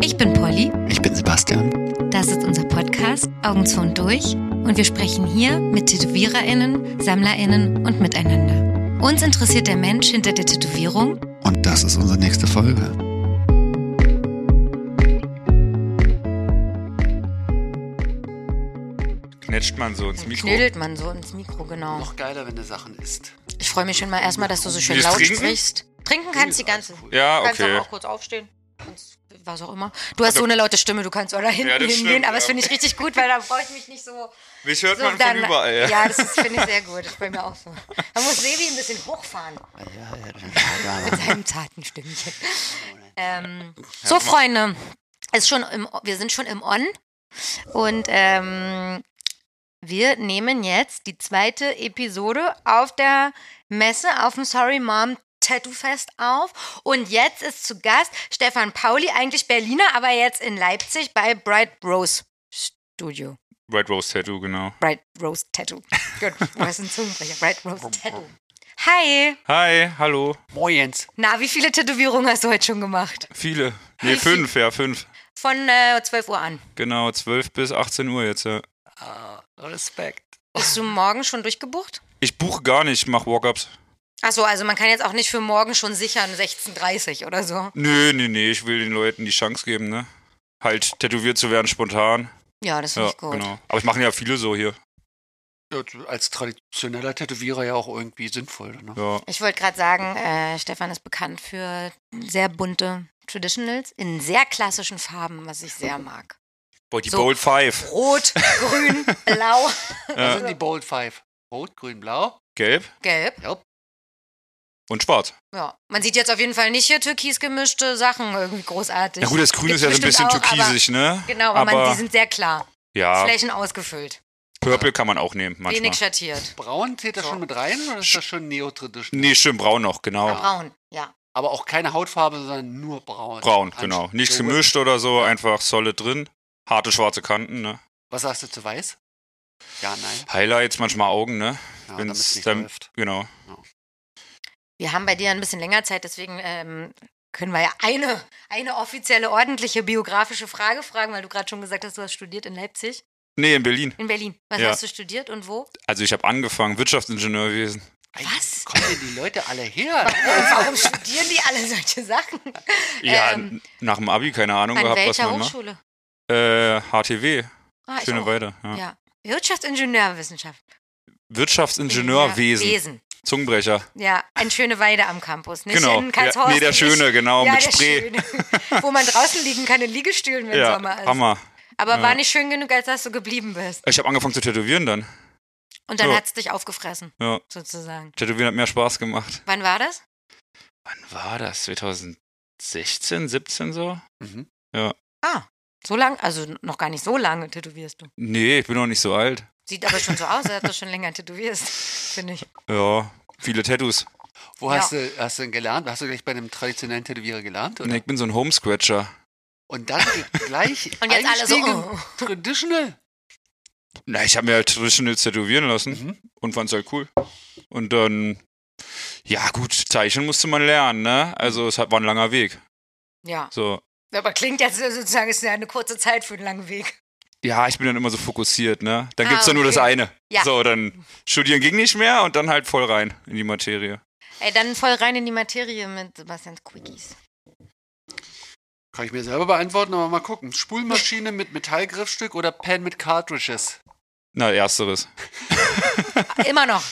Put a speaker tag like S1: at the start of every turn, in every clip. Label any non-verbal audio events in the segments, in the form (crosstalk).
S1: Ich bin Polly.
S2: Ich bin Sebastian.
S1: Das ist unser Podcast Augenzwund durch und wir sprechen hier mit TätowiererInnen, SammlerInnen und miteinander. Uns interessiert der Mensch hinter der Tätowierung
S2: Und das ist unsere nächste Folge.
S3: Knetscht man so ins Mikro.
S1: Knödelt man so ins Mikro, genau.
S2: Noch geiler, wenn du Sachen isst.
S1: Ich freue mich schon mal erstmal, dass du so schön
S3: Willst
S1: laut
S3: trinken?
S1: sprichst. Trinken kannst die ganze.
S3: Ja,
S1: Kannst
S3: okay.
S1: aber auch kurz aufstehen. Kannst, was auch immer. Du hast so eine laute Stimme, du kannst auch da hinten
S3: Ja, das
S1: hingehen,
S3: stimmt,
S1: aber das
S3: ja.
S1: finde ich richtig gut, weil da brauche ich mich nicht so.
S3: Mich hört
S1: so
S3: man
S1: dann-
S3: von überall. Ja.
S1: Ja, das ist- finde ich sehr gut. Das ist bei mir auch so. Man muss Sebi ein bisschen hochfahren
S2: Ja, ja,
S1: mit seinem zarten Stimmchen. Ähm, so, Freunde, ist schon im, wir sind schon im On und ähm, wir nehmen jetzt die zweite Episode auf der Messe auf dem Sorry Mom Tattoo Fest auf. Und jetzt ist zu Gast Stefan Pauli, eigentlich Berliner, aber jetzt in Leipzig bei Bright Rose Studio.
S3: Red Rose Tattoo, genau.
S1: Bright Rose Tattoo. Gut, was ein Zungenbrecher. Bright Rose Tattoo. Hi!
S3: Hi, hallo.
S2: Moins.
S1: Na, wie viele Tätowierungen hast du heute schon gemacht?
S3: Viele. Nee, fünf, ja, fünf.
S1: Von äh, 12 Uhr an.
S3: Genau, 12 bis 18 Uhr jetzt. Ja.
S2: Ah, Respekt.
S1: Bist du morgen schon durchgebucht?
S3: Ich buche gar nicht, mach Walk-Ups.
S1: Achso, also man kann jetzt auch nicht für morgen schon sichern, 16.30 Uhr oder so.
S3: Nö, nee, nee, ich will den Leuten die Chance geben, ne? Halt tätowiert zu werden spontan.
S1: Ja, das finde
S3: Ja,
S1: ich gut.
S3: genau. Aber ich machen ja viele so hier.
S2: Ja, du, als traditioneller Tätowierer ja auch irgendwie sinnvoll. Ne?
S3: Ja.
S1: Ich wollte gerade sagen, äh, Stefan ist bekannt für sehr bunte Traditionals in sehr klassischen Farben, was ich sehr mag.
S3: Boah, die
S1: So.
S3: Bold Five.
S1: Rot,
S3: (laughs)
S1: grün, blau,
S2: Was sind die Bold Five? Rot, Grün, Blau?
S3: Gelb
S1: gelb.
S3: und schwarz.
S1: Ja, man sieht jetzt auf jeden Fall nicht hier türkis gemischte Sachen irgendwie großartig.
S3: Ja gut, das Grün
S1: Gibt's
S3: ist ja so ein bisschen
S1: bestimmt auch,
S3: türkisig, ne?
S1: Aber, genau, aber, man, die sind sehr klar.
S3: ja,
S1: Flächen ausgefüllt.
S3: Purple kann man auch nehmen manchmal.
S1: Wenig schattiert.
S2: Braun zählt das
S1: So.
S2: schon mit rein oder ist das schon Neo-Traditional?
S3: nee, stimmt, braun noch, genau.
S1: Braun, ja.
S2: Aber auch keine Hautfarbe, sondern nur braun.
S3: Braun,
S2: Anst-
S3: genau. Nichts
S2: so-
S3: gemischt oder so, einfach solid drin. Harte schwarze Kanten, ne?
S2: Was sagst du zu weiß? Ja, nein.
S3: Highlights, manchmal Augen, ne?
S2: Ja,
S3: Wenn's
S2: damit's nicht
S3: dann-
S2: läuft.
S3: Genau.
S1: Wir haben bei dir ein bisschen länger Zeit, deswegen ähm, können wir ja eine, eine offizielle, ordentliche biografische Frage fragen, weil du gerade schon gesagt hast, du hast studiert in Leipzig,
S3: Nee, in Berlin.
S1: in Berlin. Was
S3: Ja.
S1: hast du studiert und wo?
S3: Also ich habe angefangen, Wirtschaftsingenieurwesen.
S2: Ey,
S1: Was?
S2: Wo kommen denn die Leute alle her?
S1: (laughs) Warum studieren die alle solche Sachen?
S3: Ja,
S1: Ähm,
S3: n- nach dem Abi, keine Ahnung
S1: An
S3: gehabt, was
S1: welcher
S3: man macht.
S1: Hochschule?
S3: Äh, HTW,
S1: Ah, ich
S3: schöne
S1: auch.
S3: Weide. Ja.
S1: Ja. Wirtschaftsingenieurwissenschaft.
S3: Wirtschaftsingenieurwesen.
S1: Wesen.
S3: Zungenbrecher.
S1: Ja, in Schöneweide am Campus, nicht
S3: genau.
S1: in
S3: Ja,
S1: Karlshorst.
S3: nee, der
S1: nicht-
S3: Schöne, genau,
S1: ja,
S3: mit
S1: der
S3: Spree.
S1: Schöne. (laughs) Wo man draußen liegen kann in Liegestühlen, wenn
S3: Ja,
S1: Sommer ist.
S3: Hammer.
S1: Aber
S3: Ja.
S1: war nicht schön genug, als dass du geblieben bist.
S3: Ich habe angefangen zu tätowieren dann.
S1: Und dann
S3: Ja.
S1: hat's dich aufgefressen,
S3: Ja.
S1: sozusagen.
S3: Tätowieren hat mehr Spaß gemacht.
S1: Wann war das?
S3: Wann war das? 2016, 17 so?
S2: Mhm.
S1: Ah, so lang, also noch gar nicht so lange tätowierst du.
S3: Nee, ich bin noch nicht so alt.
S1: Sieht aber schon so aus, als ob du schon länger tätowierst, (laughs) finde ich.
S3: Ja, viele Tattoos.
S2: Wo
S1: Ja.
S2: hast, du, hast du denn gelernt? Hast du gleich bei einem traditionellen Tätowierer gelernt? Oder?
S3: Nee, ich bin so ein Homescratcher.
S2: Und dann
S1: (laughs)
S2: gleich
S1: Und jetzt alle so,
S2: eingestiegen
S1: oh.
S2: im Traditional.
S3: Na, ich habe mir halt Traditionals tätowieren lassen
S2: Mhm.
S3: und fand's halt cool. Und dann, ja gut, Zeichen musste man lernen, ne? Also es hat, war ein langer Weg.
S1: Ja.
S3: So,
S1: Aber klingt jetzt sozusagen, ist ja eine kurze Zeit für einen langen Weg.
S3: ja, ich bin dann immer so fokussiert, ne? Dann
S1: Ah,
S3: gibt's ja nur
S1: okay.
S3: das eine.
S1: Ja.
S3: So, dann studieren ging nicht mehr und dann halt voll rein in die Materie.
S1: Ey, dann voll rein in die Materie mit Sebastians Quickies.
S2: Kann ich mir selber beantworten, aber mal gucken. Spulmaschine mit Metallgriffstück oder Pen mit Cartridges?
S3: Na, ersteres.
S1: Ah, Immer noch.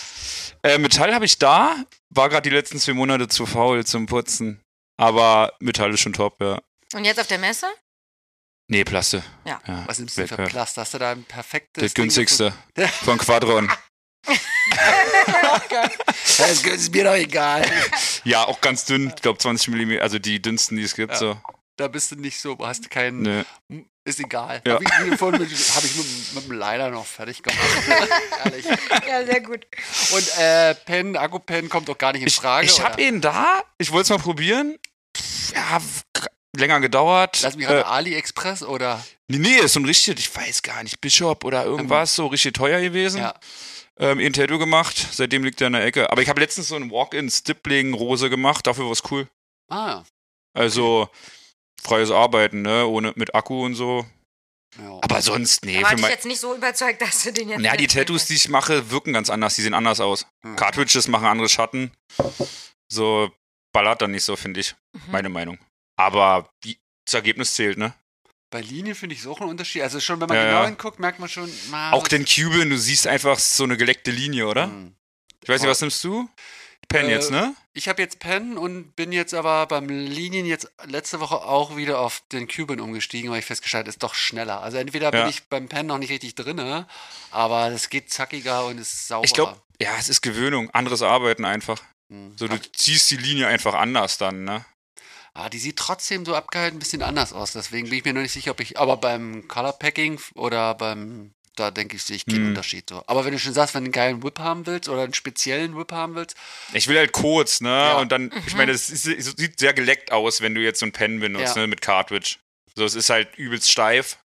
S3: Äh, Metall habe ich da, war gerade die letzten zwei Monate zu faul zum Putzen. Aber Metall ist schon top, ja.
S1: Und jetzt auf der Messe?
S3: Nee, Plaste.
S1: Ja.
S2: Was nimmst du denn für
S3: Weg, ja.
S2: Plast? Hast du da ein perfektes.
S3: Das
S2: Ding (laughs)
S3: günstigste von Quadron.
S2: gefunden? Das ist mir doch
S3: (laughs)
S2: egal.
S3: Ja, auch ganz dünn, ich glaube 20 mm, also die dünnsten, die es gibt.
S2: Ja.
S3: So.
S2: Da bist du nicht so, hast keinen.
S3: Nö.
S2: Ist egal.
S3: Ja.
S2: Habe ich, mir vorhin mit, hab ich mit, mit dem Leider noch fertig gemacht. (laughs) Ehrlich.
S1: Ja, sehr gut.
S2: Und äh, Pen, Akku-Pen kommt doch gar nicht in
S3: Ich,
S2: Frage.
S3: ich habe
S2: oder?
S3: ihn da, ich wollte es mal probieren. Pff, Ja, k- länger gedauert.
S2: Lass mich
S3: äh,
S2: raten, AliExpress oder.
S3: nee, nee, ist so ein richtig, ich weiß gar nicht, Bishop oder irgendwas, so richtig teuer gewesen.
S2: Ja.
S3: Ähm, ein Tattoo gemacht, seitdem liegt er in der Ecke. Aber ich habe letztens so einen Walk-in-Stippling-Rose gemacht, dafür war es cool.
S2: Ah,
S3: Also, freies Arbeiten, ne? Ohne mit Akku und so.
S2: Ja.
S3: Aber sonst, nee,
S1: war
S3: für
S1: ich
S3: mein,
S1: jetzt nicht so überzeugt, dass du den jetzt.
S3: ja, die Tattoos, die ich mache, wirken ganz anders. Die sehen anders aus.
S2: Mhm.
S3: Cartridges machen andere Schatten. So ballert dann nicht so, finde ich.
S1: Mhm.
S3: Meine Meinung. Aber die, das Ergebnis zählt, ne?
S2: Bei Linien finde ich es auch ein Unterschied. Also schon, wenn man
S3: Ja,
S2: genau
S3: ja.
S2: hinguckt, merkt man schon, ah, na,
S3: Auch
S2: das-
S3: den Cuban, du siehst einfach so eine geleckte Linie, oder?
S2: Hm.
S3: Ich weiß nicht, was nimmst du? Pen
S2: Äh,
S3: jetzt, ne?
S2: Ich habe jetzt Pen und bin jetzt aber beim Linien jetzt letzte Woche auch wieder auf den Cuban umgestiegen, weil ich festgestellt habe, ist doch schneller. Also entweder
S3: Ja.
S2: bin ich beim Pen noch nicht richtig drinne, aber es geht zackiger und ist sauberer.
S3: Ich glaube, ja, es ist Gewöhnung. Anderes Arbeiten einfach.
S2: Hm.
S3: So, du ziehst die Linie einfach anders dann, ne?
S2: Ah, die sieht trotzdem so abgehalten ein bisschen anders aus. Deswegen bin ich mir noch nicht sicher, ob ich. Aber beim Color Packing oder beim. Da denke ich, sehe ich keinen
S3: Hm.
S2: Unterschied. So. Aber wenn du schon sagst, wenn du einen geilen Whip haben willst oder einen speziellen Whip haben willst,
S3: Ich will halt kurz, ne?
S2: Ja.
S3: Und dann, ich meine, das ist, es sieht sehr geleckt aus, wenn du jetzt so ein Pen benutzt,
S2: Ja.
S3: ne? Mit Cartridge. So, es ist halt übelst steif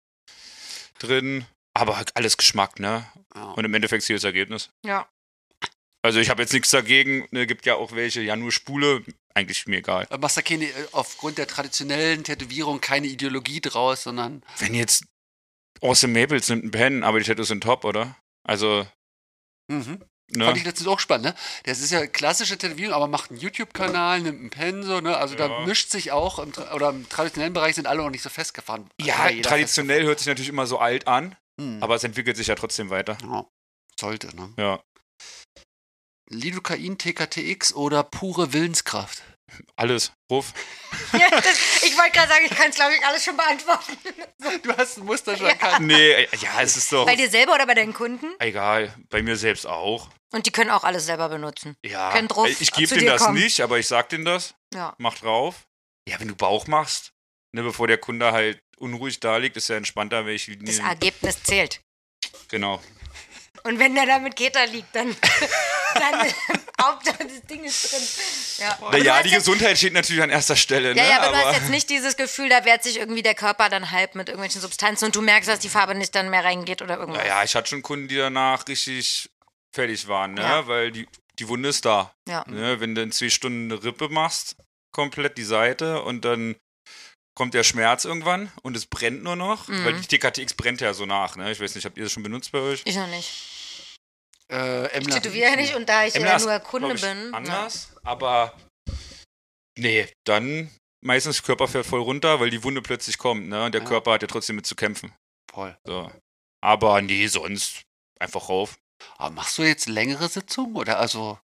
S3: drin. Aber alles Geschmack, ne?
S2: ja.
S3: Und im Endeffekt zählt das Ergebnis.
S1: Ja.
S3: Also ich habe jetzt nichts dagegen. Ne, gibt ja auch welche, ja nur Spule. Eigentlich mir egal.
S2: Äh, machst da keine, äh, aufgrund der traditionellen Tätowierung keine Ideologie draus, sondern
S3: Wenn jetzt Awesome Maples nimmt einen Pen, aber die Tattoos sind top, oder? Also,
S2: fand
S3: ne?
S2: ich letztens auch spannend, ne? Das ist ja klassische Tätowierung, aber macht einen YouTube-Kanal, nimmt einen Pen, so, ne? Also da
S3: Ja.
S2: mischt sich auch, im, tra- oder im traditionellen Bereich sind alle noch nicht so festgefahren.
S3: Ja,
S2: Oder jeder
S3: traditionell hört sich natürlich immer so alt an,
S2: festgefahren. Hm.
S3: aber es entwickelt sich ja trotzdem weiter.
S2: Ja, sollte, ne?
S3: Ja,
S2: Lidocain, TKTX oder pure Willenskraft? (laughs)
S3: alles. Ruf.
S1: Ja, das, (laughs) ich wollte gerade sagen, ich kann es, glaube ich, alles schon beantworten.
S2: Du hast ein Muster schon erkannt.
S3: Nee, äh, ja, es ist doch
S1: Bei dir selber oder bei deinen Kunden?
S3: egal. Bei mir selbst auch.
S1: Und die können auch alles selber benutzen.
S3: Ja,
S1: Können drauf
S3: ich
S1: zu
S3: gebe denen
S1: dir
S3: das
S1: kommen.
S3: nicht, aber ich sag denen das.
S1: Ja.
S3: Mach drauf. Ja, wenn du Bauch machst, ne, bevor der Kunde halt unruhig da liegt, ist ja entspannter, wenn ich
S1: Das
S3: Linien.
S1: Ergebnis zählt.
S3: Genau.
S1: Und wenn der da mit Keter liegt, dann, (laughs) dann Hauptsache das Ding ist drin. Ja, Und du
S3: Naja,
S1: hast
S3: die
S1: jetzt,
S3: Gesundheit steht natürlich an erster Stelle,
S1: ja,
S3: ne?
S1: ja, aber, du hast jetzt nicht dieses Gefühl, da wehrt sich irgendwie der Körper dann halb mit irgendwelchen Substanzen und du merkst, dass die Farbe nicht dann mehr reingeht oder irgendwas.
S3: naja, ich hatte schon Kunden, die danach richtig fertig waren, ne?
S1: Ja.
S3: Weil die, die Wunde ist da.
S1: Ja.
S3: Ne? Wenn du in zwei Stunden eine Rippe machst, komplett die Seite und dann kommt der Schmerz irgendwann und es brennt nur noch,
S1: Mhm.
S3: weil die TKTX brennt ja so nach, ne? Ich weiß nicht, habt ihr das schon benutzt bei euch?
S1: Ich noch nicht.
S2: Äh,
S1: Ich
S2: Emla
S1: tätowiere ja nicht und da ich
S3: MDR
S1: ja
S3: ist,
S1: nur
S3: glaub
S1: Kunde
S3: ich,
S1: bin. ne?
S3: Anders, aber nee, dann meistens Körper fährt voll runter, weil die Wunde plötzlich kommt, ne? Und der
S2: Ja.
S3: Körper hat ja trotzdem mit zu kämpfen.
S2: Voll.
S3: So. Aber nee, sonst einfach rauf.
S2: Aber machst du jetzt längere Sitzungen? Oder also,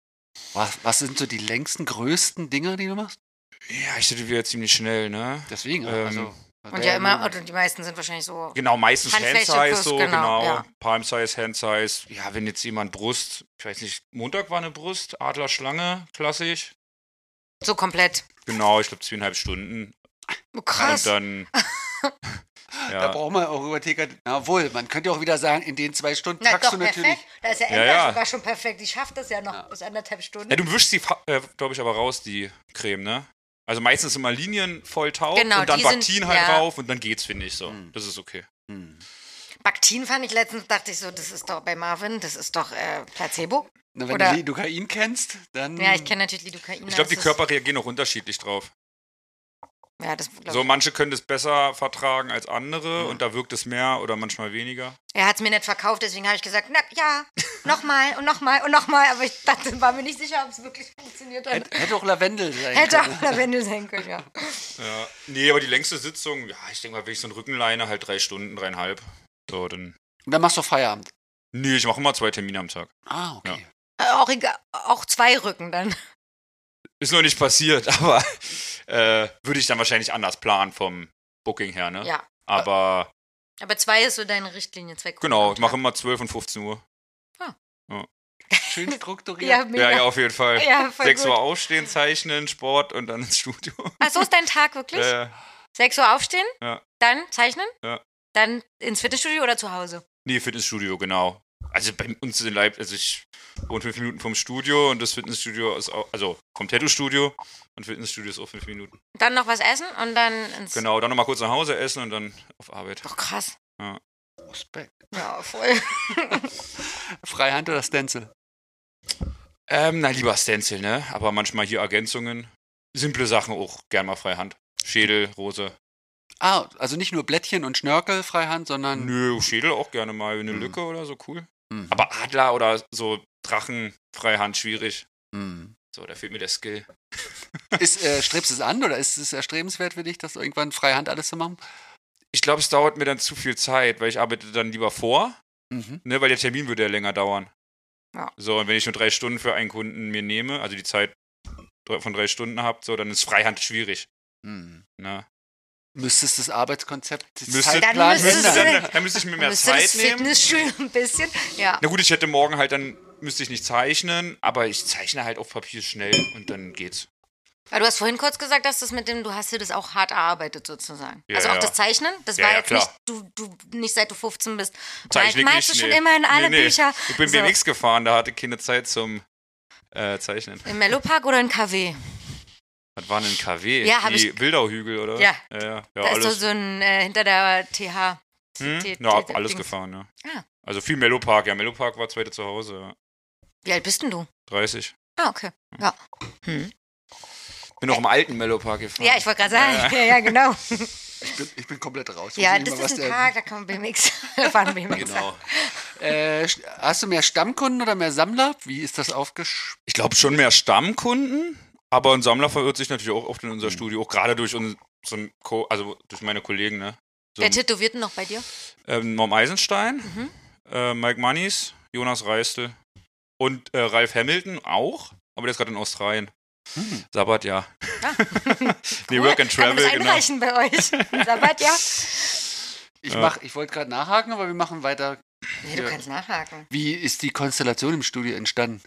S2: was, was sind so die längsten, größten Dinger, die du machst?
S3: Ja, ich tätowiere ziemlich schnell, ne?
S2: Deswegen,
S3: Ähm,
S2: also.
S1: Ja. Und ja immer, und die meisten sind wahrscheinlich so.
S3: Genau, meistens Hand
S1: Handfläche,
S3: Size,
S1: Kuss,
S3: so,
S1: genau,
S3: genau.
S1: ja.
S3: Palm Size, Hand Size. Ja, wenn jetzt jemand Brust, ich weiß nicht, Montag war eine Brust, Adler Schlange, klassisch.
S1: So komplett.
S3: Genau, ich glaube zweieinhalb Stunden.
S1: Oh, krass.
S3: Und
S1: (laughs)
S3: dann.
S2: Da braucht man auch über TK. Na wohl, man könnte auch wieder sagen, in den zwei Stunden
S1: Na
S2: packst
S1: doch,
S2: du natürlich.
S1: perfekt. Da ist ja,
S3: Ja,
S1: Ender
S3: ja.
S1: sogar schon perfekt. Ich schaffe das ja noch bis anderthalb Stunden.
S3: Ja, du wischst sie, äh, glaube ich, aber raus, die Creme, ne? Also meistens immer Linien voll taub
S1: Genau,
S3: und dann
S1: die sind-
S3: Baktin halt
S1: ja.
S3: drauf und dann geht's, finde ich so. Das ist okay.
S2: Hm.
S1: Baktin fand ich letztens, dachte ich so, das ist doch bei Marvin, das ist doch äh, Placebo.
S2: Na, wenn
S1: Oder-
S2: du Lidocain kennst, dann.
S1: Ja, ich kenne natürlich Lidocain.
S3: Ich glaube, die
S1: das
S3: Körper reagieren auch unterschiedlich drauf.
S1: Ist, ja, das glaub
S3: So,
S1: ich.
S3: manche können das besser vertragen als andere und da wirkt es mehr oder manchmal weniger.
S1: Er hat es mir nicht verkauft, deswegen habe ich gesagt, na ja, nochmal und nochmal und nochmal. Aber ich dachte, war mir nicht sicher, ob es wirklich funktioniert hat.
S2: Hätte auch Lavendel sein
S1: Hätte
S2: können.
S1: auch Lavendel sein können, ja.
S3: Ja. Nee, aber die längste Sitzung, ja, ich denke mal, wirklich so eine Rückenleine, halt drei Stunden, dreieinhalb. So, dann.
S2: Und dann machst du Feierabend.
S3: Nee, ich mache immer zwei Termine am Tag.
S2: Ah, okay.
S1: Äh, Auch, egal, auch zwei Rücken dann.
S3: Ist noch nicht passiert, (laughs) aber äh, würde ich dann wahrscheinlich anders planen vom Booking her, ne?
S1: Ja.
S3: Aber.
S1: Aber zwei ist so deine Richtlinie, zwei Kunden
S3: Genau,
S1: am
S3: ich mache
S1: Tag.
S3: immer 12 und 15 Uhr.
S2: Schön
S1: (laughs)
S2: strukturiert.
S1: Ja, mega.
S3: Ja, ja, auf jeden Fall.
S1: Ja, voll
S3: 6
S1: gut.
S3: Uhr aufstehen, zeichnen, Sport und dann
S1: (laughs)
S3: ins Studio.
S1: Ach, so ist dein Tag wirklich?
S3: Äh,
S1: 6 Uhr aufstehen,
S3: Ja.
S1: dann zeichnen,
S3: Ja.
S1: dann ins Fitnessstudio oder zu Hause.
S3: nee, Fitnessstudio, genau. Also bei uns in Leipzig, also ich wohne 5 Minuten vom Studio und das Fitnessstudio ist auch, also vom Tattoo-Studio und Fitnessstudio ist auch 5 Minuten.
S1: Dann noch was essen und dann ins.
S3: Genau, dann nochmal kurz nach Hause essen und dann auf Arbeit.
S1: Doch krass.
S2: Respekt.
S1: Ja, voll.
S2: Freihand oder Stencil?
S3: Ähm, na, lieber Stencil, ne? Aber manchmal hier Ergänzungen. Simple Sachen auch gern mal Freihand. Schädel, Rose.
S2: Ah, also nicht nur Blättchen und Schnörkel freihand, sondern.
S3: Nö, Schädel auch gerne mal, eine Lücke oder so, cool.
S2: Mhm.
S3: Aber Adler oder so Drachen, Freihand, schwierig.
S2: Mhm.
S3: So, da fehlt mir der Skill.
S2: Ist, äh, strebst du es an oder ist es erstrebenswert für dich, das irgendwann freihand alles zu machen?
S3: Ich glaube, es dauert mir dann zu viel Zeit, weil ich arbeite dann lieber vor,
S2: Mhm.
S3: ne, weil der Termin würde ja länger dauern.
S1: Ja.
S3: So, und wenn ich nur drei Stunden für einen Kunden mir nehme, also die Zeit drei- von drei Stunden habe, so, dann ist Freihand schwierig.
S2: Mhm.
S3: Ne?
S2: Müsstest das Arbeitskonzept, das
S3: Müsste-
S1: Dann
S2: Zeitplan
S1: müsste
S3: Müsste,
S1: es-
S2: ändern?
S3: dann, dann müsste ich mir mehr
S1: Müsste das
S3: Zeit nehmen.
S1: Fitnessstudio ein bisschen. Ja.
S3: Na gut, ich hätte morgen halt dann, müsste ich nicht zeichnen, aber ich zeichne halt auf Papier schnell und dann geht's.
S1: Aber du hast vorhin kurz gesagt, dass das mit dem, du hast dir das auch hart erarbeitet sozusagen.
S3: Ja,
S1: also auch
S3: ja.
S1: das Zeichnen, das
S3: Ja,
S1: war
S3: ja,
S1: jetzt
S3: klar.
S1: nicht, du, du nicht seit du 15 bist.
S3: Zeichne ich
S1: malst
S3: nicht,
S1: du schon
S3: nee.
S1: immer in alle
S3: Nee, nee.
S1: Bücher.
S3: Ich bin
S1: So.
S3: BMX gefahren, da hatte ich keine Zeit zum äh, Zeichnen.
S1: Im Mellopark oder in KW?
S3: Was war denn ein KW?
S1: Ja, hab
S3: Die Wildauhügel, oder?
S1: Ja.
S3: Ja, ja, ja
S1: da
S3: alles.
S1: ist so, so ein, äh, hinter der TH.
S3: hm?
S1: die-
S3: Na, hab
S1: die-
S3: alles
S1: Dings.
S3: gefahren, ja.
S1: Ah.
S3: Also viel Mellopark, ja. Mellopark war zweite zu Hause, ja.
S1: Wie alt bist denn du?
S3: 30.
S1: Ah, okay.
S3: Hm.
S1: Ja.
S3: Bin auch im alten Mellopark gefahren.
S1: Ja, ich wollte gerade sagen. Ja, ja
S3: (laughs)
S1: genau.
S2: Ich bin, ich bin komplett raus.
S1: Ja,
S2: Wissen Sie
S1: das
S2: mal, was
S1: ist ein
S2: der-
S1: Park, da kann man (laughs) BMX fahren. BMX.
S3: Genau.
S2: Äh, sch- hast du mehr Stammkunden oder mehr Sammler? Wie ist das aufgesch...
S3: Ich glaube schon mehr Stammkunden, aber ein Sammler verirrt sich natürlich auch oft in
S2: Hm.
S3: unser Studio, auch gerade durch unseren, Co also durch meine Kollegen, ne? So,
S1: Wer tätowiert denn noch bei dir?
S3: ähm, Norm Eisenstein,
S1: Mhm.
S3: äh, Mike Mannies, Jonas Reistel und äh, Ralf Hamilton auch, aber der ist gerade in Australien.
S2: Hm. Ah.
S3: Sabbat, ja.
S1: Ja.
S3: (laughs) nee,
S2: (laughs)
S3: Work and
S1: Kann man
S3: Travel,
S1: das
S3: genau.
S1: einreichen bei euch?
S3: (laughs)
S1: Sabbat, ja?
S2: Ich,
S3: Ja.
S2: mach, ich wollte gerade nachhaken, aber wir machen weiter.
S1: Nee, du
S2: Ja.
S1: kannst nachhaken.
S2: Wie ist die Konstellation im Studio entstanden?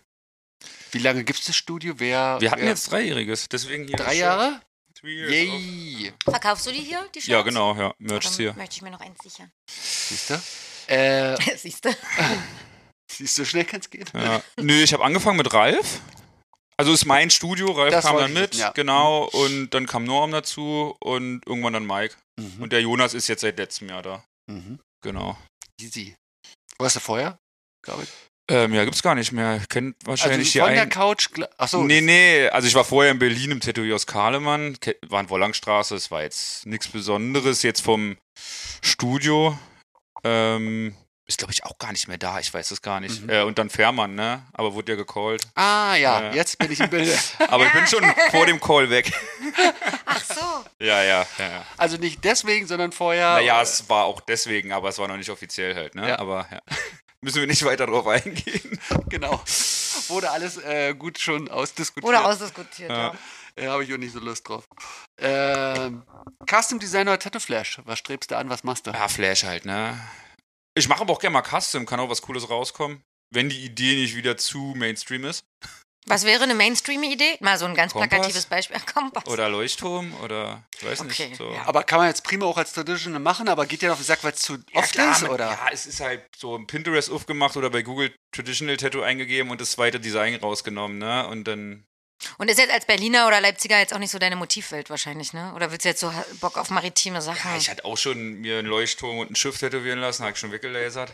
S2: Wie lange gibt es das Studio? Wer,
S3: Wir hatten
S2: wer,
S3: jetzt Dreijähriges, deswegen hier.
S2: drei
S3: Shirt.
S2: Jahre?
S3: Two years off.
S2: Yay!
S1: Verkaufst du die hier, die Shirts?
S3: Ja, genau, ja. Merch ist
S1: Dann
S3: hier.
S1: möchte ich mir noch eins sichern.
S2: Siehst du? Äh,
S1: (laughs) Siehst du?
S2: siehst du, so schnell kann es gehen.
S3: Ja. Nö, ich habe angefangen mit Ralf. Also ist mein Studio, Ralf
S2: Das
S3: kam
S2: wollte
S3: dann
S2: ich
S3: mit,
S2: wissen, ja.
S3: genau, und dann kam Norm dazu und irgendwann dann Mike.
S2: Mhm.
S3: Und der Jonas ist jetzt seit letztem Jahr da.
S2: Mhm.
S3: Genau.
S2: Easy. Warst du vorher? Glaube ich.
S3: Ähm, ja, gibt's gar nicht mehr. Kennt
S2: Also
S3: wahrscheinlich die
S2: von der
S3: einen.
S2: Couch. gla- Achso,
S3: nee, nee, also ich war vorher in Berlin im Tätowier aus Kahlemann, Ke- war in Wollangstraße, es war jetzt nichts Besonderes jetzt vom Studio. Ähm, ist, glaube ich, auch gar nicht mehr da, ich weiß es gar nicht.
S2: Mhm.
S3: Äh, und dann Fährmann, ne? Aber wurde
S2: (laughs)
S3: ja gecallt.
S2: Ah ja,
S3: Ja.
S2: jetzt bin ich im Bilde.
S3: (laughs) Aber ich bin schon vor dem Call weg.
S1: Ach so.
S3: Ja, ja, ja. ja.
S2: Also nicht deswegen, sondern vorher.
S3: Naja, es war auch deswegen, aber es war noch nicht offiziell halt, ne?
S2: Ja.
S3: Aber ja. (laughs) Müssen wir nicht weiter drauf eingehen.
S2: genau. Wurde alles äh, gut schon ausdiskutiert.
S1: Oder ausdiskutiert,
S3: Ja.
S1: ja.
S2: Äh, Habe ich auch nicht so Lust drauf. Ähm, Custom Designer Tattoo Flash. Was strebst du an? Was machst du?
S3: Ja, Flash halt, ne? Ich mache aber auch gerne mal Custom, kann auch was Cooles rauskommen. Wenn die Idee nicht wieder zu Mainstream ist.
S1: Was wäre eine Mainstream-Idee? Mal so ein ganz
S3: Kompass?
S1: plakatives Beispiel. (laughs) Kompass.
S3: Oder Leuchtturm oder ich weiß
S1: Okay,
S3: nicht. So.
S1: ja.
S2: Aber kann man jetzt prima auch als Traditional machen, aber geht dir auf den Sack, weil es zu oft
S3: klar,
S2: ist?
S3: man-
S2: Oder?
S3: Ja, es ist halt so im Pinterest aufgemacht oder bei Google Traditional Tattoo eingegeben und das zweite Design rausgenommen, ne? Und dann.
S1: Und ist jetzt als Berliner oder Leipziger jetzt auch nicht so deine Motivwelt wahrscheinlich, ne? Oder willst du jetzt so ha- Bock auf maritime Sachen?
S3: Ja, ich hatte auch schon mir einen Leuchtturm und ein Schiff tätowieren lassen, hab ich schon weggelasert.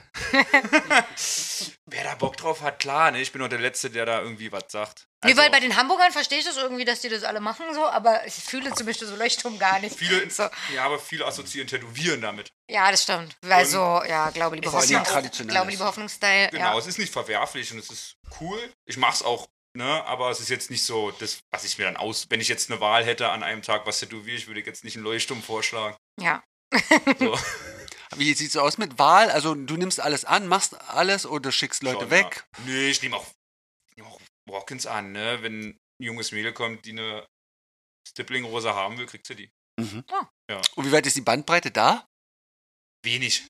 S3: Wer da Bock drauf hat, klar, ne? Ich bin doch der Letzte, der da irgendwie was sagt.
S1: nee, weil
S3: Also-
S1: bei den Hamburgern verstehe ich das irgendwie, dass die das alle machen so, aber ich fühle zum Beispiel so Leuchtturm gar nicht.
S3: Viele,
S1: (laughs)
S3: ja, aber viele assoziieren Tätowieren damit.
S1: Ja, das stimmt. Weil so, ja, glaube liebe
S2: Vor allem
S1: Hoffnung.
S2: traditionelles.
S1: Glaube liebe Hoffnungsstyle.
S3: Genau,
S1: Ja.
S3: es ist nicht verwerflich und es ist cool. Ich mach's auch, ne? Aber es ist jetzt nicht so, das, was ich mir dann aus. Wenn ich jetzt eine Wahl hätte an einem Tag, was tätowiere, ich würde jetzt nicht einen Leuchtturm vorschlagen.
S1: ja.
S3: So.
S2: Wie sieht es aus mit Wahl? Also du nimmst alles an, machst alles oder schickst Leute
S3: Schon,
S2: weg?
S3: Ja. Nee, ich nehme auch, ich nehm auch Walk-ins an, ne? Wenn ein junges Mädel kommt, die eine Stippling-Rosa haben will, kriegt sie die.
S2: Und wie weit ist die Bandbreite da?
S3: Wenig.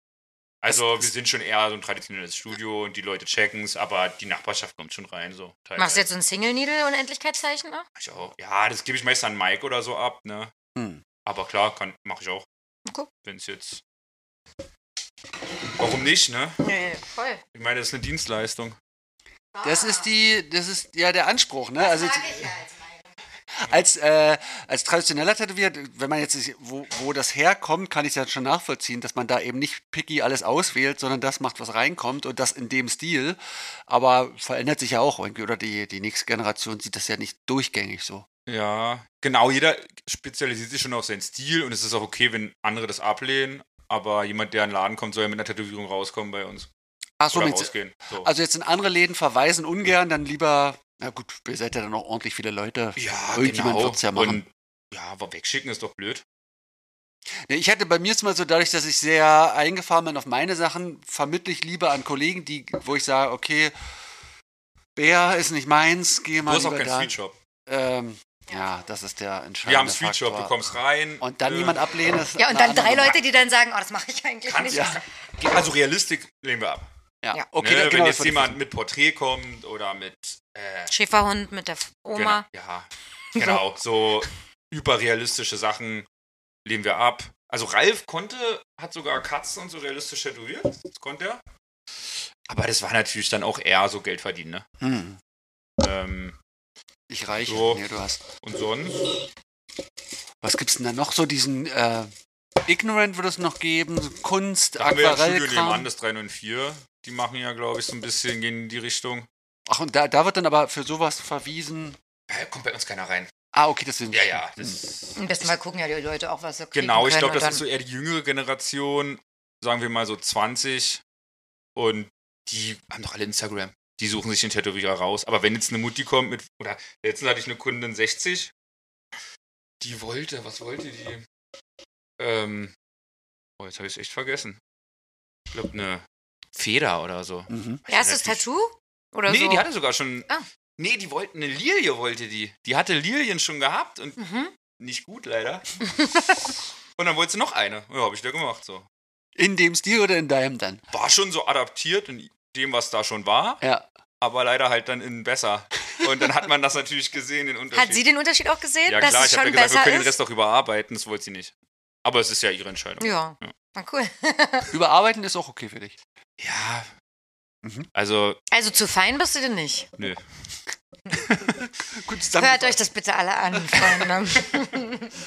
S3: Also wir sind schon eher so ein traditionelles Studio und die Leute checken's, aber die Nachbarschaft kommt schon rein, so.
S1: Machst
S3: teilweise.
S1: du jetzt so ein Single-Needle und Endlichkeitszeichen? Ne?
S3: Mach ich auch. Ja, das gebe ich meist an Mike oder so ab, ne?
S2: Hm.
S3: Aber klar, kann, mache ich auch.
S1: Okay.
S3: Wenn es jetzt. Warum nicht, ne?
S1: Nee, voll.
S3: Ich meine, das ist eine Dienstleistung.
S2: Das ist die, das ist ja der Anspruch, ne? Also
S1: Sag ich halt. ja als meine.
S2: als, äh, als traditioneller Tätowierer, wenn man jetzt, nicht- wo, wo das herkommt, kann ich ja schon nachvollziehen, dass man da eben nicht picky alles auswählt, sondern das macht, was reinkommt und das in dem Stil. Aber verändert sich ja auch irgendwie, oder die, die nächste Generation sieht das ja nicht durchgängig so.
S3: Ja, genau, jeder spezialisiert sich schon auf seinen Stil und es ist auch okay, wenn andere das ablehnen, aber jemand, der in den Laden kommt, soll ja mit einer Tätowierung rauskommen bei uns.
S2: Ach so,
S3: oder
S2: meinst du-
S3: rausgehen. So.
S2: also jetzt in andere Läden verweisen ungern, dann lieber, na gut, ihr seid ja dann auch ordentlich viele Leute.
S3: ja, genau.
S2: irgendjemand wird's ja machen.
S3: Und, ja, aber wegschicken ist doch blöd.
S2: Nee, Ich hatte bei mir jetzt mal so, dadurch, dass ich sehr eingefahren bin auf meine Sachen, vermittle ich lieber an Kollegen, die, wo ich sage, okay, Bär ist nicht meins, geh
S3: Du
S2: mal
S3: hast auch
S2: lieber
S3: keinen
S2: da.
S3: Street Shop.
S2: Ähm, ja, das ist der entscheidende
S3: Wir haben einen Street Shop,
S2: Faktor.
S3: du kommst rein.
S2: Und dann
S3: äh,
S2: jemand ablehnen ist
S1: Ja, und
S2: eine
S1: dann drei
S2: andere Nummer.
S1: Leute, die dann sagen, oh, das mache ich eigentlich
S3: Kann-
S1: nicht.
S2: Ja,
S3: Also Realistik lehnen wir ab.
S2: ja.
S1: Ja.
S2: Okay,
S3: ne?
S2: dann, genau,
S3: wenn
S2: das
S3: jetzt
S2: wollte ich
S3: jemand mit Porträt kommt oder mit äh,
S1: Schäferhund mit der F- Oma.
S3: Genau, ja, genau. So überrealistische Sachen lehnen wir ab. Also Ralf konnte, hat sogar Katzen und so realistisch tätowiert. Das konnte er. Aber das war natürlich dann auch eher so Geld verdienen, ne?
S2: wissen. Hm,
S3: Ähm,
S2: ich reiche.
S3: So.
S2: Nee, du hast.
S3: und sonst?
S2: Was gibt's denn da noch so diesen äh, Ignorant würde es noch geben, so Kunst,
S3: Da haben wir ja ein Studio
S2: Aquarellkram.
S3: nebenan, das 394. Die machen ja, glaube ich, so ein bisschen, gehen in die Richtung.
S2: Ach, und da, da wird dann aber für sowas verwiesen.
S3: Ja, Äh, kommt bei uns keiner rein.
S2: Ah, okay, das sind
S3: Ja, ja. Das
S2: Hm.
S1: Am besten mal gucken ja die Leute auch, was sie kriegen
S3: Genau, ich
S1: können
S3: glaube,
S1: und
S3: das ist so
S1: dann-
S3: eher die jüngere Generation, sagen wir mal so 20. Und die haben doch alle Instagram. Die suchen sich den Tätowierer raus. Aber wenn jetzt eine Mutti kommt mit, oder letztens hatte ich eine Kundin 60, die wollte, was wollte die? Ähm, oh, jetzt habe ich es echt vergessen. Ich glaube, eine Feder oder so.
S2: Mhm.
S1: Erstes
S3: Relativ-
S1: Tattoo? Oder
S3: Nee,
S1: so?
S3: die hatte sogar schon.
S1: Ah.
S3: Nee, die wollte eine Lilie, wollte die. Die hatte Lilien schon gehabt und
S1: mhm.
S3: nicht gut, leider. (laughs) und dann wollte sie noch eine. Ja, habe ich da gemacht, so.
S2: In dem Stil oder in deinem dann?
S3: war schon so adaptiert in dem, was da schon war,
S2: Ja.
S3: aber leider halt dann in besser. Und dann hat man das natürlich gesehen, den Unterschied.
S1: Hat sie den Unterschied auch gesehen,
S3: ja
S1: dass
S3: klar,
S1: es
S3: ich habe
S1: schon
S3: ja gesagt, wir
S1: besser
S3: können
S1: ist?
S3: den Rest auch überarbeiten, das wollte sie nicht. Aber es ist ja ihre Entscheidung.
S1: Ja, na cool.
S2: Überarbeiten ist auch okay für dich.
S3: Ja.
S2: Mhm.
S3: Also,
S1: Also zu fein bist du denn nicht.
S3: nö.
S2: Gut,
S1: Hört euch das bitte alle an, Freunde.
S3: (laughs)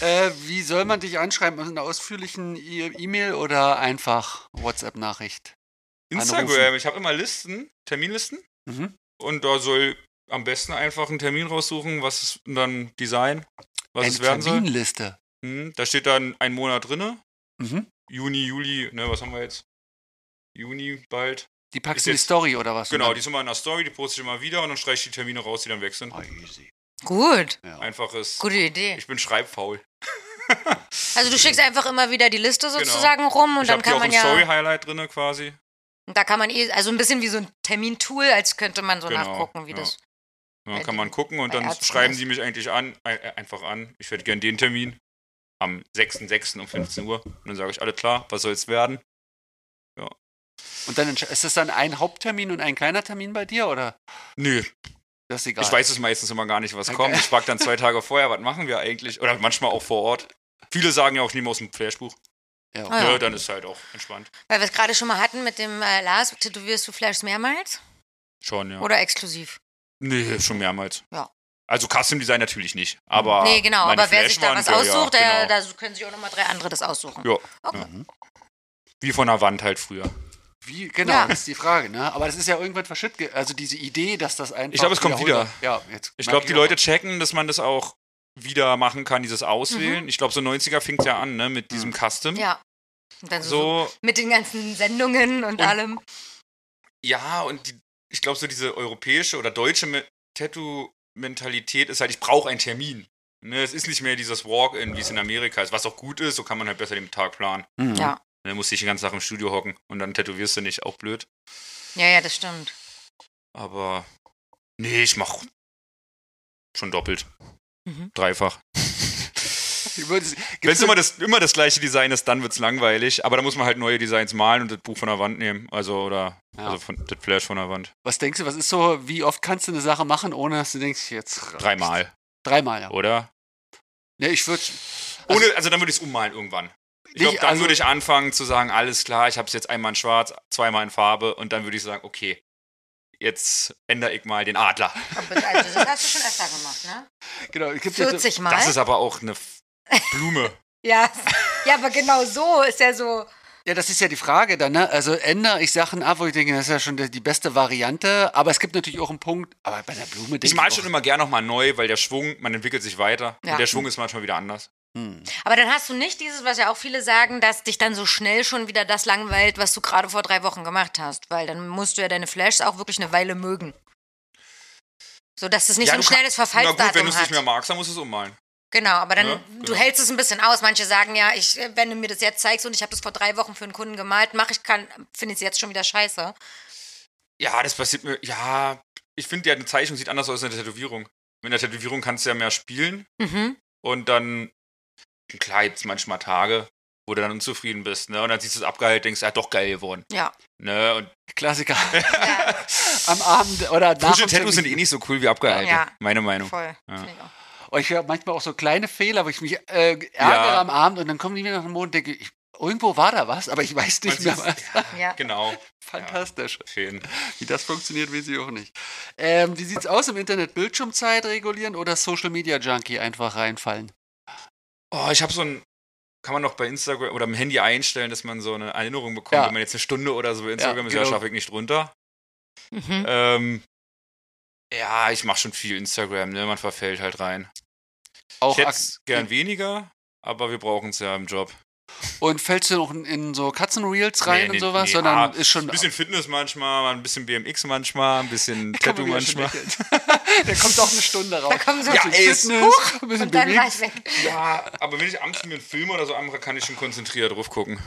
S2: Äh, wie soll man dich anschreiben? In einer ausführlichen E- E-Mail oder einfach WhatsApp-Nachricht?
S3: Instagram,
S2: Anrufen.
S3: ich habe immer Listen, Terminlisten.
S2: Mhm.
S3: Und da soll am besten einfach einen Termin raussuchen, was es und dann Design, was
S2: Eine
S3: es werden soll.
S2: Terminliste.
S3: Hm, da steht dann ein Monat drinne.
S2: Mhm.
S3: Juni, Juli, ne, was haben wir jetzt? Juni bald.
S2: Die packst
S3: Ist
S2: du in die
S3: jetzt-
S2: Story oder was?
S3: Genau,
S2: Und
S3: die ist immer in der Story, die poste ich immer wieder und dann streiche ich die Termine raus, die dann weg sind.
S2: dann- Ah, easy.
S1: Gut,
S2: Ja.
S3: Einfaches.
S1: gute Idee.
S3: Ich bin schreibfaul.
S1: Also du schickst einfach immer wieder die Liste sozusagen rum und
S3: Genau. ich
S1: dann
S3: habe die
S1: kann
S3: auch
S1: man
S3: im
S1: ja,
S3: Story-Highlight drin quasi.
S1: da kann man eh, also ein bisschen wie so ein Termintool, als könnte man so
S3: Genau,
S1: nachgucken, wie
S3: ja.
S1: das.
S3: Und dann
S1: Bei
S3: kann man
S1: den-
S3: gucken und
S1: Äh, bei
S3: dann
S1: Ärzten
S3: schreiben
S1: ist-
S3: die mich eigentlich an, ein- äh, einfach an. Ich hätte gern den Termin am 6.6. um 15 Uhr. Und dann sage ich, alles klar, was soll's werden?
S2: Und dann entsch- ist das dann ein Haupttermin und ein kleiner Termin bei dir oder
S3: Nö,
S2: das ist egal?
S3: ich weiß es meistens immer gar nicht, was
S2: Okay.
S3: kommt. Ich frage
S1: (laughs)
S3: dann zwei Tage vorher, was machen wir eigentlich? Oder manchmal auch vor Ort. Viele sagen ja auch, ich nehme aus dem Flashbuch.
S2: Ja.
S1: Ah, ja.
S3: Ne, dann ist halt auch entspannt.
S1: Weil wir es gerade schon mal hatten mit dem äh, Lars, tätowierst du Flashs mehrmals?
S3: Schon, ja.
S1: Oder exklusiv?
S3: Nee, schon mehrmals.
S1: Ja.
S3: Also Custom Design natürlich nicht, aber
S1: nee, genau,
S3: Ah, meine
S1: aber wer sich da
S3: Flashwand,
S1: was
S3: ja,
S1: aussucht,
S3: ja,
S1: der-
S3: genau.
S1: da können sich auch nochmal drei andere das aussuchen.
S3: Ja,
S1: Okay.
S3: ja. Wie von der Wand halt früher.
S2: Wie, genau,
S1: Ja.
S2: das ist die Frage, ne? Aber das ist ja irgendwann verschütt. ge- Also diese Idee, dass das einfach.
S3: Ich glaub, es kommt
S2: wiederholt- Ja, jetzt
S3: Ich
S2: mag
S3: glaube, die
S2: auch-
S3: Leute checken, dass man das auch wieder machen kann, dieses Auswählen. Ich glaube, so 90er fing's ja an, ne, mit diesem Custom.
S1: Mhm. Ja. also Und dann so, so
S3: So,
S1: mit den ganzen Sendungen und,
S3: Und- mhm.
S1: allem.
S3: ja, und die, ich glaube, so diese europäische oder deutsche Me- Tattoo-Mentalität ist halt, ich brauche einen Termin. Ne, es ist nicht mehr dieses Walk-In, wie es in Amerika ist, was auch gut ist, so kann man halt besser den Tag planen.
S2: Mhm.
S1: Ja.
S3: Ne, musst nicht den ganzen Tag im Studio hocken und dann tätowierst du nicht, auch blöd.
S1: Ja, ja, das stimmt.
S3: Aber nee, ich mach schon doppelt.
S1: Mhm.
S3: Dreifach.
S2: Ich würde- gibt's
S3: Wenn es
S2: eine-
S3: immer das, immer das gleiche Design ist, dann wird's langweilig. Aber da muss man halt neue Designs malen und das Buch von der Wand nehmen. Also, oder
S2: Ja.
S3: also von, das Flash von der Wand.
S2: was denkst du, was ist so, wie oft kannst du eine Sache machen, ohne dass du denkst, jetzt.
S3: Dreimal,
S2: Dreimal, ja.
S3: oder?
S2: Ne, ich würde.
S3: Ohne, also dann würde ich es ummalen irgendwann. Ich glaube,
S2: Nicht-
S3: dann
S2: also-
S3: würde ich anfangen zu sagen, alles klar, ich habe es jetzt einmal in schwarz, zweimal in Farbe und dann würde ich sagen, okay, jetzt ändere ich mal den Adler.
S1: Aber also, das hast du schon öfter gemacht, ne?
S2: Genau, es gibt ja so-
S1: 40 Mal.
S3: Das ist aber auch eine F- Blume.
S1: ja. ja, aber genau so ist ja so.
S2: Ja, das ist ja die Frage dann, ne? Also ändere ich Sachen ab, wo ich denke, das ist ja schon die die beste Variante. Aber es gibt natürlich auch einen Punkt, aber bei der Blume denke
S3: Ich mal schon immer gern nochmal neu, weil der Schwung, man entwickelt sich weiter.
S1: Ja.
S3: Und der Schwung ist manchmal wieder anders.
S2: hm,
S1: Aber dann hast du nicht dieses, was ja auch viele sagen, dass dich dann so schnell schon wieder das langweilt, was du gerade vor drei Wochen gemacht hast. Weil dann musst du ja deine Flashs auch wirklich eine Weile mögen. So dass es nicht so ein
S3: du kann-
S1: schnelles
S3: Na gut, wenn du
S1: Verfallsdatum
S3: es nicht mehr
S1: hat.
S3: magst, dann musst du es ummalen.
S1: Genau, aber dann,
S3: Ja,
S1: du
S3: genau.
S1: hältst es ein bisschen aus. Manche sagen ja, ich, äh, wenn du mir das jetzt zeigst und ich habe das vor drei Wochen für einen Kunden gemalt, mache ich kann, finde ich es jetzt schon wieder scheiße.
S3: Ja, das passiert mir. Ja, ich finde ja, eine Zeichnung sieht anders aus als eine Tätowierung. Mit einer Tätowierung kannst du ja mehr spielen
S1: Mhm.
S3: und dann, klar, gibt es manchmal Tage, wo du dann unzufrieden bist, ne? Und dann siehst du es abgeheilt, denkst, ja, doch geil geworden. (laughs)
S1: Ja.
S3: Ne? Und (laughs)
S2: Klassiker. (laughs)
S1: ja.
S2: Am Abend oder nach
S3: frische
S2: dem
S3: Tattoos sind
S2: Termin.
S3: eh nicht so cool wie abgeheilte.
S1: Ja.
S3: Meine Meinung.
S1: Voll.
S3: Ja.
S1: Finde ich auch.
S2: Und Oh, ich höre manchmal auch so kleine Fehler, wo ich mich äh, ärgere
S3: Ja.
S2: am Abend und dann kommen die wieder nach dem Mond und denke, ich, irgendwo war da was, aber (laughs) ich weiß nicht mehr
S3: Man
S2: was.
S3: sieht's- (laughs) ja,
S1: Ja.
S3: Genau.
S2: Fantastisch.
S3: Schön.
S2: Wie das funktioniert, weiß ich auch nicht. Ähm, wie sieht's aus im Internet? Bildschirmzeit regulieren oder Social Media Junkie einfach reinfallen?
S3: Oh, ich habe so ein. Kann man noch bei Instagram oder im Handy einstellen, dass man so eine Erinnerung bekommt,
S2: Ja.
S3: wenn man jetzt eine Stunde oder so bei Instagram ist, ja,
S2: genau.
S3: schaffe ich nicht runter.
S1: Mhm.
S3: Ähm, ja, ich mache schon viel Instagram, ne? Man verfällt halt rein.
S2: Auch
S3: Ich hätte gern
S2: ak-
S3: weniger, aber wir brauchen es ja im Job.
S2: Und fällst du noch in, in so Katzenreels rein
S3: Nee, nee,
S2: und sowas,
S3: nee,
S2: sondern
S3: ah,
S2: ist schon
S3: Ein bisschen Fitness manchmal, ein bisschen BMX manchmal, ein
S2: (laughs)
S3: bisschen
S2: Guck
S3: Tattoo
S2: mal, wie er schon
S3: manchmal.
S2: (laughs) lächelt. Der kommt auch eine Stunde raus.
S1: Da kommen so
S2: ja,
S1: ein
S2: ey,
S1: bisschen
S2: Fitness, ein bisschen
S1: Und dann war ich
S2: bewegt.
S1: weg.
S3: Ja, aber wenn ich abends mir einen Film oder so anmache, kann ich schon konzentriert drauf gucken.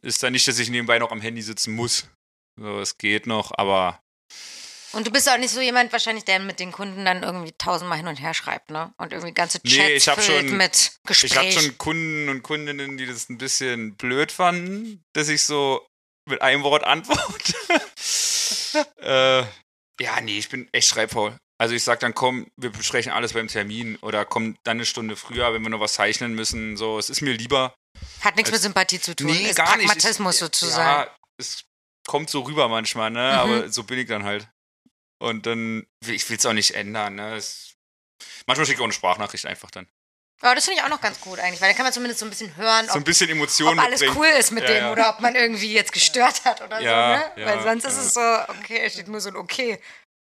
S3: Ist dann nicht, dass ich nebenbei noch am Handy sitzen muss. So, es geht noch, aber
S1: Und du bist auch nicht so jemand wahrscheinlich, der mit den Kunden dann irgendwie tausendmal hin und her schreibt, ne? Und irgendwie ganze Chats
S3: Nee, ich hab
S1: füllt
S3: schon-
S1: mit
S3: Ich habe
S1: Gesprächen.
S3: schon Kunden und Kundinnen, die das ein bisschen blöd fanden, dass ich so mit einem Wort antworte. (laughs) äh, ja, nee, ich bin echt schreibfaul. Also ich sag dann, komm, wir besprechen alles beim Termin oder komm dann eine Stunde früher, wenn wir noch was zeichnen müssen. So, es ist mir lieber.
S1: Hat nichts
S3: äh,
S1: mit Sympathie zu tun. ist Pragmatismus
S3: Ich-
S1: sozusagen. Mhm.
S3: Ja, es kommt so rüber manchmal, ne? Aber so bin ich dann halt. Und dann, ich will es auch nicht ändern, ne? Es, manchmal schicke ich auch eine Sprachnachricht einfach dann.
S1: Aber das finde ich auch noch ganz gut eigentlich, weil dann kann man zumindest so ein bisschen hören,
S3: So ein
S1: ob,
S3: bisschen
S1: ob
S3: Emotionen
S1: alles
S3: mitbringen.
S1: cool ist mit
S3: Ja,
S1: dem
S3: ja.
S1: oder ob man irgendwie jetzt gestört hat oder
S3: Ja,
S1: so, ne?
S3: ja,
S1: weil sonst ist
S3: ja.
S1: es so, okay, es steht nur so ein Okay.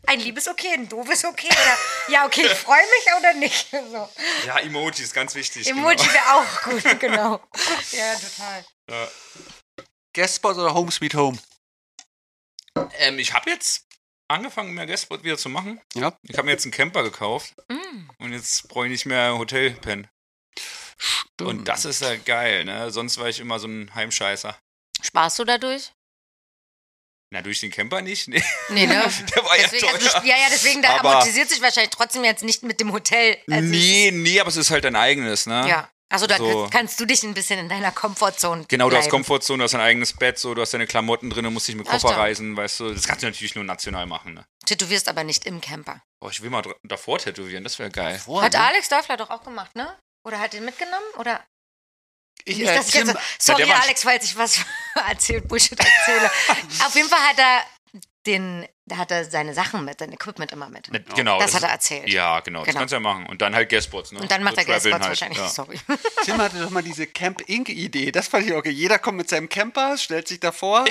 S1: Ein liebes Okay, ein doofes Okay oder ja, okay, ich freue mich oder nicht. (laughs)
S3: Genau.
S1: So.
S3: Ja, Emojis, ganz wichtig.
S1: Emoji
S3: Genau.
S1: wäre auch gut, (laughs) genau. Ja, total.
S3: Ja.
S2: Guestspot oder Home Sweet Home?
S3: Ähm, ich habe jetzt angefangen, mehr Guestspot wieder zu machen.
S2: Ja.
S3: Ich habe mir jetzt einen Camper gekauft
S1: Mm.
S3: und jetzt brauche ich nicht mehr Hotelpen.
S2: Mm.
S3: Und das ist ja geil, ne? Sonst war ich immer so ein Heimscheißer.
S1: Sparst du dadurch?
S3: Na, durch den Camper nicht? (laughs) Nee,
S1: Nee, ne?
S3: der war ja
S1: Deswegen,
S3: teuer.
S1: also, ja, ja, deswegen, da
S3: Aber-
S1: amortisiert sich wahrscheinlich trotzdem jetzt nicht mit dem Hotel. Also,
S3: nee, nee, aber es ist halt dein eigenes, ne?
S1: Ja. Also da
S3: So.
S1: kannst du dich ein bisschen in deiner Komfortzone
S3: Genau, du
S1: bleiben.
S3: hast Komfortzone, du hast dein eigenes Bett, so, du hast deine Klamotten drin, du musst nicht mit
S1: Das
S3: Koffer
S1: stimmt.
S3: reisen, weißt du. Das kannst du natürlich nur national machen, ne?
S1: Tätowierst aber nicht im Camper.
S3: Oh, ich will mal dr- davor tätowieren, das wäre geil.
S2: Boah,
S1: Hat
S2: ne?
S1: Alex Dörfler doch auch gemacht, ne? Oder hat ihn mitgenommen? Oder
S2: ich,
S1: nicht,
S2: äh,
S1: dass ich jetzt, (laughs)
S2: Tim,
S1: so- sorry,
S3: der war-
S1: Alex, falls ich was (laughs) erzählt, Bullshit
S3: (laughs)
S1: erzähle. Auf jeden Fall hat er den, da hat er seine Sachen mit, sein Equipment immer mit.
S3: Na, Genau.
S1: das hat
S3: ist-
S1: er erzählt.
S3: Ja, genau, das
S1: Genau.
S3: kannst du ja machen. Und dann halt Guestbots, ne?
S1: Und dann macht
S3: So
S1: er Guestbots
S3: traveln halt,
S1: wahrscheinlich.
S3: ja.
S1: Sorry. (laughs)
S2: Tim hatte doch mal diese Camp Inc. Idee. Das fand ich okay. Jeder kommt mit seinem Camper, stellt sich
S3: (laughs)
S2: davor,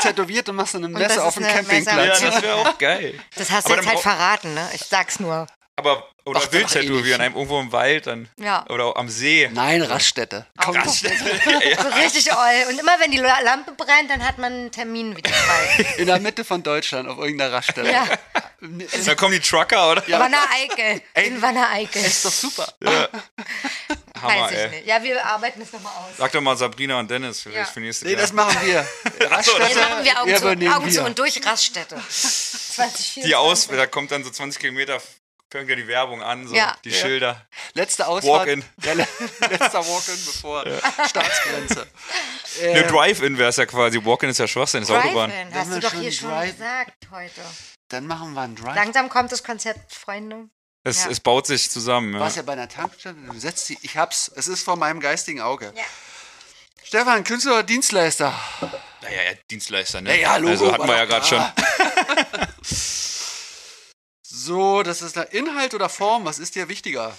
S2: tätowiert und macht so eine
S1: das
S2: Messe
S1: ist
S2: auf dem
S1: eine
S2: Campingplatz.
S1: Messe.
S3: Ja, das
S1: (laughs)
S3: wäre auch geil.
S1: Das hast du
S3: Aber
S1: jetzt
S3: dann
S1: halt
S3: brau-
S1: verraten, ne? Ich sag's nur.
S3: Aber, oder
S2: Ach,
S3: wild
S2: ach, ähnlich.
S3: tätowieren, einem irgendwo im Wald dann.
S1: Ja.
S3: Oder auch am See.
S2: Nein, Raststätte. Komm,
S1: So richtig oll. Und immer wenn die La- Lampe brennt, dann hat man einen Termin wieder
S3: (laughs)
S1: frei.
S2: in der Mitte von Deutschland auf irgendeiner Raststätte.
S1: Ja.
S3: Dann kommen die Trucker, oder?
S1: Wanne Eickel. In Wanne Eickel.
S2: Ist doch super.
S1: Weiß
S3: Hammer,
S1: ich
S3: ey.
S1: nicht. Ja, wir arbeiten das nochmal aus.
S3: Sag doch mal Sabrina und Dennis vielleicht
S1: Ja.
S3: für nächste
S2: Nee, das
S3: Jahr.
S2: machen wir.
S1: Das
S2: Raststätte
S1: machen wir Augen, zu,
S2: übernehmen
S1: Augen zu
S2: wir.
S1: und durch Raststätte. 2024.
S3: Die aus, da kommt dann so 20 Kilometer, fängt ja die Werbung an, so
S1: Ja.
S3: die Schilder.
S2: Letzte Ausfahrt.
S3: Walk-in.
S2: Ja, le (laughs) letzter Walk-in bevor Staatsgrenze.
S3: Ne, Drive-In wäre es ja quasi. Walk-in ist ja Schwachsinn, ist Autobahn.
S1: Drive-In,
S2: Wenn
S1: hast du
S2: wir
S1: doch
S2: schon
S1: hier schon
S2: drive-
S1: gesagt heute.
S2: Dann machen wir einen Drive.
S1: Langsam kommt das Konzept, Freunde.
S3: Es,
S1: Ja.
S3: es baut sich zusammen.
S2: Du
S3: Ja.
S2: warst ja bei einer Tankstelle, du setzt sie. Ich hab's. Es ist vor meinem geistigen Auge.
S1: Ja.
S2: Stefan, Künstler oder Dienstleister?
S3: Naja, ja, Dienstleister, ne?
S2: Ja, ja, Logo
S3: also
S2: war
S3: hatten wir ja
S2: doch
S3: gerade schon.
S2: (laughs) So, das ist da Inhalt oder Form, was ist dir wichtiger?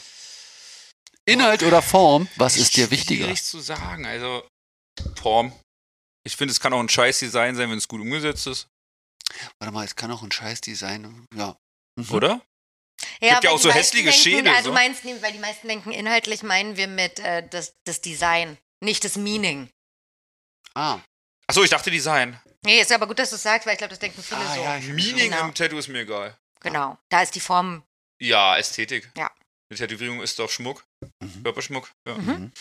S2: Inhalt oder Form, was ist dir wichtiger?
S3: Schwierig zu sagen. Also, Form. Ich finde, es kann auch ein scheiß Design sein, wenn es gut umgesetzt ist,
S2: Warte mal, es kann auch ein Scheißdesign. Ja. Mhm.
S3: oder? Gibt ja
S1: weil
S3: auch
S1: die
S3: so
S1: meisten
S3: hässliche
S1: denken,
S3: Schädel,
S1: Also
S3: so.
S1: meinst, nee, weil die meisten denken, inhaltlich meinen wir mit äh, das, das Design, nicht das Meaning.
S2: Ah.
S3: Achso, ich dachte Design.
S1: Nee, ist aber gut, dass du es sagst, weil ich glaube, das denken viele
S2: ah
S1: so.
S2: ja, ich hab
S3: Meaning
S1: Genau.
S3: im Tattoo ist mir egal.
S1: Genau. Da ist die Form.
S3: Ja, Ästhetik.
S1: Ja.
S3: Die Tätowierung ist doch Schmuck,
S2: Mhm.
S3: Körperschmuck. Ja.
S1: Mhm.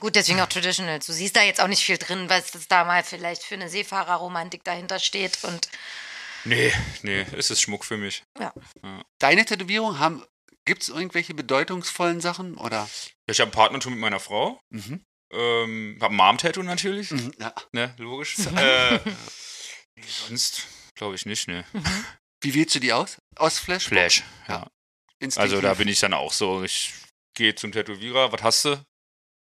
S1: Gut, deswegen auch Traditionals. Du siehst da jetzt auch nicht viel drin, was das da mal vielleicht für eine Seefahrerromantik dahinter steht. Und
S3: Nee, nee, es ist Schmuck für mich.
S2: Deine Tätowierung haben. Gibt es irgendwelche bedeutungsvollen Sachen? Oder?
S3: Ja, ich habe ein Partnertum mit meiner Frau.
S2: Mhm.
S3: Ähm, hab ein Mom-Tattoo natürlich.
S2: Mhm. Ja.
S3: Ne,
S2: (laughs)
S3: logisch. äh, nee, sonst glaube ich nicht,
S2: (laughs)
S3: ne.
S2: Wie wählst du die aus? Aus Flash?
S3: Flash, ja.
S2: Instinktiv?
S3: Also da bin ich dann auch so, ich gehe zum Tätowierer, was hast du?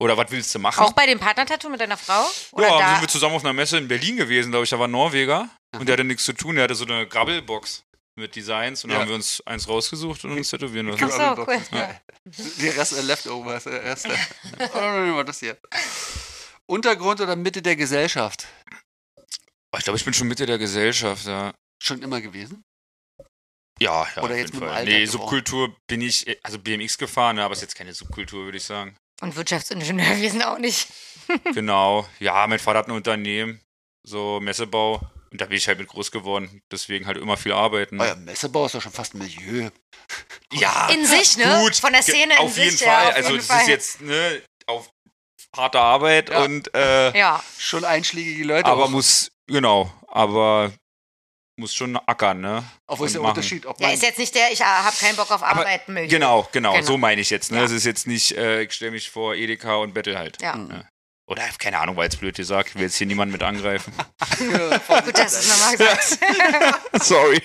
S3: Oder was willst du machen?
S1: auch bei dem Partnertattoo mit deiner Frau? Oder
S3: ja,
S1: da?
S3: sind wir zusammen auf einer Messe in Berlin gewesen, glaube ich, da war ein Norweger und der hatte nichts zu tun, der hatte so eine Grabbelbox mit Designs und da
S2: Ja.
S3: haben wir uns eins rausgesucht und uns tätowieren
S1: Ach
S3: lassen.
S1: so,
S2: Robin Box
S1: cool.
S2: ist geil. Der Rest der Leftovers. Der Rest der (laughs) oh, nehmen wir das hier. Untergrund oder Mitte der Gesellschaft?
S3: Oh, ich glaube, ich bin schon Mitte der Gesellschaft, ja.
S2: Schon immer gewesen?
S3: Ja,
S2: Oder
S3: ja, auf
S2: jetzt
S3: jeden
S2: mit dem
S3: Fall.
S2: Alter
S3: Nee,
S2: geworden.
S3: Subkultur bin ich, äh, also BMX gefahren, ne, aber ist jetzt keine Subkultur, würde ich sagen.
S1: Und Wirtschaftsingenieurwesen auch nicht.
S3: genau, ja, mein Vater hat ein Unternehmen, so Messebau und da bin ich halt mit groß geworden, deswegen halt immer viel arbeiten.
S2: Euer Messebau ist doch schon fast Milieu.
S3: Ja,
S1: In sich, ne?
S3: Ah, Gut,
S1: Von der
S3: ge-
S1: Szene in
S3: auf
S1: sich,
S3: jeden
S1: ja,
S3: Fall.
S1: auf
S3: also
S1: jeden
S3: das
S1: Fall.
S3: ist jetzt ne, auf harte Arbeit
S2: Ja.
S3: und äh,
S1: Ja.
S2: Schon einschlägige Leute.
S3: aber
S2: auch.
S3: muss genau, aber muss schon ackern, ne?
S2: Obwohl ist der
S3: und machen.
S2: Unterschied, ob
S1: Ja,
S2: man.
S1: ist jetzt nicht der, ich habe keinen Bock auf Arbeit, Müll.
S3: Genau, genau,
S1: Genau.
S3: so meine ich jetzt. Ne,
S1: Ja.
S3: es ist jetzt nicht, äh, ich stelle mich vor Edeka und Battle halt.
S1: Ja.
S3: Ne? Oder keine Ahnung, war jetzt blöd gesagt, ich will jetzt hier niemanden
S1: (laughs)
S3: mit angreifen.
S1: Gut, dass du es nochmal gesagt hast.
S3: (laughs) Sorry.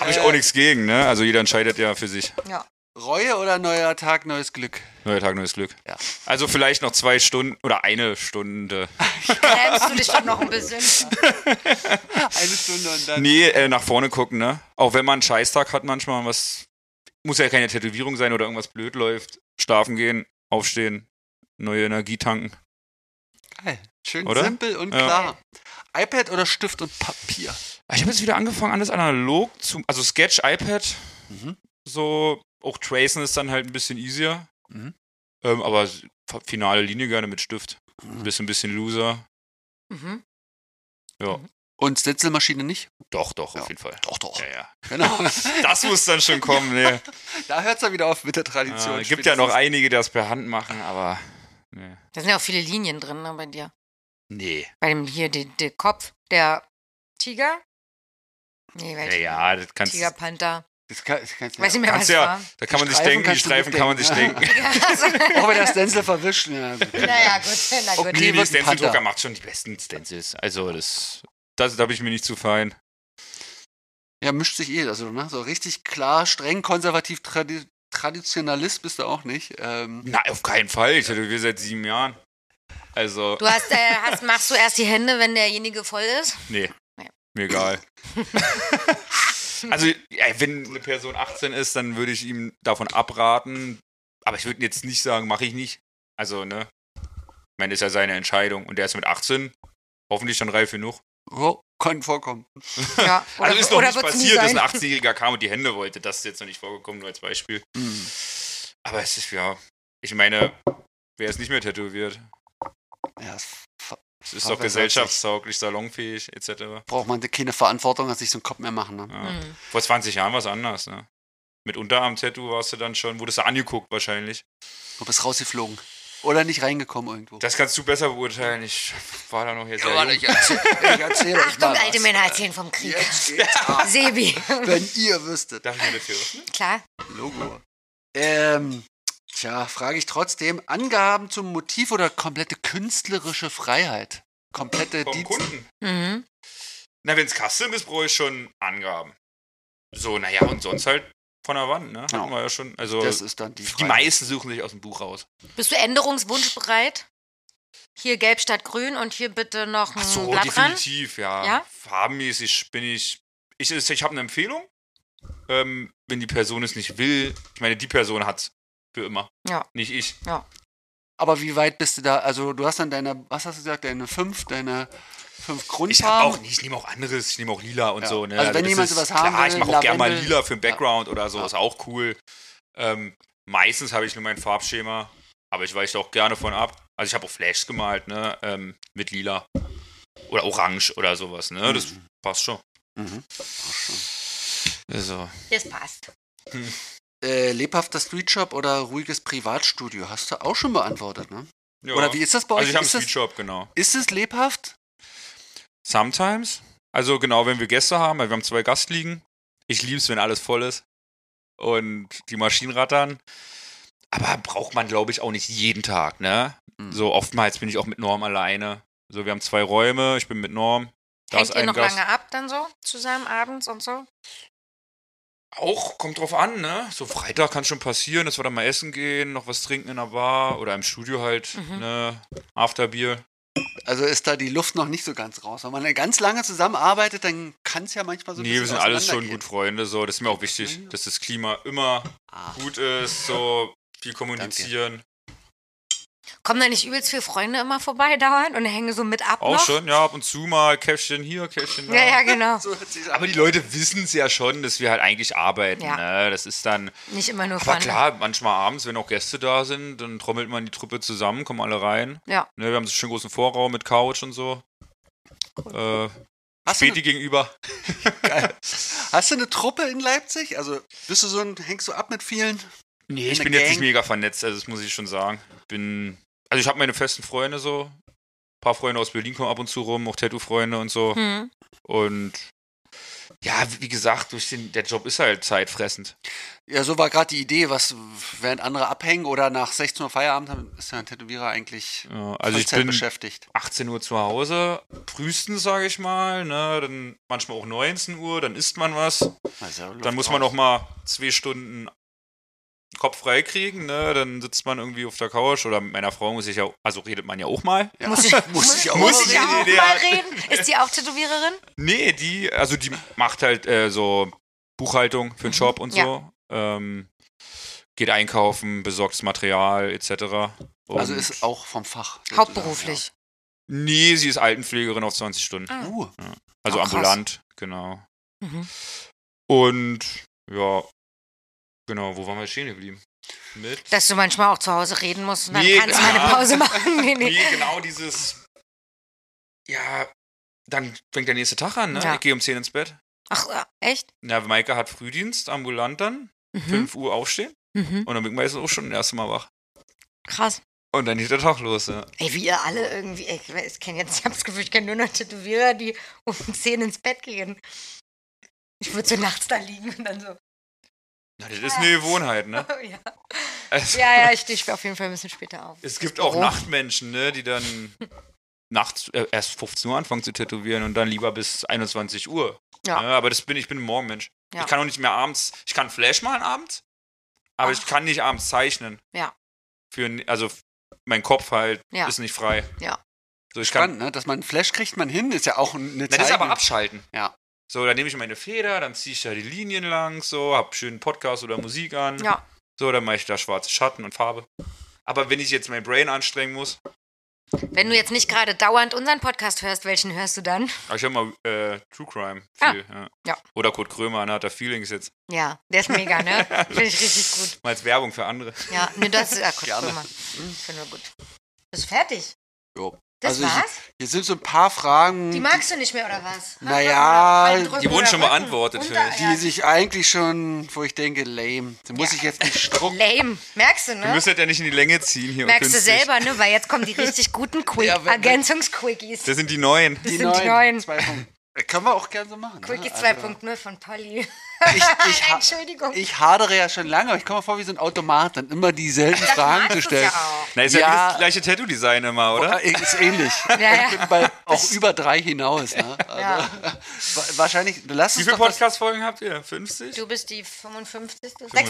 S3: Habe
S1: Äh.
S3: ich auch nichts gegen, ne? Also jeder entscheidet ja für sich.
S1: ja.
S2: Reue oder neuer Tag, neues Glück?
S3: Neuer Tag, neues Glück.
S2: Ja.
S3: Also vielleicht noch zwei Stunden oder eine Stunde.
S1: Klemmst du dich doch
S3: (laughs)
S1: noch ein bisschen.
S2: Eine Stunde und dann.
S3: Nee, äh, nach vorne gucken, ne? Auch wenn man einen Scheißtag hat manchmal, was muss ja keine Tätowierung sein oder irgendwas blöd läuft. Schlafen gehen, aufstehen, neue Energie tanken.
S2: Geil. Schön
S3: Oder?
S2: simpel und
S3: Ja.
S2: klar. iPad oder Stift und Papier?
S3: Ich habe jetzt wieder angefangen, alles analog zu, also Sketch, iPad,
S2: Mhm.
S3: so, auch Tracen ist dann halt ein bisschen easier.
S2: Mhm.
S3: Ähm, aber s- fa- finale Linie gerne mit Stift.
S2: Mhm.
S3: Bist ein bisschen loser.
S1: Mhm.
S3: Ja,
S2: Und Stetzelmaschine nicht?
S3: doch, doch,
S2: Ja.
S3: auf jeden Fall.
S2: Doch, doch.
S3: Ja, ja.
S2: Genau. (laughs)
S3: Das muss dann schon kommen, ne?
S2: da hört es ja wieder auf mit der Tradition.
S3: Äh, gibt ja noch
S2: spätestens.
S3: einige, die das per Hand machen, aber. ne. Nee.
S1: Da sind ja auch viele Linien drin ne, bei dir.
S3: Nee.
S1: Bei dem hier, der der Kopf, der Tiger? Nee, weil
S3: Naja, das kannst du.
S1: Tiger Panther.
S2: Das kann, das kannst du
S1: Weiß nicht mehr, was
S3: Kannst
S1: es
S3: ja,
S1: war.
S3: da kann man sich
S2: Streifen
S3: denken, die
S2: kannst du
S3: Streifen kann man sich
S2: mitdenken.
S3: denken.
S2: Auch wenn das Stencil verwischt. Ja.
S1: Also, (laughs) naja, gut, (laughs) na gut.
S2: Okay. wird
S3: Nee, der
S2: ein Panther.
S3: Stencildrucker macht schon die besten Stencils. Also das, das da bin ich mir nicht zu fein.
S2: ja, mischt sich eh. Also, ne? So richtig klar, streng, konservativ, tradi Traditionalist bist du auch nicht. Ähm,
S3: Na, auf keinen Fall. Ich tätowiere seit sieben Jahren. Also,
S1: Du hast, äh, hast, machst du erst die Hände, wenn derjenige voll ist?
S3: nee.
S1: Nee.
S3: Mir egal. also, ja, wenn eine Person 18 ist, dann würde ich ihm davon abraten. Aber ich würde jetzt nicht sagen, mache ich nicht. Also, ne? Ich meine, ist ja seine Entscheidung. Und der ist mit 18 hoffentlich dann reif genug.
S2: oh, kann vorkommen.
S1: Ja. Oder,
S3: also ist noch
S1: oder
S3: nicht
S1: wird's nie
S3: passiert, dass ein
S1: sein?
S3: 18-Jähriger kam und die Hände wollte. Das ist jetzt noch nicht vorgekommen, nur als Beispiel. Aber es ist ja, ich meine, wer ist nicht mehr tätowiert?
S2: Ja, das ver-
S3: Es ist
S2: Aber
S3: doch
S2: wer
S3: gesellschaftstauglich, salonfähig, etc.
S2: braucht man keine Verantwortung, dass sich so einen Kopf mehr machen. Ne?
S3: Ja.
S1: Hm.
S3: Vor 20 Jahren war es anders, ne? Mit Unterarm-Tattoo warst du dann schon, wurdest du angeguckt wahrscheinlich.
S2: Du bist rausgeflogen. Oder nicht reingekommen irgendwo.
S3: Das kannst du besser beurteilen. Ich war da noch hier sehr jung.
S2: erzähle, ich erzähle euch
S1: Achtung,
S2: mal was.
S1: alte Männer erzählen vom Krieg. (laughs)
S2: Jetzt geht's ab.
S1: Sebi. (laughs)
S2: Wenn ihr wüsstet.
S3: Darf ich mir
S2: (laughs)
S3: dafür öffnen?
S1: Klar.
S2: Logo. Ähm, tja, frage ich trotzdem, Angaben zum Motiv oder komplette künstlerische Freiheit? Komplette
S3: Vom
S2: Dienst-
S3: Kunden.
S1: Mhm.
S3: Na, wenn's Custom ist, brauche ich schon Angaben. So, naja, und sonst halt von der Wand, ne? Hatten
S2: Genau.
S3: wir ja schon. Also,
S2: Das ist dann die
S3: die
S2: Freiheit.
S3: meisten suchen sich aus dem Buch raus.
S1: Bist du änderungswunschbereit? Hier gelb statt grün und hier bitte noch ein
S3: Ach so,
S1: Blatt ran.
S3: definitiv, ja.
S1: Ja?
S3: Farbenmäßig bin ich. Ich, also ich, ich habe eine Empfehlung. Ähm, wenn die Person es nicht will, ich meine, die Person hat's für immer.
S1: Ja.
S3: Nicht ich.
S1: Ja.
S2: Aber wie weit bist du da? Also, du hast dann deine, was hast du gesagt, deine fünf, deine fünf
S3: Ich hab
S2: Grundfarben.
S3: auch nicht, ich nehme auch anderes, ich nehme auch lila und
S2: Ja.
S3: so. Ne?
S2: Also wenn
S3: das
S2: jemand
S3: ist
S2: sowas haben
S3: Klar,
S2: will,
S3: ich mache auch gerne mal
S2: Lavendel.
S3: lila für den Background oder so, ist auch cool. Ähm, meistens habe ich nur mein Farbschema, aber ich weiche auch gerne von ab. Also ich habe auch Flashs gemalt, ne, ähm, mit lila oder orange oder sowas, ne, das passt schon.
S2: Mhm.
S3: Also,
S1: Das passt.
S2: Äh, lebhafter Streetshop oder ruhiges Privatstudio? Hast du auch schon beantwortet, ne?
S3: ja.
S2: Oder wie ist das bei euch?
S3: Also ich habe einen
S2: ist, es,
S3: Sweetshop, genau.
S2: ist es lebhaft?
S3: Sometimes. Also genau, wenn wir Gäste haben, weil wir haben zwei Gastliegen. Ich liebe es, wenn alles voll ist und die Maschinen rattern. Aber braucht man, glaube ich, auch nicht jeden Tag, ne?
S2: Mhm.
S3: So oftmals bin ich auch mit Norm alleine. So, wir haben zwei Räume, ich bin mit Norm. Da
S4: Hängt
S3: ist
S4: ihr
S3: ein
S4: noch
S3: Gast.
S4: lange ab dann so? Zusammen abends und so?
S3: Auch, kommt drauf an, ne? So Freitag kann schon passieren, dass wir dann mal essen gehen, noch was trinken in der Bar oder im Studio halt,
S1: Mhm.
S3: ne? Afterbier.
S2: Also ist da die Luft noch nicht so ganz raus. Wenn man ganz lange zusammenarbeitet, dann kann es ja manchmal so ein
S3: nee,
S2: bisschen
S3: wir sind alles schon
S2: auseinandergehen. Mhm.
S3: gut Freunde, so. Das ist mir auch wichtig, dass das Klima immer
S2: Ah.
S3: gut ist, so viel kommunizieren.
S1: Kommen da nicht übelst viele Freunde immer vorbei dauernd und hängen so mit ab
S3: Auch
S1: noch?
S3: schon, ja, ab und zu mal Käffchen hier, Käffchen da.
S1: Ja, ja, genau.
S2: (laughs) So hört sich's an.
S3: Aber die Leute wissen es ja schon, dass wir halt eigentlich arbeiten.
S1: Ja.
S3: Ne? Das ist dann.
S1: Nicht immer nur
S3: Aber
S1: Freunde.
S3: klar, manchmal abends, wenn auch Gäste da sind, dann trommelt man die Truppe zusammen, kommen alle rein.
S1: Ja.
S3: Ne, wir haben so einen schönen großen Vorraum mit Couch und so. Äh,
S2: hast, du
S3: Späti
S2: eine,
S3: gegenüber.
S2: hast du eine Truppe in Leipzig? Also bist du so ein, hängst du ab mit vielen?
S3: Nee, ich
S2: eine
S3: bin jetzt nicht
S2: Gang?
S3: mega vernetzt, also das muss ich schon sagen. Bin, also ich habe meine festen Freunde so. Ein paar Freunde aus Berlin kommen ab und zu rum, auch Tattoo-Freunde und so.
S1: Hm.
S3: Und ja, wie gesagt, durch den, der Job ist halt zeitfressend.
S2: Ja, so war gerade die Idee, was, während andere abhängen oder nach 16 Uhr Feierabend haben, ist ja ein Tätowierer eigentlich
S3: Ja, also ich
S2: Vollzeit
S3: bin
S2: beschäftigt.
S3: 18 Uhr zu Hause, frühestens sage ich mal, ne, dann manchmal auch 19 Uhr, dann isst man was,
S2: Also,
S3: dann muss man noch mal zwei Stunden den Kopf frei kriegen, ne, dann sitzt man irgendwie auf der Couch oder mit meiner Frau muss ich ja, also redet man ja auch mal.
S2: Ja.
S1: Muss ich-
S2: (laughs) muss ich auch.
S3: muss
S1: Muss
S3: ich
S1: ich auch
S3: auch reden,
S1: mal
S3: ja.
S1: reden? Ist die auch
S3: (laughs)
S1: Tätowiererin?
S3: Nee, die, also die macht halt äh, so Buchhaltung für den
S2: Mhm.
S3: Shop und so. Ähm, geht einkaufen, besorgt das Material etc. Und
S2: Also ist auch vom Fach. sozusagen,
S1: Hauptberuflich.
S3: nee, sie ist Altenpflegerin auf 20 Stunden.
S2: Ja. Uh,
S3: Also
S1: Ah, krass.
S3: ambulant, genau.
S1: Mhm.
S3: Und ja, genau, wo waren wir stehen geblieben? Mit?
S1: Dass du manchmal auch zu Hause reden musst und dann
S3: Nee,
S1: kannst du mal eine
S3: ja. (laughs)
S1: Pause machen. Nee, nee.
S3: Nee, genau dieses. Ja, dann fängt der nächste Tag an, ne?
S1: Ja.
S3: Ich gehe um 10 ins Bett.
S1: Ach, äh, echt?
S3: Na, Maike hat Frühdienst, ambulant dann,
S1: Mhm.
S3: 5 Uhr aufstehen.
S1: Mhm.
S3: Und dann bin ich meistens auch schon das erste Mal wach.
S1: Krass.
S3: Und dann geht der Tag los, ja.
S1: Ey, wie ihr alle irgendwie, ey, ich weiß- ich kenne jetzt, ich habe das Gefühl, ich kenne nur noch Tätowierer, die um 10 ins Bett gehen. Ich würde so nachts da liegen und dann so. (laughs)
S3: Na, das ist eine Gewohnheit, ne?
S1: Ja,
S3: Also,
S1: Ah. ja, ja ich stehe auf jeden Fall ein bisschen später auf.
S3: Es gibt auch
S1: Warum?
S3: Nachtmenschen, ne, die dann nachts äh, erst 15 Uhr anfangen zu tätowieren und dann lieber bis 21 Uhr.
S1: Ja.
S3: Ne, aber das bin ich bin ein Morgenmensch.
S1: Ja.
S3: Ich kann auch nicht mehr abends, ich kann Flash malen abends, aber ich kann nicht abends zeichnen.
S1: Ja.
S3: Für n- also mein Kopf halt
S1: Ja.
S3: ist nicht frei.
S1: Ja.
S3: So ich kann
S2: spannend, ne? Dass man einen Flash kriegt, man hin, ist ja auch eine
S3: das ist aber
S2: Zeichnung.
S3: abschalten.
S2: Ja.
S3: So, dann nehme ich meine Feder, dann ziehe ich da die Linien lang, so, hab schönen Podcast oder Musik an.
S1: Ja.
S3: So, dann mache ich da schwarze Schatten und Farbe. Aber wenn ich jetzt mein Brain anstrengen muss,
S1: Wenn du jetzt nicht gerade dauernd unseren Podcast hörst, welchen hörst du dann?
S3: Ah, Ich höre mal äh, True Crime
S1: Ah,
S3: viel. Ja.
S1: ja.
S3: Oder Kurt Krömer, ne, hat da Feelings jetzt.
S1: Ja, der ist mega,
S3: (laughs)
S1: ne? Finde ich richtig gut.
S3: Mal als Werbung
S1: (laughs)
S3: für andere.
S1: Ja, ne, das ist. Ah, Gott,
S2: Gerne.
S1: guck mal. Finde ich gut. Bist du fertig?
S2: Jo.
S1: Das
S2: Also ich-
S1: war's?
S2: Hier sind so ein paar Fragen,
S1: Die magst du nicht mehr, oder was?
S2: Naja,
S1: Rücken oder- Bein drücken
S3: Die wurden schon
S1: oder
S3: beantwortet,
S1: Rücken?
S3: finde ich.
S2: die sich eigentlich schon, wo ich denke, lame. Die muss ich jetzt nicht strucken.
S1: Lame. Merkst du,
S3: Wir
S1: ne?
S3: müssen das ja nicht in die Länge ziehen hier.
S1: Merkst du
S3: künstlich.
S1: selber, ne? Weil jetzt kommen die richtig guten Quick
S2: Ja, wenn-
S1: Ergänzungsquickies.
S3: Das sind die neuen.
S1: (laughs) Das sind die neuen.
S2: Zwei Punkte. Äh, Können wir auch gerne so machen.
S1: Quickie
S2: Also,
S1: 2.0 von Polly.
S2: Ich,
S1: (laughs)
S2: ich, ha
S1: Entschuldigung.
S2: ich hadere ja schon lange, aber ich komme mir vor wie so ein Automat, dann immer dieselben Fragen zu stellen.
S3: Na, ist ja,
S2: Ja.
S3: nicht das gleiche Tattoo-Design immer, oder?
S2: Äh, Ist ähnlich.
S1: ja.
S2: Ich bin bei auch über drei hinaus. Ne? Also, (laughs) wa- Wahrscheinlich, lass
S3: Wie
S2: uns
S3: viele
S2: doch das,
S3: Podcast-Folgen habt ihr? 50?
S1: Du bist die 55.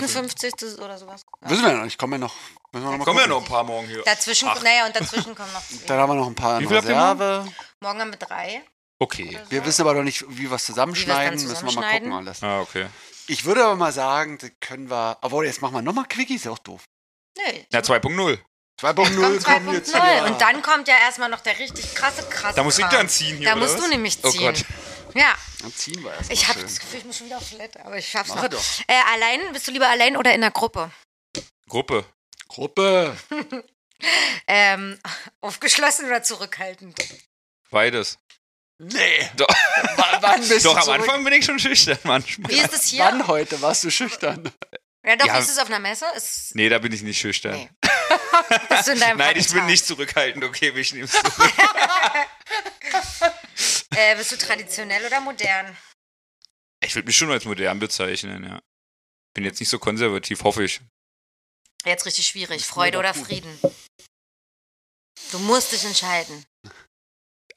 S4: 56. oder sowas.
S2: Wissen wir noch nicht, kommen wir noch. Müssen wir noch mal
S3: Kommen ja
S2: gucken.
S3: noch ein paar morgen hier.
S1: Dazwischen, naja, und dazwischen kommen noch zwei.
S2: Dann haben wir noch ein paar
S3: Wie
S2: in
S3: viel habt ihr noch?
S2: Reserve.
S1: Morgen haben wir drei.
S3: Okay.
S2: Wir wissen aber noch nicht, wie wir es zusammenschneiden.
S1: Wie wir es dann
S2: Müssen wir mal gucken
S1: zusammenschneiden.
S2: alles.
S3: Ah, okay.
S2: Ich würde aber mal sagen, das können wir. Obwohl, jetzt machen wir nochmal Quickies, ist auch doof.
S1: Nö.
S3: Na, 2.0.
S2: 2.0
S1: Kommt
S2: kommen jetzt hier.
S1: 2.0. Und dann kommt ja erstmal noch der richtig krasse, krasse.
S3: Da muss ich
S1: Kram.
S3: dann ziehen hier,
S1: Da
S3: oder
S1: musst
S3: was?
S1: du nämlich
S3: Oh
S1: ziehen.
S3: Gott.
S1: Ja.
S2: Dann ziehen wir erst.
S1: Ich
S2: mal
S1: habe
S2: schön.
S1: das Gefühl, ich muss schon wieder auf Toilette, aber ich schaff's
S2: Mach
S1: noch.
S2: doch.
S1: Äh, allein bist du lieber allein oder in der Gruppe?
S3: Gruppe.
S2: Gruppe.
S1: Ähm, (laughs) aufgeschlossen oder zurückhaltend?
S2: (laughs)
S3: Beides.
S2: Nee.
S3: Doch,
S2: W- wann bist
S3: doch
S2: du
S3: am
S2: zurück?
S3: Anfang bin ich schon schüchtern manchmal.
S1: Wie ist es hier?
S2: Wann heute warst du schüchtern?
S1: Ja, doch,
S3: Ja.
S1: ist es auf einer Messe? Ist,
S3: Nee, da bin ich nicht schüchtern.
S1: Nee. bist du in deinem
S3: (laughs) Nein, ich bin
S1: Habitat?
S3: nicht zurückhaltend. Okay, ich nehme es.
S1: Äh, bist du traditionell oder modern?
S3: Ich würde mich schon als modern bezeichnen, ja. Bin jetzt nicht so konservativ, hoffe ich.
S1: Jetzt richtig schwierig.
S2: ist
S1: Freude
S2: mega
S1: oder
S2: gut.
S1: Frieden? Du musst dich entscheiden.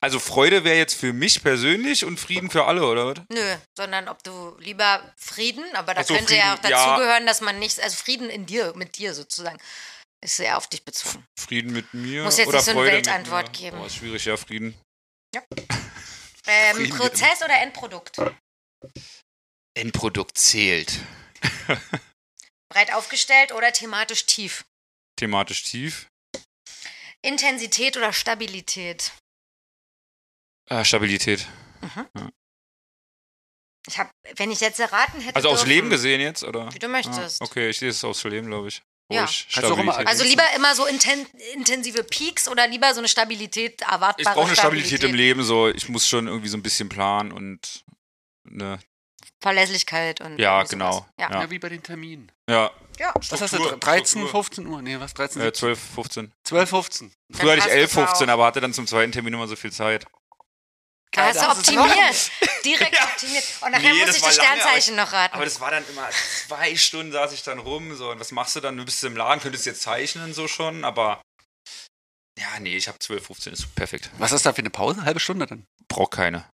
S3: Also Freude wäre jetzt für mich persönlich und Frieden für alle, oder was?
S1: Nö, sondern ob du lieber Frieden, aber da
S3: Ach so,
S1: könnte ja auch
S3: Frieden, ja.
S1: dazugehören, dass man nichts, also Frieden in dir, mit dir sozusagen, ist sehr auf dich bezogen.
S3: Frieden mit mir
S1: Muss jetzt
S3: oder
S1: nicht so eine
S3: Freude
S1: Weltantwort
S3: mit mir.
S1: geben.
S3: Boah, ist schwierig, ja, Frieden.
S1: Ähm,
S3: Frieden mit
S1: Prozess oder Endprodukt?
S3: Endprodukt zählt.
S1: Breit aufgestellt oder thematisch tief?
S3: Thematisch tief.
S1: Intensität oder Stabilität?
S3: Äh, Stabilität.
S1: Ich habe, wenn ich jetzt erraten hätte.
S3: Also aufs
S1: dürfen-
S3: Leben gesehen jetzt, oder?
S1: Wie du möchtest.
S3: Ah, okay, ich lese es aufs Leben, glaube ich.
S1: Ja.
S3: Ruhig,
S2: Kannst du auch immer-
S3: Stabilität.
S1: Also lieber immer so inten intensive Peaks oder lieber so eine Stabilität, erwartbare
S3: ich brauche eine Stabilität, im Leben, so ich muss schon irgendwie so ein bisschen planen und ne,
S1: Verlässlichkeit und
S3: Ja,
S1: irgendwie sowas.
S3: genau.
S1: Ja.
S3: Ja.
S2: Ja, wie bei den Terminen.
S3: ja, äh,
S1: ja.
S2: Was hast du?
S3: Struktur,
S2: 13,
S3: Struktur.
S2: 15 Uhr? Nee, was? 13,
S3: äh,
S2: 12,
S3: 12, 15.
S2: 12 15.
S3: Früher hatte ich
S1: passt
S3: 11,
S1: das auch.
S3: 15, aber hatte dann zum zweiten Termin immer so viel Zeit.
S1: Da hast du
S2: das ist in Ordnung.
S1: optimiert. (laughs) Direkt
S3: Ja.
S1: optimiert. Und nachher
S3: Nee,
S1: muss
S3: das
S1: ich
S3: war
S1: das
S3: lange, aber ich-
S1: Sternzeichen noch raten.
S3: Aber das war dann immer zwei Stunden saß ich dann rum, so und was machst du dann? Du bist im Laden, könntest jetzt zeichnen so schon, aber ja, nee, ich habe 12, 15 ist perfekt.
S2: Was ist da für eine Pause? Halbe Stunde dann?
S3: Brauch keine.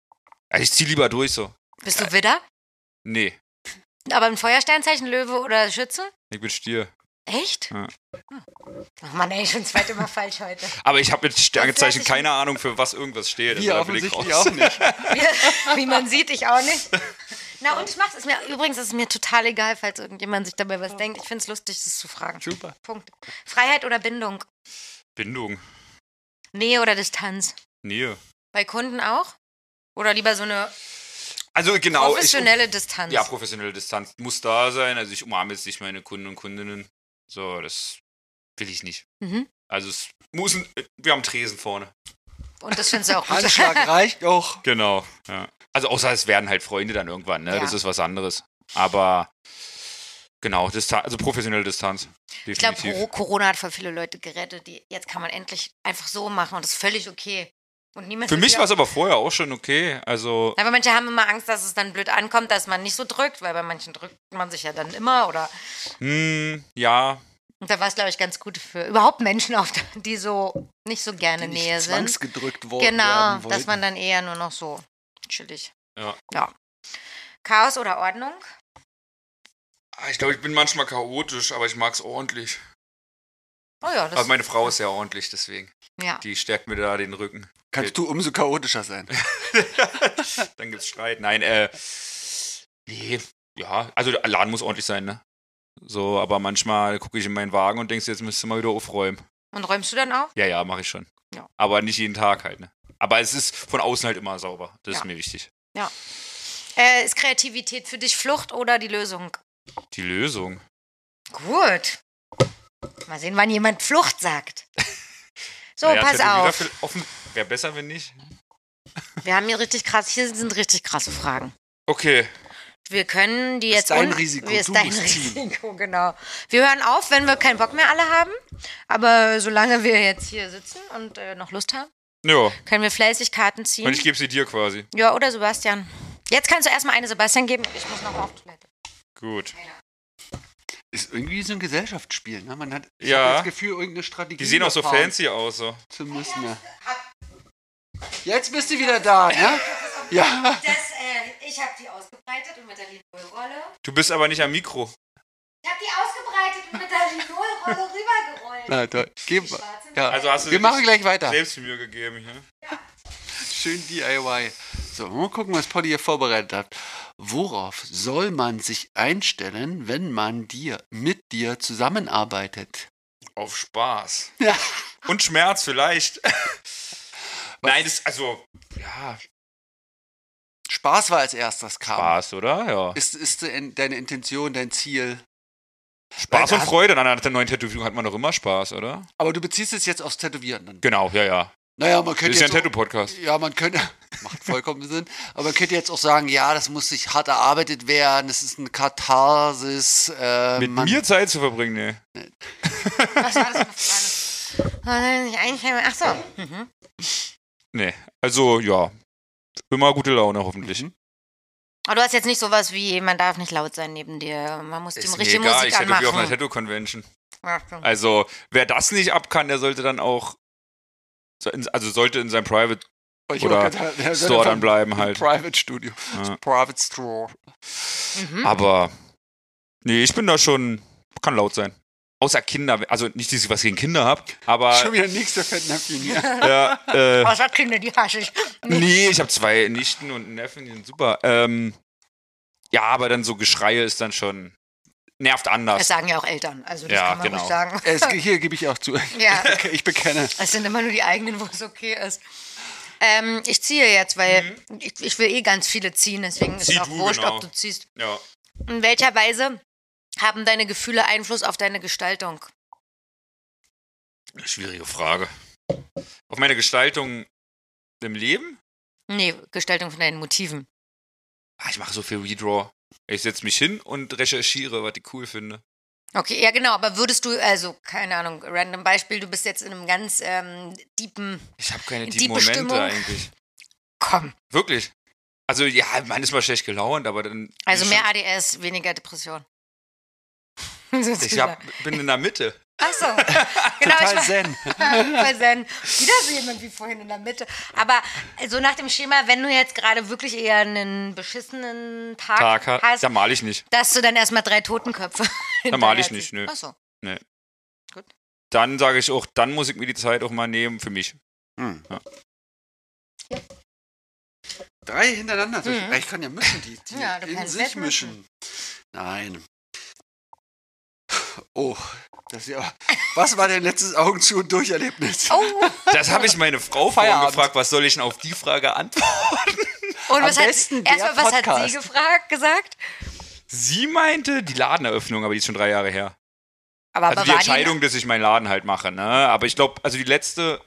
S3: Also ich zieh lieber durch so.
S1: Bist du Widder?
S3: Nee,
S1: Aber ein Feuersternzeichen, Löwe oder Schütze?
S3: ich bin Stier.
S1: Echt?
S3: Ja.
S1: Ach man, ey, schon zweite Mal (laughs) falsch heute.
S3: Aber ich habe mit Sternzeichen
S1: ich-
S3: keine Ahnung, für was irgendwas steht.
S2: Wir
S3: also da bin ich
S2: offensichtlich
S3: raus.
S2: auch nicht.
S3: (laughs)
S1: (laughs) Wie, wie man sieht, ich auch nicht. Na und ich mach's. Ist mir, übrigens ist es mir total egal, falls irgendjemand sich dabei was denkt. Ich find's lustig, das zu fragen.
S2: Super.
S1: Punkt. Freiheit oder Bindung?
S3: Bindung,
S1: Nähe oder Distanz?
S3: Nähe.
S1: Bei Kunden auch? Oder lieber so eine
S3: Also genau,
S1: professionelle Distanz?
S3: ich, ja, professionelle Distanz muss da sein. Also ich umarme jetzt nicht meine Kunden und Kundinnen. So, das will ich nicht.
S1: Mhm.
S3: Also es muss ein, wir haben Tresen vorne.
S1: Und das findest du
S3: (laughs)
S1: auch gut.
S2: Handschlag reicht auch.
S3: Genau. Ja. Also außer es werden halt Freunde dann irgendwann, ne?
S1: Ja.
S3: Das ist was anderes. Aber genau, Distan also professionelle Distanz.
S1: Ich glaube,
S3: Definitiv.
S1: Corona hat für viele Leute gerettet. Die, jetzt kann man endlich einfach so machen und das ist völlig okay. Und niemand
S3: Für
S1: wird
S3: mich
S1: wieder-
S3: war es aber vorher auch schon okay. Also
S1: Aber manche haben immer Angst, dass es dann blöd ankommt, dass man nicht so drückt, weil bei manchen drückt man sich ja dann immer oder.
S3: mh, hm, ja,
S1: Und da war es, glaube ich, ganz gut für überhaupt Menschen, auf, die so nicht so gerne
S2: Nicht
S1: Nähe sind.
S2: Zwangsgedrückt worden.
S1: Genau,
S2: werden wollten.
S1: dass man dann eher nur noch so chillig.
S3: Ja.
S1: Chaos oder Ordnung?
S3: Ah, ich glaube, ich bin manchmal chaotisch, aber ich mag es ordentlich.
S1: Oh ja, das
S3: Aber meine Frau ist ja ordentlich, deswegen.
S1: ja.
S3: Die stärkt mir da den Rücken. (laughs)
S2: Kannst du umso chaotischer sein.
S3: Dann gibt's Streit. Nein, äh. Nee. Ja, also der Laden muss ordentlich sein, ne? So, aber manchmal gucke ich in meinen Wagen und denkst, jetzt müsstest du mal wieder aufräumen.
S1: Und räumst du dann auf?
S3: Ja, ja, mache ich schon.
S1: Ja.
S3: Aber nicht jeden Tag halt, ne? Aber es ist von außen halt immer sauber. Das ist
S1: Ja.
S3: mir wichtig.
S1: Äh, ist Kreativität für dich Flucht oder die Lösung?
S3: Die Lösung.
S1: Gut. Mal sehen, wann jemand Flucht
S3: (laughs)
S1: sagt. So,
S3: Naja,
S1: pass
S3: Tätowierer
S1: auf.
S3: für- Offen Wäre besser, wenn nicht.
S1: Wir haben hier richtig krass, hier sind richtig krasse Fragen.
S3: Okay.
S1: Wir können die
S2: Ist
S1: jetzt.
S2: dein
S1: un-
S2: Risiko,
S1: Wir- Ist
S2: du
S1: dein
S2: musst ziehen.
S1: Risiko, genau. Wir hören auf, wenn wir keinen Bock mehr alle haben. Aber solange wir jetzt hier sitzen und äh, noch Lust haben,
S3: Ja.
S1: können wir fleißig Karten ziehen.
S3: Und ich gebe sie dir quasi.
S1: ja, oder Sebastian. Jetzt kannst du erstmal eine Sebastian geben. Ich muss noch auf Toilette.
S3: Gut.
S2: Ist irgendwie so ein Gesellschaftsspiel. Ne? Man hat ich
S3: Ja.
S2: hab das Gefühl, irgendeine Strategie.
S3: Die sehen auch so
S2: erfahren
S3: fancy aus, so.
S2: Zu müssen, ja. Jetzt bist du wieder da, ne? Ja.
S1: Das, äh, ich habe die ausgebreitet und mit der Linolrolle.
S3: Du bist aber nicht am Mikro.
S1: Ich habe die ausgebreitet und mit der Linolrolle (laughs) rübergerollt.
S2: Na, da, geh, mal. ja.
S3: Also hast du
S2: Wir
S3: dir
S2: machen
S3: nicht
S2: gleich weiter.
S3: Selbst die Mühe gegeben hier.
S2: Schön DIY. So, mal gucken, was Polly hier vorbereitet hat. Worauf soll man sich einstellen, wenn man dir mit dir zusammenarbeitet? (laughs)
S3: Auf Spaß.
S2: Ja.
S1: Ah.
S3: Und Schmerz vielleicht. (laughs) Nein, das, also, ja,
S2: Spaß war als erstes kam.
S3: Spaß, oder? Ja.
S2: Ist, ist de- deine Intention, dein Ziel.
S3: Spaß
S2: Weil
S3: und
S2: da-
S3: Freude. Dann hat der neuen Tätowierung hat man doch immer Spaß, oder?
S2: Aber du beziehst es jetzt aufs Tätowieren. Dann.
S3: Genau, ja, ja.
S2: Naja, man
S3: Das
S2: könnte
S3: ist ja ein
S2: jetzt
S3: Tattoo-Podcast.
S2: Ja, man könnte, (laughs) macht vollkommen Sinn, aber man könnte jetzt auch sagen, ja, das muss sich hart erarbeitet werden, das ist eine Katharsis. Äh,
S3: Mit
S2: man,
S3: mir Zeit zu verbringen, ne?
S4: Was war das für eine Frage?
S1: Oh, Achso.
S3: Nee. Also, ja. Immer gute Laune, hoffentlich.
S2: Mhm.
S1: Aber du hast jetzt nicht sowas wie, man darf nicht laut sein neben dir. Man muss die
S3: Ist mir
S1: richtige
S3: egal,
S1: Musik
S3: ich tätowiere auf einer
S1: anmachen.
S3: Tattoo-Convention.
S1: Achtung.
S3: Also, wer das nicht ab kann, der sollte dann auch. so in- Also, sollte in seinem Private
S2: Ich
S3: oder
S2: wollte gerade sagen,
S3: Store dann bleiben halt.
S2: Private Studio.
S3: Ja.
S2: Private Store.
S1: Mhm.
S3: Aber. Nee, ich bin da schon. Kann laut sein. Außer Kinder. Also, nicht, dass ich was gegen Kinder habe,
S2: Schon (laughs)
S3: aber.
S2: wieder nächste Fettnäpfchen
S3: (laughs)
S2: hier.
S3: Ja, äh,
S1: Außer Kinder, die hasse ich.
S3: Nee, ich habe zwei Nichten und einen Neffen, die sind super. Ähm, ja, aber dann so Geschreie ist dann schon. Nervt
S1: Das
S3: anders.
S1: sagen ja auch Eltern. Also das
S3: Ja,
S1: kann man
S3: genau.
S1: ruhig sagen.
S2: es, hier gebe ich auch zu. (laughs)
S1: Ja.
S3: (laughs)
S2: Ich bekenne.
S1: Es sind immer nur die eigenen, wo es okay ist. Ähm, ich ziehe jetzt, weil ich, ich will eh ganz viele ziehen, deswegen ist
S3: Mhm. Zieh
S1: es auch
S3: du,
S1: wurscht,
S3: genau.
S1: ob du ziehst.
S3: Ja.
S1: In welcher Weise haben deine Gefühle Einfluss auf deine Gestaltung?
S3: Schwierige Frage. Auf meine Gestaltung im Leben?
S1: Nee, Gestaltung von deinen Motiven.
S3: Ah, ich mache so viel Redraw. Ich setze mich hin und recherchiere, was ich cool finde.
S1: Okay, ja genau, aber würdest du, also, keine Ahnung, random Beispiel, du bist jetzt in einem ganz ähm, deepen,
S3: Ich habe keine
S1: Die
S3: tiefen Momente
S1: Bestimmung.
S3: eigentlich.
S1: komm,
S3: Wirklich. Also ja, man ist mal schlecht gelaunt, aber dann.
S1: also
S3: ich
S1: mehr
S3: hab-
S1: ADS, weniger Depression. (laughs)
S3: Ich hab, bin in der Mitte.
S1: Achso, genau, ich
S2: Total
S1: war, (laughs)
S2: zen.
S1: Voll zen. Wieder so jemand wie vorhin in der Mitte. Aber so nach dem Schema, wenn du jetzt gerade wirklich eher einen beschissenen (laughs) Tag,
S3: Tag hat.
S1: hast,
S3: Da mal ich nicht.
S1: dass du dann erstmal drei Totenköpfe. (laughs) hinterher
S3: mal ich
S1: ziehst.
S3: nicht, nö.
S1: Ach so.
S3: Dann sage ich auch, dann muss ich mir die Zeit auch mal nehmen für mich.
S2: Hm.
S3: Ja.
S2: Drei hintereinander. Ah,
S1: Mhm.
S2: Ich kann ja mischen, die, die
S1: Ja, du
S2: in
S1: kannst
S2: sich
S1: wegmischen.
S2: mischen. Nein. Oh, das ist ja. Was war dein letztes Augen zu und Durcherlebnis?
S1: Oh,
S3: Das habe ich meine
S1: (laughs)
S3: Frau vorhin
S2: Feierabend.
S3: gefragt, was soll ich denn auf die Frage antworten?
S1: und was hat,
S2: besten der
S1: erstmal, was hat
S2: Podcast.
S1: sie gefragt, gesagt?
S3: Sie meinte die Ladeneröffnung, aber die ist schon drei Jahre her.
S1: Aber,
S3: also
S1: aber
S3: die
S1: war
S3: Entscheidung, dass ich meinen Laden halt mache, ne? Aber ich glaube, also die letzte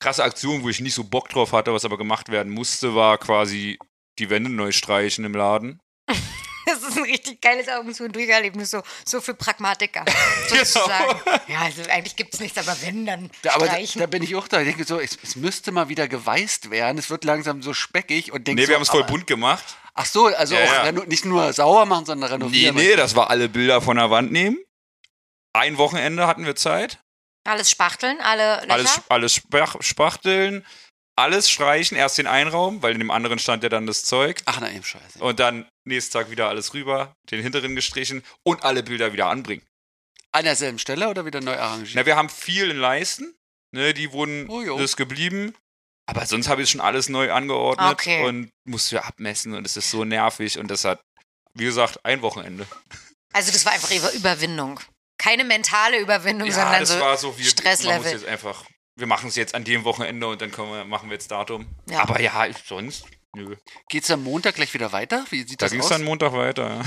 S3: krasse Aktion, wo ich nicht so Bock drauf hatte, was aber gemacht werden musste, war quasi die Wände neu streichen im Laden.
S1: Die, (laughs) das ist ein richtig geiles Augen zu und Durcherlebnis, so, so für
S3: (laughs)
S1: Pragmatiker
S3: Genau.
S1: sozusagen. Ja, also eigentlich gibt es nichts, aber wenn, dann
S2: Da, aber da,
S1: streichen.
S2: da bin ich auch da. Ich denke so, es, es müsste mal wieder geweißt werden. Es wird langsam so speckig und denke
S3: Nee,
S2: so,
S3: wir haben es voll
S2: aber-
S3: bunt gemacht.
S2: Ach so, also
S3: Ja,
S2: auch
S3: ja.
S2: reno- nicht nur sauer machen, sondern
S3: Nee,
S2: renovieren.
S3: nee, das war alle Bilder von der Wand nehmen. Ein Wochenende hatten wir Zeit.
S1: alles spachteln, alle Löcher.
S3: Alles, alles spach spachteln, alles streichen, erst den einen Raum, weil in dem anderen stand ja dann das Zeug.
S2: Ach nein, scheiße.
S3: Und dann nächsten Tag wieder alles rüber, den hinteren gestrichen und alle Bilder wieder anbringen.
S2: An derselben Stelle oder wieder neu arrangiert?
S3: Na, wir haben viel in Leisten, ne, die wurden
S2: Oh, jo.
S3: das geblieben. Aber sonst habe ich schon alles neu angeordnet
S1: Okay.
S3: und musste ja abmessen und es ist so nervig und das hat, wie gesagt, ein Wochenende.
S1: Also das war einfach Über- Überwindung. Keine mentale Überwindung,
S3: Ja,
S1: sondern
S3: das
S1: so.
S3: war so, wir
S1: also Stresslevel.
S3: man muss jetzt einfach, wir machen es jetzt an dem Wochenende und dann können wir, machen wir jetzt Datum.
S1: Ja.
S3: Aber ja, ich- sonst, nö.
S2: Geht's am Montag gleich wieder weiter? Wie sieht
S3: Da
S2: das
S3: ging
S2: aus?
S3: es dann Montag weiter. ja.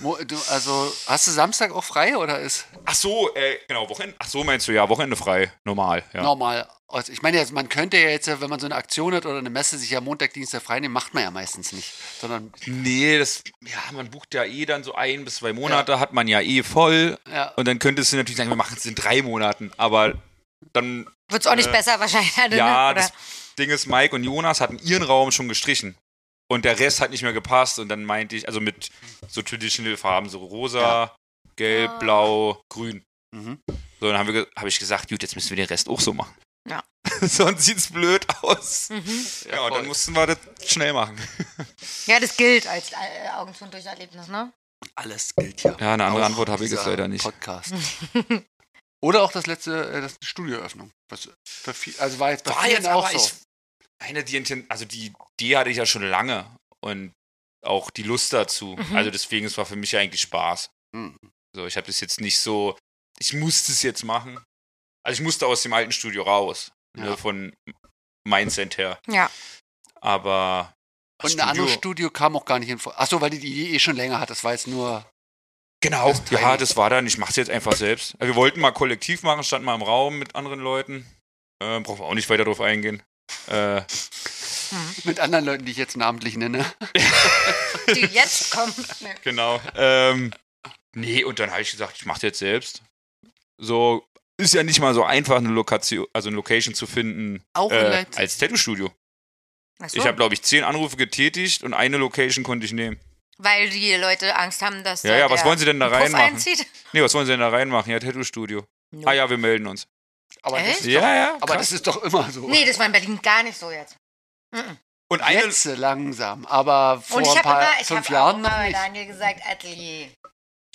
S2: Mo- du, also, hast du Samstag auch frei oder ist
S3: Ach so, äh, genau, Wochenende. Ach so, meinst du, ja, Wochenende frei, normal. Ja.
S2: normal? Also, ich meine, jetzt, man könnte ja jetzt, wenn man so eine Aktion hat oder eine Messe, sich ja Montag, Dienstag frei nehmen, macht man ja meistens nicht. Sondern,
S3: Nee, das, ja, man bucht ja eh dann so ein bis zwei Monate, hat man ja eh voll.
S2: ja,
S3: Und dann könntest du natürlich sagen, wir machen es in drei Monaten. Aber dann,
S1: Wird es auch nicht
S3: Äh,
S1: besser wahrscheinlich. ne?
S3: ja,
S1: Oder-
S3: das Ding ist, Mike und Jonas hatten ihren Raum schon gestrichen. Und der Rest hat nicht mehr gepasst. Und dann meinte ich, also mit so traditional Farben, so rosa, gelb,
S1: Ah.
S3: blau, grün.
S2: mhm.
S3: So, dann habe hab ich gesagt, gut, jetzt müssen wir den Rest auch so machen.
S1: Ja.
S3: (laughs) Sonst sieht's blöd aus.
S1: Mhm.
S3: Ja, und
S2: voll.
S3: dann mussten wir das schnell machen.
S1: ja, das gilt als äh, Augen zu und durch Erlebnis, ne?
S2: alles gilt ja.
S3: Ja, eine andere
S2: Auch
S3: Antwort habe ich jetzt
S2: dieser
S3: leider nicht. (laughs)
S2: Podcast. Oder auch das letzte, äh, das Studioeröffnung. Was für viel, also war jetzt bei
S3: War
S2: vielen
S3: jetzt
S2: auch
S3: aber,
S2: so.
S3: ich meine, die, Inten- also die Idee hatte ich ja schon lange und auch die Lust dazu.
S1: Mhm.
S3: Also deswegen, es war für mich ja eigentlich Spaß.
S2: Mhm.
S3: So, ich habe das jetzt nicht so, ich musste es jetzt machen. Also ich musste aus dem alten Studio raus.
S2: Ja.
S3: Ne, von Mindset her.
S1: Ja.
S3: Aber
S2: Und ein anderes Studio kam auch gar nicht in Frage. Achso, weil die die Idee eh schon länger hat. Das war jetzt nur.
S3: Genau,
S2: Das Teil.
S3: ja, das war dann. Ich mache es jetzt einfach selbst. Also Wir wollten mal kollektiv machen, standen mal im Raum mit anderen Leuten. Äh, brauchen wir auch nicht weiter drauf eingehen. Äh,
S2: Mit anderen Leuten, die ich jetzt namentlich nenne.
S3: (laughs)
S1: Die jetzt kommen. Nee.
S3: genau. Ähm, nee, und dann habe ich gesagt, ich mache jetzt selbst. So ist ja nicht mal so einfach, eine Lokation, also eine Location zu finden
S2: Auch in
S3: äh,
S2: Leipzig?
S3: als Tattoo-Studio.
S1: Ach so,
S3: Ich habe, glaube ich, zehn Anrufe getätigt und eine Location konnte ich nehmen.
S1: weil die Leute Angst haben, dass.
S3: Ja,
S1: da
S3: ja, was
S1: der
S3: wollen Sie denn da
S1: Prof
S3: reinmachen?
S1: Einzieht.
S3: Nee, was wollen Sie denn da reinmachen? Ja, Tattoo-Studio. Ah ja, wir melden uns.
S2: Aber, das
S1: Echt?
S2: ist,
S3: Ja, ja.
S2: aber
S3: krass.
S2: das ist doch immer so.
S1: Nee, das war in Berlin gar nicht so jetzt. Mhm.
S3: und eine,
S2: Jetzt langsam. Aber vor
S1: Und ich
S2: ein
S1: habe
S2: paar
S1: immer, ich
S2: fünf
S1: habe auch
S2: Jahren
S1: immer
S2: noch
S1: bei
S2: nicht.
S1: Daniel gesagt, Atelier.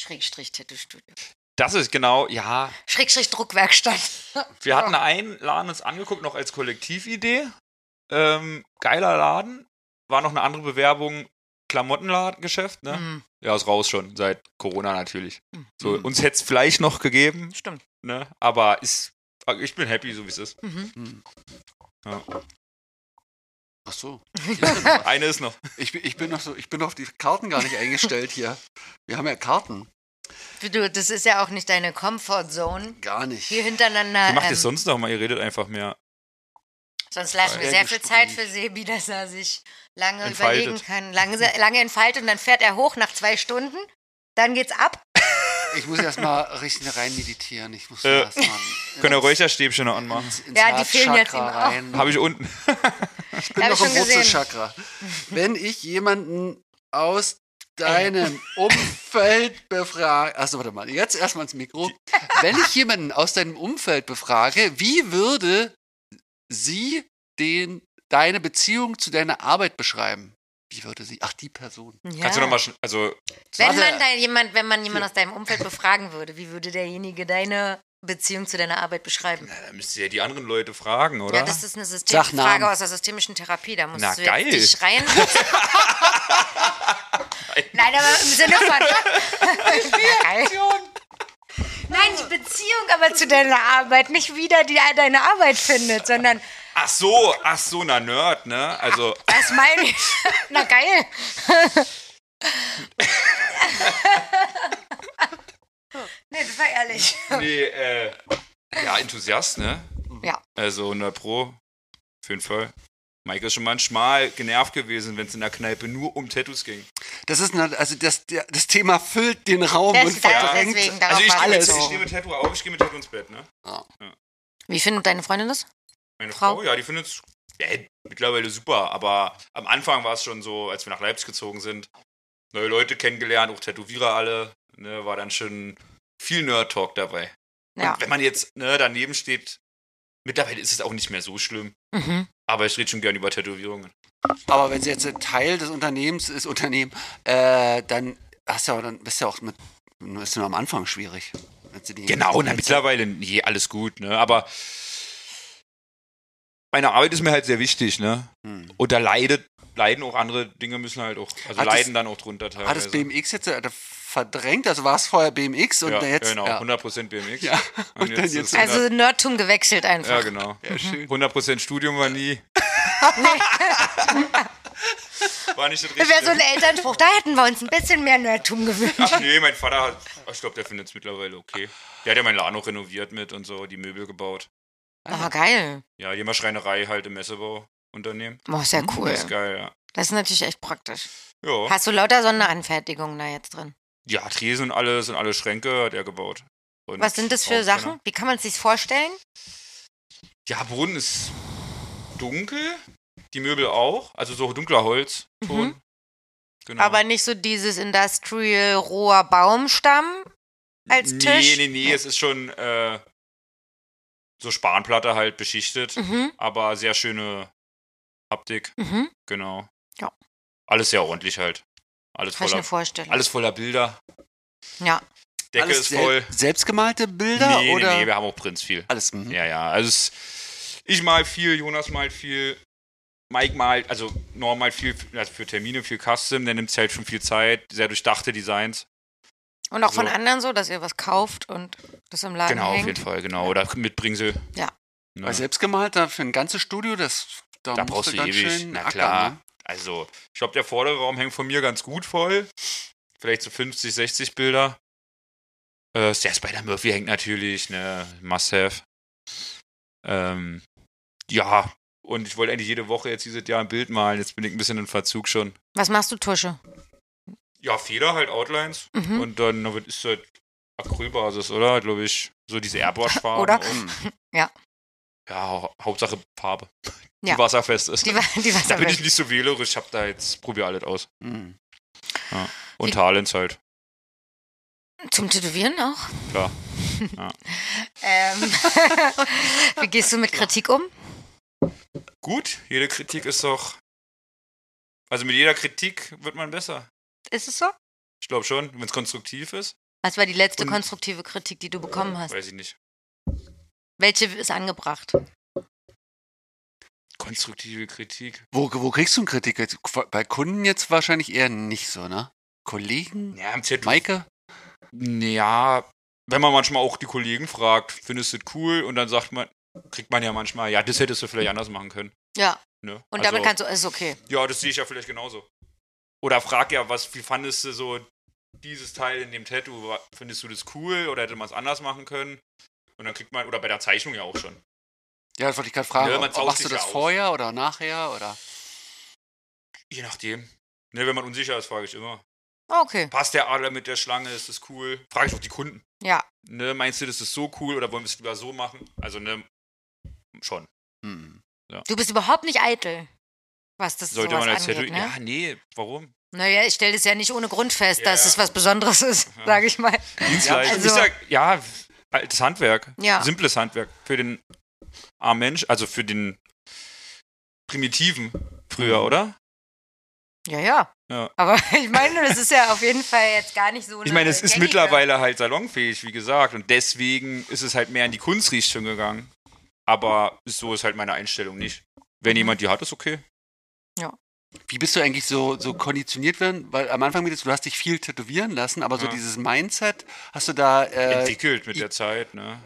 S1: Schrägstrich Tattoo-Studio.
S3: das ist genau, ja,
S1: Schrägstrich Druckwerkstatt.
S3: Wir hatten einen Laden uns angeguckt, noch als Kollektividee. Ähm, geiler Laden. War noch eine andere Bewerbung, Klamottenladengeschäft,
S1: (laughs)
S3: ne?
S1: Hm,
S3: Ja, ist raus schon, seit Corona natürlich.
S1: Mhm.
S3: So, uns hätte es vielleicht noch gegeben,
S1: stimmt.
S3: ne? Aber ist, ich bin happy, so wie es ist.
S1: Mhm.
S2: Hm.
S3: Ja.
S1: (laughs)
S2: Ach so.
S3: Eine ist noch.
S2: Ich, bin- ich bin noch so, ich bin auf die Karten gar nicht eingestellt hier. Wir haben ja Karten.
S1: Du, das ist ja auch nicht deine Comfortzone.
S2: Gar nicht.
S1: Hier hintereinander.
S3: Ihr macht
S1: ähm,
S3: es sonst noch mal, ihr redet einfach mehr.
S1: Sonst lassen wir
S2: Frei
S1: sehr viel Zeit
S2: gesprochen.
S1: für Sebi, dass er sich lange
S3: Entfaltet.
S1: überlegen kann, lange, lange entfaltet und dann fährt er hoch nach zwei Stunden. Dann geht's ab.
S2: Ich muss erstmal richtig rein meditieren. Ich muss
S3: Äh,
S2: erstmal.
S3: Könnt ihr Räucherstäbchen noch anmachen?
S1: Ja, die fehlen jetzt ihm auch.
S3: Habe ich unten.
S2: Ich bin
S1: Hab
S2: noch
S1: ich
S2: im
S1: schon gesehen.
S2: Wurzelchakra. Wenn ich jemanden aus deinem
S1: Äh.
S2: Umfeld befrage. Achso, warte mal. Jetzt erstmal ins Mikro. Wenn ich jemanden aus deinem Umfeld befrage, wie würde sie den, deine Beziehung zu deiner Arbeit beschreiben? Wie würde sie? Ach, die Person.
S1: Ja.
S3: Kannst du noch mal, schn- also,
S1: wenn
S2: Warte.
S1: man da jemand, wenn man jemand aus deinem Umfeld befragen würde, wie würde derjenige deine Beziehung zu deiner Arbeit beschreiben?
S3: da müsst ihr ja die anderen Leute fragen, oder?
S1: Ja, das ist eine
S2: Sag Namen.
S1: Systemfrage aus der systemischen Therapie. Da musst
S3: Na,
S1: du jetzt
S3: geil.
S1: dich
S3: (laughs)
S1: rein. Nein, aber im Sinne von. (laughs) Na, geil. Nein, die Beziehung aber zu deiner Arbeit. Nicht wieder, die deine Arbeit findet, sondern
S3: ach so, ach so, na Nerd, ne?
S1: (laughs)
S3: Also,
S1: das meine ich. Na (laughs) geil. nee, das war ehrlich.
S3: Nee, äh, ja, Enthusiast, ne?
S1: Ja.
S3: Also 100 Pro, auf jeden Fall. Mike ist schon manchmal genervt gewesen, wenn es in der Kneipe nur um Tattoos ging.
S2: Das ist eine, also das, der- das Thema füllt den Raum
S1: Das-
S2: und
S1: das-
S2: verdrängt.
S1: deswegen, darauf
S3: Also ich
S1: war
S3: gehe mit,
S1: alles
S3: ich
S1: so.
S3: stehe mit Tattoo auf, ich gehe mit Tattoo ins Bett, ne?
S1: Wie findet deine Freundin das?
S3: Meine
S1: Frau?
S3: Frau, ja, die findet es mittlerweile super, aber am Anfang war es schon so, als wir nach Leipzig gezogen sind, neue Leute kennengelernt, auch Tätowierer alle, ne, war dann schon viel Nerd-Talk dabei.
S1: Ja.
S3: Und wenn man jetzt ne, daneben steht, mittlerweile ist es auch nicht mehr so schlimm,
S1: Mhm.
S3: aber ich rede schon gern über Tätowierungen.
S2: Aber wenn sie jetzt ein Teil des Unternehmens ist, Unternehmen, äh, dann hast du ja, dann bist du ja auch mit, ist nur am Anfang schwierig. Wenn sie die-
S3: Genau, na, mittlerweile, nee, alles gut, ne? Aber meine Arbeit ist mir halt sehr wichtig, ne?
S2: Hm.
S3: Und da leidet, leiden auch andere Dinge müssen halt auch, also
S2: Hat das-
S3: leiden dann auch drunter teilweise.
S2: Hat das BMX jetzt äh, verdrängt? Also war es vorher BMX und
S3: ja,
S2: jetzt.
S3: genau,
S2: ja.
S3: 100% BMX.
S2: Ja,
S3: Und,
S2: und dann
S3: jetzt,
S2: jetzt-
S3: ist
S1: Also
S3: 100,
S1: Nerdtum gewechselt einfach.
S3: Genau. ja, genau.
S2: Mhm.
S3: 100% Studium
S2: (laughs)
S3: war nie. war nicht das
S1: Das wäre so ein
S3: Richtige.
S1: Elternspruch. Da hätten wir uns ein bisschen mehr Nerdtum gewünscht.
S3: Ach nee, mein Vater hat, ich glaube, der findet es mittlerweile okay. Der hat ja meinen Laden auch renoviert mit und so, die Möbel gebaut.
S1: Oh, geil.
S3: Ja, die haben ja Schreinerei halt im Messebauunternehmen.
S1: Oh, ist ja cool.
S3: Mhm, Das ist geil, ja.
S1: Das ist natürlich echt praktisch.
S3: Ja.
S1: Hast du lauter Sonderanfertigungen da jetzt drin?
S3: Ja, Tresen und alles und alle Schränke hat er gebaut. Und
S1: Was sind das für
S3: Raumkenner.
S1: Sachen? Wie kann man es sich vorstellen?
S3: Ja, Boden ist dunkel, die Möbel auch, also so dunkler Holzton. Genau.
S1: Mhm. Aber nicht so dieses industrial roher Baumstamm als
S3: nee,
S1: Tisch?
S3: Nee, nee, nee, es ist schon äh, so Spanplatte halt beschichtet,
S1: Mhm,
S3: aber sehr schöne Haptik,
S1: mhm.
S3: genau.
S1: Ja.
S3: Alles sehr ordentlich halt. Alles
S1: Kann ich mir
S3: voller,
S1: vorstellen.
S3: alles voller Bilder.
S1: Ja.
S3: Decke
S2: Alles
S3: ist
S2: sel-
S3: voll.
S2: Selbstgemalte Bilder
S3: nee,
S2: oder
S3: nee, nee, wir haben auch Prinz viel.
S2: alles. mhm.
S3: Ja, ja. Also es, ich mal viel, Jonas mal viel, Mike mal, also Norm mal viel für, also für Termine, viel Custom, der nimmt sich halt schon viel Zeit, sehr durchdachte Designs.
S1: Und auch von
S3: So.
S1: anderen so, dass ihr was kauft und das im Laden
S3: Genau, auf
S1: hängt.
S3: jeden Fall, genau. Oder Mitbringsel.
S1: Ja.
S3: Ne?
S2: Weil selbstgemalter für ein ganzes Studio, das da,
S3: da
S2: musst
S3: brauchst du
S2: ganz
S3: ewig.
S2: schön
S3: Na
S2: ackern,
S3: klar.
S2: ne?
S3: Also, ich glaube, der vordere Raum hängt von mir ganz gut voll. Vielleicht so 50, 60 Bilder. Äh, der Spider Murphy hängt natürlich, ne? Must have. Ähm, ja. Und ich wollte eigentlich jede Woche jetzt dieses Jahr ein Bild malen. Jetzt bin ich ein bisschen in Verzug schon.
S1: Was machst du, Tusche?
S3: Ja, Feder halt Outlines.
S1: Mhm.
S3: Und dann na, was ist halt Acrylbasis, oder? Glaube ich. So diese Airbrush-Farben.
S1: Oder?
S2: ne?
S3: Und,
S2: Mhm.
S1: Ja.
S3: ja, hau Hauptsache Farbe.
S1: Ja.
S3: Die wasserfest ist.
S1: Die, wa- die
S3: Da bin ich
S1: Wasserwelt.
S3: nicht so wählerisch, hab da jetzt, probier alles aus.
S2: Mhm.
S3: Und
S1: Wie-
S3: Talents halt.
S1: Zum Tätowieren auch.
S3: Klar.
S1: Ähm, (laughs) wie gehst du mit Kritik um?
S3: Gut, jede Kritik ist doch. Also mit jeder Kritik wird man besser.
S1: Ist es so?
S3: Ich glaube schon, wenn es konstruktiv ist.
S1: Was war die letzte
S3: Und-
S1: konstruktive Kritik, die du bekommen hast?
S3: Weiß ich nicht.
S1: Welche ist angebracht?
S3: Konstruktive Kritik.
S2: Wo, wo kriegst du eine Kritik? Jetzt? Bei Kunden jetzt wahrscheinlich eher nicht so, ne? Kollegen?
S3: Ja, im Tattoo.
S2: Maike?
S3: Ja, wenn man manchmal auch die Kollegen fragt, findest du das cool? Und dann sagt man, kriegt man ja manchmal, ja, das hättest du vielleicht anders machen können.
S1: Ja.
S3: Ne?
S1: Und
S3: Also-
S1: damit kannst du, ist okay.
S3: Ja, das sehe ich ja vielleicht genauso. Oder frag ja, was, wie fandest du so dieses Teil in dem Tattoo? Wa- Findest du das cool oder hätte man es anders machen können? Und dann kriegt man, oder bei der Zeichnung ja auch schon.
S2: Ja, das wollte ich gerade fragen.
S3: Ja, man
S2: ob,
S3: tauscht
S2: machst du
S3: sich ja
S2: das
S3: aus.
S2: vorher oder nachher? Oder?
S3: Je nachdem. Ne, wenn man unsicher ist, frage ich immer.
S1: Okay.
S3: Passt der Adler mit der Schlange? Ist das cool? Frage ich auch die Kunden.
S1: Ja.
S3: Ne, meinst du, das ist so cool oder wollen wir es lieber so machen? Also, ne, schon.
S2: Hm.
S1: Du bist überhaupt nicht eitel, was das
S3: Sollte
S1: sowas
S3: man als
S1: angeht,
S3: Tattoo.
S1: ne?
S3: Ja, nee, warum?
S1: Naja, ich stelle das ja nicht ohne Grund fest,
S3: Ja,
S1: dass
S3: ja.
S1: es was Besonderes ist,
S3: Ja.
S1: sage ich mal.
S3: Dienstleistung.
S1: also-
S3: ich sag, ja, altes Handwerk.
S1: Ja.
S3: Simples Handwerk. Für den armen Mensch, also für den Primitiven früher, oder?
S1: Ja, ja.
S3: Ja.
S1: Aber (laughs) ich meine, das ist ja auf jeden Fall jetzt gar nicht so. eine
S3: Ich
S1: ne?
S3: meine, es ist
S1: gängige-
S3: mittlerweile halt salonfähig, wie gesagt. Und deswegen ist es halt mehr in die Kunstrichtung gegangen. Aber so ist halt meine Einstellung nicht. Wenn
S1: Mhm.
S3: jemand die hat, ist okay.
S2: Wie bist du eigentlich so, so konditioniert werden? Weil am Anfang meintest du, du hast dich viel tätowieren lassen, aber so
S3: Ja.
S2: dieses Mindset hast du da. Äh,
S3: Entwickelt mit
S2: ich-
S3: der Zeit, ne?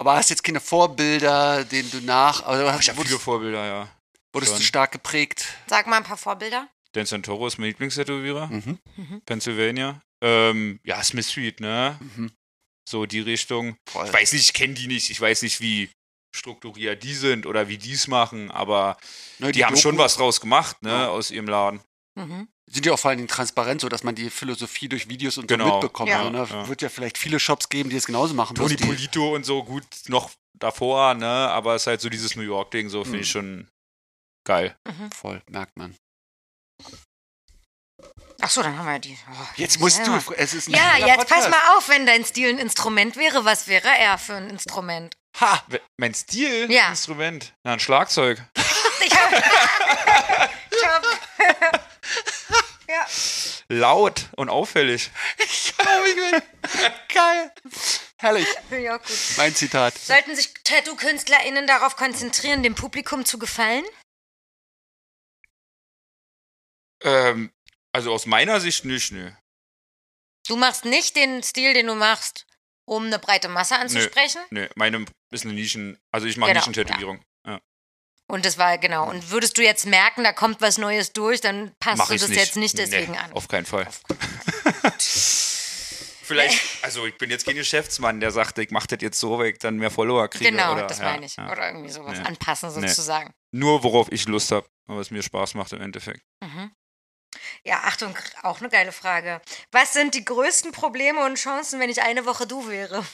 S2: aber hast jetzt keine Vorbilder, denen du nach. Also
S3: Ich habe viele
S2: wurdest,
S3: Vorbilder, ja.
S2: wurdest du
S3: schon.
S2: stark geprägt?
S1: Sag mal ein paar Vorbilder.
S3: Dan Santoro ist mein Lieblingstätowierer,
S2: Mhm.
S3: Pennsylvania. Ähm, ja, Smith Street, ne?
S2: Mhm.
S3: So die Richtung.
S2: Voll.
S3: Ich weiß nicht, ich kenne die nicht. Ich weiß nicht, wie strukturiert die sind oder wie die es machen, aber
S2: Ne,
S3: die, haben
S2: Doku
S3: schon was draus gemacht, ne,
S2: Ja.
S3: aus ihrem Laden.
S1: Mhm.
S2: Sind ja auch vor allen Dingen transparent, so dass man die Philosophie durch Videos und so
S3: Genau.
S2: mitbekommt.
S1: Ja.
S2: Ja. Ne?
S3: Ja.
S2: Wird ja vielleicht viele Shops geben, die es genauso machen. bloß
S3: Tony
S2: die-
S3: Polito und so gut noch davor, ne, aber es ist halt so dieses New York Ding, so finde
S2: Mhm.
S3: ich schon geil.
S1: Mhm.
S2: Voll, merkt man.
S1: Ach so, dann haben wir ja die. Oh,
S2: Jetzt musst
S1: selber.
S2: du. Es ist ein
S1: Ja,
S2: eigener
S1: jetzt
S2: Podcast.
S1: pass mal auf, wenn dein Stil ein Instrument wäre, was wäre er für ein Instrument?
S2: Ha!
S3: We- Mein Stil,
S1: Ja.
S3: Instrument, na ein Schlagzeug.
S1: Ich hab, ich hab, ja.
S3: Laut und
S2: (laughs)
S3: auffällig. (laughs)
S2: Geil! Herrlich,
S1: finde ich auch gut.
S2: mein Zitat.
S1: Sollten sich Tattoo-KünstlerInnen darauf konzentrieren, dem Publikum zu gefallen?
S3: Ähm, also aus meiner Sicht nicht, ne.
S1: Du machst nicht den Stil, den du machst, um eine breite Masse anzusprechen.
S3: Ne, meine ist eine Nischen, also ich mache
S1: Genau,
S3: Nischentätowierung. Ja.
S1: Und das war genau. Und würdest du jetzt merken, da kommt was Neues durch, dann passt
S3: Mach
S1: du
S3: ich's
S1: das
S3: nicht.
S1: jetzt nicht deswegen
S3: Nee,
S1: an.
S3: Auf keinen Fall. (laughs) Vielleicht, also ich bin jetzt kein Geschäftsmann, der sagt, ich mache das jetzt so, weil ich dann mehr Follower kriege.
S1: genau,
S3: oder,
S1: das
S3: ja,
S1: meine ich.
S3: ja.
S1: Oder irgendwie sowas.
S3: Nee.
S1: Anpassen
S3: Nee.
S1: sozusagen.
S3: Nur worauf ich Lust habe, aber es mir Spaß macht im Endeffekt.
S1: Mhm. Ja, Achtung, auch eine geile Frage. Was sind die größten Probleme und Chancen, wenn ich eine Woche du wäre?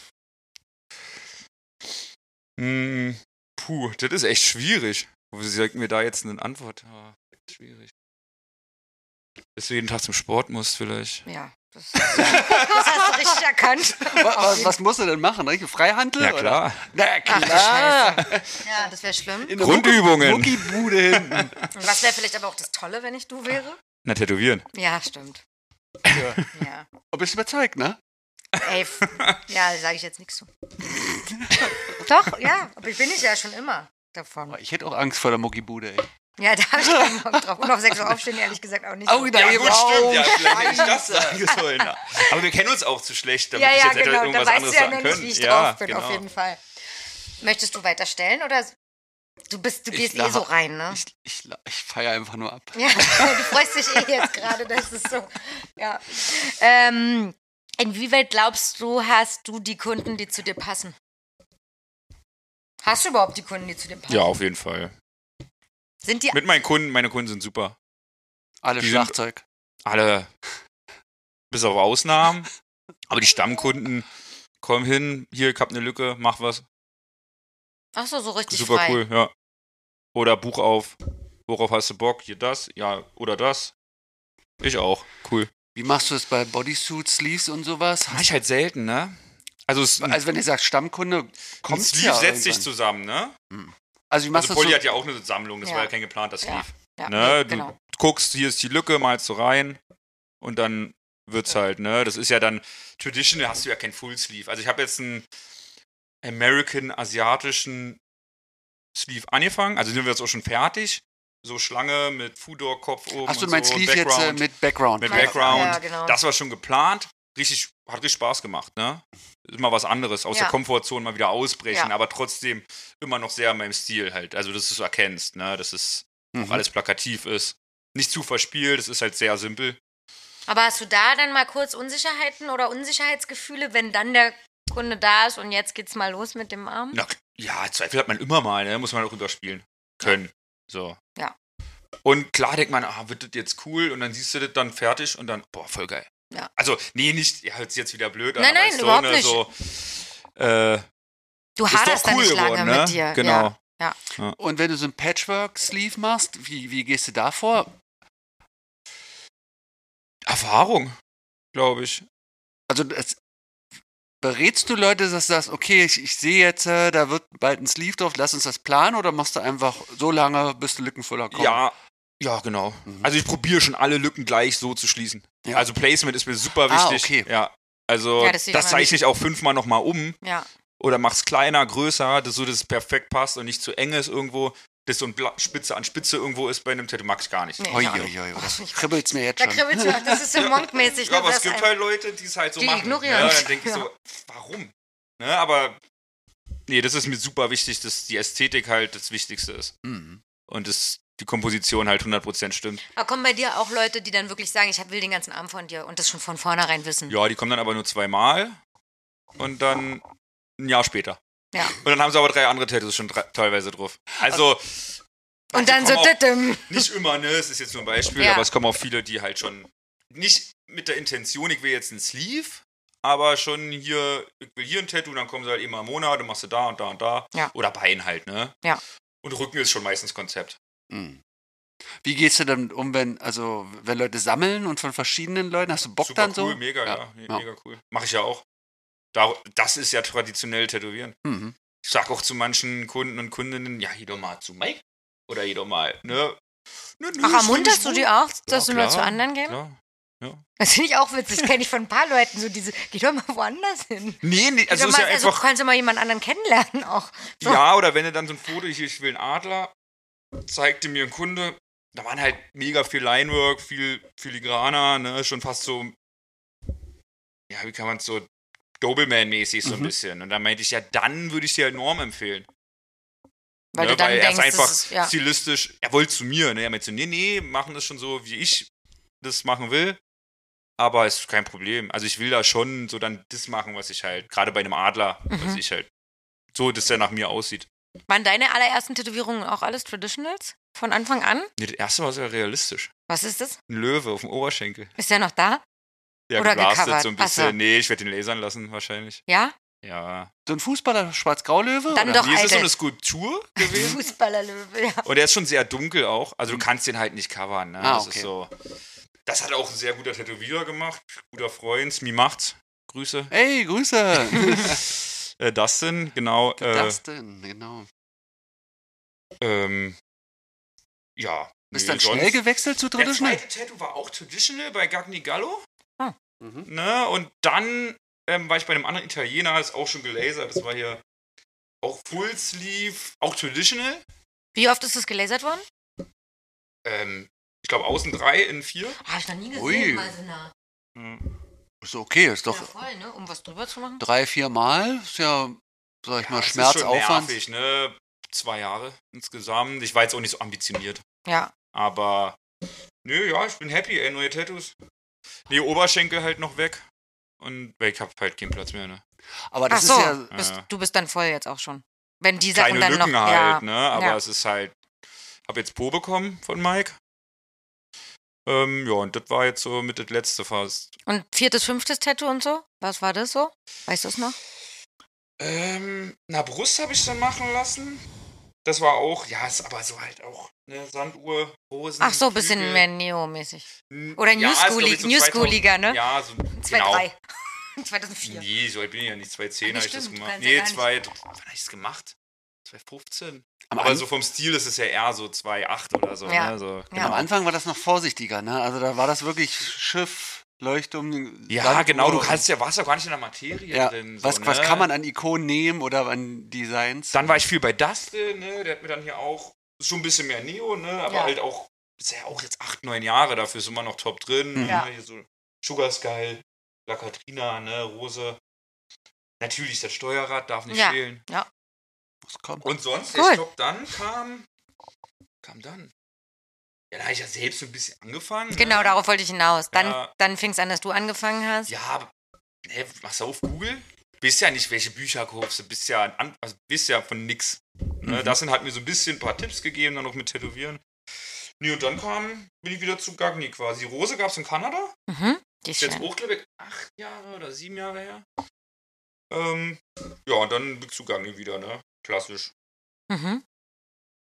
S3: Hm, puh, das ist echt schwierig. Wie sagt mir da jetzt eine Antwort? Ah, schwierig. Dass du jeden Tag zum Sport musst, vielleicht.
S1: Ja,
S3: (laughs)
S1: das, das hast du richtig erkannt.
S2: Was, was muss er denn machen? Richtig? Freihandel?
S3: Ja, klar.
S2: Oder? Na
S1: Ach, du
S2: klar.
S1: Ja, das wäre schlimm.
S2: In der
S3: Grundübungen.
S2: Muckibude (laughs) hinten.
S1: Und was wäre vielleicht aber auch das Tolle, wenn ich du wäre?
S3: Na, tätowieren.
S1: Ja, stimmt.
S2: Ja.
S1: Ja.
S2: Oh, bist du überzeugt, ne?
S1: Ey, f- ja, sage ich jetzt nichts zu. Doch, ja, aber ich bin ich ja schon immer davon.
S2: Boah, Ich hätte auch Angst vor der Muckibude, ey.
S1: Ja, da habe ich keinen Bock drauf. Und auf 6 Uhr aufstehen, ehrlich gesagt, auch nicht.
S2: Oh, da eben auch.
S3: Ja, vielleicht hätte ich das
S2: Scheiße.
S3: sagen sollen. Aber wir kennen uns auch zu schlecht, damit
S1: ja,
S3: ich
S1: ja,
S3: jetzt hätte
S1: genau. Da
S3: irgendwas
S1: weißt
S3: anderes
S1: du ja
S3: sagen
S1: noch nicht,
S3: können.
S1: wie ich
S3: ja,
S1: drauf bin,
S3: genau.
S1: auf jeden Fall. Möchtest du weiterstellen oder du bist, du
S2: Ich
S1: gehst eh
S2: lach.
S1: so rein, ne?
S2: Ich, ich, la- ich feiere einfach nur ab.
S1: Ja, (laughs) du freust dich eh jetzt gerade, das ist so. Ja. Ähm, inwieweit glaubst du, hast du die Kunden, die zu dir passen? Hast du überhaupt die Kunden, die zu dir passen?
S3: Ja, auf jeden Fall.
S1: Sind die
S3: Mit meinen Kunden, meine Kunden sind super.
S2: Alle
S3: Die sind-
S2: Schlagzeug.
S3: Alle, bis auf Ausnahmen. Aber die Stammkunden kommen hin, hier, ich hab eine Lücke, mach was.
S1: ach so, so richtig
S3: Super
S1: frei?
S3: cool, ja. Oder Buch auf. Worauf hast du Bock? Hier das, ja, oder das. Ich auch. Cool.
S2: Wie machst du das bei Bodysuit, Sleeves und sowas?
S3: Mach ich halt selten, ne? Also, es,
S2: Also wenn ihr sagt Stammkunde,
S3: ein
S2: kommt
S3: Sleeve
S2: ja
S3: setzt sich
S2: irgendwann.
S3: zusammen, ne?
S2: Also wie machst
S3: Also
S2: du
S3: Polly
S2: das
S3: hat ja auch eine Sammlung, das
S1: Ja.
S3: war ja kein geplanter
S1: Ja,
S3: Sleeve.
S1: ja,
S3: ne?
S1: nee,
S3: Du
S1: genau.
S3: guckst, hier ist die Lücke, malst du rein und dann wird's halt, ne? Das ist ja dann Traditional, hast du ja kein Full Sleeve. Also ich habe jetzt einen American-asiatischen Sleeve angefangen, also sind wir jetzt auch schon fertig. So Schlange mit Fudor-Kopf oben
S2: so? Hast du
S3: und
S2: mein
S3: so,
S2: Sleeve jetzt äh,
S3: Background.
S2: mit Background?
S3: mit
S1: Ja,
S3: Background.
S1: ja, genau.
S3: Das war schon geplant. Richtig, hat richtig Spaß gemacht, ne? Ist Immer was anderes, aus
S1: Ja.
S3: der Komfortzone mal wieder ausbrechen,
S1: Ja.
S3: aber trotzdem immer noch sehr in meinem Stil halt. Also, dass du es erkennst, ne? Dass es auch
S2: Mhm.
S3: alles plakativ ist. Nicht zu verspielt, es ist halt sehr simpel.
S1: Mhm. Aber hast du da dann mal kurz Unsicherheiten oder Unsicherheitsgefühle, wenn dann der Kunde da ist und jetzt geht's mal los mit dem Arm?
S3: Na, ja, Zweifel hat man immer mal, ne? Muss man auch überspielen können. So.
S1: Ja.
S3: Und klar denkt man, ah, wird das jetzt cool und dann siehst du das dann fertig und dann, boah, voll geil.
S1: Ja.
S3: Also, nee, nicht, ja, hört sich jetzt wieder blöd an.
S1: Nein,
S3: aber
S1: nein,
S3: ist
S1: überhaupt
S3: ne,
S1: nicht.
S3: So, äh,
S1: Du haderst da nicht lange mit dir.
S3: Genau.
S1: Ja. ja.
S2: Und wenn du so ein Patchwork-Sleeve machst, wie, wie gehst du da vor?
S3: Erfahrung, glaube ich.
S2: Also es, berätst du Leute, dass du sagst, okay, ich, ich sehe jetzt, äh, da wird bald ein Sleeve drauf, lass uns das planen oder machst du einfach so lange, bis du lückenvoller kommst?
S3: Ja, ja, genau.
S2: Mhm.
S3: Also ich probiere schon alle Lücken gleich so zu schließen.
S2: Ja.
S3: Also Placement ist mir super
S2: Ah,
S3: wichtig.
S2: okay.
S3: Ja. Also
S1: Ja, das
S3: das,
S1: sieht man
S3: zeichne ich auch fünfmal nochmal um
S1: ja.
S3: oder mach's kleiner, größer, dass so dass es perfekt passt und nicht zu eng ist irgendwo, dass so ein Bla Spitze an Spitze irgendwo ist bei einem Tattoo mag ich gar nicht.
S1: Nee.
S2: Oi,
S1: Ja.
S2: oi, oi, das kribbelt's mir jetzt
S1: Da
S2: schon.
S1: kribbelt's ja. Das
S3: (laughs)
S1: ist so (laughs) Monk-mäßig.
S3: Ja,
S1: ne?
S3: aber
S1: Das
S3: es gibt
S1: ein-
S3: halt Leute, die es halt so
S1: Die
S3: machen.
S1: ignorieren
S3: ne?
S1: es.
S3: Dann denke ich so, warum? Ne, aber nee, das ist mir super wichtig, dass die Ästhetik halt das Wichtigste ist
S2: Mhm.
S3: und dass die Komposition halt 100% stimmt.
S1: Aber kommen bei dir auch Leute, die dann wirklich sagen, ich hab- will den ganzen Arm von dir und das schon von vornherein wissen.
S3: Ja, die kommen dann aber nur zweimal und dann ein Jahr später.
S1: Ja.
S3: Und dann haben sie aber drei andere Tattoos schon drei, teilweise drauf. Also
S1: und dann so,
S3: kommen auch-
S1: tittim.
S3: nicht immer, ne? Es ist jetzt nur ein Beispiel,
S1: Ja.
S3: aber es kommen auch viele, die halt schon nicht mit der Intention, ich will jetzt ein Sleeve, aber schon hier, ich will hier ein Tattoo, dann kommen sie halt immer im Monat und machst du da und da und da.
S1: Ja.
S3: Oder Bein halt, ne?
S1: Ja.
S3: Und Rücken ist schon meistens Konzept.
S2: Mhm. Wie gehst du damit um, wenn, also, wenn Leute sammeln und von verschiedenen Leuten? Hast du Bock
S3: Super
S2: dann
S3: cool,
S2: so?
S3: mega,
S2: Ja.
S3: ja. Me- Mega cool. Mach ich ja auch. Da- Das ist ja traditionell tätowieren.
S2: Mhm.
S3: ich sag auch zu manchen Kunden und Kundinnen, ja, jedoch mal zu Mike oder jedoch mal, ne? Nö, nö,
S1: Ach,
S3: ist
S1: ermunterst
S3: nicht
S1: du
S3: so.
S1: die auch, dass
S3: ne? Ja,
S1: du mal
S3: klar,
S1: zu anderen gehen?
S3: klar.
S1: Das finde ich auch witzig. Kenne ich von ein paar Leuten so diese, geh doch mal woanders hin.
S3: Nee, nee, also
S1: Also,
S3: ist
S1: mal,
S3: ja
S1: also
S3: einfach,
S1: kannst du mal jemand anderen kennenlernen auch. so.
S3: ja, oder wenn du dann so ein Foto, hier, ich will einen Adler, zeigte mir ein Kunde, da waren halt mega viel Linework, viel Filigraner, ne, schon fast so, ja, wie kann man es so, Doberman-mäßig so ein
S2: Mhm.
S3: bisschen. Und dann meinte ich, ja, dann würde ich dir enorm empfehlen.
S1: Weil
S3: ne,
S1: du dann
S3: weil
S1: denkst,
S3: er ist einfach
S1: das ist, ja.
S3: stilistisch, er wollte zu mir, ne? Er meinte so, nee, nee, machen das schon so, wie ich das machen will. Aber ist kein Problem. Also ich will da schon so dann das machen, was ich halt, gerade bei einem Adler, was
S1: Mhm.
S3: ich halt, so, dass der nach mir aussieht.
S1: Waren deine allerersten Tätowierungen auch alles Traditionals? Von Anfang an?
S3: Nee, das erste war sehr realistisch.
S1: Was ist das?
S3: Ein Löwe auf dem Oberschenkel.
S1: Ist der noch da?
S3: Der
S1: Oder
S3: geblastet
S1: gecovert.
S3: so ein
S1: Ach so.
S3: bisschen. Nee, ich werde den lasern lassen wahrscheinlich.
S1: Ja?
S3: Ja.
S2: So ein Fußballer, Schwarz-Grau-Löwe?
S1: Dann
S2: oder?
S1: Ach,
S3: Hier ist es so
S1: Alter.
S3: eine Skulptur gewesen.
S1: (laughs) Fußballerlöwe, ja.
S3: Und er ist schon sehr dunkel auch. Also du
S1: Mhm.
S3: kannst den halt nicht covern. Ne?
S2: Ah,
S3: das
S2: okay.
S3: ist so. Das hat auch ein sehr guter Tätowierer gemacht. Guter Freund, Mi macht's. Grüße.
S2: Ey,
S3: (laughs)
S2: Grüße!
S3: Äh, Dustin, genau. Äh,
S2: das denn, genau.
S3: ähm, ja.
S2: Bist
S3: nee,
S2: dann schnell
S3: sonst-
S2: gewechselt zu
S3: Der
S2: Traditional?
S3: zweite Tattoo war auch Traditional bei Gagni Gallo.
S1: Ah.
S2: Mhm.
S3: Ne? Und dann ähm, war ich bei einem anderen Italiener, ist auch schon gelasert. Das war hier auch Full Sleeve, auch Traditional.
S1: Wie oft ist das gelasert worden?
S3: ähm, ich glaube, außen drei, innen vier.
S1: Habe Ah, ich noch nie gesehen,
S2: Ui.
S1: mal so nah.
S3: Mhm.
S2: Ist okay, ist
S1: Ja,
S2: doch
S1: voll, ne? Um was drüber zu machen.
S2: drei, vier Mal. Ist ja, sag ich mal,
S3: Das ist schon
S2: Schmerzaufwand.
S3: nervig, ne? Zwei Jahre insgesamt. Ich war jetzt auch nicht so ambitioniert.
S1: Ja.
S3: Aber, nö, ja, ich bin happy, ey, neue Tattoos. Nee, Oberschenkel halt noch weg. Und weil ich hab halt keinen Platz mehr, ne?
S2: Aber
S1: Ach
S2: das
S1: so,
S2: ist ja.
S1: bist,
S3: Ja.
S1: du bist dann voll jetzt auch schon. Wenn die Sachen
S3: Kleine
S1: dann
S3: Lücken
S1: noch.
S3: halt,
S1: ja.
S3: ne? Aber
S1: ja.
S3: es ist halt. Hab jetzt Po bekommen von Mike. Ähm, ja, und das war jetzt so mit das letzte fast.
S1: Und viertes, fünftes Tattoo und so? Was war das so? Weißt du es noch?
S3: Ähm, na, Brust habe ich dann machen lassen. Das war auch, ja, ist aber so halt auch, ne, Sanduhr, Hosen.
S1: Ach so, ein bisschen
S3: Flügel.
S1: mehr neo-mäßig.
S3: N-
S1: Oder New
S3: ist, glaub
S1: Schoolie-
S3: ich, so
S1: New
S3: 2000
S1: Schooliger, ne?
S3: Ja, so
S1: Zwei,
S3: genau. (laughs)
S1: drei. 2004.
S3: Nee, so alt bin ich ja nicht. 2010
S1: Ah,
S3: habe
S1: nee,
S3: ich das
S1: stimmt,
S3: gemacht.
S1: kannst ja
S3: Nee,
S1: gar nicht.
S3: zwei, wann habe ich das gemacht? 2015.
S2: Am,
S3: Aber
S2: An
S3: so vom Stil ist es ja eher so 2,8 oder so.
S1: Ja.
S3: Ne? so
S2: am
S1: Ja.
S2: Anfang war das noch vorsichtiger, ne? Also da war das wirklich Schiff, Leuchtturm.
S3: Ja,
S2: Sanduhr.
S3: genau, du kannst ja, warst ja gar nicht in der Materie
S2: Ja,
S3: drin. So,
S2: was,
S3: ne?
S2: was kann man an Ikonen nehmen oder an Designs?
S3: Dann war ich viel bei Dustin, ne? Der hat mir dann hier auch schon ein bisschen mehr Neo, ne? Aber
S1: Ja.
S3: halt auch, ist ja auch jetzt 8, 9 Jahre, dafür ist immer noch top drin.
S2: Mhm.
S1: Ja.
S3: Ne? Hier so Sugar Sky, La Katrina, ne, Rose. Natürlich, das Steuerrad darf nicht
S1: Ja.
S3: fehlen.
S2: Was kommt?
S3: Und sonst,
S1: Cool.
S3: ich glaube, dann kam. Kam dann. Ja, da habe ich ja selbst so ein bisschen angefangen.
S1: Genau,
S3: ne?
S1: darauf wollte ich hinaus. Dann,
S3: Ja.
S1: dann fing es an, dass du angefangen hast.
S3: Ja, ne, machst du auf Google? Bist ja nicht, welche Bücher kaufst du, bist ja, ein An- also bist ja von nix.
S1: Mhm.
S3: Ne, Das sind halt mir so ein bisschen ein paar Tipps gegeben, dann noch mit Tätowieren. Nee, und dann kam, bin ich wieder zu Gagni quasi. Rose gab es in Kanada.
S1: Mhm. Die ist
S3: Ist jetzt
S1: schön.
S3: auch, glaube ich, acht Jahre oder sieben Jahre her. Ähm, ja, und dann bin ich zu Gagni wieder, ne? Klassisch.
S1: Mhm.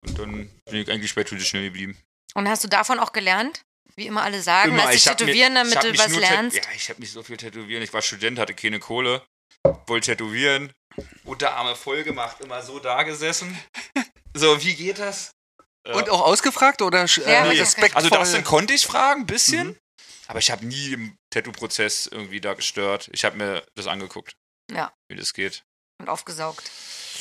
S3: Und dann bin ich eigentlich bei Traditional geblieben.
S1: Und hast du davon auch gelernt? Wie immer alle sagen, lass dich
S3: ich hab mir-
S1: tätowieren,
S3: ich
S1: damit
S3: hab
S1: du
S3: mich
S1: was
S3: nur tät-
S1: lernst.
S3: Ja, ich habe nicht so viel tätowieren. Ich war Student, hatte keine Kohle, wollte tätowieren, Unterarme voll gemacht, immer so da gesessen. So, wie geht das? Äh,
S2: Und auch ausgefragt oder
S1: Ja,
S2: äh,
S1: nee.
S2: respektvoll?
S3: also Dustin konnte ich fragen, ein bisschen,
S1: Mhm.
S3: aber ich habe nie im Tattoo-Prozess irgendwie da gestört. Ich habe mir das angeguckt.
S1: Ja.
S3: Wie das geht.
S1: Und aufgesaugt.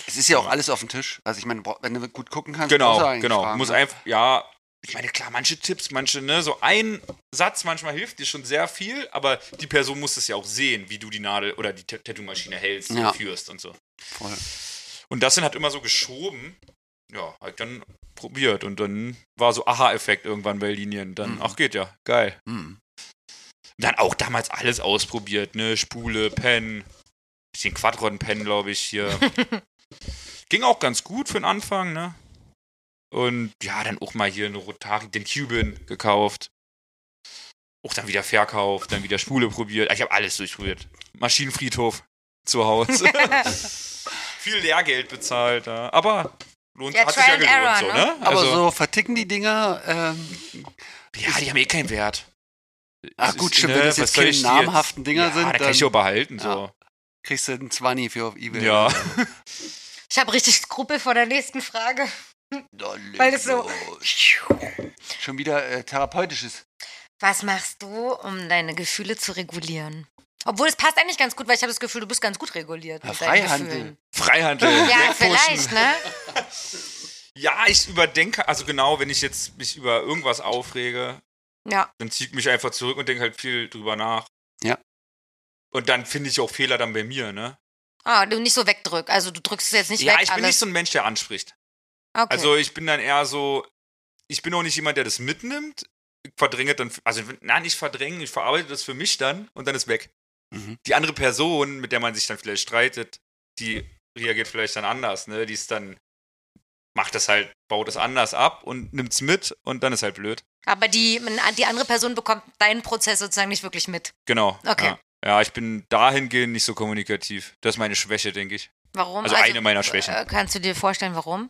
S2: es ist ja auch alles auf dem Tisch. Also ich meine, bra- wenn du gut gucken kannst, brauchst du
S3: Genau,
S2: eigentlich
S3: genau.
S2: fragen,
S3: Muss
S2: ne?
S3: einfach, ja. Ich meine, klar, manche Tipps, manche, ne, so ein Satz manchmal hilft dir schon sehr viel, aber die Person muss es ja auch sehen, wie du die Nadel oder die Tat- Tattoo-Maschine hältst
S2: Ja.
S3: und führst und so.
S2: Voll.
S3: Und das dann hat immer so geschoben. Ja, hab ich dann probiert und dann war so Aha-Effekt irgendwann bei Linien. Dann,
S2: Mhm.
S3: ach, geht ja, geil.
S2: Mhm.
S3: Dann auch damals alles ausprobiert, ne? Spule, Pen, bisschen Quadron-Pen, glaube ich,
S2: (laughs)
S3: hier. Ging auch ganz gut für den Anfang, ne? Und ja, dann auch mal hier eine Rotari, den Cuban gekauft. Auch dann wieder verkauft, dann wieder Spule probiert. Ich habe alles durchprobiert. Maschinenfriedhof zu Hause.
S2: (laughs)
S3: (laughs) Viel Lehrgeld bezahlt, ja. aber lohnt,
S1: Ja,
S3: hat sich
S1: Trial
S3: ja
S1: and
S3: gelohnt,
S1: Error,
S3: so,
S1: ne?
S3: ne?
S2: Aber so verticken die Dinger. Ähm,
S3: ja, die haben eh keinen Wert.
S2: ach
S3: Es
S2: Ah, gut,
S3: ist,
S2: stimmt,
S3: ne,
S2: wenn das
S3: was
S2: jetzt
S3: soll
S2: keine
S3: ich die
S2: namhaften Dinger
S3: ja,
S2: sind,
S3: da kann
S2: dann
S3: ich die auch behalten, so.
S2: Ja. kriegst du einen 20 für auf Ebay.
S3: Ja.
S1: Ich habe richtig Skrupel vor der nächsten Frage.
S2: Na, leg
S1: Weil das so-
S2: los. Schon wieder äh, therapeutisches.
S1: Was machst du, um deine Gefühle zu regulieren? Obwohl es passt eigentlich ganz gut, weil ich habe das Gefühl, du bist ganz gut reguliert.
S2: Ja,
S1: mit deinen
S2: Freihandel.
S1: Gefühlen.
S3: Freihandel.
S1: Ja,
S3: Äh, wegpushen.
S1: vielleicht, ne?
S3: Ja, ich überdenke, also genau, wenn ich jetzt mich über irgendwas aufrege,
S1: Ja,
S3: dann ziehe ich mich einfach zurück und denke halt viel drüber nach.
S2: Ja.
S3: Und dann finde ich auch Fehler dann bei mir, ne?
S1: ah, du nicht so wegdrückst. Also du drückst es jetzt nicht
S3: ja,
S1: weg.
S3: ich bin
S1: alles.
S3: nicht so ein Mensch, der anspricht.
S1: okay.
S3: Also ich bin dann eher so, ich bin auch nicht jemand, der das mitnimmt, ich verdränge dann, also nein, ich verdränge, ich verarbeite das für mich dann und dann ist weg.
S2: Mhm.
S3: Die andere Person, mit der man sich dann vielleicht streitet, die reagiert vielleicht dann anders, ne? Die ist dann, macht das halt, baut das anders ab und nimmt's mit und dann ist halt blöd.
S1: Aber die, die andere Person bekommt deinen Prozess sozusagen nicht wirklich mit.
S3: Genau.
S1: Okay.
S3: Ja. ja, ich bin dahingehend nicht so kommunikativ. Das ist meine Schwäche, denke ich.
S1: Warum?
S3: Also eine meiner Schwächen.
S1: äh, Kannst du dir vorstellen, warum?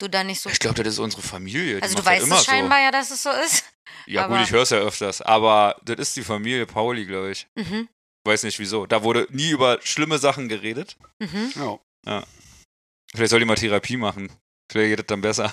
S1: Du da nicht so.
S3: Ich glaube, das ist unsere Familie. Die
S1: Also du
S3: macht das
S1: weißt
S3: immer
S1: es scheinbar ja, dass es so ist.
S3: So. Ja,
S1: aber-
S3: gut, ich höre es ja öfters. Aber das ist die Familie Pauli, glaube ich.
S1: Mhm.
S3: Weiß nicht wieso. Da wurde nie über schlimme Sachen geredet.
S1: Mhm.
S2: Ja.
S3: Vielleicht soll die mal Therapie machen. Vielleicht geht das dann besser.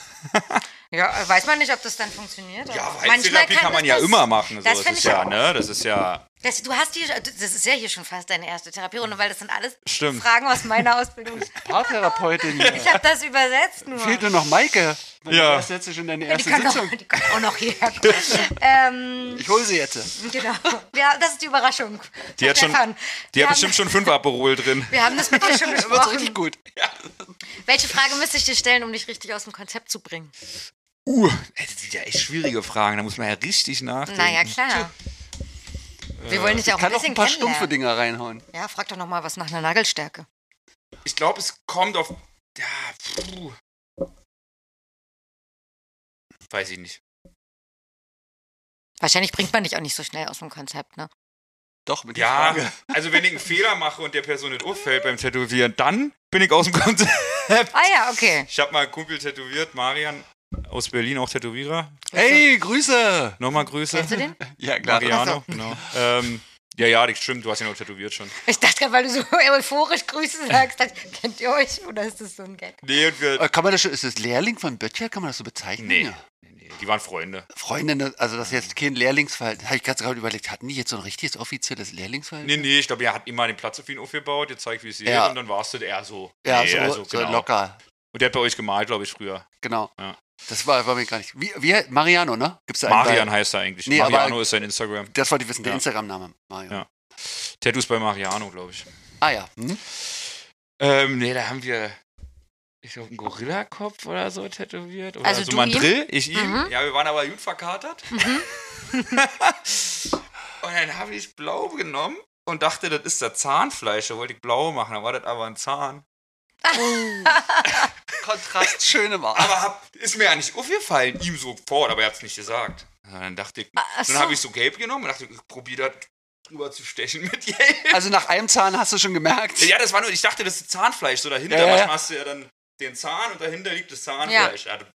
S1: Ja, äh, weiß man nicht, ob das dann funktioniert. aber
S3: Therapie kann man
S1: es
S3: ja
S1: das-
S3: immer machen. So.
S1: das
S3: Das,
S1: finde
S3: ist
S1: ich
S3: ja,
S1: auch.
S3: ne? Das ist ja.
S1: Das, du hast hier, das ist ja hier schon fast deine erste Therapierunde, weil das sind alles
S3: Stimmt.
S1: Fragen aus meiner Ausbildung. (laughs)
S2: Paartherapeutin.
S1: Ich habe das übersetzt nur.
S2: Fehlt nur noch Maike. Wenn
S3: Ja.
S2: du das jetzt schon deine
S1: die,
S2: erste
S1: kann
S2: Sitzung.
S1: auch, die kann auch noch hierher kommen. ähm,
S2: Ich hole sie jetzt.
S1: genau. Ja, das ist die Überraschung.
S3: Die hat, schon,
S1: Stefan,
S3: die
S1: wir
S3: hat
S1: haben-
S3: bestimmt schon fünf Aperol drin.
S1: Wir haben das mit dir
S3: (laughs)
S1: schon
S2: Das wird
S1: besprochen.
S2: richtig gut.
S1: Welche Frage müsste ich dir stellen, um dich richtig aus dem Konzept zu bringen?
S3: Uh, das sind ja echt schwierige Fragen. Da muss man ja richtig nachdenken.
S1: Naja, klar.
S3: äh,
S1: Wir wollen dich ja auch ein
S2: Kann auch
S1: bisschen
S2: ein paar
S1: kennenlernen.
S2: stumpfe Dinger reinhauen.
S1: Ja, frag doch nochmal was nach einer Nagelstärke.
S3: Ich glaube, es kommt auf. Ja, puh. Weiß ich nicht.
S1: Wahrscheinlich bringt man dich auch nicht so schnell aus dem Konzept, ne?
S2: Doch, mit
S3: Ja,
S2: der Frage.
S3: also wenn ich einen Fehler mache und der Person nicht auffällt beim Tätowieren, dann bin ich aus dem Konzept. (laughs)
S1: Ah ja, okay.
S3: Ich habe mal einen Kumpel tätowiert, Marian aus Berlin, auch Tätowierer.
S2: Hey, Grüße!
S3: Nochmal Grüße.
S1: Kennst du
S3: (laughs)
S1: den?
S2: Ja, klar.
S3: Mariano, genau. Ähm, ja, ja, das stimmt, du hast ihn auch tätowiert schon.
S1: Ich dachte gerade, weil du so (laughs) euphorisch Grüße sagst, dachte, ich, kennt ihr euch oder ist das so ein Gag?
S3: Nee, und wir.
S2: Äh, Kann man das schon, ist das Lehrling von Böttcher? Kann man das so bezeichnen?
S3: Nee.
S2: Ja.
S3: nee, die waren Freunde.
S2: Freunde, also das ist jetzt kein Lehrlingsverhalten. Habe ich ganz gerade überlegt, hatten die jetzt so ein richtiges offizielles Lehrlingsverhalten?
S3: Nee, nee, ich glaube, er hat immer den Platz auf ihn aufgebaut, jetzt zeig, wie es geht,
S2: Ja.
S3: und dann warst du eher so.
S2: Ja,
S3: nee,
S2: so,
S3: also,
S2: so
S3: genau.
S2: locker.
S3: Und der hat bei euch gemalt, glaube ich, früher.
S2: Genau.
S3: Ja.
S2: Das war, war mir gar nicht. Wie, wie Mariano, ne? Gibt's da einen
S3: Marian
S2: bei-
S3: heißt er eigentlich.
S2: Nee, aber-
S3: Mariano ist sein Instagram.
S2: Das wollte ich wissen, der
S3: Ja.
S2: Instagram-Name. Mario.
S3: Ja. Tattoos bei Mariano, glaube ich.
S2: Ah ja. Hm?
S3: Ähm, nee, da haben wir, ich glaube, einen Gorillakopf oder so tätowiert. Oder
S1: Also
S3: so
S1: du
S3: mal
S1: ihm?
S3: Drill, ich ihm.
S1: Mhm.
S3: Ja, wir waren aber gut verkatert. (laughs) und dann habe ich blau genommen und dachte, das ist der Zahnfleisch. Da wollte ich blau machen, da war das aber ein Zahn.
S2: Kontrast schön im Arsch.
S3: Aber hab, ist mir ja nicht aufgefallen, ihm sofort, aber er hat es nicht gesagt. Ja, Dann dachte ich,
S1: ach so.
S3: dann habe ich so gelb genommen und dachte, ich probiere das drüber zu stechen mit gelb.
S2: (laughs) Also nach einem Zahn hast du schon gemerkt.
S3: Ja, das war nur, ich dachte, das ist Zahnfleisch. So dahinter,
S2: Ja, ja, ja.
S3: manchmal hast du ja dann den Zahn und dahinter liegt das Zahnfleisch. Ja. das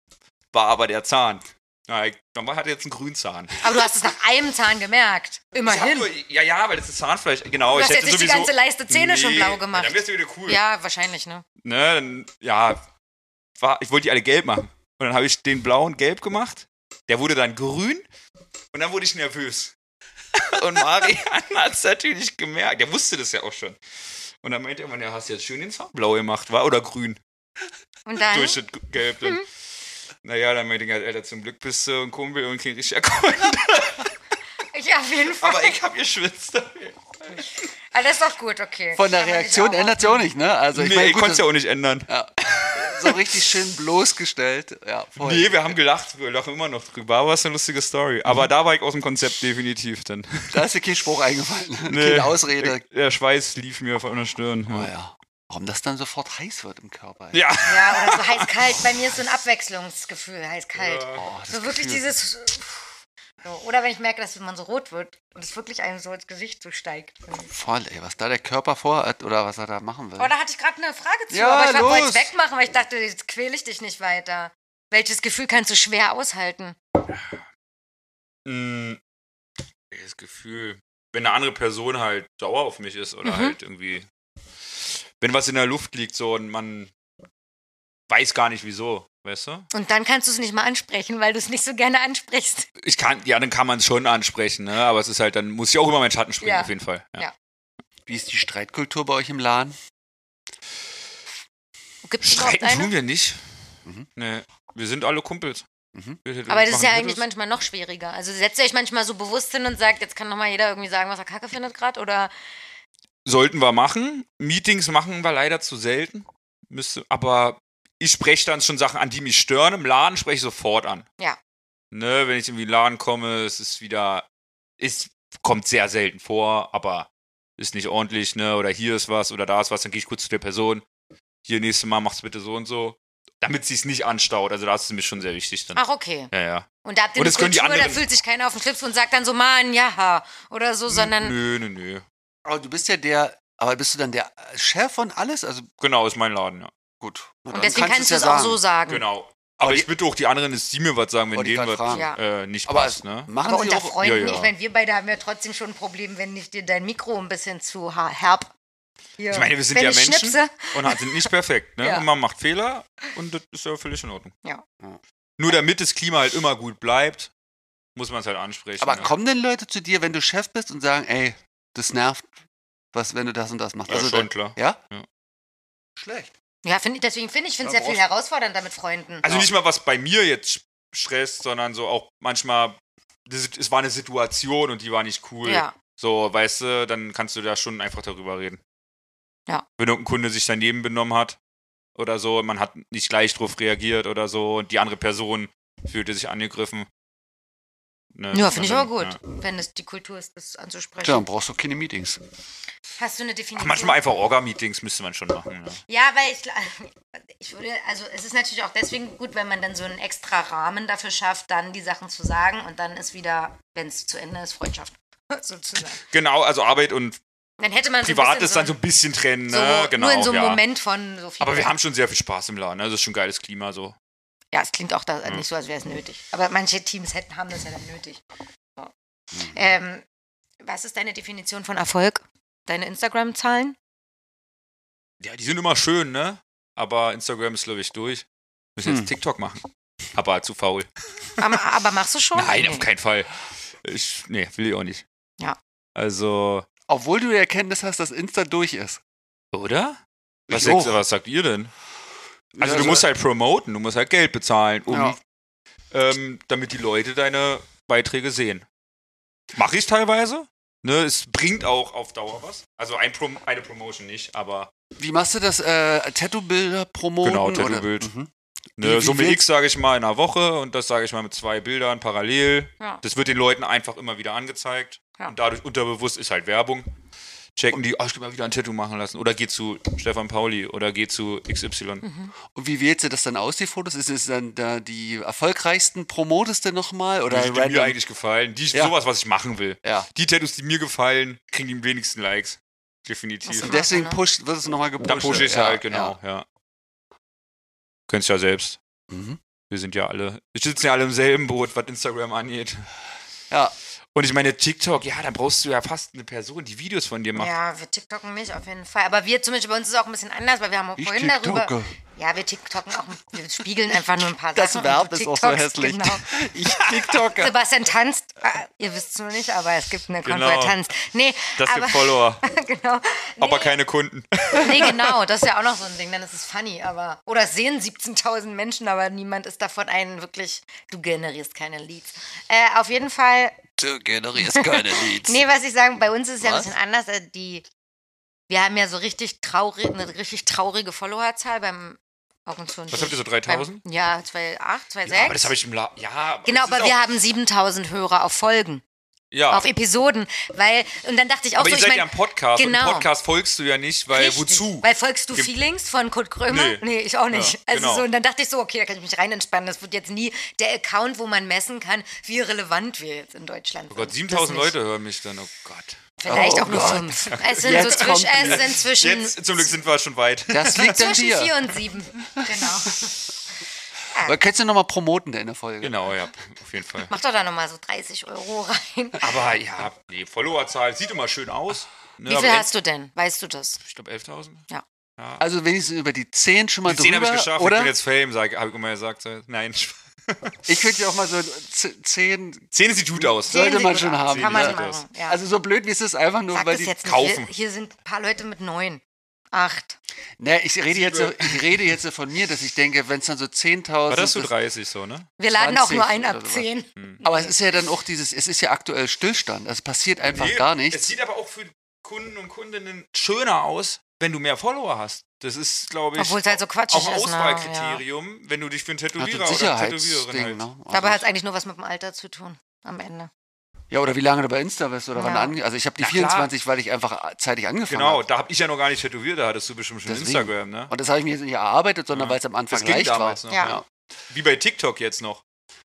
S3: war aber der Zahn. Na, ich- dann war- hat er jetzt einen Grünzahn.
S1: Aber du hast es nach einem Zahn gemerkt.
S3: Ich hab
S1: Immerhin.
S3: nur, ja, ja, weil das ist Zahnfleisch. Genau,
S1: Du
S3: ich
S1: hast jetzt
S3: hätte
S1: nicht die
S3: sowieso,
S1: ganze Leiste Zähne schon blau gemacht.
S3: Dann wärst du wieder cool.
S1: Ja, wahrscheinlich, ne?
S3: Ne, dann, ja, war, ich wollte die alle gelb machen. Und dann habe ich den blauen gelb gemacht. Der wurde dann grün. Und dann wurde ich nervös. (laughs) Und Marian (laughs) hat es natürlich gemerkt. Der wusste das ja auch schon. Und dann meinte er immer, ja, hast du jetzt schön den Zahn blau gemacht, war oder grün?
S1: Und dann.
S3: durch das Gelb. Dann,
S2: Mhm.
S3: Naja, dann meinte ich halt, Alter, zum Glück bist du ein Kumpel und kein
S2: (laughs)
S3: richtiger Kunde.
S1: Ich auf jeden Fall.
S3: Aber ich hab geschwitzt.
S1: Aber das ist doch gut, okay.
S2: Von der
S1: Kann man sich
S2: Reaktion
S1: auch-
S2: ändert sich auch nicht, ne? Also ich
S3: nee,
S2: meine,
S3: ich
S2: gut,
S3: konnte
S2: das,
S3: ja auch nicht ändern.
S2: so richtig schön bloßgestellt. Oh, Ja, Mhm. voll.
S3: Nee, wir haben gelacht, wir lachen immer noch drüber. Aber es ist eine lustige Story. Aber da war ich aus dem Konzept
S2: (laughs)
S3: definitiv dann.
S2: Da ist dir kein Spruch eingefallen.
S3: Nee,
S2: Keine Ausrede.
S3: ich- Der Schweiß lief mir von der Stirn.
S2: Oh
S3: Ja.
S2: ja. Warum das dann sofort heiß wird im Körper? ey.
S3: ja.
S2: (laughs)
S1: Ja, oder so heiß-kalt. Bei mir ist so ein Abwechslungsgefühl, heiß-kalt.
S2: Oh, das
S1: so wirklich
S2: Gefühl.
S1: dieses. So. Oder wenn ich merke, dass man so rot wird und es wirklich einem so ins Gesicht so steigt.
S2: Voll, ey, was da der Körper vorhat oder was er da machen will.
S1: Oh, da hatte ich gerade eine Frage zu,
S2: Ja,
S1: aber ich
S2: los.
S1: wollte es wegmachen, weil ich dachte, jetzt quäle ich dich nicht weiter. Welches Gefühl kannst du schwer aushalten?
S2: Mhm.
S3: Mm, Das Gefühl, wenn eine andere Person halt sauer auf mich ist oder
S1: Mhm.
S3: halt irgendwie, wenn was in der Luft liegt so und man weiß gar nicht wieso, weißt du?
S1: Und dann kannst du es nicht mal ansprechen, weil du es nicht so gerne
S3: (laughs)
S1: ansprichst.
S3: Ich kann, ja, dann kann man es schon ansprechen, ne? Aber es ist halt, dann muss ich auch über meinen Schatten springen,
S1: Ja.
S3: auf jeden Fall. Ja.
S1: Ja.
S2: Wie ist die Streitkultur bei euch im Laden?
S1: Gibt es überhaupt
S3: Streiten
S1: eine?
S3: tun wir nicht.
S2: Mhm.
S3: Nee, wir sind alle Kumpels.
S2: Mhm.
S1: Aber
S3: Wir-
S1: das ist
S3: machen
S1: ja
S3: Tattoos.
S1: eigentlich manchmal noch schwieriger. Also setzt ihr euch manchmal so bewusst hin und sagt, jetzt kann doch mal jeder irgendwie sagen, was er kacke findet gerade oder
S3: Sollten wir machen. Meetings machen wir leider zu selten. Müsste, aber ich spreche dann schon Sachen an, die mich stören. Im Laden spreche ich sofort an.
S1: Ja.
S3: Ne, wenn ich irgendwie in den Laden komme, es ist wieder. Es kommt sehr selten vor, aber ist nicht ordentlich, ne? Oder hier ist was oder da ist was, dann gehe ich kurz zu der Person. Hier, nächstes Mal mach's bitte so und so. Damit sie es nicht anstaut. Also da ist es mir schon sehr wichtig dann.
S1: ach okay.
S3: Ja, ja.
S1: Und da habt ihr eine
S3: Und Oh, das können die
S1: Kultur, da
S3: anderen.
S1: fühlt sich keiner auf den Clips und sagt dann so, Mann, ja, oder so, sondern
S3: Nö, nö, nö.
S2: Aber Oh, du bist ja der, aber bist du dann der Chef von alles? Also
S3: Genau, ist mein Laden, ja.
S2: gut.
S1: und deswegen kannst du es auch so sagen.
S3: Genau. Aber,
S2: Aber
S3: ich
S2: die-
S3: bitte auch die anderen, dass sie mir was sagen, wenn
S2: Wollte ich
S3: denen
S2: gerade
S3: was
S2: fragen.
S1: Ja.
S3: äh, nicht
S2: Aber
S3: passt, ne?
S2: machen
S1: Aber
S2: sie
S1: unter
S2: auch,
S1: Freunden,
S3: Ja, ja.
S1: ich meine, wir beide haben ja trotzdem schon ein Problem, wenn ich dir dein Mikro ein bisschen zu ha- herb. Hier.
S3: Ich meine, wir sind
S1: wenn
S3: ja
S1: ich
S3: Menschen
S1: Schnipse,
S3: und halt sind nicht perfekt, ne?
S1: (laughs) Ja.
S3: Und man macht Fehler und das ist ja völlig in Ordnung.
S1: Ja.
S2: Ja.
S3: Nur damit das Klima halt immer gut bleibt, muss man es halt ansprechen.
S2: Aber
S3: ne?
S2: kommen denn Leute zu dir, wenn du Chef bist und sagen, ey, das nervt, was, wenn du das und das machst?
S3: also ja, schon
S2: dann-
S3: klar.
S2: ja?
S3: Ja.
S2: Schlecht.
S1: Ja, find, ich- deswegen finde ich, finde es
S3: Ja,
S1: ja viel
S3: brauchst-
S1: herausfordernder mit Freunden.
S3: Also nicht mal was bei mir jetzt stresst, sondern so auch manchmal, das- es war eine Situation und die war nicht cool.
S1: Ja.
S3: So, weißt du, dann kannst du da schon einfach darüber reden.
S1: Ja.
S3: Wenn irgendein Kunde sich daneben benommen hat oder so, und man hat nicht gleich drauf reagiert oder so und die andere Person fühlte sich angegriffen. Ne,
S1: Ja,
S3: dass
S1: finde ich
S3: man
S1: aber gut,
S3: dann- ja.
S1: wenn es die Kultur ist, das anzusprechen.
S2: Tja, dann brauchst du keine Meetings.
S1: Hast du eine
S3: Ach,
S1: Definition?
S3: manchmal einfach Orga-Meetings müsste man schon machen. Ja.
S1: Ja, weil ich, gla- (laughs) ich würde, also es ist natürlich auch deswegen gut, wenn man dann so einen extra Rahmen dafür schafft, dann die Sachen zu sagen und dann ist wieder, wenn es zu Ende ist, Freundschaft. (laughs) Sozusagen.
S3: Genau, also Arbeit und
S1: Dann hätte man
S3: Privat
S1: so
S3: ist dann so
S1: ein
S3: ein bisschen trennen,
S1: bisschen so,
S3: ne?
S1: so,
S3: genau,
S1: nur in so einem
S3: ja.
S1: Moment von so viel.
S3: Aber wir haben schon sehr viel Spaß im Laden, also ist schon ein geiles Klima so.
S1: Ja, es klingt auch da
S2: Hm.
S1: nicht so, als wäre es nötig. Aber manche Teams hätten, haben das ja dann nötig. So. Ähm, was ist deine Definition von Erfolg? Deine Instagram-Zahlen?
S3: Ja, die sind immer schön, ne? Aber Instagram ist, glaube ich, durch. Müssen
S2: Hm.
S3: jetzt TikTok machen. Aber zu faul.
S2: (laughs)
S1: Aber, aber machst du schon?
S3: Nein, auf
S1: Nee.
S3: keinen Fall. Ich, nee, will ich auch nicht.
S1: Ja.
S3: Also,
S2: Obwohl du die Erkenntnis hast, dass Insta durch ist.
S3: oder?
S2: Ich
S3: Was, sagst,
S2: auch.
S3: was sagt ihr denn? Also,
S2: Ja,
S3: du musst halt promoten, du musst halt Geld bezahlen, um,
S2: Ja.
S3: ähm, damit die Leute deine Beiträge sehen. Mache ich teilweise. Ne, es bringt auch auf Dauer was. Also ein Prom eine Promotion nicht, aber
S2: Wie machst du das? Äh, Tattoo-Bilder promoten?
S3: Genau,
S2: oder-
S3: Tattoo-Bild.
S2: Mhm. Wie-
S3: Ne,
S2: wie
S3: so mit
S2: wird-
S3: X sage ich mal in einer Woche und das sage ich mal mit zwei Bildern parallel.
S1: Ja.
S3: Das wird den Leuten einfach immer wieder angezeigt.
S1: Ja.
S3: Und dadurch unterbewusst ist halt Werbung. Checken die, oh, ich will mal wieder ein Tattoo machen lassen. Oder geh zu Stefan Pauli oder geh zu
S1: Mhm.
S3: XY.
S2: Und wie wählst du das dann aus, die Fotos? Ist es dann da die erfolgreichsten? Promotest du nochmal? Oder
S3: Die, die
S2: random?
S3: mir eigentlich gefallen. Die,
S2: Ja.
S3: Sowas, was ich machen will.
S2: Ja.
S3: Die Tattoos, die mir gefallen, kriegen die wenigsten Likes. Definitiv.
S1: Ach
S2: Und deswegen
S1: ne?
S2: pusht, wird es nochmal gepusht.
S3: Da pushe ich
S2: Ja,
S3: halt, genau. Ja. Kennst ja selbst.
S2: Ja. Mhm.
S3: Wir sind ja alle, wir sitzen ja alle im selben Boot, was Instagram angeht.
S2: ja.
S3: Und ich meine, TikTok, ja, dann brauchst du ja fast eine Person, die Videos von dir macht.
S1: Ja, wir TikToken nicht, auf jeden Fall. Aber wir zum Beispiel, bei uns ist es auch ein bisschen anders, weil wir haben auch
S2: Ich
S1: vorhin darüber.
S2: TikToke.
S1: Ja, wir TikToken auch, wir spiegeln einfach nur ein paar
S2: (laughs) Das
S1: Sachen. und
S2: Verb
S1: du
S2: ist auch so
S1: TikToks,
S2: hässlich.
S1: Genau.
S2: (laughs) Ich TikToker.
S1: Sebastian tanzt, Ah, ihr wisst es nur nicht, aber es gibt eine Konvoi
S3: Genau.
S1: tanzt. Nee,
S3: Das
S1: aber,
S3: sind Follower,
S1: (laughs) genau.
S3: aber
S1: nee,
S3: keine Kunden.
S1: nee, genau, das ist ja auch noch so ein Ding, dann ist es funny, aber. Oder es sehen 17.000 Menschen, aber niemand ist davon einen wirklich. Du generierst keine Leads. Äh, auf jeden Fall
S2: Du generierst
S1: (laughs)
S2: keine Leads.
S1: Nee, was ich sagen, bei uns ist es ja ein
S2: Was?
S1: bisschen anders. äh, Die, wir haben ja so richtig traurig, eine richtig traurige Followerzahl beim Auch und zu und
S3: Was
S1: durch.
S3: habt ihr so, 3000?
S1: Beim, ja, 2,8, 2,6.
S3: Ja, aber das habe ich im La Ja, aber
S1: Genau,
S3: es ist
S1: aber wir
S3: auch,
S1: haben 7000 Hörer auf Folgen,
S3: ja.
S1: auf Episoden, weil und dann dachte ich auch
S3: aber
S1: so,
S3: ihr
S1: ich
S3: seid
S1: mein,
S3: ja im Podcast und
S1: genau.
S3: im Podcast folgst du ja nicht, weil
S1: Richtig.
S3: wozu? Oh
S1: Weil folgst du
S3: Ge-
S1: Feelings von Kurt Krömer?
S3: Nee.
S1: Nee, ich auch nicht.
S3: Ja,
S1: also
S3: genau.
S1: so, und dann dachte ich so, okay, da kann ich mich rein entspannen. Das wird jetzt nie der Account, wo man messen kann, wie relevant wir jetzt in Deutschland sind.
S3: oh Gott,
S1: Das
S3: 7000
S1: nicht.
S3: Leute hören mich dann, oh Gott.
S1: Vielleicht
S2: Oh
S1: auch nur
S2: Gott.
S1: fünf. Es sind
S2: Jetzt
S1: so zwischen,
S2: kommt-
S1: es sind zwischen
S3: Jetzt, zum Glück sind wir schon weit.
S2: Das liegt
S1: Zwischen
S2: an
S1: vier
S2: dir.
S1: und sieben. Genau.
S2: Aber kannst du nochmal promoten in der Folge?
S3: (laughs) genau, ja, auf jeden Fall.
S1: Mach doch da nochmal so 30 Euro rein.
S3: Aber ja, die Followerzahl sieht immer schön aus. Ne,
S1: Wie viel hast du denn? Weißt du das?
S3: Ich glaube 11.000.
S2: Also wenigstens über die 10 schon mal
S3: Die 10 habe
S2: drüber,
S3: ich geschafft, ich
S2: oder?
S3: bin jetzt Fame, sage habe ich immer gesagt. Nein,
S2: Ich würde ja auch mal so 10
S3: 10 sieht gut aus. ne?
S2: Sollte
S1: Sehen
S2: man
S1: Sie
S2: schon
S1: gut aus.
S2: haben,
S1: Kann man
S2: ja.
S1: machen. Ja.
S2: Also so blöd wie es ist, einfach nur,
S1: Sag
S2: weil
S1: das
S2: die.
S1: jetzt nicht.
S3: kaufen.
S1: Hier, hier sind ein paar Leute mit neun. Acht.
S2: Ne, ich rede jetzt,
S3: Siebe.
S2: ich rede jetzt von mir, dass ich denke, wenn es dann so 10.000.
S3: War das so
S2: bis-
S3: 30 so, ne?
S1: Wir laden auch nur
S2: 20
S1: einen
S2: oder
S1: ab
S2: sowas.
S1: zehn.
S2: Aber es ist ja dann auch dieses, es ist ja aktuell Stillstand. Es passiert einfach
S3: Nee,
S2: gar
S3: Es
S2: nichts.
S3: sieht aber auch für Kunden und Kundinnen schöner aus, wenn du mehr Follower hast. Das ist, glaube ich,
S1: Obwohl es halt so quatschig
S3: auch ein
S1: ist, ne?
S3: Auswahlkriterium, wenn du dich für einen
S2: Hat
S3: Tätowierer
S2: ein
S3: oder eine Tätowiererin halt.
S2: Sicherheitsding,
S3: hältst.
S2: ne?
S1: Dabei hat es
S2: Also,
S1: eigentlich nur was mit dem Alter zu tun. Am Ende.
S2: ja, oder wie lange du bei Insta bist oder wann
S1: Ja.
S2: du ange Also ich habe die
S3: Na klar.
S2: 24, weil ich einfach zeitig angefangen
S3: Genau,
S2: habe.
S3: da habe ich ja noch gar nicht tätowiert, da hattest du bestimmt schon
S2: Deswegen.
S3: Instagram, ne?
S2: Und das habe ich mir jetzt nicht erarbeitet, sondern weil es am Anfang
S3: Das ging
S2: leicht war.
S3: damals noch.
S1: Ja.
S3: ja. Wie bei TikTok jetzt noch,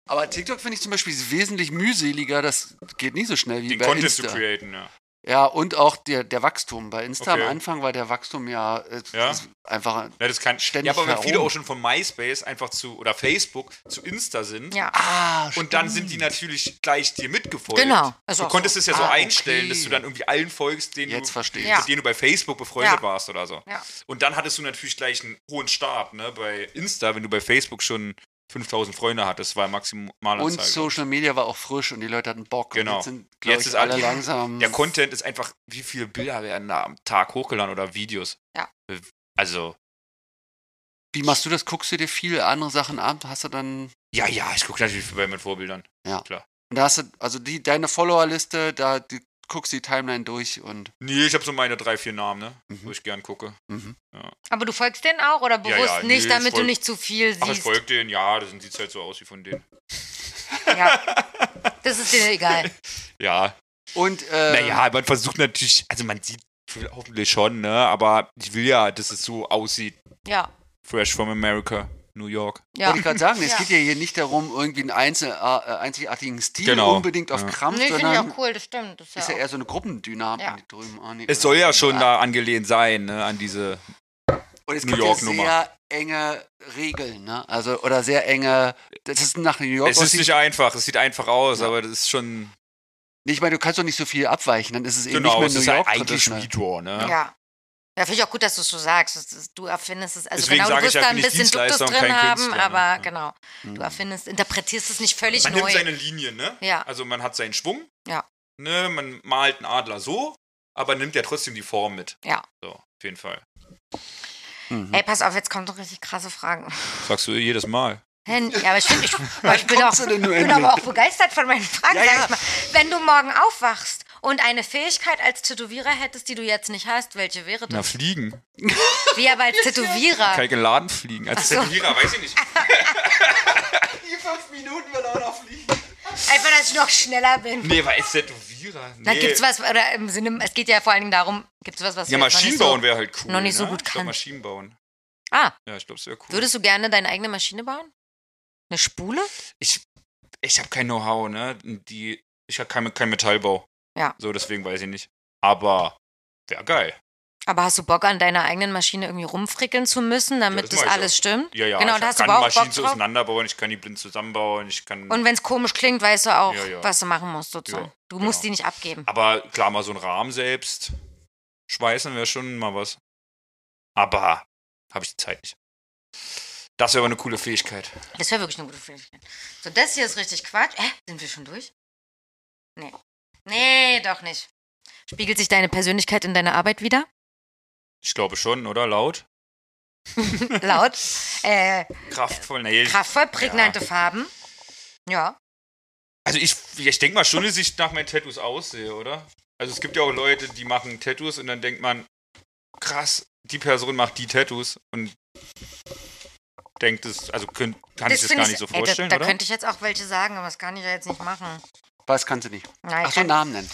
S2: Aber TikTok finde ich zum Beispiel wesentlich mühseliger. Das geht nicht so schnell wie
S3: den
S2: bei
S3: Content
S2: Insta.
S3: zu createn, ja.
S2: Ja, und auch der, der Wachstum. Bei Insta
S3: Okay.
S2: am Anfang war der Wachstum ja, äh,
S3: Ja.
S2: ist einfach.
S3: ja das kann,
S2: Ständig
S3: ja, aber wenn viele
S2: herum.
S3: auch schon von MySpace einfach zu, oder Facebook zu Insta sind,
S1: Ja.
S2: Ah,
S3: Und dann sind die natürlich gleich dir mitgefolgt.
S1: Genau, ist
S3: Du
S1: auch
S3: konntest
S1: so.
S3: es ja so
S2: Ah,
S3: einstellen,
S2: okay.
S3: dass du dann irgendwie allen folgst, denen,
S2: Jetzt
S3: du,
S2: verstehe
S3: mit
S2: ich.
S1: Ja.
S3: denen du bei Facebook befreundet
S1: Ja.
S3: warst oder so.
S1: Ja.
S3: Und dann hattest du natürlich gleich einen hohen Start, ne? Bei Insta, wenn du bei Facebook schon 5000 Freunde hattest, war maximal
S2: Und Social Media war auch frisch und die Leute hatten Bock. Und
S3: Genau.
S2: jetzt sind, glaub
S3: Jetzt
S2: ich,
S3: ist
S2: alle
S3: alles-
S2: langsam.
S3: Der Content ist einfach, wie viele Bilder werden da am Tag hochgeladen oder Videos?
S1: Ja.
S3: Also,
S2: Wie machst du das? Guckst du dir viele andere Sachen an? Hast du dann.
S3: Ja, ja, ich gucke natürlich bei meinen Vorbildern.
S2: Da hast du, also die, deine Followerliste, da die, guckst die Timeline durch und.
S3: Nee, ich habe so meine drei, vier Namen, ne?
S2: Mhm.
S3: Wo ich gern gucke.
S1: Aber du folgst denen auch oder
S3: Ja, ja,
S1: bewusst
S3: nee,
S1: nicht,
S3: ich
S1: damit du
S3: folg-
S1: nicht zu viel
S3: Ach, ich
S1: siehst?
S3: folge denen, ja, das sieht halt so aus wie von denen.
S1: ja. Das ist dir
S3: (laughs)
S1: egal.
S3: Ja.
S2: Und,
S1: Ähm.
S2: äh,
S3: Naja, man versucht natürlich, also man sieht hoffentlich schon, ne? Aber ich will ja, dass es so aussieht.
S1: Ja,
S3: Fresh from America, New York.
S1: ja.
S2: Wollte ich gerade sagen, es
S1: Ja.
S2: geht ja hier nicht darum, irgendwie einen einzel, äh, einzigartigen Stil
S3: Genau.
S2: unbedingt auf
S3: Ja.
S2: Krampf,
S1: Nee, finde ich
S2: sondern
S1: auch cool, das stimmt. Das
S2: ist ja eher so eine Gruppendynamik
S1: Ja.
S2: die drüben. Ah, nee,
S3: Es soll ja schon
S2: da.
S3: da angelehnt sein, ne? An diese.
S2: Und es
S3: New
S2: gibt ja
S3: York-Nummer.
S2: sehr enge Regeln, ne? Also, oder sehr enge. Das ist nach New York.
S3: Es ist
S2: aussieht-
S3: nicht einfach, es sieht einfach aus, aber das ist schon.
S2: Nee, ich meine, du kannst doch nicht so viel abweichen, dann ist es eben
S3: Genau,
S2: nicht mehr
S3: es
S2: New
S3: ist
S2: York.
S3: halt eigentlich
S2: traditional.
S3: Schmiedor, ne?
S1: ja. ja. finde ich auch gut, dass du es so sagst. Das ist- Du erfindest es. Also
S3: Deswegen
S1: genau, du
S3: sage ich
S1: wirst
S3: ja,
S1: da
S3: bin
S1: ein
S3: ich
S1: bisschen Duktus
S3: Dienstleister und
S1: drin
S3: kein
S1: haben,
S3: Künstler, ne?
S1: aber
S3: Ja.
S1: genau.
S2: Mhm.
S1: Du erfindest, interpretierst es nicht völlig
S3: Man nimmt
S1: neu.
S3: seine Linien, ne?
S1: Ja.
S3: Also man hat seinen Schwung.
S1: Ja.
S3: Ne, man malt einen Adler so, aber nimmt ja trotzdem die Form mit.
S1: Ja.
S3: So, auf jeden Fall.
S1: Ey, pass auf, jetzt kommen doch richtig krasse Fragen.
S3: Sagst du jedes Mal. (laughs)
S1: Hen- Ja, aber ich, find, ich, aber ich bin,
S2: kommst
S1: auch,
S2: du denn nur
S1: bin
S2: endlich?
S1: aber auch begeistert von meinen Fragen.
S2: Ja,
S1: sag
S2: ja.
S1: Ich mal. Wenn du morgen aufwachst und eine Fähigkeit als Tätowierer hättest, die du jetzt nicht hast, welche wäre
S3: Na,
S1: das?
S3: fliegen.
S1: Wie aber
S3: (laughs)
S1: als Tätowierer.
S3: Kann ich in den Laden fliegen. Als Tätowierer,
S1: (laughs)
S3: weiß ich nicht.
S2: Die fünf Minuten wird auch noch fliegen.
S1: Einfach, dass ich noch schneller bin.
S3: Nee, weil als Tätowierer. Nee.
S1: Dann gibt's was, oder im Sinne, es geht ja vor allen Dingen darum, gibt's was, was
S3: Ja,
S1: du jetzt noch nicht
S3: Maschinenbauen
S1: so-
S3: wäre halt cool.
S1: noch nicht so
S3: ne?
S1: gut
S3: Ich glaub,
S1: kann.
S3: Maschinenbauen.
S1: Ah,
S3: Ja, ich glaube, es wäre cool.
S1: würdest du gerne deine eigene Maschine bauen? Eine Spule?
S3: ich ich habe kein Know-how, ne? Die, ich habe kein, kein Metallbau.
S1: Ja.
S3: So, deswegen weiß ich nicht. Aber wäre geil.
S1: Aber hast du Bock, an deiner eigenen Maschine irgendwie rumfrickeln zu müssen, damit
S3: das
S1: das,
S3: mach ich
S1: alles
S3: auch.
S1: stimmt?
S3: Ja, ja.
S1: Genau,
S3: ich
S1: da hast du
S3: kann
S1: aber auch
S3: Maschinen
S1: Bock
S3: so
S1: drauf?
S3: auseinanderbauen, ich kann die blind zusammenbauen, ich kann.
S1: Und wenn es komisch klingt, weißt du auch,
S3: Ja, ja.
S1: was du machen musst, sozusagen.
S3: Ja,
S1: du
S3: genau.
S1: musst die nicht abgeben.
S3: aber klar, mal so einen Rahmen selbst schweißen wäre schon mal was. Aber habe ich die Zeit nicht. Das wäre aber eine coole Fähigkeit.
S1: Das wäre wirklich eine gute Fähigkeit. So, das hier ist richtig Quatsch. Hä? Sind wir schon durch? Nee. Nee, doch nicht. Spiegelt sich deine Persönlichkeit in deiner Arbeit
S3: (laughs)
S1: wieder?
S3: Ich glaube schon, oder? Laut.
S1: Laut. Äh,
S3: Kraftvoll. Nee, ich-
S1: kraftvoll, prägnante Farben. Ja.
S3: Also ich, ich denke mal schon, dass ich nach meinen Tattoos aussehe, oder? Also es gibt ja auch Leute, die machen Tattoos und dann denkt man, krass, die Person macht die Tattoos und denkt es, also könnt, kann ich das
S1: finde
S3: gar nicht so
S1: ey,
S3: vorstellen,
S1: Da, da
S3: oder?
S1: könnte ich jetzt auch welche sagen, aber das kann ich ja jetzt nicht machen.
S2: Was kannst du nicht?
S1: Nein,
S2: Ach so, Namen nennen.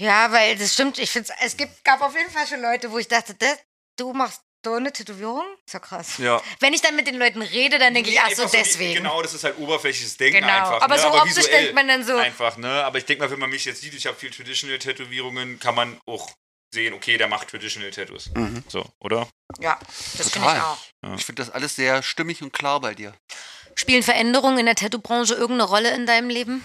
S1: Ja, weil das stimmt. Ich find's, es gibt, gab auf jeden Fall schon Leute, wo ich dachte, das, du machst so eine Tätowierung? Ist ja krass.
S3: ja.
S1: Wenn ich dann mit den Leuten rede, dann denke
S3: Nee,
S1: ich, ach so,
S3: einfach die-
S1: deswegen.
S3: Genau, das ist halt oberflächliches Denken
S1: Genau.
S3: einfach.
S1: Aber
S3: ne?
S1: so optisch
S3: visuell
S1: denkt man dann so.
S3: Einfach, ne? Aber ich denke mal, wenn man mich jetzt sieht, ich habe viel Traditional-Tätowierungen, kann man auch sehen, okay, der macht Traditional-Tattoos. So, oder?
S1: Ja, das finde
S2: Total.
S1: ich auch.
S2: Ich finde das alles sehr stimmig und klar bei dir.
S1: Spielen Veränderungen in der Tattoo-Branche irgendeine Rolle in deinem Leben?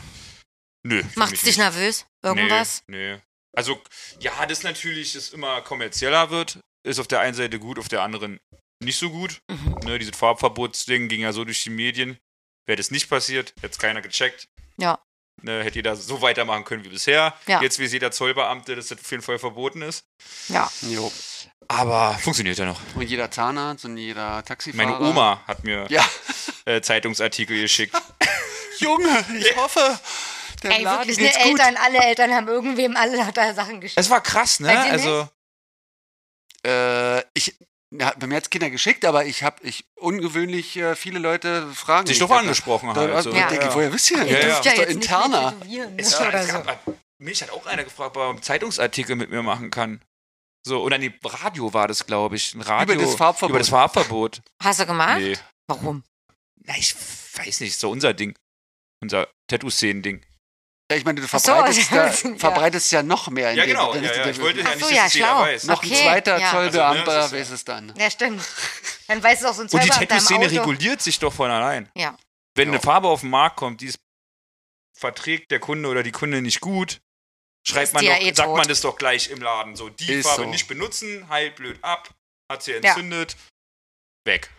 S3: Nö. für
S1: Macht
S3: mich
S1: es
S3: nicht.
S1: dich nervös? Irgendwas?
S3: Nee, nee. Also, ja, das natürlich ist immer kommerzieller wird, ist auf der einen Seite gut, auf der anderen nicht so gut.
S1: Mhm.
S3: Ne, dieses Farbverbotsding ging ja so durch die Medien. Wäre das nicht passiert, hätte es keiner gecheckt.
S1: Ja.
S3: Ne, hätte jeder so weitermachen können wie bisher.
S1: Ja.
S3: Jetzt wie jeder Zollbeamte, dass das auf jeden Fall verboten ist.
S1: Ja.
S2: Jo.
S3: Aber funktioniert ja noch.
S2: Und jeder Zahnarzt und jeder Taxifahrer.
S3: Meine Oma hat mir
S2: Ja,
S3: äh, Zeitungsartikel
S1: (laughs)
S3: geschickt.
S2: Junge, ich hoffe, der
S1: Ey,
S2: Laden
S1: wirklich, ne,
S2: geht's gut.
S1: Eltern, alle Eltern haben irgendwem alle hat da Sachen geschickt.
S3: Es war krass, ne?
S1: Bei dir
S3: Also,
S2: Äh, ich na, hat mir jetzt Kinder geschickt, aber ich habe ich ungewöhnlich äh, viele Leute fragen.
S3: Dich
S2: mich
S3: doch
S2: danach.
S3: angesprochen
S2: Da,
S3: halt,
S2: also,
S3: so.
S2: ja.
S1: Ja.
S2: denke ich, woher wisst ihr?
S3: Ja,
S1: Ihr
S3: ja.
S1: dürft
S2: Das ist doch
S1: jetzt nicht
S2: interner.
S1: mehr tätowieren,
S3: Es
S1: ne,
S3: war,
S1: oder
S3: es
S1: so.
S3: gab, mich hat auch einer gefragt, ob er einen Zeitungsartikel mit mir machen kann. So, oder nee, Radio war das, glaube ich. Ein Radio,
S2: Über das Farbverbot.
S3: Über das Farbverbot.
S1: Hast du gemacht?
S3: Nee.
S1: Warum?
S3: Na, ich weiß nicht, so unser Ding. Unser Tattoo-Szenen-Ding.
S2: Ja, ich meine, du
S1: Ach so,
S2: verbreitest,
S1: ja.
S2: ja, verbreitest ja noch mehr. In
S3: Ja,
S2: dem-
S3: genau.
S2: dann
S3: Ja,
S2: ist
S3: ja,
S2: die-
S3: ich wollte ja
S1: Ach
S3: nicht,
S1: so,
S3: dass
S1: ja,
S3: es jeder
S1: schlau.
S3: weiß.
S2: Noch
S1: Okay,
S2: ein zweiter
S1: ja.
S2: Zollbeamter,
S3: Also, ne, das ist-
S2: wer ist es dann?
S1: Ja, stimmt. Dann weiß es auch so ein
S3: Und Oh, die
S1: Zweibeamter im
S3: Tattoo-Szene
S1: Auto.
S3: reguliert sich doch von allein.
S1: Ja.
S3: Wenn
S2: Ja.
S3: eine Farbe auf den Markt kommt, die es verträgt der Kunde oder die Kunde nicht gut, schreibt man
S1: die
S3: doch,
S1: ja eh
S3: sagt
S1: tot.
S3: man das doch gleich im Laden. So, die
S2: Ist
S3: Farbe
S2: so.
S3: nicht benutzen, heilt blöd ab, hat sie
S1: Ja.
S3: entzündet, weg.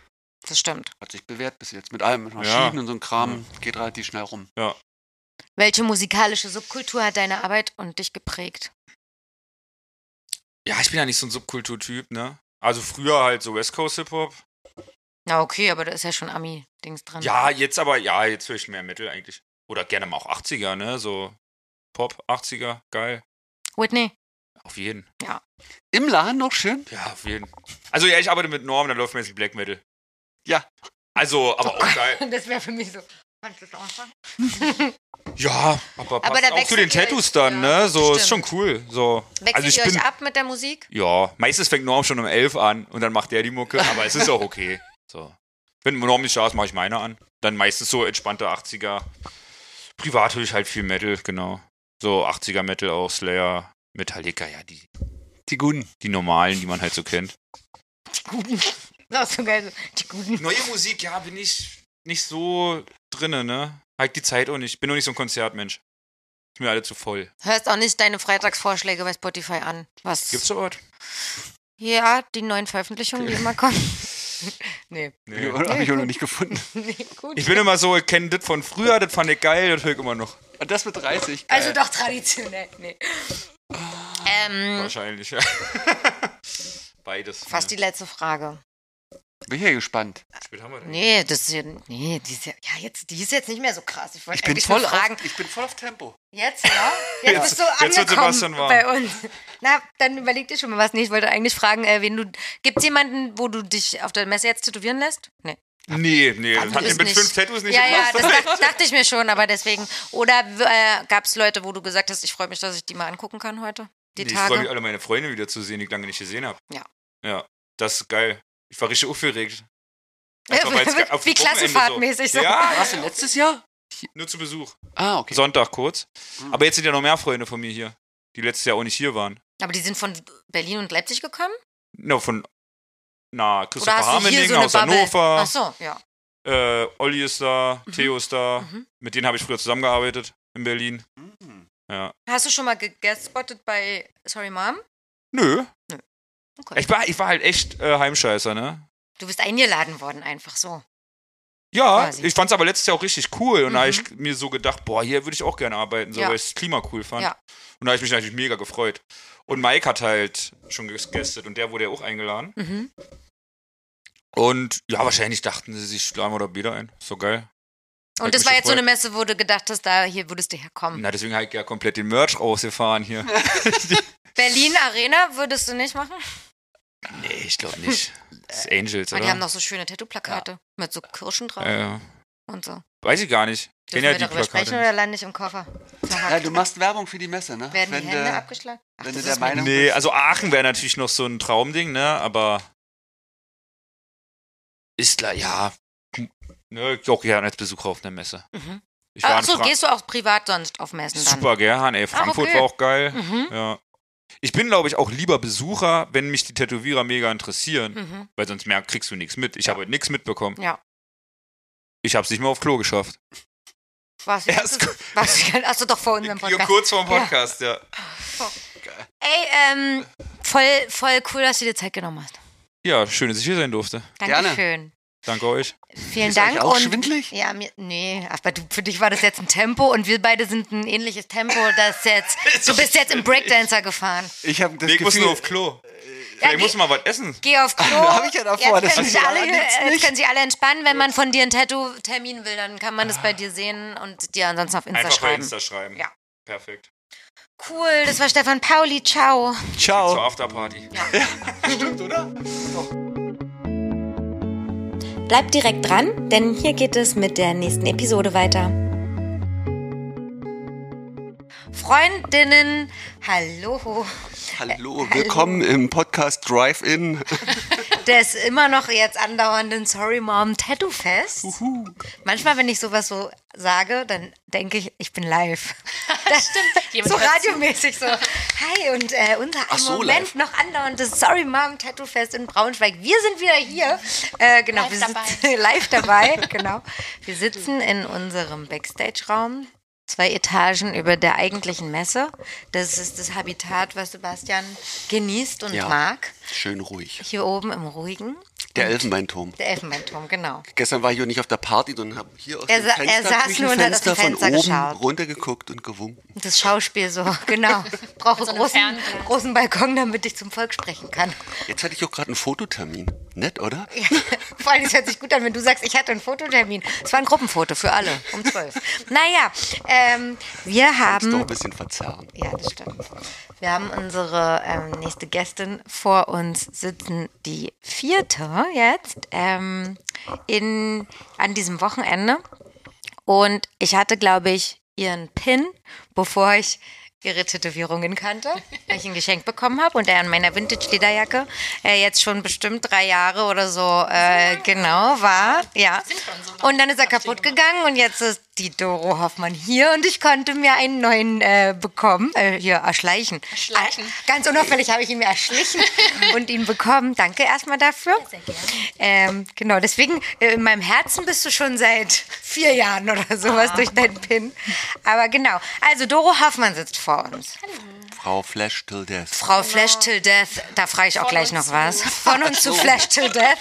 S1: Das stimmt.
S2: Hat sich bewährt bis jetzt. Mit allem, mit Maschinen
S3: Ja.
S2: und so einem Kram geht relativ schnell rum.
S1: Welche musikalische Subkultur hat deine Arbeit und dich geprägt? Mhm.
S3: Ja, ich bin ja nicht so ein Subkulturtyp, ne? Also früher halt so West Coast Hip-Hop.
S1: Na okay, aber da ist ja schon Ami-Dings dran.
S3: Ja, jetzt aber, ja, jetzt höre ich mehr Metal eigentlich. Oder gerne mal auch 80er, ne? So Pop, 80er, geil.
S1: Whitney.
S3: Auf jeden.
S2: Im Laden noch schön?
S3: Ja, auf jeden. Also ja, ich arbeite mit Norm, da läuft mir jetzt Black Metal.
S2: Ja.
S3: Also, aber auch geil.
S1: (laughs) Das wäre für mich so. Kannst du das auch sagen?
S3: Ja, aber, passt
S1: da
S3: auch zu
S1: wechselt
S3: den
S1: ihr
S3: Tattoos
S1: euch,
S3: dann,
S1: ja,
S3: ne? So, ist schon
S1: stimmt.
S3: cool. So.
S1: Wechselt
S3: also ich
S1: ihr
S3: bin,
S1: euch ab mit der Musik?
S3: Ja, meistens fängt Norm schon um 11 an und dann macht der die Mucke, aber es ist auch okay. So. Wenn Norm nicht da ist, mache ich meine an. Dann meistens so entspannte 80er. Privat höre ich halt viel Metal, genau. So 80er Metal auch, Slayer, Metallica, ja, die,
S2: Die guten.
S3: die normalen, die man halt so kennt.
S1: Die guten. Das ist so geil. so, Die guten.
S3: Neue Musik, ja, bin ich nicht so drinne, ne? Halt die Zeit auch nicht. Bin doch nicht so ein Konzertmensch. Ist mir alle zu voll.
S1: Hörst auch nicht deine Freitagsvorschläge bei Spotify an. Was?
S3: Gibt's da was?
S1: Ja, die neuen Veröffentlichungen, die immer kommen. (laughs) nee.
S3: Nee.
S2: Habe ich auch noch nicht gefunden.
S1: nee, gut.
S3: Ich bin immer so, ich kenne das von früher, das fand ich geil, das höre ich immer
S1: Mhm.
S3: noch.
S2: Und das mit 30.
S1: also doch traditionell. Nee. Ähm,
S3: Wahrscheinlich, ja. (laughs) Beides.
S1: fast die letzte Frage.
S2: Bin ja gespannt.
S3: Spät haben wir denn?
S1: Nee, das ist ja, nee, die ist ja, ja jetzt, die ist jetzt nicht mehr so krass. Ich wollte
S2: Ich bin,
S1: eigentlich nur
S2: voll
S1: fragen.
S2: auf, ich bin voll auf Tempo.
S1: Jetzt, ja? Jetzt
S3: Ja.
S1: bist du
S3: Jetzt wird
S1: angekommen
S3: Sebastian warm.
S1: bei uns. Na, dann überleg dir schon mal was. Nee, ich wollte eigentlich fragen, äh, wen du. Gibt es jemanden, wo du dich auf der Messe jetzt tätowieren lässt? Nee.
S3: Nee, nee, das
S1: Also
S3: hat
S1: ist
S3: mir mit
S1: nicht-
S3: fünf Tattoos nicht
S1: ja, ja, das
S3: gepasst.
S1: dacht, dachte ich mir schon, aber deswegen. Oder äh, gab es Leute, wo du gesagt hast, ich freue mich, dass ich die mal angucken kann heute? Die
S3: nee, ich freue mich,
S1: Tage?
S3: alle meine Freunde wieder zu sehen, die ich lange nicht gesehen habe.
S1: Ja.
S3: Ja, das ist geil. Ich war richtig aufgeregt.
S1: Ja,
S3: Einfach, weil's ge- auf
S1: (laughs) wie
S3: dem Wochenende
S1: klassenfahrtmäßig
S3: So.
S1: so.
S3: Ja,
S2: Warst du letztes Jahr?
S3: nur zu Besuch.
S2: Ah, okay.
S3: Sonntag kurz.
S2: Hm.
S3: Aber jetzt sind ja noch mehr Freunde von mir hier, die letztes Jahr auch nicht hier waren.
S1: Aber die sind von Berlin und Leipzig gekommen?
S3: Na, von, na,
S1: Oder
S3: Christopher
S1: hast du hier
S3: Hamening
S1: so eine
S3: aus
S1: Bubble?
S3: Hannover.
S1: Ach so, ja.
S3: äh, Olli ist da, Theo ist da.
S1: Mhm.
S3: Mit denen habe ich früher zusammengearbeitet in Berlin.
S2: Hm.
S3: Ja.
S1: Hast du schon mal gespottet bei Sorry Mom?
S3: Nö.
S1: Okay.
S3: Ich war, ich war halt echt äh, Heimscheißer, ne?
S1: Du bist eingeladen worden, einfach so.
S3: Ja,
S1: Quasi.
S3: ich fand's aber letztes Jahr auch richtig cool. Und da habe
S1: Mhm.
S3: ich mir so gedacht, boah, hier würde ich auch gerne arbeiten, so,
S1: Ja.
S3: weil ich das Klima cool fand.
S1: Ja.
S3: Und da habe ich mich natürlich mega gefreut. Und Mike hat halt schon gesgästet und der wurde ja auch eingeladen.
S1: Mhm.
S3: Und ja, wahrscheinlich dachten sie sich, schlagen wir da wieder ein. Ist So geil. Hat
S1: Und das
S3: mich
S1: war jetzt so
S3: gefreut.
S1: eine Messe, wo du gedacht hast, da hier würdest du herkommen.
S3: Na, deswegen habe ich ja komplett den Merch rausgefahren hier.
S1: (laughs) Berlin Arena würdest du nicht machen?
S3: nee, ich glaube nicht. Das ist Angels,
S1: Weil
S3: oder?
S1: die haben noch so schöne Tattoo-Plakate mit so Kirschen drauf
S3: äh,
S1: und so.
S3: weiß ich gar nicht. Ich
S1: Dürfen
S3: kenne ja
S1: wir
S3: die
S1: darüber
S3: Plakate.
S1: sprechen oder lande ich im Koffer?
S2: Ja, du machst Werbung für die Messe, ne?
S1: Werden die
S2: wenn
S1: Hände
S2: du-
S1: abgeschlagen? Ach,
S2: wenn
S1: das
S2: du der
S1: ist mein-
S2: Meinung
S3: Nee,
S2: bist.
S3: also Aachen wäre natürlich noch so ein Traumding, ne? Aber ist klar, ja. Ne, ich auch gerne als Besucher auf einer Messe.
S1: Mhm.
S3: Ich war
S1: Ach
S3: in
S1: so,
S3: Fra-
S1: gehst du auch privat sonst auf Messen dann? Ah,
S3: super gern, ey. Frankfurt
S1: okay.
S3: war auch geil.
S1: Mhm.
S3: Ja. Ich bin, glaube ich, auch lieber Besucher, wenn mich die Tätowierer mega interessieren,
S1: Mhm.
S3: weil sonst mehr kriegst du nichts mit. Ich habe heute nichts mitbekommen.
S1: Ja.
S3: Ich habe es nicht mal auf Klo geschafft.
S1: Was?
S3: Erst
S1: Erst was? Hast du doch vor unserem Podcast.
S3: kurz vorm
S1: Ja.
S3: Podcast, ja.
S1: Ey, ähm, voll, voll cool, dass du dir Zeit genommen hast.
S3: Ja, schön, dass ich hier sein durfte.
S1: Dankeschön.
S3: Danke euch.
S1: Vielen
S2: Ist euch
S1: Dank.
S2: auch
S1: und
S2: schwindelig?
S1: Ja, mir, nee, aber du, für dich war das jetzt ein Tempo und wir beide sind ein ähnliches Tempo. Das
S2: (laughs)
S1: jetzt, du bist jetzt im Breakdancer gefahren.
S2: Ich habe das
S3: Nee, ich muss
S2: Gefühl,
S3: nur auf Klo.
S1: äh, Ja,
S3: ich muss
S1: geh-
S3: mal was essen.
S1: Geh auf Klo.
S2: Da (laughs) hab ich ja davor, das
S1: jetzt können,
S2: ist
S1: sich
S2: ja
S1: alle,
S2: nichts
S1: jetzt
S2: nicht.
S1: können sich alle entspannen. Wenn man von dir einen Tattoo-Termin will, dann kann man das
S2: Ah.
S1: bei dir sehen und dir ansonsten auf Insta
S3: Einfach bei
S1: schreiben.
S3: Insta schreiben.
S1: Ja.
S3: Perfekt.
S1: Cool, das war Stefan Pauli. Ciao.
S3: Zur
S2: Ciao.
S3: Afterparty.
S2: (laughs) Stimmt, oder?
S1: Bleibt direkt dran, denn hier geht es mit der nächsten Episode weiter. Freundinnen, hallo.
S2: Hallo, willkommen im Podcast Drive-In.
S1: Des immer noch jetzt andauernden Sorry Mom Tattoo Fest. Manchmal, wenn ich sowas so sage, dann denke ich, ich bin
S4: (laughs)
S1: live. Das stimmt.
S4: Jemand
S1: so
S4: hört zu.
S1: radiomäßig so. Hi und äh, unser im
S2: so,
S1: Moment noch andauerndes Sorry Mom Tattoo Fest in Braunschweig. Wir sind wieder hier. Äh, genau,
S4: Live
S1: wir
S4: dabei.
S1: sitzen (laughs) live dabei. Genau. Wir sitzen in unserem Backstage Raum. Zwei Etagen über der eigentlichen Messe. Das ist das Habitat, was Sebastian genießt und
S2: Ja.
S1: mag
S2: Schön ruhig.
S1: hier oben im Ruhigen.
S2: Der Elfenbeinturm.
S1: Der Elfenbeinturm, genau.
S2: Gestern war ich auch nicht auf der Party, sondern habe hier aus
S1: Er
S2: dem
S1: sa- er
S2: Fenster,
S1: saß nur und hat aus
S2: Küchenfenster
S1: dem
S2: von
S1: Fenster
S2: oben
S1: geschaut.
S2: runtergeguckt und gewunken.
S1: Das Schauspiel so, (laughs) genau. Brauche
S4: So eine
S1: großen,
S4: Fernglas.
S1: großen Balkon, damit ich zum Volk sprechen kann.
S2: Jetzt hatte ich auch gerade einen Fototermin. Nett, oder?
S1: (laughs) Ja, vor
S2: (laughs)
S1: allem, es hört sich gut an, wenn du sagst, ich hatte einen Fototermin. Es war ein Gruppenfoto für alle, um
S4: (laughs)
S1: zwölf. Naja, ähm, wir
S2: Kannst du auch
S1: haben...
S2: ein bisschen verzerren.
S1: Ja, das stimmt. Wir haben unsere ähm, nächste Gästin vor uns sitzen, die vierte jetzt, ähm, in, an diesem Wochenende. Und ich hatte, glaube ich, ihren Pin, bevor ich ihre Tätowierungen (laughs) kannte, weil ich ihn geschenkt bekommen habe und er an meiner Vintage-Lederjacke äh, jetzt schon bestimmt drei Jahre oder so äh, genau war. Ja. Und dann ist er kaputt gegangen und jetzt ist die Doro Hoffmann hier und ich konnte mir einen neuen äh, bekommen, äh, hier erschleichen.
S4: Erschleichen.
S1: Ah, Ganz unauffällig habe ich ihn mir
S4: (laughs)
S1: erschlichen und ihn bekommen. Danke erstmal dafür.
S4: Sehr gerne.
S1: Ähm, genau, deswegen, äh, in meinem Herzen bist du schon seit vier Jahren oder sowas
S4: Ah.
S1: durch deinen Pin. Aber genau, also Doro Hoffmann sitzt vor uns.
S2: Frau Flash till death.
S1: Frau Flash Till Death, da frage ich auch gleich noch was. Von und zu Flash Till Death.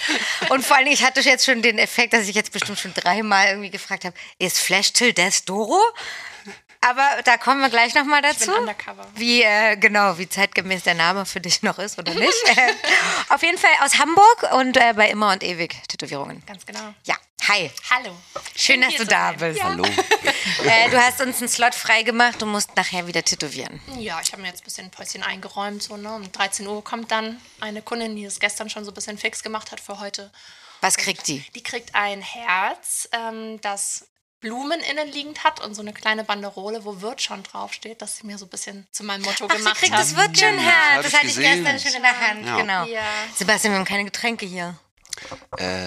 S1: Und vor allen Dingen, ich hatte jetzt schon den Effekt, dass ich jetzt bestimmt schon dreimal irgendwie gefragt habe, ist Flash Till Death Doro? Aber da kommen wir gleich nochmal dazu.
S4: bin undercover.
S1: Wie, äh, genau, wie zeitgemäß der Name für dich noch ist oder
S4: (laughs)
S1: nicht. Äh, Auf jeden Fall aus Hamburg und äh, bei Immer und Ewig Tätowierungen.
S4: Ganz genau.
S1: Ja, hi.
S4: Hallo.
S1: Schön, dass
S4: hier
S1: du
S4: zu
S1: da
S4: sein.
S1: bist.
S2: Hallo.
S1: Äh, du hast uns einen Slot freigemacht, du musst nachher wieder tätowieren.
S4: Ja, ich habe mir jetzt ein bisschen ein Päuschen eingeräumt. So, ne? Um 13 Uhr kommt dann eine Kundin, die es gestern schon so ein bisschen fix gemacht hat für heute.
S1: Was kriegt die?
S4: Die kriegt ein Herz, ähm, das Blumen innen liegend hat und so eine kleine Banderole, wo wird schon draufsteht, das sie mir so ein bisschen zu meinem Motto
S1: Ach, sie
S4: gemacht
S1: kriegt
S4: haben. Genau.
S1: das wird schon
S2: hab
S1: hart.
S2: ich
S1: Das hatte ich
S2: gesehen.
S1: gestern schon in der Hand.
S2: Ja.
S1: Genau.
S4: Ja.
S1: Sebastian, wir haben keine Getränke hier.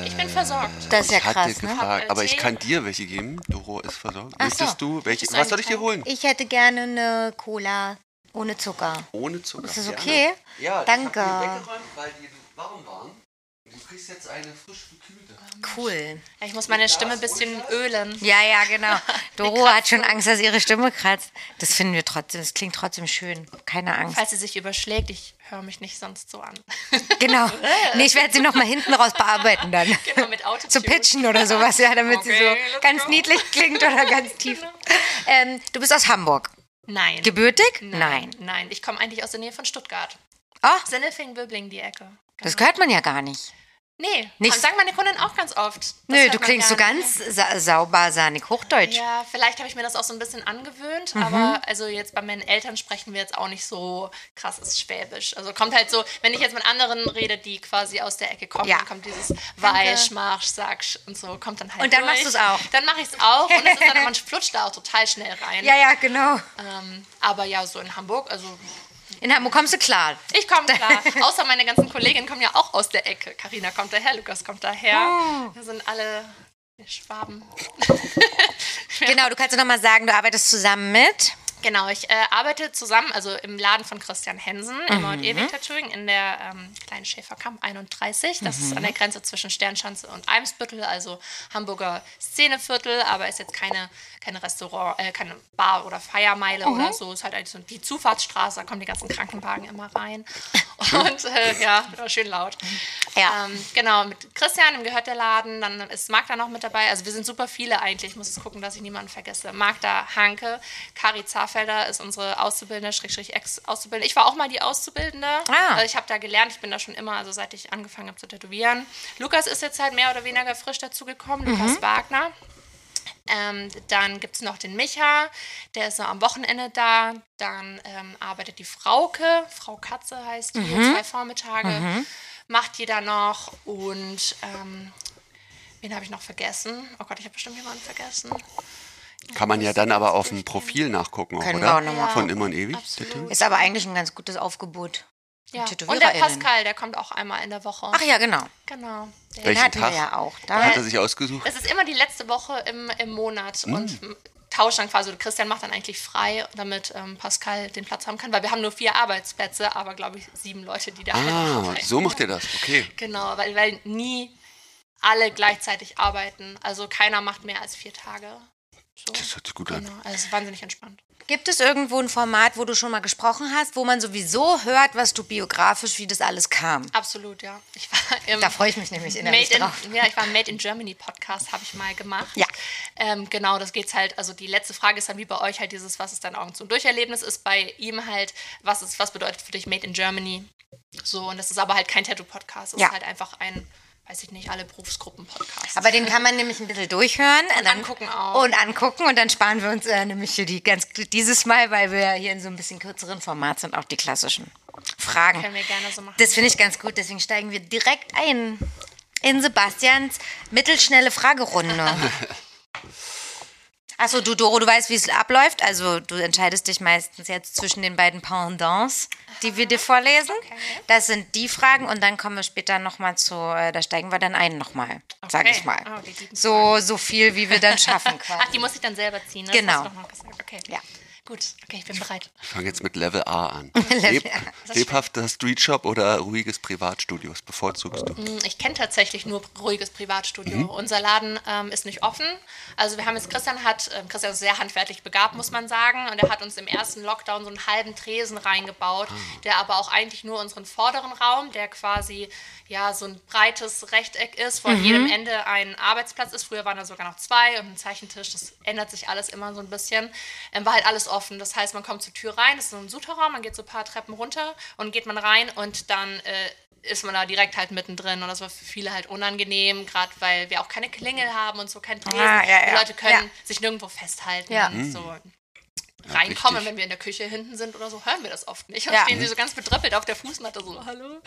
S4: Ich bin versorgt.
S1: Das ist ja
S2: Äh, ich hatte
S1: krass, ne?
S2: gefragt,
S4: Hab, äh,
S2: aber ich
S4: Tee.
S2: kann dir welche geben. Doro ist versorgt.
S1: Ach so.
S2: Möchtest du welche?
S4: Möchtest du
S2: Was
S4: einen
S2: soll ich dir
S4: Teil?
S2: holen?
S1: Ich hätte gerne eine Cola ohne Zucker.
S2: Ohne Zucker.
S1: Ist das
S2: Gerne.
S1: okay?
S2: Ja,
S1: Danke.
S2: Ich hab die weggeräumt, weil die warm waren. Du kriegst jetzt eine frisch gekühlte.
S1: Cool.
S4: Ich muss meine Stimme ein bisschen ölen.
S1: Ja, ja,
S4: (laughs)
S1: genau. Doro hat schon Angst, dass ihre Stimme kratzt. Das finden wir trotzdem. Das klingt trotzdem schön. Keine Angst.
S4: Falls sie sich überschlägt, ich höre mich nicht sonst so an.
S1: (laughs)
S4: (laughs)
S1: Genau. Nee, ich werde sie noch mal hinten raus bearbeiten dann.
S4: Genau, mit Autotune.
S1: Zu pitchen oder sowas, ja, damit sie
S4: Okay,
S1: so
S4: let's
S1: ganz
S4: go.
S1: niedlich klingt
S4: (laughs)
S1: oder ganz tief.
S4: Genau.
S1: Ähm, du bist aus Hamburg.
S4: Nein.
S1: Gebürtig?
S4: Nein. Nein, ich komme eigentlich aus der Nähe von Stuttgart.
S1: Ach,
S4: Sinnefing-Böbling, die Ecke.
S1: das hört man ja gar nicht.
S4: Nee,
S1: Nicht-
S4: nicht. sagen meine Kunden auch ganz oft. Das
S1: Nö,
S4: hört
S1: du
S4: man
S1: klingst so
S4: gerne.
S1: ganz sa sauber, sahnig, hochdeutsch.
S4: Ja, vielleicht habe ich mir das auch so ein bisschen angewöhnt,
S1: Mhm.
S4: aber also jetzt bei meinen Eltern sprechen wir jetzt auch nicht so krasses Schwäbisch. Also kommt halt so, wenn ich jetzt mit anderen rede, die quasi aus der Ecke kommen,
S1: Ja.
S4: dann kommt dieses Weisch, Marsch, Sacksch und so, kommt dann halt
S1: Und dann
S4: durch.
S1: machst du's auch.
S4: Dann mache ich es auch und es ist
S1: (laughs)
S4: dann, man flutscht da auch total schnell rein.
S1: Ja, ja, genau.
S4: Ähm, aber ja, so in Hamburg, also
S1: In Hamburg kommst du klar.
S4: ich
S1: (laughs)
S4: komme klar. Außer meine ganzen Kolleginnen kommen ja auch aus der Ecke. Karina kommt daher, Lukas kommt
S1: Oh.
S4: daher. Wir sind alle
S1: (laughs)
S4: Schwaben.
S1: Genau, du kannst doch nochmal sagen, du arbeitest zusammen mit.
S4: Genau, ich äh, arbeite zusammen, also im Laden von Christian Hensen, immer und ewig Tattooing, in der ähm, kleinen Schäferkamp 31. Das ist an der Grenze zwischen Sternschanze und Eimsbüttel, also Hamburger Szeneviertel, aber ist jetzt keine, keine Restaurant, äh, keine Bar oder Feiermeile oder so. Ist halt eigentlich so die Zufahrtsstraße, da kommen die ganzen Krankenwagen immer
S1: (laughs)
S4: rein. Und äh, ja, (laughs) war schön laut.
S1: Ja.
S4: Ähm, genau, mit Christian, dem gehört der Laden, dann ist Magda noch mit dabei. Also wir sind super viele eigentlich. Ich muss jetzt gucken, dass ich niemanden vergesse. Magda Hanke, Kari Zafelder ist unsere Auszubildende, Schrägstrich Ex-Auszubildende. Ich war auch mal die Auszubildende.
S1: Ah.
S4: Also ich habe da gelernt, ich bin da schon immer, also seit ich angefangen habe zu tätowieren. Lukas ist jetzt halt mehr oder weniger frisch dazugekommen,
S1: Mhm.
S4: Lukas Wagner. Ähm, dann gibt es noch den Micha, der ist noch am Wochenende da. Dann ähm, arbeitet die Frauke, Frau Katze heißt die, zwei Vormittage. Macht jeder noch und ähm, wen habe ich noch vergessen? Oh Gott, ich habe bestimmt jemanden vergessen.
S2: Kann man ja dann aber auf dem Profil nachgucken, auch,
S1: Können wir
S2: oder?
S1: auch noch mal
S2: Von immer und ewig.
S4: Absolut.
S2: Tattoo.
S1: Ist aber eigentlich ein ganz gutes Aufgebot.
S4: Ja. Und der
S1: TätowiererInnen.
S4: Pascal, der kommt auch einmal in der Woche.
S1: Ach ja, genau.
S4: Genau. Der
S1: Den
S2: Welchen
S1: hatten
S2: Tag?
S1: wir ja auch. Da.
S2: Hat er sich ausgesucht?
S4: Es ist immer die letzte Woche im, im Monat
S2: Mhm.
S4: und m- tauscht dann quasi. Christian macht dann eigentlich frei, damit ähm, Pascal den Platz haben kann, weil wir haben nur vier Arbeitsplätze, aber glaube ich sieben Leute, die da
S2: Ah,
S4: arbeiten.
S2: so macht er das. Okay.
S4: Genau, weil, weil nie alle gleichzeitig arbeiten. Also keiner macht mehr als vier Tage. So.
S2: Das hört sich gut an.
S4: Genau, also es ist wahnsinnig entspannt.
S1: Gibt es irgendwo ein Format, wo du schon mal gesprochen hast, wo man sowieso hört, was du biografisch, wie das alles kam?
S4: Absolut, ja. Ich war im
S1: Da freue ich mich nämlich innerlich
S4: Made in,
S1: drauf.
S4: ja, ich war im Made in Germany Podcast, habe ich mal gemacht.
S1: Ja.
S4: Ähm, genau, das geht's halt. Also die letzte Frage ist dann wie bei euch halt dieses, was ist dein Augen zum Durcherlebnis? Ist bei ihm halt, was ist, was bedeutet für dich Made in Germany? So, und das ist aber halt kein Tattoo-Podcast. Es
S1: Ja.
S4: ist halt einfach ein, weiß ich nicht, alle Berufsgruppen-Podcast.
S1: Aber den kann man nämlich ein bisschen durchhören und, dann,
S4: angucken auch.
S1: Und angucken und dann sparen wir uns äh, nämlich für die ganz dieses Mal, weil wir ja hier in so ein bisschen kürzeren Format sind, auch die klassischen Fragen.
S4: Können wir gerne so machen.
S1: Das finde ich ganz gut, deswegen steigen wir direkt ein in Sebastians mittelschnelle Fragerunde. Achso, du Doro, du weißt, wie es abläuft. Also du entscheidest dich meistens jetzt zwischen den beiden Pendants, die wir dir vorlesen. Das sind die Fragen und dann kommen wir später nochmal zu, äh, da steigen wir dann ein nochmal, sag
S4: Okay.
S1: ich mal.
S4: Ah, die lieben
S1: So, so viel, wie wir dann schaffen
S4: (laughs) Ach,
S1: quasi.
S4: die muss ich dann selber ziehen, ne?
S1: Genau.
S4: Das hast du doch noch gesagt. Okay.
S1: Ja.
S4: Gut, okay, ich bin bereit.
S2: Ich fange jetzt mit Level A an.
S1: (laughs) Level
S2: Leb,
S1: A.
S2: lebhafter Streetshop oder ruhiges Privatstudio? Was bevorzugst du?
S4: Hm, Ich kenne tatsächlich nur ruhiges Privatstudio. Unser Laden ähm, ist nicht offen. Also wir haben jetzt, Christian hat, ähm, Christian ist sehr handwerklich begabt, muss man sagen. Und er hat uns im ersten Lockdown so einen halben Tresen reingebaut, der aber auch eigentlich nur unseren vorderen Raum, der quasi ja so ein breites Rechteck ist, von jedem Ende ein Arbeitsplatz ist. Früher waren da sogar noch zwei und ein Zeichentisch. Das ändert sich alles immer so ein bisschen. Ähm, war halt alles offen. Das heißt, man kommt zur Tür rein, das ist so ein Suterraum, man geht so ein paar Treppen runter und geht man rein und dann äh, ist man da direkt halt mittendrin und das war für viele halt unangenehm, gerade weil wir auch keine Klingel haben und so kein Tresen.
S1: Ah, ja,
S4: die
S1: ja.
S4: Leute können
S1: Ja.
S4: sich nirgendwo festhalten.
S1: Ja.
S4: Und so reinkommen,
S2: richtig.
S4: wenn wir in der Küche hinten sind oder so, hören wir das oft nicht. Und
S1: Ja.
S4: stehen sie so ganz betröppelt auf der Fußmatte so, hallo,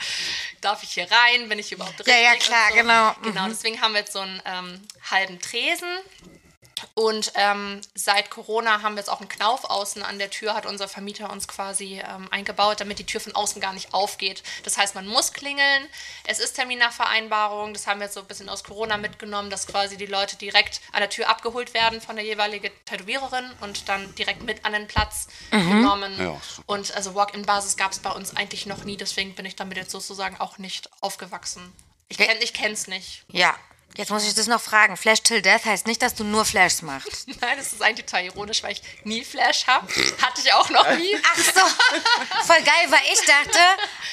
S4: darf ich hier rein? Bin ich überhaupt
S1: Ja,
S4: richtig?
S1: ja, klar,
S4: und so.
S1: genau.
S4: Genau, deswegen haben wir jetzt so einen ähm, halben Tresen. Und ähm, seit Corona haben wir jetzt auch einen Knauf außen an der Tür, hat unser Vermieter uns quasi ähm, eingebaut, damit die Tür von außen gar nicht aufgeht. Das heißt, man muss klingeln. Es ist Termin nach Vereinbarung. Das haben wir jetzt so ein bisschen aus Corona mitgenommen, dass quasi die Leute direkt an der Tür abgeholt werden von der jeweiligen Tätowiererin und dann direkt mit an den Platz genommen.
S2: Ja, super.
S4: und also Walk-in-Basis gab es bei uns eigentlich noch nie. Deswegen bin ich damit jetzt sozusagen auch nicht aufgewachsen. Ich kenne es nicht.
S1: Ja, jetzt muss ich das noch fragen. Flash till Death heißt nicht, dass du nur Flashs machst.
S4: (laughs) Nein, das ist eigentlich total ironisch, weil ich nie Flash habe. Hatte ich auch noch nie.
S1: Ach so, (laughs) voll geil, weil ich dachte,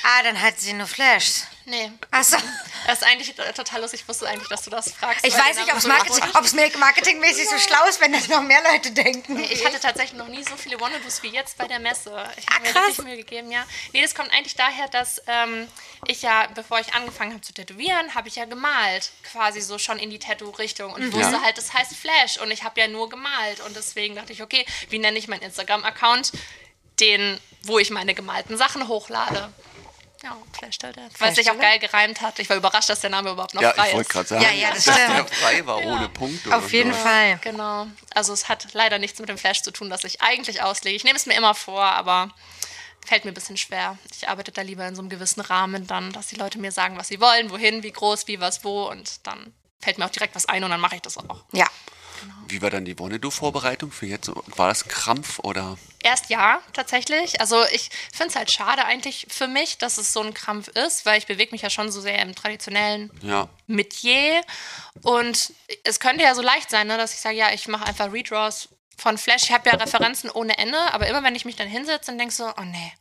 S1: ah, dann hat sie nur Flashs.
S4: Nee.
S1: Ach so.
S4: Das ist eigentlich total lustig. Ich wusste eigentlich, dass du das fragst.
S1: Ich
S4: weil
S1: weiß nicht,
S4: der
S1: ob
S4: Name
S1: es
S4: so
S1: Marketing,
S4: ironisch-
S1: ob's mir marketingmäßig so schlau ist, wenn das noch mehr Leute denken.
S4: Ich hatte tatsächlich noch nie so viele One-Dos wie jetzt bei der Messe. Ich
S1: Ah,
S4: habe mir
S1: krass.
S4: richtig Mühe gegeben, ja. Nee, das kommt eigentlich daher, dass ähm, ich ja, bevor ich angefangen habe zu tätowieren, habe ich ja gemalt. Quasi so schon in die Tattoo-Richtung.
S1: Mhm.
S4: Und wusste
S2: Ja.
S4: halt, das heißt Flash. Und ich habe ja nur gemalt. Und deswegen dachte ich, okay, wie nenne ich meinen Instagram-Account? Den, wo ich meine gemalten Sachen hochlade. Ja, Flash Till Death. Weil es sich auch geil gereimt hat. Ich war überrascht, dass der Name überhaupt noch
S2: Ja,
S4: frei
S2: ich wollte
S4: ist.
S2: gerade sagen,
S1: Ja, ja, das
S2: dass der
S1: stimmt.
S2: frei war ohne Punkte.
S1: Auf
S2: und äh,
S1: jeden
S2: so.
S1: Fall.
S4: Genau. Also es hat leider nichts mit dem Flash zu tun, das ich eigentlich auslege. Ich nehme es mir immer vor, aber fällt mir ein bisschen schwer. Ich arbeite da lieber in so einem gewissen Rahmen dann, dass die Leute mir sagen, was sie wollen, wohin, wie groß, wie, was, wo und dann fällt mir auch direkt was ein und dann mache ich das auch.
S1: Ja.
S2: Wie war dann die Wonnedo-Vorbereitung für jetzt? War das Krampf oder?
S4: Erst ja, tatsächlich. Also ich finde es halt schade eigentlich für mich, dass es so ein Krampf ist, weil ich bewege mich ja schon so sehr im traditionellen
S2: Ja.
S4: Metier. Und es könnte ja so leicht sein, ne, dass ich sage, ja, ich mache einfach Redraws von Flash. Ich habe ja Referenzen ohne Ende, aber immer wenn ich mich dann hinsetze und denke so, oh nee,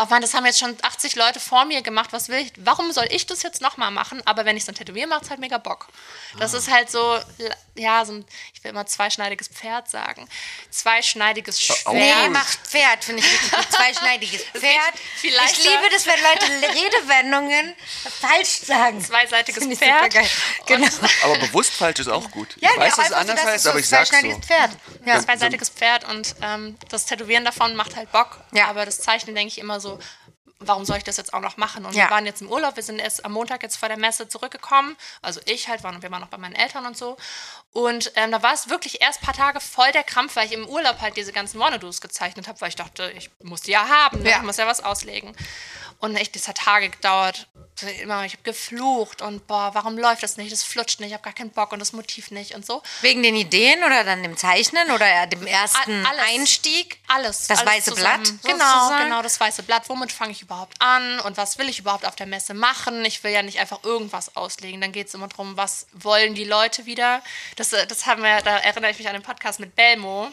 S4: oh Mann, das haben jetzt schon 80 Leute vor mir gemacht, was will ich, warum soll ich das jetzt nochmal machen? Aber wenn ich es dann tätowiere, macht es halt mega Bock. Das
S2: Ah.
S4: ist halt so, ja, so ein, ich will immer zweischneidiges Pferd sagen. Zweischneidiges Schwert.
S2: Oh.
S1: Nee, mach Pferd, finde ich richtig gut. Zweischneidiges
S4: (laughs)
S1: Pferd.
S4: viel leichter.
S1: Ich liebe das, wenn Leute
S4: (laughs)
S1: Redewendungen falsch sagen.
S4: Zweiseitiges
S1: Finde ich
S4: Pferd.
S1: supergeil.
S4: (laughs)
S1: Genau.
S2: Aber bewusst falsch ist auch gut.
S1: Ja,
S2: ich weiß,
S1: auch
S2: dass es
S1: einfach so,
S2: anders
S1: dass
S2: heißt,
S1: so
S2: aber ich sag's so.
S1: Zweischneidiges Pferd. Ja.
S4: zweiseitiges Pferd und ähm, das Tätowieren davon macht halt Bock.
S1: Ja.
S4: Aber das Zeichnen denke ich immer so, warum soll ich das jetzt auch noch machen? Und
S1: Ja.
S4: wir waren jetzt im Urlaub, wir sind erst am Montag jetzt vor der Messe zurückgekommen. Also ich halt, waren, wir waren noch bei meinen Eltern und so. Und ähm, da war es wirklich erst ein paar Tage voll der Krampf, weil ich im Urlaub halt diese ganzen Monodos gezeichnet habe, weil ich dachte, ich muss die ja haben, ne?
S1: Ja.
S4: ich muss ja was auslegen. Und echt, das hat Tage gedauert, So, immer, Ich habe geflucht und boah, warum läuft das nicht? Das flutscht nicht, ich habe gar keinen Bock und das Motiv nicht und so.
S1: Wegen den Ideen oder dann dem Zeichnen oder dem ersten
S4: alles.
S1: Einstieg?
S4: Alles.
S1: Das
S4: alles
S1: weiße Blatt
S4: Genau,
S1: sozusagen?
S4: genau, das weiße Blatt. Womit fange ich überhaupt an und was will ich überhaupt auf der Messe machen? Ich will ja nicht einfach irgendwas auslegen. Dann geht es immer darum, was wollen die Leute wieder? Das, äh, das haben wir, da erinnere ich mich an den Podcast mit Belmo,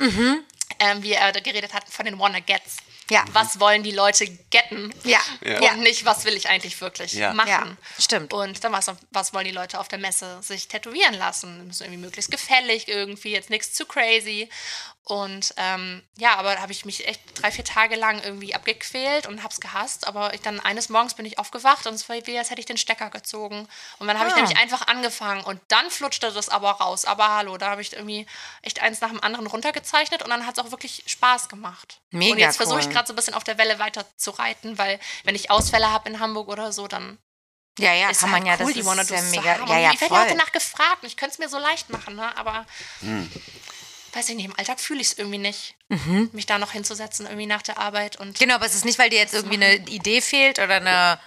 S4: ähm, wie er da geredet hat von den Wanna Gets.
S1: Mhm. Ja.
S4: Was wollen die Leute getten?
S1: Ja.
S4: Und
S1: Ja.
S4: nicht, was will ich eigentlich wirklich
S2: Ja.
S4: machen?
S1: Ja, stimmt.
S4: Und dann was, was wollen die Leute auf der Messe sich tätowieren lassen? Die Müssen irgendwie möglichst gefällig irgendwie, jetzt nichts zu crazy. Und ähm, ja, aber da habe ich mich echt drei, vier Tage lang irgendwie abgequält und habe es gehasst. Aber ich dann eines Morgens bin ich aufgewacht und es war wie, als hätte ich den Stecker gezogen. Und dann habe ich
S1: Ah.
S4: nämlich einfach angefangen und dann flutschte das aber raus. Aber hallo, da habe ich irgendwie echt eins nach dem anderen runtergezeichnet und dann hat es auch wirklich Spaß gemacht. und
S1: Mega
S4: jetzt versuche ich
S1: cool.
S4: gerade so ein bisschen auf der Welle weiter zu reiten, weil wenn ich Ausfälle habe in Hamburg oder so, dann
S1: Ja, ja,
S4: ist
S1: kann
S4: halt
S1: man ja,
S4: cool,
S1: das
S4: die
S1: ist
S4: Wanna
S1: ja
S4: Do's zu
S1: mega,
S4: haben.
S1: ja, ja,
S4: ich werde ja auch
S1: voll.
S4: danach gefragt und ich könnte es mir so leicht machen, ne? aber
S1: Hm.
S4: weiß ich nicht, im Alltag fühle ich es irgendwie nicht,
S1: Mhm.
S4: mich da noch hinzusetzen, irgendwie nach der Arbeit und
S1: Genau, aber es ist nicht, weil dir jetzt irgendwie eine Idee fehlt oder eine...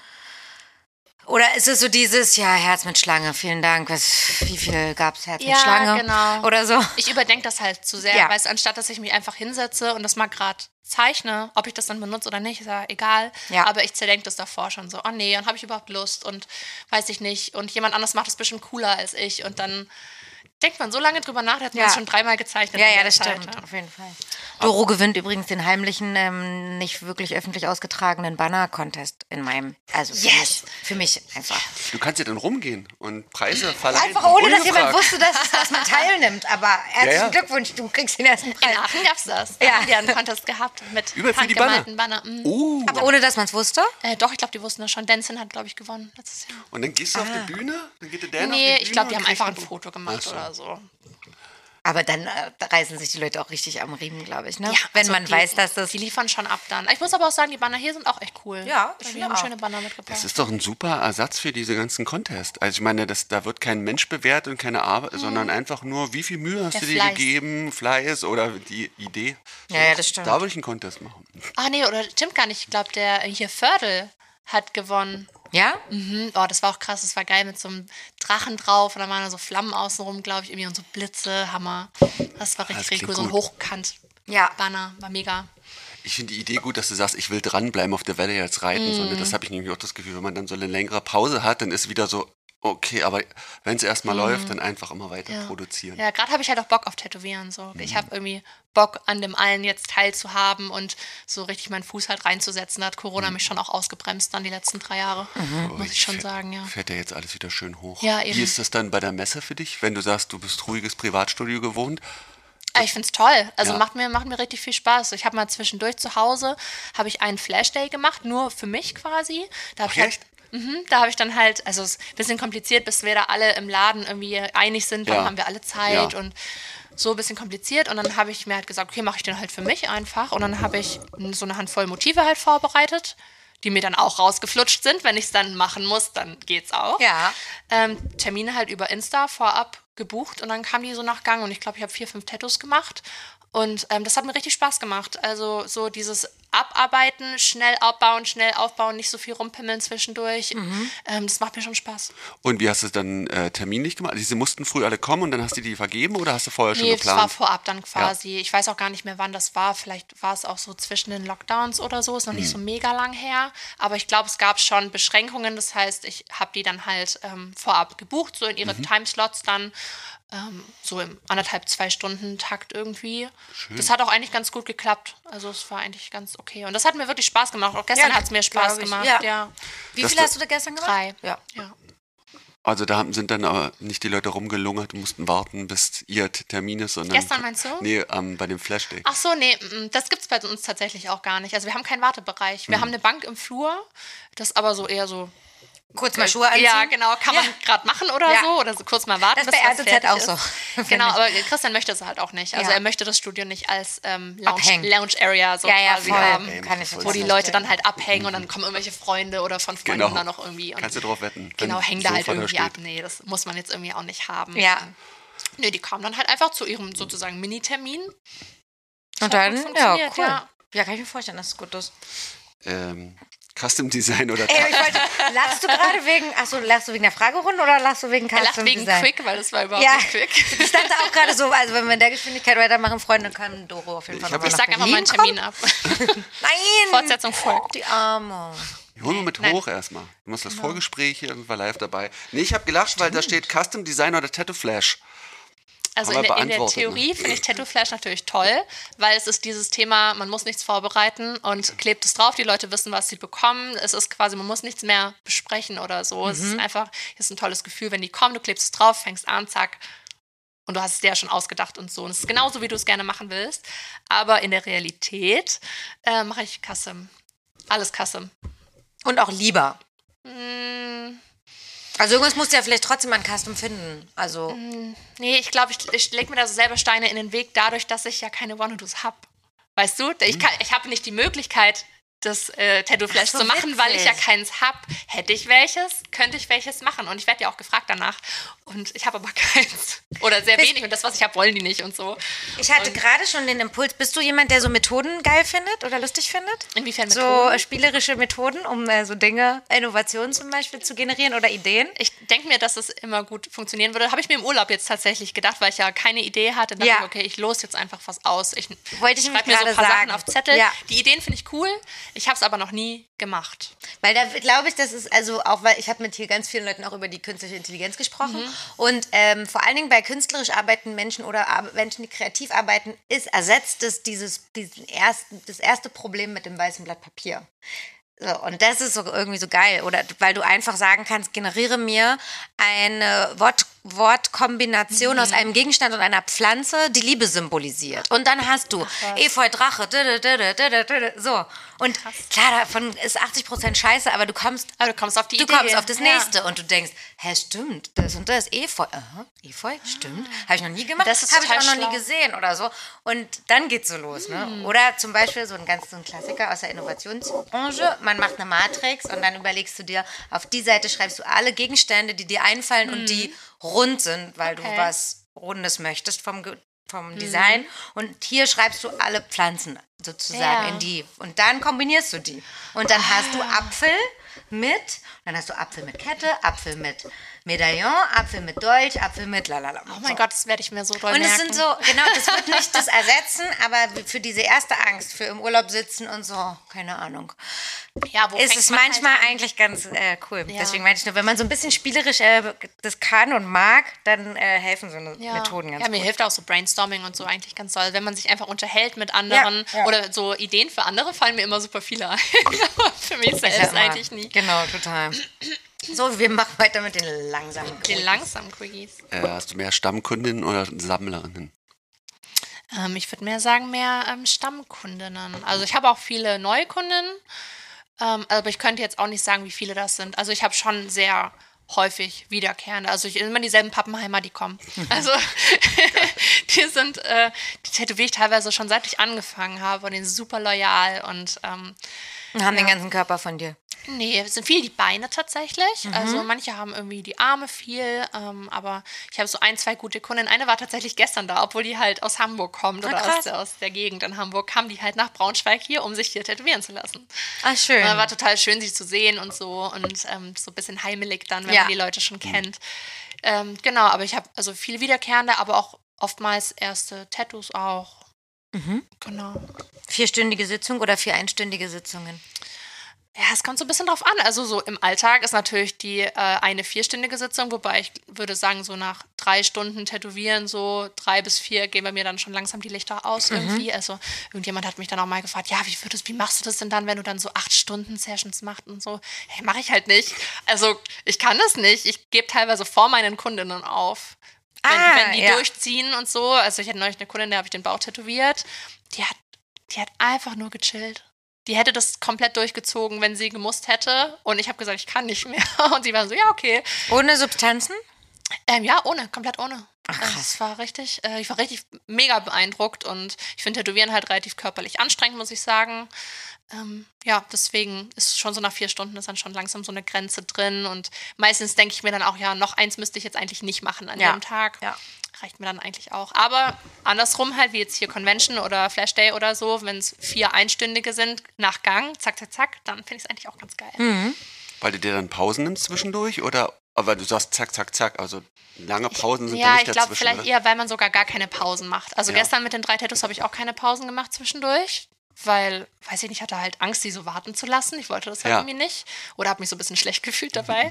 S1: Oder ist es so dieses, ja, Herz mit Schlange, vielen Dank, was, wie viel gab es Herz
S4: Ja,
S1: mit Schlange?
S4: genau.
S1: Oder so.
S4: ich überdenke das halt zu sehr,
S1: Ja.
S4: weil es anstatt, dass ich mich einfach hinsetze und das mal gerade zeichne, ob ich das dann benutze oder nicht, ist ja egal,
S1: Ja.
S4: aber ich zerdenke das davor schon so, oh nee, und habe ich überhaupt Lust und weiß ich nicht und jemand anders macht es bestimmt cooler als ich und dann denkt man so lange drüber nach, der hat mir
S1: Ja.
S4: das schon dreimal gezeichnet.
S1: Ja,
S4: in
S1: ja,
S4: der
S1: das
S4: Zeit,
S1: stimmt,
S4: ne?
S1: auf jeden Fall. Doro gewinnt übrigens den heimlichen, ähm, nicht wirklich öffentlich ausgetragenen Banner-Contest in meinem, also für, mich,
S4: Yes.
S1: für mich einfach.
S2: Du kannst ja dann rumgehen und Preise verleihen.
S1: Einfach ohne, dass jemand
S2: Ungefragt.
S1: wusste, dass, dass
S4: (laughs)
S1: man teilnimmt. Aber herzlichen
S2: ja.
S1: Glückwunsch, du kriegst den ersten
S4: In
S1: Preis.
S4: Aachen Genau, gab's das. Da
S1: Äh, Ja.
S4: haben die einen Contest gehabt mit
S2: Überall für die
S4: handgemalten Banner. Mhm.
S2: Oh,
S1: Aber ohne, dass man es wusste?
S4: Äh, doch, ich glaube, die wussten das schon. Denzin hat, glaube ich, gewonnen letztes Jahr.
S2: und dann gehst du auf die Bühne? Dann geht der Dan auf die
S4: nee,
S2: Bühne
S4: ich glaube, die
S2: und
S4: haben einfach ein
S2: kriegt-
S4: Foto gemacht
S2: Ach so.
S4: oder so.
S1: Aber dann äh, da reißen sich die Leute auch richtig am Riemen, glaube ich, ne? Wenn
S4: also
S1: man
S4: die,
S1: weiß, dass das...
S4: Die liefern schon ab dann. Ich muss aber auch sagen, die Banner hier sind auch echt cool.
S1: Ja, ich
S4: ich
S1: finde
S4: haben
S1: auch.
S4: schöne Banner
S2: Das
S4: mitgebracht.
S2: ist doch ein super Ersatz für diese ganzen Contests. Also ich meine, das, da wird kein Mensch bewährt und keine Arbeit, sondern einfach nur, wie viel Mühe hast
S4: Der
S2: du dir
S4: Fleiß.
S2: gegeben, Fleiß oder die Idee.
S1: Ja, ja, das stimmt.
S2: Da würde ich einen Contest machen.
S4: Ah, nee, oder stimmt gar nicht. Ich glaube, der äh, hier Fördel hat gewonnen.
S1: ja?
S4: Mhm. Oh, das war auch krass. Das war geil mit so einem Drachen drauf und dann waren da so Flammen außenrum, glaube ich, irgendwie und so Blitze. Hammer. Das war
S2: Ah, Das
S4: richtig, richtig
S2: klingt
S4: cool. So ein
S2: gut.
S1: Ja.
S4: Hochkant-Banner. War mega.
S2: Ich finde die Idee gut, dass du sagst, ich will dranbleiben auf der Welle jetzt reiten, sondern
S4: Mhm.
S2: das habe ich nämlich auch das Gefühl, wenn man dann so eine längere Pause hat, dann ist wieder so, okay, aber wenn es erstmal läuft, dann einfach immer weiter
S4: Mhm. Ja.
S2: produzieren.
S4: Ja, gerade habe ich halt auch Bock auf Tätowieren. So.
S2: Mhm.
S4: Ich habe irgendwie Bock, an dem allen jetzt teilzuhaben und so richtig meinen Fuß halt reinzusetzen. Da hat
S2: Mhm.
S4: Corona mich schon auch ausgebremst dann die letzten drei Jahre. Muss ich schon
S2: Oh, fährt-
S4: sagen, ja.
S2: Fährt ja jetzt alles wieder schön hoch.
S4: Ja, eben.
S2: Wie ist das dann bei der Messe für dich, wenn du sagst, du bist ruhiges Privatstudio gewohnt?
S4: Aber ich finde es toll. Also
S2: Ja.
S4: macht, mir, macht mir richtig viel Spaß. Ich habe mal zwischendurch zu Hause, habe ich einen Flashday gemacht, nur für mich quasi. Da habe ich halt
S2: echt?
S4: Mhm, da habe ich dann halt, also es ist ein bisschen kompliziert, bis wir da alle im Laden irgendwie einig sind, wann
S2: Ja.
S4: haben wir alle Zeit
S2: Ja.
S4: und so ein bisschen kompliziert. Und dann habe ich mir halt gesagt, okay, mache ich den halt für mich einfach. Und dann habe ich so eine Handvoll Motive halt vorbereitet, die mir dann auch rausgeflutscht sind. Wenn ich es dann machen muss, dann geht's auch.
S1: Ja.
S4: Ähm, Termine halt über Insta vorab gebucht und dann kam die so nach Gang und ich glaube, ich habe vier, fünf Tattoos gemacht. Und ähm, das hat mir richtig Spaß gemacht. Also so dieses Abarbeiten, schnell abbauen, schnell aufbauen, nicht so viel rumpimmeln zwischendurch. Ähm, das macht mir schon Spaß.
S2: Und wie hast du es dann äh, terminlich gemacht? Also, sie mussten früh alle kommen und dann hast du die vergeben oder hast du vorher schon
S4: Nee, das war
S2: geplant?
S4: vorab dann quasi. Ich weiß auch gar nicht mehr, wann das war. Vielleicht war es auch so zwischen den Lockdowns oder so. Ist noch
S2: Mhm.
S4: nicht so mega lang her. Aber ich glaube, es gab schon Beschränkungen. Das heißt, ich habe die dann halt ähm, vorab gebucht, so in ihre
S2: Mhm.
S4: Timeslots dann. Ähm, so im anderthalb, zwei Stunden Takt irgendwie. Das hat auch eigentlich ganz gut geklappt. Also es war eigentlich ganz okay. Und das hat mir wirklich Spaß gemacht. Auch gestern
S1: Ja,
S4: hat es mir Spaß
S1: glaub ich,
S4: gemacht.
S1: ja.
S4: ja.
S1: Wie
S2: Das
S1: viele
S2: du-
S1: hast du da gestern gemacht?
S4: Drei.
S1: Ja.
S4: ja.
S2: also da haben, sind dann aber nicht die Leute rumgelungert und mussten warten, bis ihr T- Termin ist. Sondern
S4: Gestern meinst du?
S2: Nee, ähm, bei dem Flashday.
S4: Ach so, nee, mm, das gibt es bei uns tatsächlich auch gar nicht. Also wir haben keinen Wartebereich. Wir
S2: Mhm.
S4: haben eine Bank im Flur, das ist aber so eher so.
S1: Kurz mal Schuhe anziehen.
S4: Ja, genau, kann man gerade machen oder
S1: Ja.
S4: so oder so kurz mal warten.
S1: Das ist
S4: bis
S1: bei
S4: was
S1: RTZ auch (laughs)
S4: fertig ist.
S1: so, finde
S4: Genau, aber Christian möchte es halt auch nicht. Also
S1: Ja.
S4: er möchte das Studio nicht als ähm,
S1: Abhängen.
S4: Lounge, Lounge Area so
S1: Ja, ja,
S4: quasi
S1: voll.
S4: haben,
S2: Ey,
S1: Kann ich
S2: wo
S4: wo
S1: total
S4: die Leute dann halt abhängen und dann kommen irgendwelche Freunde oder von Freunden
S2: Genau.
S4: dann noch irgendwie. Und
S2: Kannst du drauf wetten, wenn
S4: Genau,
S2: ein
S4: hängen da halt
S2: Sofa da
S4: irgendwie
S2: steht.
S4: ab. Nee, das muss man jetzt irgendwie auch nicht haben.
S1: Ja.
S4: Nee, die kamen dann halt einfach zu ihrem sozusagen Minitermin.
S1: Und
S4: hat
S1: dann,
S4: gut
S1: ja,
S4: funktioniert,
S1: cool. Ja.
S4: ja.
S1: kann ich mir vorstellen, dass es gut ist.
S2: Ähm, Custom Design oder
S4: Äh,
S1: Ey, ich wollte, lachst du gerade wegen, achso, lachst du wegen der Fragerunde oder lachst du wegen
S4: Er
S1: Custom
S4: lacht wegen
S1: Design?
S4: Quick, weil das war überhaupt
S1: Ja.
S4: nicht Quick.
S1: Ich dachte auch gerade so, also wenn wir in der Geschwindigkeit weitermachen, Freunde, kann Doro auf jeden Fall
S2: Ich hab-
S1: nochmal
S4: Ich
S1: nach
S4: sag einfach
S1: Berlin
S4: meinen Termin ab. (laughs)
S1: kommen. Nein!
S4: Fortsetzung
S1: (laughs)
S4: folgt.
S1: Die Arme.
S2: Ich hole mal mit
S4: Nein. Genau.
S2: hoch erstmal. Du machst das Vorgespräch hier, war live dabei. Nee, ich habe gelacht, weil da steht Custom Design oder Tattoo Flash.
S4: Also in
S2: Aber
S4: der, in der
S2: beantwortet, ne?
S4: Theorie finde ich Tattoo Flash natürlich toll, weil es ist dieses Thema, man muss nichts vorbereiten und klebt es drauf, die Leute wissen, was sie bekommen. Es ist quasi, man muss nichts mehr besprechen oder so. Es ist einfach, es ist ein tolles Gefühl, wenn die kommen, du klebst es drauf, fängst an, zack. Und du hast es dir ja schon ausgedacht und so. Und es ist genauso, wie du es gerne machen willst. Aber in der Realität äh, mache ich Custom. Alles Custom.
S1: Und auch lieber.
S4: Mm,
S1: Also irgendwas musst du ja vielleicht trotzdem an Custom finden. Also,
S4: Nee, ich glaube, ich, ich lege mir da so selber Steine in den Weg, dadurch, dass ich ja keine One-Dos habe. Weißt du, ich, kann- ich habe nicht die Möglichkeit, das äh, Tattoo-Flash
S1: Hm. Ach, so
S4: zu machen, weil ich ja
S1: witzig.
S4: keins habe. Hätte ich welches, könnte ich welches machen. Und ich werde ja auch gefragt danach. Und ich habe aber (laughs) keins. Oder sehr
S1: Bist-
S4: wenig. Und das, was ich habe, wollen die nicht und so.
S1: ich hatte gerade schon den Impuls, bist du jemand, der so Methoden geil findet oder lustig findet?
S4: Inwiefern
S1: So
S4: Methoden?
S1: äh, spielerische Methoden, um äh, so Dinge, Innovationen zum Beispiel zu generieren oder Ideen?
S4: Ich denke mir, dass es immer gut funktionieren würde. Habe ich mir im Urlaub jetzt tatsächlich gedacht, weil ich ja keine Idee hatte. Dachte
S1: Ja.
S4: ich, okay, ich los jetzt einfach was aus. Ich
S1: Wollte ich nämlich
S4: schreib mir so
S1: gerade
S4: ein paar
S1: sagen.
S4: Sachen auf Zettel.
S1: Ja.
S4: Die Ideen finde ich cool. Ich habe es aber noch nie gemacht.
S1: Weil da glaube ich, das ist also auch, weil ich habe mit hier ganz vielen Leuten auch über die künstliche Intelligenz gesprochen.
S4: Mhm.
S1: Und ähm, vor allen Dingen bei künstlerisch arbeitenden Menschen oder ar- Menschen, die kreativ arbeiten, ist ersetzt es dieses, diesen ersten, das erste Problem mit dem weißen Blatt Papier. So, und das ist so irgendwie so geil, oder? Weil du einfach sagen kannst, generiere mir eine Wort Wortkombination aus einem Gegenstand und einer Pflanze, die Liebe symbolisiert. Und dann hast du Efeu, Drache, dödö, dödö, dödö, dödö, so. Und klar, davon ist 80% scheiße, aber du kommst
S4: Aber Oh, du kommst auf die
S1: du
S4: Idee.
S1: kommst auf das
S4: Ja.
S1: nächste und du denkst, hä, stimmt, das und das, Efeu, aha, Efeu, stimmt, habe ich noch nie gemacht,
S4: Ah. Das ist
S1: habe ich
S4: total
S1: auch noch nie
S4: schlau. Mhm.
S1: gesehen oder so. Und dann geht's so los, ne? Oder zum Beispiel so ein ganz so ein Klassiker aus der Innovationsbranche, man macht eine Matrix und dann überlegst du dir, auf die Seite schreibst du alle Gegenstände, die dir einfallen und die rund sind, weil du
S4: Mhm. Okay. Mhm.
S1: was Rundes möchtest vom, Ge- vom Design. Und hier schreibst du alle Pflanzen sozusagen
S4: Ja.
S1: in die. Und dann kombinierst du die. Und dann hast du Apfel mit, dann hast du Apfel mit Kette, Apfel mit Medaillon, Apfel mit Dolch, Apfel mit lalala.
S4: Oh mein Gott, das werde ich mir so doll
S1: Und
S4: merken.
S1: es sind so, genau, das wird nicht (laughs) das ersetzen, aber für diese erste Angst, für im Urlaub sitzen und so, keine Ahnung,
S4: ja, wo
S1: ist
S4: fängt
S1: es
S4: man
S1: manchmal
S4: halt an?
S1: eigentlich ganz äh, cool.
S4: Ja.
S1: Deswegen meinte ich nur, wenn man so ein bisschen spielerisch äh, das kann und mag, dann äh, helfen so eine
S4: ja.
S1: Methoden ganz
S4: Ja, mir
S1: gut.
S4: hilft auch so Brainstorming und so eigentlich ganz toll. Wenn man sich einfach unterhält mit anderen
S1: Ja, ja.
S4: oder so Ideen für andere, fallen mir immer super viele ein. (laughs) Aber für mich
S1: Ja,
S4: selbst
S1: immer.
S4: eigentlich nie.
S1: Genau, total. So, wir machen weiter mit den langsamen
S4: Die
S1: Quickies.
S4: langsamen Quickies.
S2: Äh, hast du mehr Stammkundinnen oder Sammlerinnen?
S4: Ähm, ich würde mehr sagen, mehr ähm, Stammkundinnen. Also ich habe auch viele Neukundinnen, ähm, aber ich könnte jetzt auch nicht sagen, wie viele das sind. Also ich habe schon sehr häufig wiederkehrende. Also ich immer dieselben Pappenheimer, die kommen. Also (laughs) die sind, äh, die tätowiere ich teilweise schon seit ich angefangen habe und die sind super loyal und ähm,
S1: Und haben den ganzen Körper von dir.
S4: Nee, es sind viel die Beine tatsächlich.
S1: Mhm.
S4: Also manche haben irgendwie die Arme viel, ähm, aber ich habe so ein, zwei gute Kunden. Eine war tatsächlich gestern da, obwohl die halt aus Hamburg kommt
S1: Ah,
S4: oder
S1: krass.
S4: aus der, aus der Gegend in Hamburg, kam die halt nach Braunschweig hier, um sich hier tätowieren zu lassen.
S1: Ah, schön.
S4: Und war total schön, sie zu sehen und so und ähm, so ein bisschen heimelig dann, wenn
S1: Ja.
S4: man die Leute schon kennt. Ähm, genau, aber ich habe also viele wiederkehrende, aber auch oftmals erste Tattoos auch.
S1: Mhm.
S4: Genau.
S1: Vierstündige Sitzung oder vier einstündige Sitzungen?
S4: Ja, es kommt so ein bisschen drauf an. Also so im Alltag ist natürlich die äh, eine vierstündige Sitzung, wobei ich würde sagen, so nach drei Stunden Tätowieren, so drei bis vier, gehen bei mir dann schon langsam die Lichter aus
S1: Mhm.
S4: irgendwie. Also irgendjemand hat mich dann auch mal gefragt, ja, wie würdest, wie machst du das denn dann, wenn du dann so acht Stunden Sessions machst und so? Hey, mache ich halt nicht. Also ich kann das nicht. Ich gebe teilweise vor meinen Kundinnen auf. Wenn,
S1: Ah,
S4: wenn die
S1: ja.
S4: durchziehen und so. Also ich hatte neulich eine Kundin, der habe ich den Bauch tätowiert. Die hat, die hat einfach nur gechillt. Die hätte das komplett durchgezogen, wenn sie gemusst hätte. Und ich habe (laughs) gesagt, ich kann nicht mehr. Und sie war so, ja, okay.
S1: Ohne Substanzen?
S4: Ähm, ja, ohne, komplett ohne.
S1: Ach,
S4: Also
S1: krass.
S4: Es war richtig, äh, ich war richtig mega beeindruckt und ich finde Tätowieren halt relativ körperlich anstrengend, muss ich sagen. Ähm, ja, deswegen ist schon so nach vier Stunden ist dann schon langsam so eine Grenze drin und meistens denke ich mir dann auch, ja, noch eins müsste ich jetzt eigentlich nicht machen an
S1: Ja,
S4: dem Tag.
S1: ja.
S4: Reicht mir dann eigentlich auch. Aber andersrum halt, wie jetzt hier Convention oder Flash Day oder so, wenn es vier einstündige sind nach Gang, zack, zack, zack, dann finde ich es eigentlich auch ganz geil.
S2: Weil du dir dann Pausen nimmst zwischendurch oder aber du sagst zack, zack, zack, also lange Pausen sind da
S4: Ja,
S2: nicht
S4: ich glaube
S2: dazwischen.
S4: vielleicht
S2: oder?
S4: eher, weil man sogar gar keine Pausen macht. Also
S2: Ja.
S4: gestern mit den drei Tattoos habe ich auch keine Pausen gemacht zwischendurch, weil, weiß ich nicht, hatte halt Angst, die so warten zu lassen. Ich wollte das halt
S2: Ja. Mhm.
S4: irgendwie nicht oder habe mich so ein bisschen schlecht (laughs) gefühlt dabei.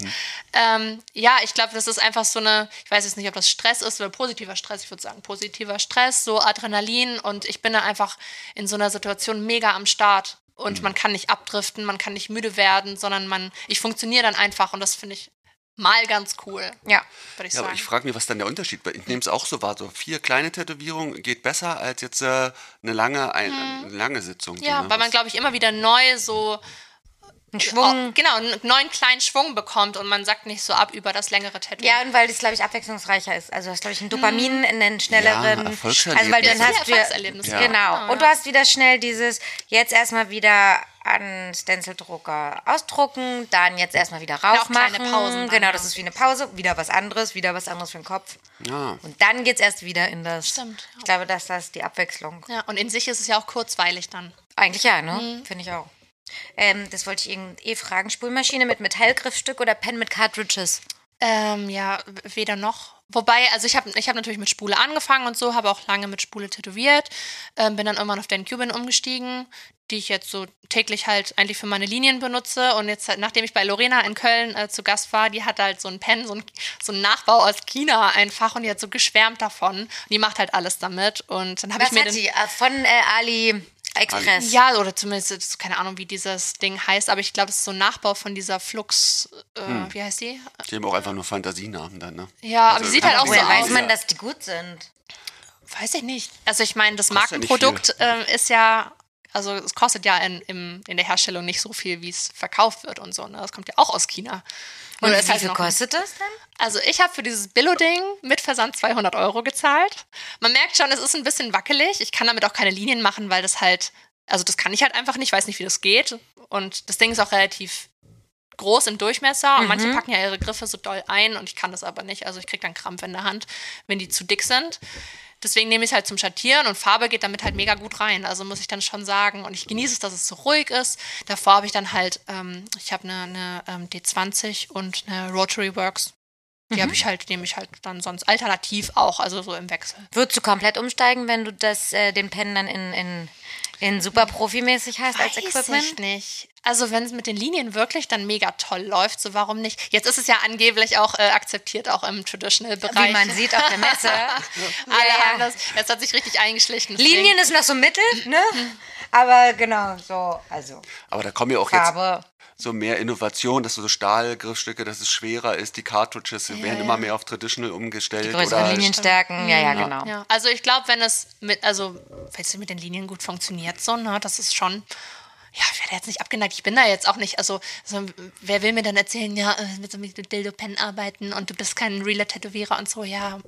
S4: Ähm, ja, ich glaube, das ist einfach so eine, ich weiß jetzt nicht, ob das Stress ist oder positiver Stress. Ich würde sagen, positiver Stress, so Adrenalin und ich bin da einfach in so einer Situation mega am Start.
S2: Mhm.
S4: Und man kann nicht abdriften, man kann nicht müde werden, sondern man, ich funktioniere dann einfach und das finde ich mal ganz cool,
S1: Ja.
S4: würde ich
S2: Ja, aber
S4: sagen.
S2: ich frage mich, was dann der Unterschied war. Ich nehme es auch so wahr. So vier kleine Tätowierungen geht besser als jetzt äh, eine lange, ein, eine lange Sitzung.
S4: Mhm. Ja,
S2: so, ne?
S4: weil man,
S2: Das-
S4: glaube ich, immer wieder neu so,
S1: Ein Schwung.
S4: oh, genau, einen neuen kleinen Schwung bekommt und man sagt nicht so ab über das längere Tattoo.
S1: Ja, und weil das, glaube ich, abwechslungsreicher ist. Also, das glaube ich, ein Dopamin in den
S2: Ja,
S1: schnelleren. also,
S2: Erfolgserlebnis.
S1: weil dann
S2: Ja,
S1: hast du. ja-
S4: Mhm. Erfolgserlebnis,
S1: Genau.
S4: ja.
S1: genau. Und du hast wieder schnell dieses, jetzt erstmal wieder an Stencildrucker ausdrucken, dann jetzt erstmal wieder
S4: auch
S1: raufmachen.
S4: kleine Pausen dann, ne?
S1: Genau,
S4: ja.
S1: das ist wie eine Pause, wieder was anderes, wieder was anderes für den Kopf.
S2: Ja.
S1: Und dann geht es erst wieder in das.
S4: Stimmt, ja.
S1: Ich glaube, dass das die Abwechslung.
S4: Ja, und in sich ist es ja auch kurzweilig dann.
S1: Eigentlich ja, ne?
S4: Mhm.
S1: Finde ich auch. Ähm, das wollte ich irgend eh fragen. Spülmaschine mit Metallgriffstück oder Pen mit Cartridges?
S4: Ähm, ja, w- weder noch. Wobei, also ich habe ich hab natürlich mit Spule angefangen und so, habe auch lange mit Spule tätowiert, ähm, bin dann irgendwann auf Dan Cuban umgestiegen, die ich jetzt so täglich halt eigentlich für meine Linien benutze. Und jetzt, halt, nachdem ich bei Lorena in Köln äh, zu Gast war, die hat halt so einen Pen, so einen, so einen Nachbau aus China einfach und die hat so geschwärmt davon. Und die macht halt alles damit. Und dann habe ich
S1: Was
S4: mir
S1: hat
S4: den,
S1: die? Äh, Von äh, Ali Express.
S4: Ja, oder zumindest, ist- keine Ahnung, wie dieses Ding heißt, aber ich glaube, es ist so ein Nachbau von dieser Flux, äh, wie heißt die?
S2: Ich nehme auch einfach nur Fantasienamen dann, ne?
S4: Ja, aber die sieht halt auch so
S1: Woher weiß
S4: aus.
S1: man, dass die gut sind?
S4: Weiß ich nicht. Also ich meine, das
S2: Kostet ja nicht
S4: Markenprodukt ähm, ist ja, also es kostet ja in, im, in der Herstellung nicht so viel, wie es verkauft wird und so. Ne? Das kommt ja auch aus China.
S1: Und
S4: es
S1: wie
S4: halt
S1: viel
S4: noch-
S1: kostet das denn?
S4: Also ich habe für dieses Billo-Ding mit Versand 200 Euro gezahlt. Man merkt schon, es ist ein bisschen wackelig. Ich kann damit auch keine Linien machen, weil das halt, also das kann ich halt einfach nicht, weiß nicht, wie das geht. Und das Ding ist auch relativ groß im Durchmesser und manche packen ja ihre Griffe so doll ein und ich kann das aber nicht. Also ich kriege dann Krampf in der Hand, wenn die zu dick sind. Deswegen nehme ich es halt zum Schattieren und Farbe geht damit halt mega gut rein. Also muss ich dann schon sagen. Und ich genieße es, dass es so ruhig ist. Davor habe ich dann halt, ähm, ich habe eine, eine ähm, D20 und eine Rotary Works. Die
S1: Mhm.
S4: habe ich halt, nehme ich halt dann sonst alternativ auch, also so im Wechsel.
S1: Würdest du komplett umsteigen, wenn du das, äh, den Pen dann in, in, in super profimäßig hast als Equipment?
S4: ich nicht. Also wenn es mit den Linien wirklich dann mega toll läuft, so warum nicht? Jetzt ist es ja angeblich auch äh, akzeptiert, auch im Traditional-Bereich.
S1: Wie man
S4: (laughs)
S1: sieht auf der Messe.
S4: Alle
S1: Ja, ja.
S4: haben das. Es hat sich richtig eingeschlichen. deswegen-
S1: Linien ist noch so mittel, ne? Aber genau, so, also
S2: Aber da kommen ja auch jetzt
S1: Farbe.
S2: so mehr Innovationen, dass du so Stahlgriffstücke, dass es schwerer ist. Die Cartridges werden immer mehr auf Traditional umgestellt.
S1: Die
S2: oder
S1: größeren Linienstärken, ja, ja, genau.
S4: Ja, also ich glaube, wenn es mit, also wenn es mit den Linien gut funktioniert, so, ne, das ist schon. Ja, ich werde jetzt nicht abgeneigt. Ich bin da jetzt auch nicht. Also, so, wer will mir dann erzählen, ja, äh, mit so einem Dildo Pen arbeiten und du bist kein realer Tätowierer und so, ja,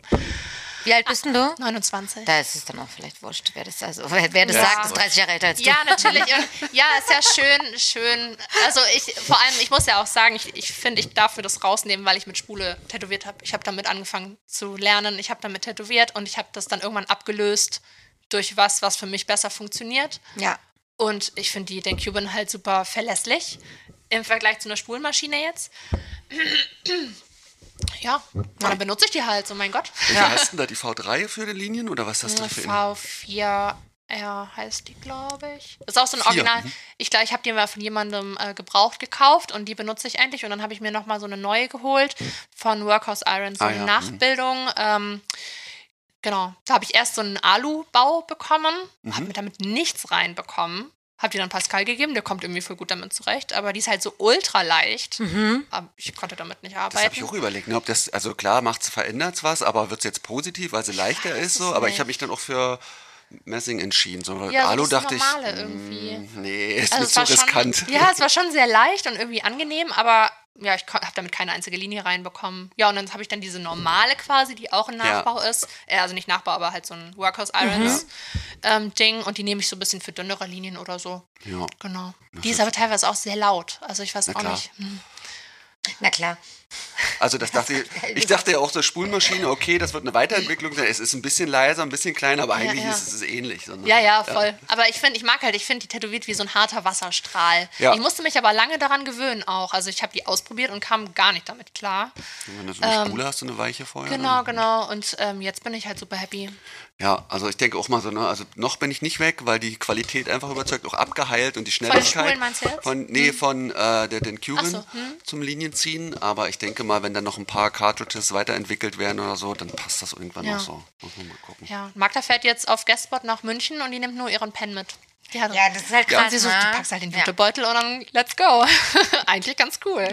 S1: Wie alt bist denn du?
S4: 29.
S1: Da ist es dann auch vielleicht wurscht, wer das, also, wer, wer das
S4: Ja.
S1: sagt, ist 30 Jahre älter als du.
S4: Ja,
S1: (laughs)
S4: natürlich. Und, ja, ist ja schön, schön. Also ich, vor allem, ich muss ja auch sagen, ich, ich finde, ich darf mir das rausnehmen, weil ich mit Spule tätowiert habe. Ich habe damit angefangen zu lernen, ich habe damit tätowiert und ich habe das dann irgendwann abgelöst durch was, was für mich besser funktioniert.
S1: Ja.
S4: Und ich finde die den Cuban halt super verlässlich im Vergleich zu einer Spulmaschine jetzt. (clears throat) Ja, und dann benutze ich die halt, so mein Gott.
S2: Welche hast du denn da? Die V3 für die Linien oder was hast du für
S4: V4R heißt die, glaube ich. Ist auch so ein
S2: Vier, mhm.
S4: Original. Ich glaube, ich habe die mal von jemandem äh, gebraucht gekauft und die benutze ich eigentlich. Und dann habe ich mir nochmal so eine neue geholt von Workhouse Iron, so
S2: Ah,
S4: eine
S2: ja, mhm.
S4: Nachbildung. Ähm, genau, da habe ich erst so einen Alu-Bau bekommen,
S2: Mhm.
S4: habe mir damit nichts reinbekommen. Hab die dann Pascal gegeben, der kommt irgendwie voll gut damit zurecht, aber die ist halt so ultra leicht. Aber ich konnte damit nicht arbeiten.
S2: Das habe ich auch überlegt, ne? ob das, also klar, macht verändert was, aber wird es jetzt positiv, weil sie leichter ist so,
S4: es
S2: aber
S4: nicht.
S2: ich habe mich dann auch für Messing entschieden. So, weil
S4: Ja, so
S2: Alu
S4: das
S2: dachte ich,
S4: Normale
S2: mm,
S4: irgendwie.
S2: nee, ist
S4: Also
S2: mir zu
S4: es war
S2: riskant.
S4: Schon, ja, es war schon sehr leicht und irgendwie angenehm, aber ja, ich habe damit keine einzige Linie reinbekommen. Ja, und dann habe ich dann diese normale quasi, die auch ein Nachbau ist. Äh, also nicht Nachbau, aber halt so ein Workhouse Irons
S2: Mhm.
S4: ähm, Ding. Und die nehme ich so ein bisschen für dünnere Linien oder so.
S2: Ja.
S4: Genau. Die ist aber teilweise auch sehr laut. Also ich weiß
S2: Na
S4: auch
S2: klar.
S4: nicht. Hm.
S1: Na klar.
S2: Also das dachte
S4: (laughs)
S2: ich, ich dachte ja auch so Spulmaschine, okay, das wird eine Weiterentwicklung sein. Es ist ein bisschen leiser, ein bisschen kleiner, aber eigentlich
S4: ja.
S2: ist es ähnlich. ne? sondern-
S4: Ja, ja, voll. Aber ich finde, ich mag halt, ich finde die tätowiert wie so ein harter Wasserstrahl.
S2: Ja.
S4: Ich musste mich aber lange daran gewöhnen auch. Also ich habe die ausprobiert und kam gar nicht damit klar.
S2: Wenn du so eine Spule hast, so eine weiche vorher.
S4: Ähm, Genau, genau. Und ähm, jetzt bin ich halt super happy.
S2: Ja, also ich denke auch mal so, ne, also noch bin ich nicht weg, weil die Qualität einfach überzeugt, auch abgeheilt und die
S4: den
S2: Schnelligkeit
S4: Spulen meinst du jetzt? Hm.
S2: von nee, von äh, der, den Cuban
S4: Ach so, hm.
S2: zum Linienziehen, aber ich denke mal, wenn dann noch ein paar Cartridges weiterentwickelt werden oder so, dann passt das irgendwann
S4: Ja.
S2: auch so. Muss man mal gucken.
S4: Ja. Magda fährt jetzt auf Guestspot nach München und die nimmt nur ihren Pen mit. Die hat
S1: Ja, das ist halt
S2: Ja.
S1: krass.
S4: sie so,
S1: ne?
S4: du packst halt den
S1: Ja.
S4: Jutebeutel und dann let's go. (laughs) Eigentlich ganz cool.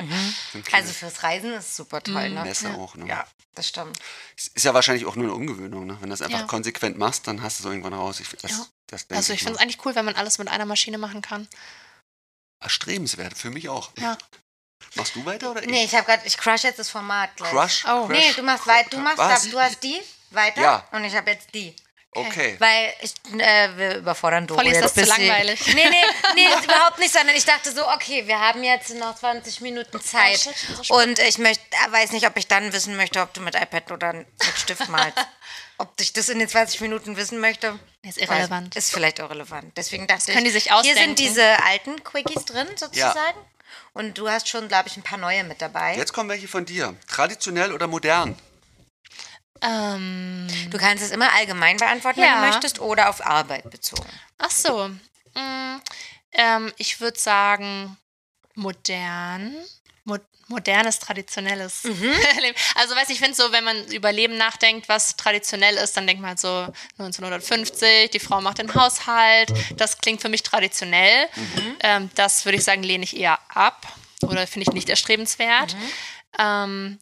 S1: Also fürs Reisen ist es super toll,
S4: Mhm. Also,
S1: ne?
S2: Messer auch, ne?
S1: Ja, das stimmt.
S2: Es Ist ja wahrscheinlich auch nur eine Umgewöhnung, ne? Wenn du das einfach
S4: Ja.
S2: konsequent machst, dann hast du es irgendwann raus. Ich, das,
S4: Ja.
S2: das denke
S4: Also ich
S2: mal.
S4: finde es eigentlich cool, wenn man alles mit einer Maschine machen kann.
S2: erstrebenswert, für mich auch.
S4: Ja.
S2: Machst du weiter oder ich?
S1: Nee, ich habe gerade, ich crush jetzt das Format gleich.
S2: Crush?
S4: Oh.
S2: Crush?
S1: Nee, du machst weiter, du machst,
S2: Was?
S1: du hast die weiter
S2: Ja.
S1: und ich habe jetzt die.
S2: Okay.
S1: Weil ich, äh, wir überfordern Doro
S4: Polly, ist
S1: jetzt
S4: das zu
S1: bisschen.
S4: langweilig?
S1: Nee, nee, nee, (laughs) ist überhaupt nicht, sondern ich dachte so, okay, wir haben jetzt noch 20 Minuten Zeit.
S4: shit, so spät.
S1: und ich möchte, äh, weiß nicht, ob ich dann wissen möchte, ob du mit iPad oder mit Stift
S4: (laughs)
S1: malst. ob ich das in den 20 Minuten wissen möchte.
S4: Ist irrelevant.
S1: Weiß- Ist vielleicht irrelevant. Deswegen dachte
S4: können
S1: ich,
S4: die sich
S1: hier
S4: ausdenken.
S1: sind diese alten Quickies drin sozusagen. Und du hast schon, glaube ich, ein paar neue mit dabei.
S2: Jetzt kommen welche von dir. Traditionell oder modern?
S4: Ähm,
S1: Du kannst es immer allgemein beantworten, wenn
S4: Ja.
S1: du möchtest, oder auf Arbeit bezogen.
S4: ach so. Mm, ähm, ich würde sagen, modern. Mo modernes, traditionelles. (laughs) Leben. Also, weiß ich finde so, wenn man über Leben nachdenkt, was traditionell ist, dann denkt man halt so 1950, die Frau macht den Haushalt. Das klingt für mich traditionell. Ähm, das würde ich sagen, lehne ich eher ab oder finde ich nicht erstrebenswert. Ähm,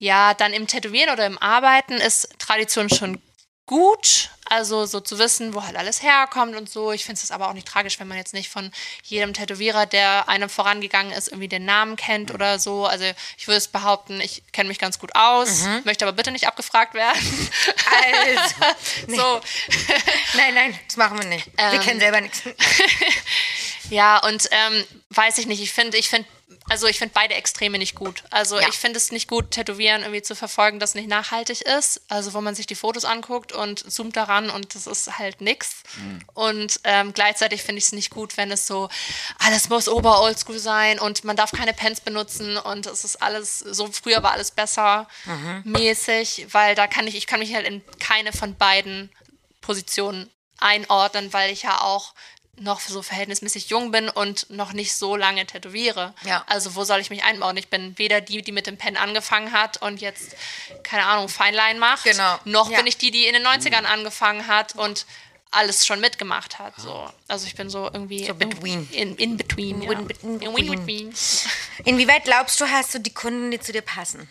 S4: ja, dann im Tätowieren oder im Arbeiten ist Tradition schon gut. Also so zu wissen, wo halt alles herkommt und so. Ich finde es aber auch nicht tragisch, wenn man jetzt nicht von jedem Tätowierer, der einem vorangegangen ist, irgendwie den Namen kennt oder so. Also ich würde es behaupten, ich kenne mich ganz gut aus, möchte aber bitte nicht abgefragt werden.
S1: Mhm.
S4: (laughs)
S1: Also, (laughs)
S4: So,
S1: nein, nein, das machen wir nicht. Wir
S4: Ähm,
S1: kennen selber nichts.
S4: Ja, und ähm, weiß ich nicht, ich finde, ich finde, also ich finde beide Extreme nicht gut. Also
S1: Ja.
S4: ich finde es nicht gut, Tätowieren irgendwie zu verfolgen, das nicht nachhaltig ist. Also wo man sich die Fotos anguckt und zoomt daran und das ist halt nix. Und ähm, gleichzeitig finde ich es nicht gut, wenn es so, alles muss ober oldschool sein und man darf keine Pens benutzen und es ist alles, so früher war alles besser mäßig, weil da kann ich, ich kann mich halt in keine von beiden Positionen einordnen, weil ich ja auch noch so verhältnismäßig jung bin und noch nicht so lange tätowiere.
S1: Ja.
S4: Also wo soll ich mich einbauen? Ich bin weder die, die mit dem Pen angefangen hat und jetzt, keine Ahnung, Feinlein macht,
S1: Genau.
S4: noch
S1: Ja.
S4: bin ich die, die in den 90ern angefangen hat und alles schon mitgemacht hat. So. Also ich bin so irgendwie
S1: So between.
S4: In, in between. Ja.
S1: In bet- in
S4: in between.
S1: between. Inwieweit glaubst du, hast du die Kunden, die zu dir passen?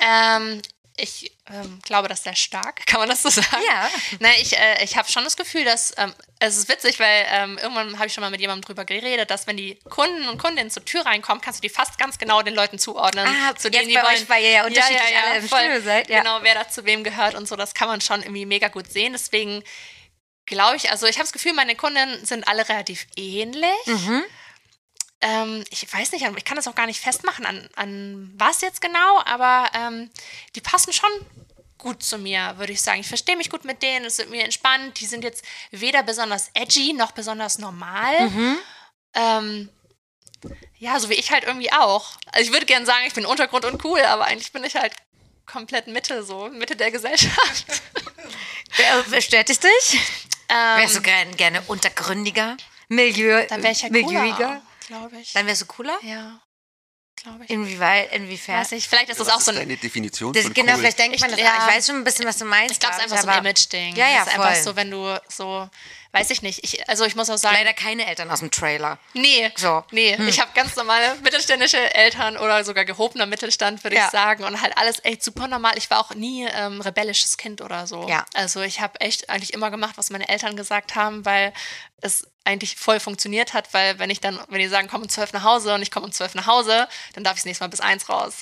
S4: Ähm, ich ähm, glaube, das ist sehr stark, (laughs) kann man das so sagen?
S1: Ja.
S4: Nein, ich, äh, ich habe schon das Gefühl, dass, ähm, es ist witzig, weil ähm, irgendwann habe ich schon mal mit jemandem drüber geredet, dass wenn die Kunden und Kundinnen zur Tür reinkommen, kannst du die fast ganz genau den Leuten zuordnen.
S1: Ah,
S4: zu
S1: jetzt
S4: denen, die
S1: bei euch,
S4: wollen.
S1: weil ihr ja unterschiedlich alle im
S4: voll.
S1: Studio seid, ja.
S4: Genau, wer da zu wem gehört und so, das kann man schon irgendwie mega gut sehen. Deswegen glaube ich, also ich habe das Gefühl, meine Kunden sind alle relativ ähnlich.
S1: Mhm.
S4: Ähm, ich weiß nicht, ich kann das auch gar nicht festmachen, an, an was jetzt genau, aber ähm, die passen schon gut zu mir, würde ich sagen. Ich verstehe mich gut mit denen, es sind mir entspannt. Die sind jetzt weder besonders edgy noch besonders normal.
S1: Mhm.
S4: Ähm, ja, so wie ich halt irgendwie auch. Also ich würde gerne sagen, ich bin Untergrund und cool, aber eigentlich bin ich halt komplett Mitte so, Mitte der Gesellschaft.
S1: Wer, äh, wer stört dich?
S4: Ähm,
S1: Wärst du gern, gerne untergründiger, Milieu,
S4: dann wäre ich ja cooler,
S1: milieuiger?
S4: glaube ich.
S1: Dann wärst du cooler?
S4: ja, glaube ich.
S1: Inwieweit, inwiefern?
S4: Weiß ich, vielleicht ist das
S2: Was
S4: auch so ein
S2: deine Definition
S1: Das,
S2: von
S1: genau,
S2: cool?
S1: vielleicht denkt
S4: Ich-
S1: man das.
S4: ja.
S1: Ich weiß schon ein bisschen, was du meinst.
S4: Ich glaube, es ist
S1: glaub
S4: einfach
S1: ich,
S4: so ein
S1: aber-
S4: Image-Ding.
S1: Ja, ja,
S4: Es ist einfach
S1: voll.
S4: so, wenn du so Weiß ich nicht. Ich, also ich muss auch sagen,
S1: Leider keine Eltern aus dem Trailer.
S4: Nee,
S1: So. Hm.
S4: nee. ich habe ganz normale mittelständische Eltern oder sogar gehobener Mittelstand, würde
S1: Ja.
S4: ich sagen. Und halt alles echt super normal. Ich war auch nie ähm, rebellisches Kind oder so.
S1: Ja.
S4: Also ich habe echt eigentlich immer gemacht, was meine Eltern gesagt haben, weil es eigentlich voll funktioniert hat, weil wenn ich dann, wenn die sagen, komm um zwölf nach Hause und ich komme um zwölf nach Hause, dann darf ich das nächste Mal bis eins raus.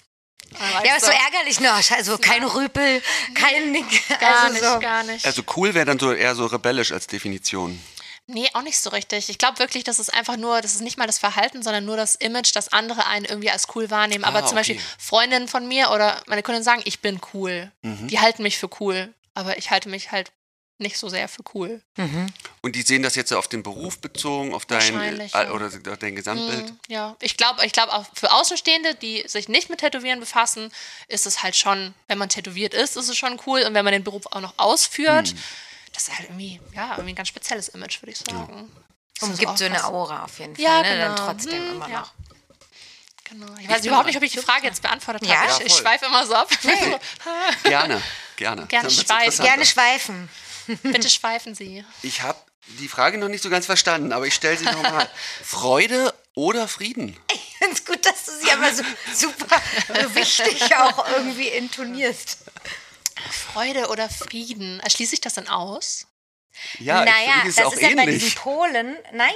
S4: Und dann
S1: Ja,
S4: war ich
S1: aber ist so ärgerlich. Ne? Also kein Rüpel, kein Nick.
S4: gar
S1: also
S4: nicht,
S1: so.
S4: gar nicht.
S2: Äh,
S5: Also cool wäre dann so eher so rebellisch als Definition.
S4: Nee, auch nicht so richtig. Ich glaube wirklich, das ist einfach nur, das ist nicht mal das Verhalten, sondern nur das Image, dass andere einen irgendwie als cool wahrnehmen. Aber
S5: Ah,
S4: zum Beispiel
S5: okay.
S4: Freundinnen von mir oder meine Kunden sagen, ich bin cool. Die halten mich für cool. Aber ich halte mich halt nicht so sehr für cool.
S5: Und die sehen das jetzt auf den Beruf bezogen, auf dein
S4: Wahrscheinlich,
S5: äh,
S4: ja.
S5: oder auf dein Gesamtbild.
S4: Mhm, Ja, ich glaube, ich glaube auch für Außenstehende, die sich nicht mit Tätowieren befassen, ist es halt schon, wenn man tätowiert ist, ist es schon cool. Und wenn man den Beruf auch noch ausführt, das ist halt irgendwie, ja, irgendwie ein ganz spezielles Image, würde ich sagen. Das ist auch
S1: Umgibt so
S4: was-
S1: eine Aura auf jeden Fall.
S4: Ja,
S1: ne? Dann
S4: genau.
S1: trotzdem
S4: Hm,
S1: immer
S4: ja.
S1: noch.
S4: Genau. Ich weiß überhaupt nicht, ob ich die Frage jetzt beantwortet habe.
S1: Ja.
S4: ich, ich schweife immer so ab.
S5: Gerne, gerne.
S4: Gerne
S5: Dann wird's
S4: schweigen.
S5: interessanter.
S1: Gerne schweifen.
S4: Bitte schweifen Sie.
S5: Ich habe die Frage noch nicht so ganz verstanden, aber ich stelle sie
S4: (laughs)
S5: nochmal. Freude oder Frieden?
S1: Ich finde es gut, dass du sie (laughs) aber so super äh, wichtig auch irgendwie intonierst.
S4: Freude oder Frieden? äh, Schließe ich das dann aus?
S5: Ja, ich-
S1: naja,
S5: für mich
S1: das
S5: auch
S1: ist ja bei diesen
S5: ähnlich.
S1: Polen, nein,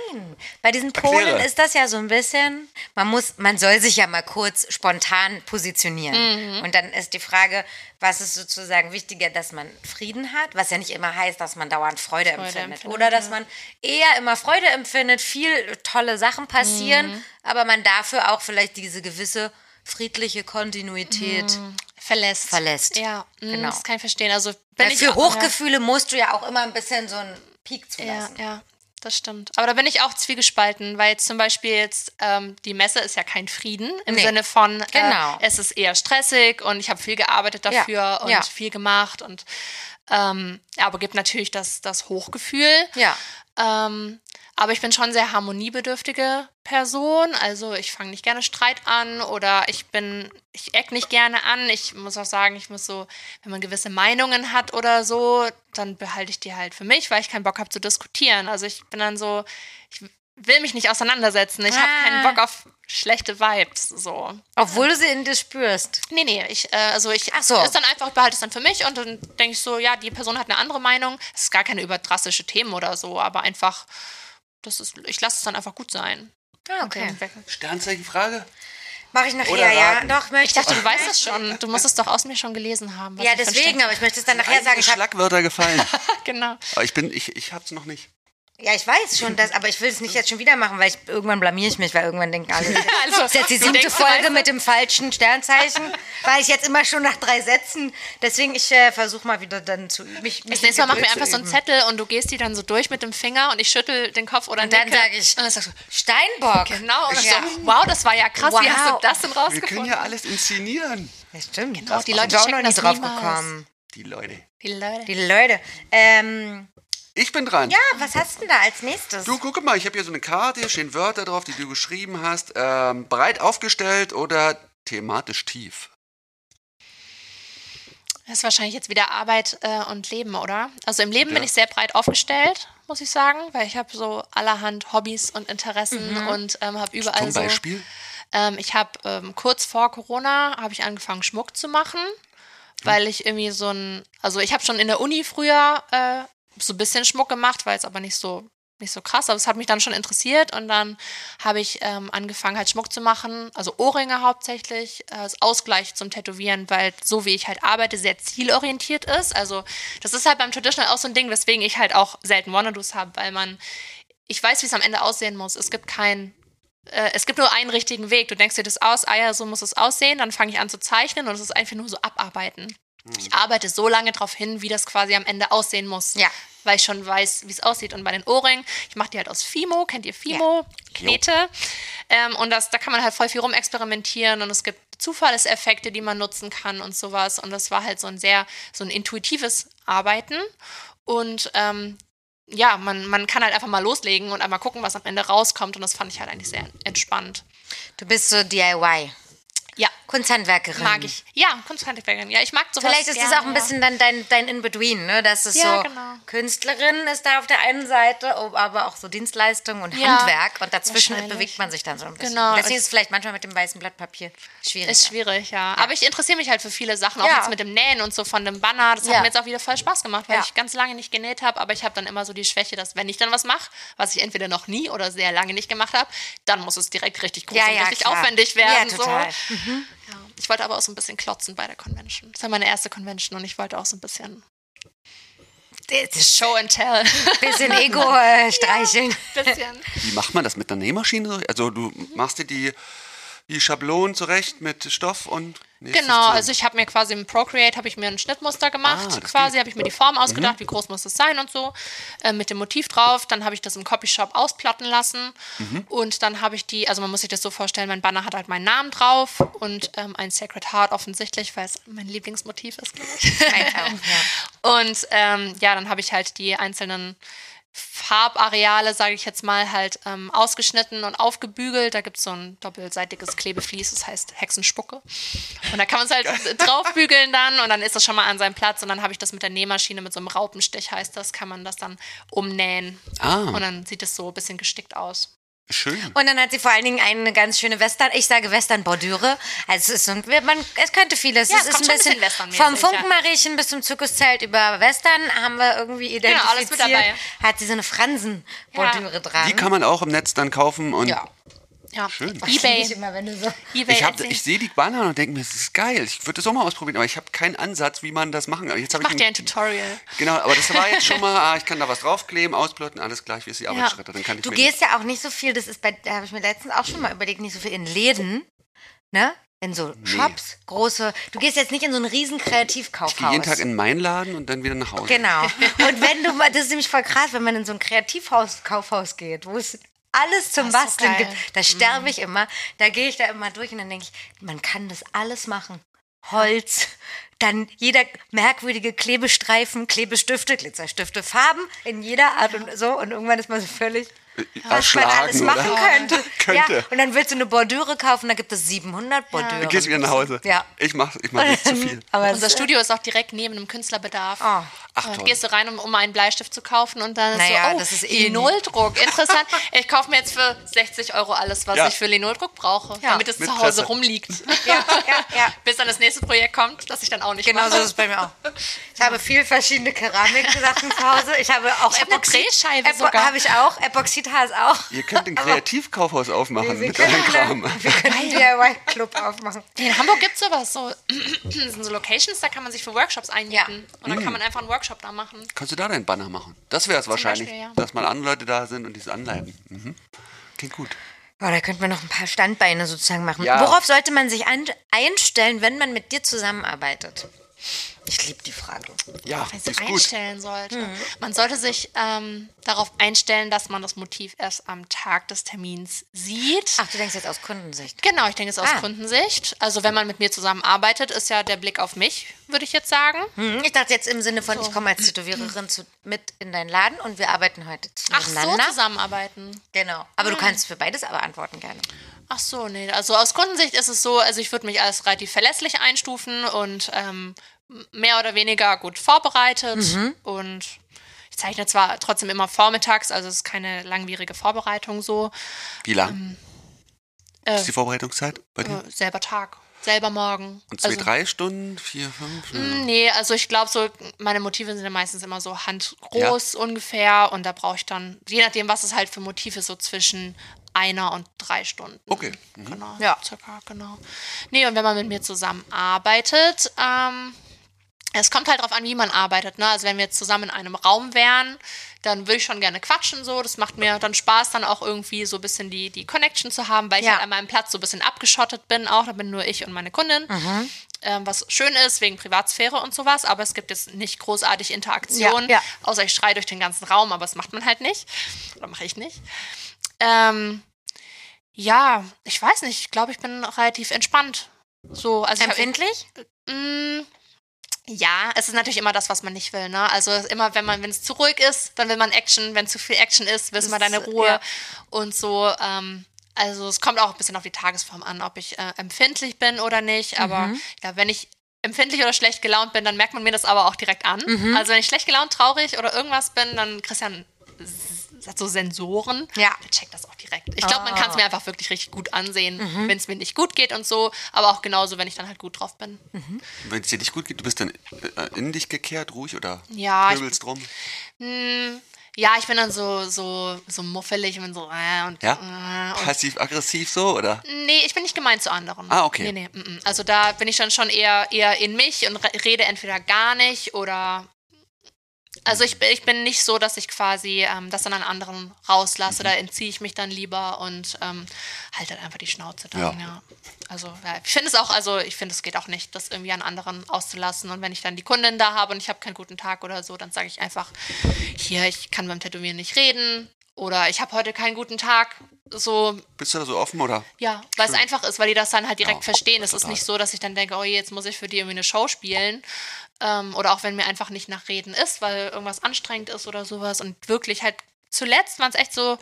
S1: bei diesen
S5: Erkläre.
S1: Polen ist das ja so ein bisschen, man muss, man soll sich ja mal kurz spontan positionieren. Und dann ist die Frage, was ist sozusagen wichtiger, dass man Frieden hat, was ja nicht immer heißt, dass man dauernd Freude, empfindet.
S4: empfindet,
S1: Oder dass man eher immer Freude empfindet, viel tolle Sachen passieren, aber man dafür auch vielleicht diese gewisse friedliche Kontinuität.
S4: Verlässt.
S1: Verlässt.
S4: Ja, mh,
S1: Genau.
S4: das kann ich verstehen. Also bin
S1: Weil
S4: ich
S1: für
S4: auch-
S1: Hochgefühle musst du ja auch immer ein bisschen so einen Peak
S4: Ja,
S1: zulassen.
S4: ja, das stimmt. Aber da bin ich auch zwiegespalten, weil jetzt zum Beispiel jetzt ähm, die Messe ist ja kein Frieden im
S1: Nee.
S4: Sinne von, äh,
S1: Genau.
S4: es ist eher stressig und ich habe viel gearbeitet
S1: Ja,
S4: dafür und
S1: ja.
S4: viel gemacht und ähm, aber gibt natürlich das, das Hochgefühl.
S1: Ja.
S4: Ähm, aber ich bin schon sehr harmoniebedürftige Person. Also ich fange nicht gerne Streit an oder ich bin, ich eck nicht gerne an. Ich muss auch sagen, ich muss so, wenn man gewisse Meinungen hat oder so, dann behalte ich die halt für mich, weil ich keinen Bock habe zu diskutieren. Also ich bin dann so, ich will mich nicht auseinandersetzen. Ich habe
S1: Ah.
S4: keinen Bock auf schlechte Vibes. So.
S1: Obwohl du sie in dir spürst.
S4: Nee, nee, ich, äh, also ich
S1: Ach so.
S4: ist dann einfach, ich behalte es dann für mich und dann denke ich so, ja, die Person hat eine andere Meinung. Es ist gar keine überdrastische Themen oder so, aber einfach, das ist, ich lasse es dann einfach gut sein.
S1: Ah,
S4: Und weg-
S5: Sternzeichenfrage?
S1: Mache ich nachher,
S5: Oder
S1: ja.
S5: raten.
S1: Doch, möchte
S4: Ich dachte, du weißt es schon. Du musst es doch aus mir schon gelesen haben. was
S1: Ja,
S4: ich für ein
S1: deswegen,
S4: Stern-
S1: aber ich möchte es dann nachher sagen.
S5: Einige
S1: Ich hab,
S5: Schlagwörter
S1: (laughs)
S5: gefallen.
S4: (laughs) Genau.
S5: aber ich bin, ich, ich hab's noch nicht.
S1: ja, ich weiß schon das, aber ich will es nicht jetzt schon wieder machen, weil ich, irgendwann blamier ich mich, weil irgendwann denken
S4: (laughs)
S1: alle, das
S4: Also,
S1: ist jetzt die
S4: du
S1: siebte
S4: denkst, du weißt
S1: Folge
S4: es.
S1: mit dem falschen Sternzeichen, weil ich jetzt immer schon nach drei Sätzen. Deswegen, ich äh, versuche mal wieder dann zu mich. mich
S4: Das nächste Mal machen wir
S1: Geduld
S4: einfach so
S1: zu
S4: einen Zettel und du gehst die dann so durch mit dem Finger und ich schüttel den Kopf oder
S1: Und dann
S4: nicke.
S1: sag ich-
S4: Und dann sagst du,
S1: üben. Steinbock.
S4: genau. Und dann
S1: Ja.
S4: sagst du, wow, das war ja krass. Wie
S1: Wow.
S4: hast du das denn
S5: Wir können
S4: rausgefunden?
S5: ja alles inszenieren.
S1: Ja, stimmt.
S4: Genau, die Leute
S1: sind auch noch
S4: checken
S1: nie
S4: das
S1: drauf
S4: niemals.
S1: gekommen.
S5: Die Leute.
S4: Die Leute.
S1: Die Leute. Ähm,
S5: Ich bin dran.
S1: ja,
S4: Ah,
S1: was hast du denn da als nächstes?
S5: Du, guck mal, ich habe hier so eine Karte, stehen Wörter drauf, die du geschrieben hast. Ähm, breit aufgestellt oder thematisch tief?
S4: Das ist wahrscheinlich jetzt wieder Arbeit äh, und Leben, oder? Also im Leben bin ich sehr breit aufgestellt, muss ich sagen, weil ich habe so allerhand Hobbys und Interessen und ähm, habe überall
S5: Zum
S1: Also
S4: so.
S5: Beispiel?
S4: Ähm, ich habe ähm, kurz vor Corona habe ich angefangen Schmuck zu machen, weil ich irgendwie so ein, also ich habe schon in der Uni früher äh, so ein bisschen Schmuck gemacht, war jetzt aber nicht so nicht so krass, aber es hat mich dann schon interessiert und dann habe ich ähm, angefangen halt Schmuck zu machen, also Ohrringe hauptsächlich äh, als Ausgleich zum Tätowieren, weil so wie ich halt arbeite sehr zielorientiert ist. Also das ist halt beim Traditional auch so ein Ding, weswegen ich halt auch selten Wannadoos habe, weil man ich weiß, wie es am Ende aussehen muss. Es gibt kein äh, es gibt nur einen richtigen Weg. Du denkst dir das aus, ah ja, so muss es aussehen, dann fange ich an zu zeichnen und es ist einfach nur so abarbeiten. Ich arbeite so lange darauf hin, wie das quasi am Ende aussehen muss.
S1: Ja.
S4: Weil ich schon weiß, wie es aussieht. Und bei den Ohrringen, ich mache die halt aus Fimo, kennt ihr Fimo? Knete. Ähm, und das, da kann man halt voll viel rumexperimentieren und es gibt Zufallseffekte, die man nutzen kann und sowas. Und das war halt so ein sehr, so ein intuitives Arbeiten. Und ähm, ja, man, man kann halt einfach mal loslegen und einmal gucken, was am Ende rauskommt. Und das fand ich halt eigentlich sehr entspannt.
S1: du bist so DIY.
S4: Ja,
S1: Kunsthandwerkerin.
S4: mag ich. Ja, Kunsthandwerkerin. Ja, ich mag sowas
S1: Vielleicht ist
S4: gerne,
S1: es auch ein bisschen dann dein, dein In-Between, ne? Das ist
S4: Ja,
S1: so,
S4: genau.
S1: Künstlerin ist da auf der einen Seite, ob- aber auch so Dienstleistung und
S4: Ja,
S1: Handwerk. Und dazwischen
S4: wahrscheinlich.
S1: bewegt man sich dann so ein bisschen.
S4: Genau.
S1: Deswegen ist es vielleicht manchmal mit dem weißen Blatt Papier schwierig.
S4: Ja. Ist schwierig, ja. Aber ich interessiere mich halt für viele Sachen, auch
S1: Ja.
S4: jetzt mit dem Nähen und so von dem Banner. Das hat
S1: Ja.
S4: mir jetzt auch wieder voll Spaß gemacht, weil
S1: Ja.
S4: ich ganz lange nicht genäht habe. Aber ich habe dann immer so die Schwäche, dass wenn ich dann was mache, was ich entweder noch nie oder sehr lange nicht gemacht habe, dann muss es direkt richtig groß
S1: Ja,
S4: und
S1: ja,
S4: richtig
S1: klar.
S4: aufwendig werden.
S1: Ja, total.
S4: So. Ja. Ich wollte aber auch so ein bisschen klotzen bei der Convention. Das war meine erste Convention und ich wollte auch so ein bisschen
S1: Das ist schon
S4: Show and Tell.
S1: ein bisschen Ego
S4: (laughs)
S1: äh, streicheln.
S4: bisschen.
S5: Wie macht man das mit einer Nähmaschine? Also du machst dir die, die Schablonen zurecht mit Stoff und nähst es
S4: Genau,
S5: zusammen.
S4: also ich habe mir quasi im Procreate habe ich mir ein Schnittmuster gemacht,
S5: Ah, das
S4: quasi habe ich mir die Form ausgedacht, wie groß muss es sein und so, äh, mit dem Motiv drauf. Dann habe ich das im Copyshop ausplatten lassen und dann habe ich die, also man muss sich das so vorstellen, mein Banner hat halt meinen Namen drauf und ähm, ein Sacred Heart offensichtlich, weil es mein Lieblingsmotiv ist, glaube ich. (laughs)
S1: Meins auch, ja.
S4: Und ähm, ja, dann habe ich halt die einzelnen Farbareale, sage ich jetzt mal, halt ähm, ausgeschnitten und aufgebügelt. Da gibt es so ein doppelseitiges Klebeflies, das heißt Hexenspucke. Und da kann man es
S5: (laughs)
S4: halt draufbügeln dann und dann ist das schon mal an seinem Platz. Und dann habe ich das mit der Nähmaschine, mit so einem Raupenstich heißt das, kann man das dann umnähen. Und
S5: Ah,
S4: dann sieht es so ein bisschen gestickt aus.
S5: schön.
S1: Und dann hat sie vor allen Dingen eine ganz schöne Western, ich sage Western-Bordüre. Also es ist so ein, man, es könnte vieles.
S4: Ja,
S1: es
S4: es
S1: ist ein
S4: kommt schon ein
S1: bisschen,
S4: bisschen westernmäßig,
S1: vom
S4: ja.
S1: Funkenmariechen bis zum Zirkuszelt über Western haben wir irgendwie
S4: Genau,
S1: identifiziert.
S4: alles mit dabei.
S1: Hat sie so eine Fransen-Bordüre dran.
S5: Die kann man auch im Netz dann kaufen und
S1: ja.
S4: Ja.
S5: Schön.
S1: Finde ich
S4: Ebay.
S1: immer, wenn du so.
S4: Ebay
S5: ich, hab-
S4: Etsy.
S5: ich sehe die Banner und denke mir, das ist geil. Ich würde das auch mal ausprobieren, aber ich habe keinen Ansatz, wie man das machen kann. Jetzt habe
S4: Mach
S5: ich
S4: dir ein Tutorial.
S5: Genau, aber das war jetzt schon mal, ah, ich kann da was draufkleben, ausblöten, alles gleich, wie ist die Arbeitsschritte. Dann kann ich
S1: Du
S5: mir-
S1: gehst ja auch nicht so viel, das ist bei, da habe ich mir letztens auch schon mal überlegt, nicht so viel in Läden, ne? In so Shops, große. Du gehst jetzt nicht in so ein riesen Kreativkaufhaus.
S5: Ich gehe jeden Tag in meinen Laden und dann wieder nach Hause.
S4: (laughs)
S1: Genau. Und wenn du mal, das ist nämlich voll krass, wenn man in so ein Kreativhaus, Kaufhaus geht, wo es alles zum
S4: Das ist so
S1: Basteln
S4: geil. Mhm.
S1: gibt, da sterbe ich immer. Da gehe ich da immer durch und dann denke ich, man kann das alles machen. Holz, dann jeder merkwürdige Klebestreifen, Klebestifte, Glitzerstifte, Farben in jeder Art und so. Und irgendwann ist man so völlig, was man alles
S5: Äh, Erschlagen,
S1: machen
S5: oder?
S1: könnte.
S5: Könnte.
S1: Ja, und dann willst du eine Bordüre kaufen, da gibt es 700 Bordüre.
S5: Dann gehst du wieder nach Hause.
S1: Ja.
S5: Ich mache ich mach
S1: (laughs)
S5: nicht zu viel.
S1: Aber
S4: (laughs) Unser
S1: es-
S4: Studio ist auch direkt neben einem Künstlerbedarf.
S1: Oh.
S5: Ach,
S4: Und
S5: toll.
S4: gehst du rein, um, um einen Bleistift zu kaufen und dann
S1: Naja,
S4: so, oh,
S1: das ist eh nie.
S4: Linoldruck,
S1: (laughs)
S4: interessant. Ich kaufe mir jetzt für 60 Euro alles, was
S5: Ja.
S4: ich für Linoldruck brauche,
S1: Ja.
S4: damit es
S5: Mit
S4: zu Hause
S5: Presse.
S4: rumliegt.
S1: (laughs) Ja, ja, ja.
S4: (laughs) Bis dann das nächste Projekt kommt, das ich dann auch nicht
S1: Genau so
S4: mache.
S1: ist es bei mir auch. Ich habe viel verschiedene Keramiksachen zu Hause. Ich habe auch
S4: Ich habe eine Drehscheibe sogar.
S1: Habe ich auch. Epoxidhaas auch.
S5: Ihr könnt ein Kreativkaufhaus aufmachen
S1: Wir
S5: mit eurem
S1: können,
S5: Kram.
S1: eine, (laughs) wir können einen DIY-Club aufmachen.
S4: In Hamburg gibt es sowas, so, (clears throat) das sind so Locations, da kann man sich für Workshops einmieten. Und dann
S1: Mm.
S4: kann man einfach einen Workshop da machen.
S5: Kannst du da deinen Banner machen? Das wäre es wahrscheinlich,
S4: Beispiel, ja.
S5: dass mal andere Leute da sind und die es anleiten. Mhm. Klingt gut.
S1: Ja, da könnten wir noch ein paar Standbeine sozusagen machen.
S5: Ja.
S1: Worauf sollte man sich an, einstellen, wenn man mit dir zusammenarbeitet? Ich liebe die Frage.
S5: Ja,
S4: Weil
S5: ist
S4: sie
S5: gut.
S4: einstellen sollte.
S1: Mm.
S4: Man sollte sich ähm, darauf einstellen, dass man das Motiv erst am Tag des Termins sieht.
S1: Ach, du denkst jetzt aus Kundensicht.
S4: Genau, ich denke es aus
S1: Ah.
S4: Kundensicht. Also wenn man mit mir zusammenarbeitet, ist ja der Blick auf mich, würde ich jetzt sagen.
S1: Hm, Ich dachte jetzt im Sinne von, ich komme als Tätowiererin zu, mit in deinen Laden und wir arbeiten heute
S4: Ach so,
S1: miteinander.
S4: zusammenarbeiten.
S1: Genau. Aber du kannst für beides aber antworten gerne.
S4: Ach so, nee. Also aus Kundensicht ist es so, also ich würde mich als relativ verlässlich einstufen und ähm, mehr oder weniger gut vorbereitet.
S1: Mhm.
S4: Und ich zeichne zwar trotzdem immer vormittags, also es ist keine langwierige Vorbereitung so.
S5: Wie lang
S1: ähm,
S5: ist
S1: äh,
S5: die Vorbereitungszeit bei dir?
S4: Äh,
S1: Hm.
S4: selber Tag, selber Morgen.
S5: Und zwei,
S4: also,
S5: drei Stunden, vier, fünf?
S4: Mm, Nee, also ich glaube, so meine Motive sind ja meistens immer so handgroß ungefähr und da brauche ich dann, je nachdem, was es halt für Motiv ist, so zwischen einer und drei Stunden.
S5: Okay.
S4: Genau,
S1: Ja.
S4: ja. circa, genau. Nee, und wenn man mit mir zusammenarbeitet, ähm, es kommt halt drauf an, wie man arbeitet. Ne? Also wenn wir jetzt zusammen in einem Raum wären, dann würde ich schon gerne quatschen so. Das macht mir dann Spaß, dann auch irgendwie so ein bisschen die, die Connection zu haben, weil ich
S1: Ja.
S4: halt an meinem Platz so ein bisschen abgeschottet bin auch. Da bin nur ich und meine Kundin. Ähm, was schön ist, wegen Privatsphäre und sowas. Aber es gibt jetzt nicht großartig Interaktion.
S1: Ja, ja.
S4: Außer ich schreie durch den ganzen Raum, aber das macht man halt nicht. Oder mache ich nicht. Ähm, ja, ich weiß nicht. Ich glaube, ich bin relativ entspannt. So, also ich hab-
S1: Empfindlich?
S4: Mm, Ja, es ist natürlich immer das, was man nicht will. Ne? Also immer, wenn man, wenn es zu ruhig ist, dann will man Action. Wenn zu viel Action ist, will man deine
S1: ist,
S4: Ruhe
S1: ja.
S4: und so. Ähm, Also es kommt auch ein bisschen auf die Tagesform an, ob ich äh, empfindlich bin oder nicht. Aber ja, wenn ich empfindlich oder schlecht gelaunt bin, dann merkt man mir das aber auch direkt an. Also wenn ich schlecht gelaunt, traurig oder irgendwas bin, dann Christian s- hat so Sensoren.
S1: Ja.
S4: Der checkt das auch direkt. Ich glaube, man kann es mir einfach wirklich richtig gut ansehen, wenn es mir nicht gut geht und so. Aber auch genauso, wenn ich dann halt gut drauf bin.
S5: Wenn es dir nicht gut geht, du bist dann äh, in dich gekehrt, ruhig oder
S4: Ja, ich-
S5: pöbelst drum.
S4: Hm, ja, ich bin dann so, so, so muffelig und bin so äh, und,
S5: Ja?
S4: äh, und
S5: Passiv-aggressiv so oder?
S4: Nee, ich bin nicht gemein zu anderen.
S5: Ah, okay.
S4: Nee, nee, mm, mm. Also da bin ich dann schon eher, eher in mich und re rede entweder gar nicht oder. Also ich, bin- ich bin nicht so, dass ich quasi ähm, das dann an anderen rauslasse.
S5: Mhm.
S4: Da entziehe ich mich dann lieber und ähm, halte halt einfach die Schnauze dann.
S5: Ja.
S4: Ja. Also ja, ich finde es auch, also ich finde es geht auch nicht, das irgendwie an anderen auszulassen. Und wenn ich dann die Kundin da habe und ich habe keinen guten Tag oder so, dann sage ich einfach, hier, ich kann beim Tätowieren nicht reden oder ich habe heute keinen guten Tag. So,
S5: Bist du da so offen oder?
S4: ja, weil es einfach ist, weil die das dann halt direkt
S5: Ja,
S4: verstehen. Es ist
S5: total.
S4: nicht so, dass ich dann denke, oh je, jetzt muss ich für die irgendwie eine Show spielen. Ähm, oder auch wenn mir einfach nicht nach Reden ist, weil irgendwas anstrengend ist oder sowas. Und wirklich halt zuletzt waren es echt so,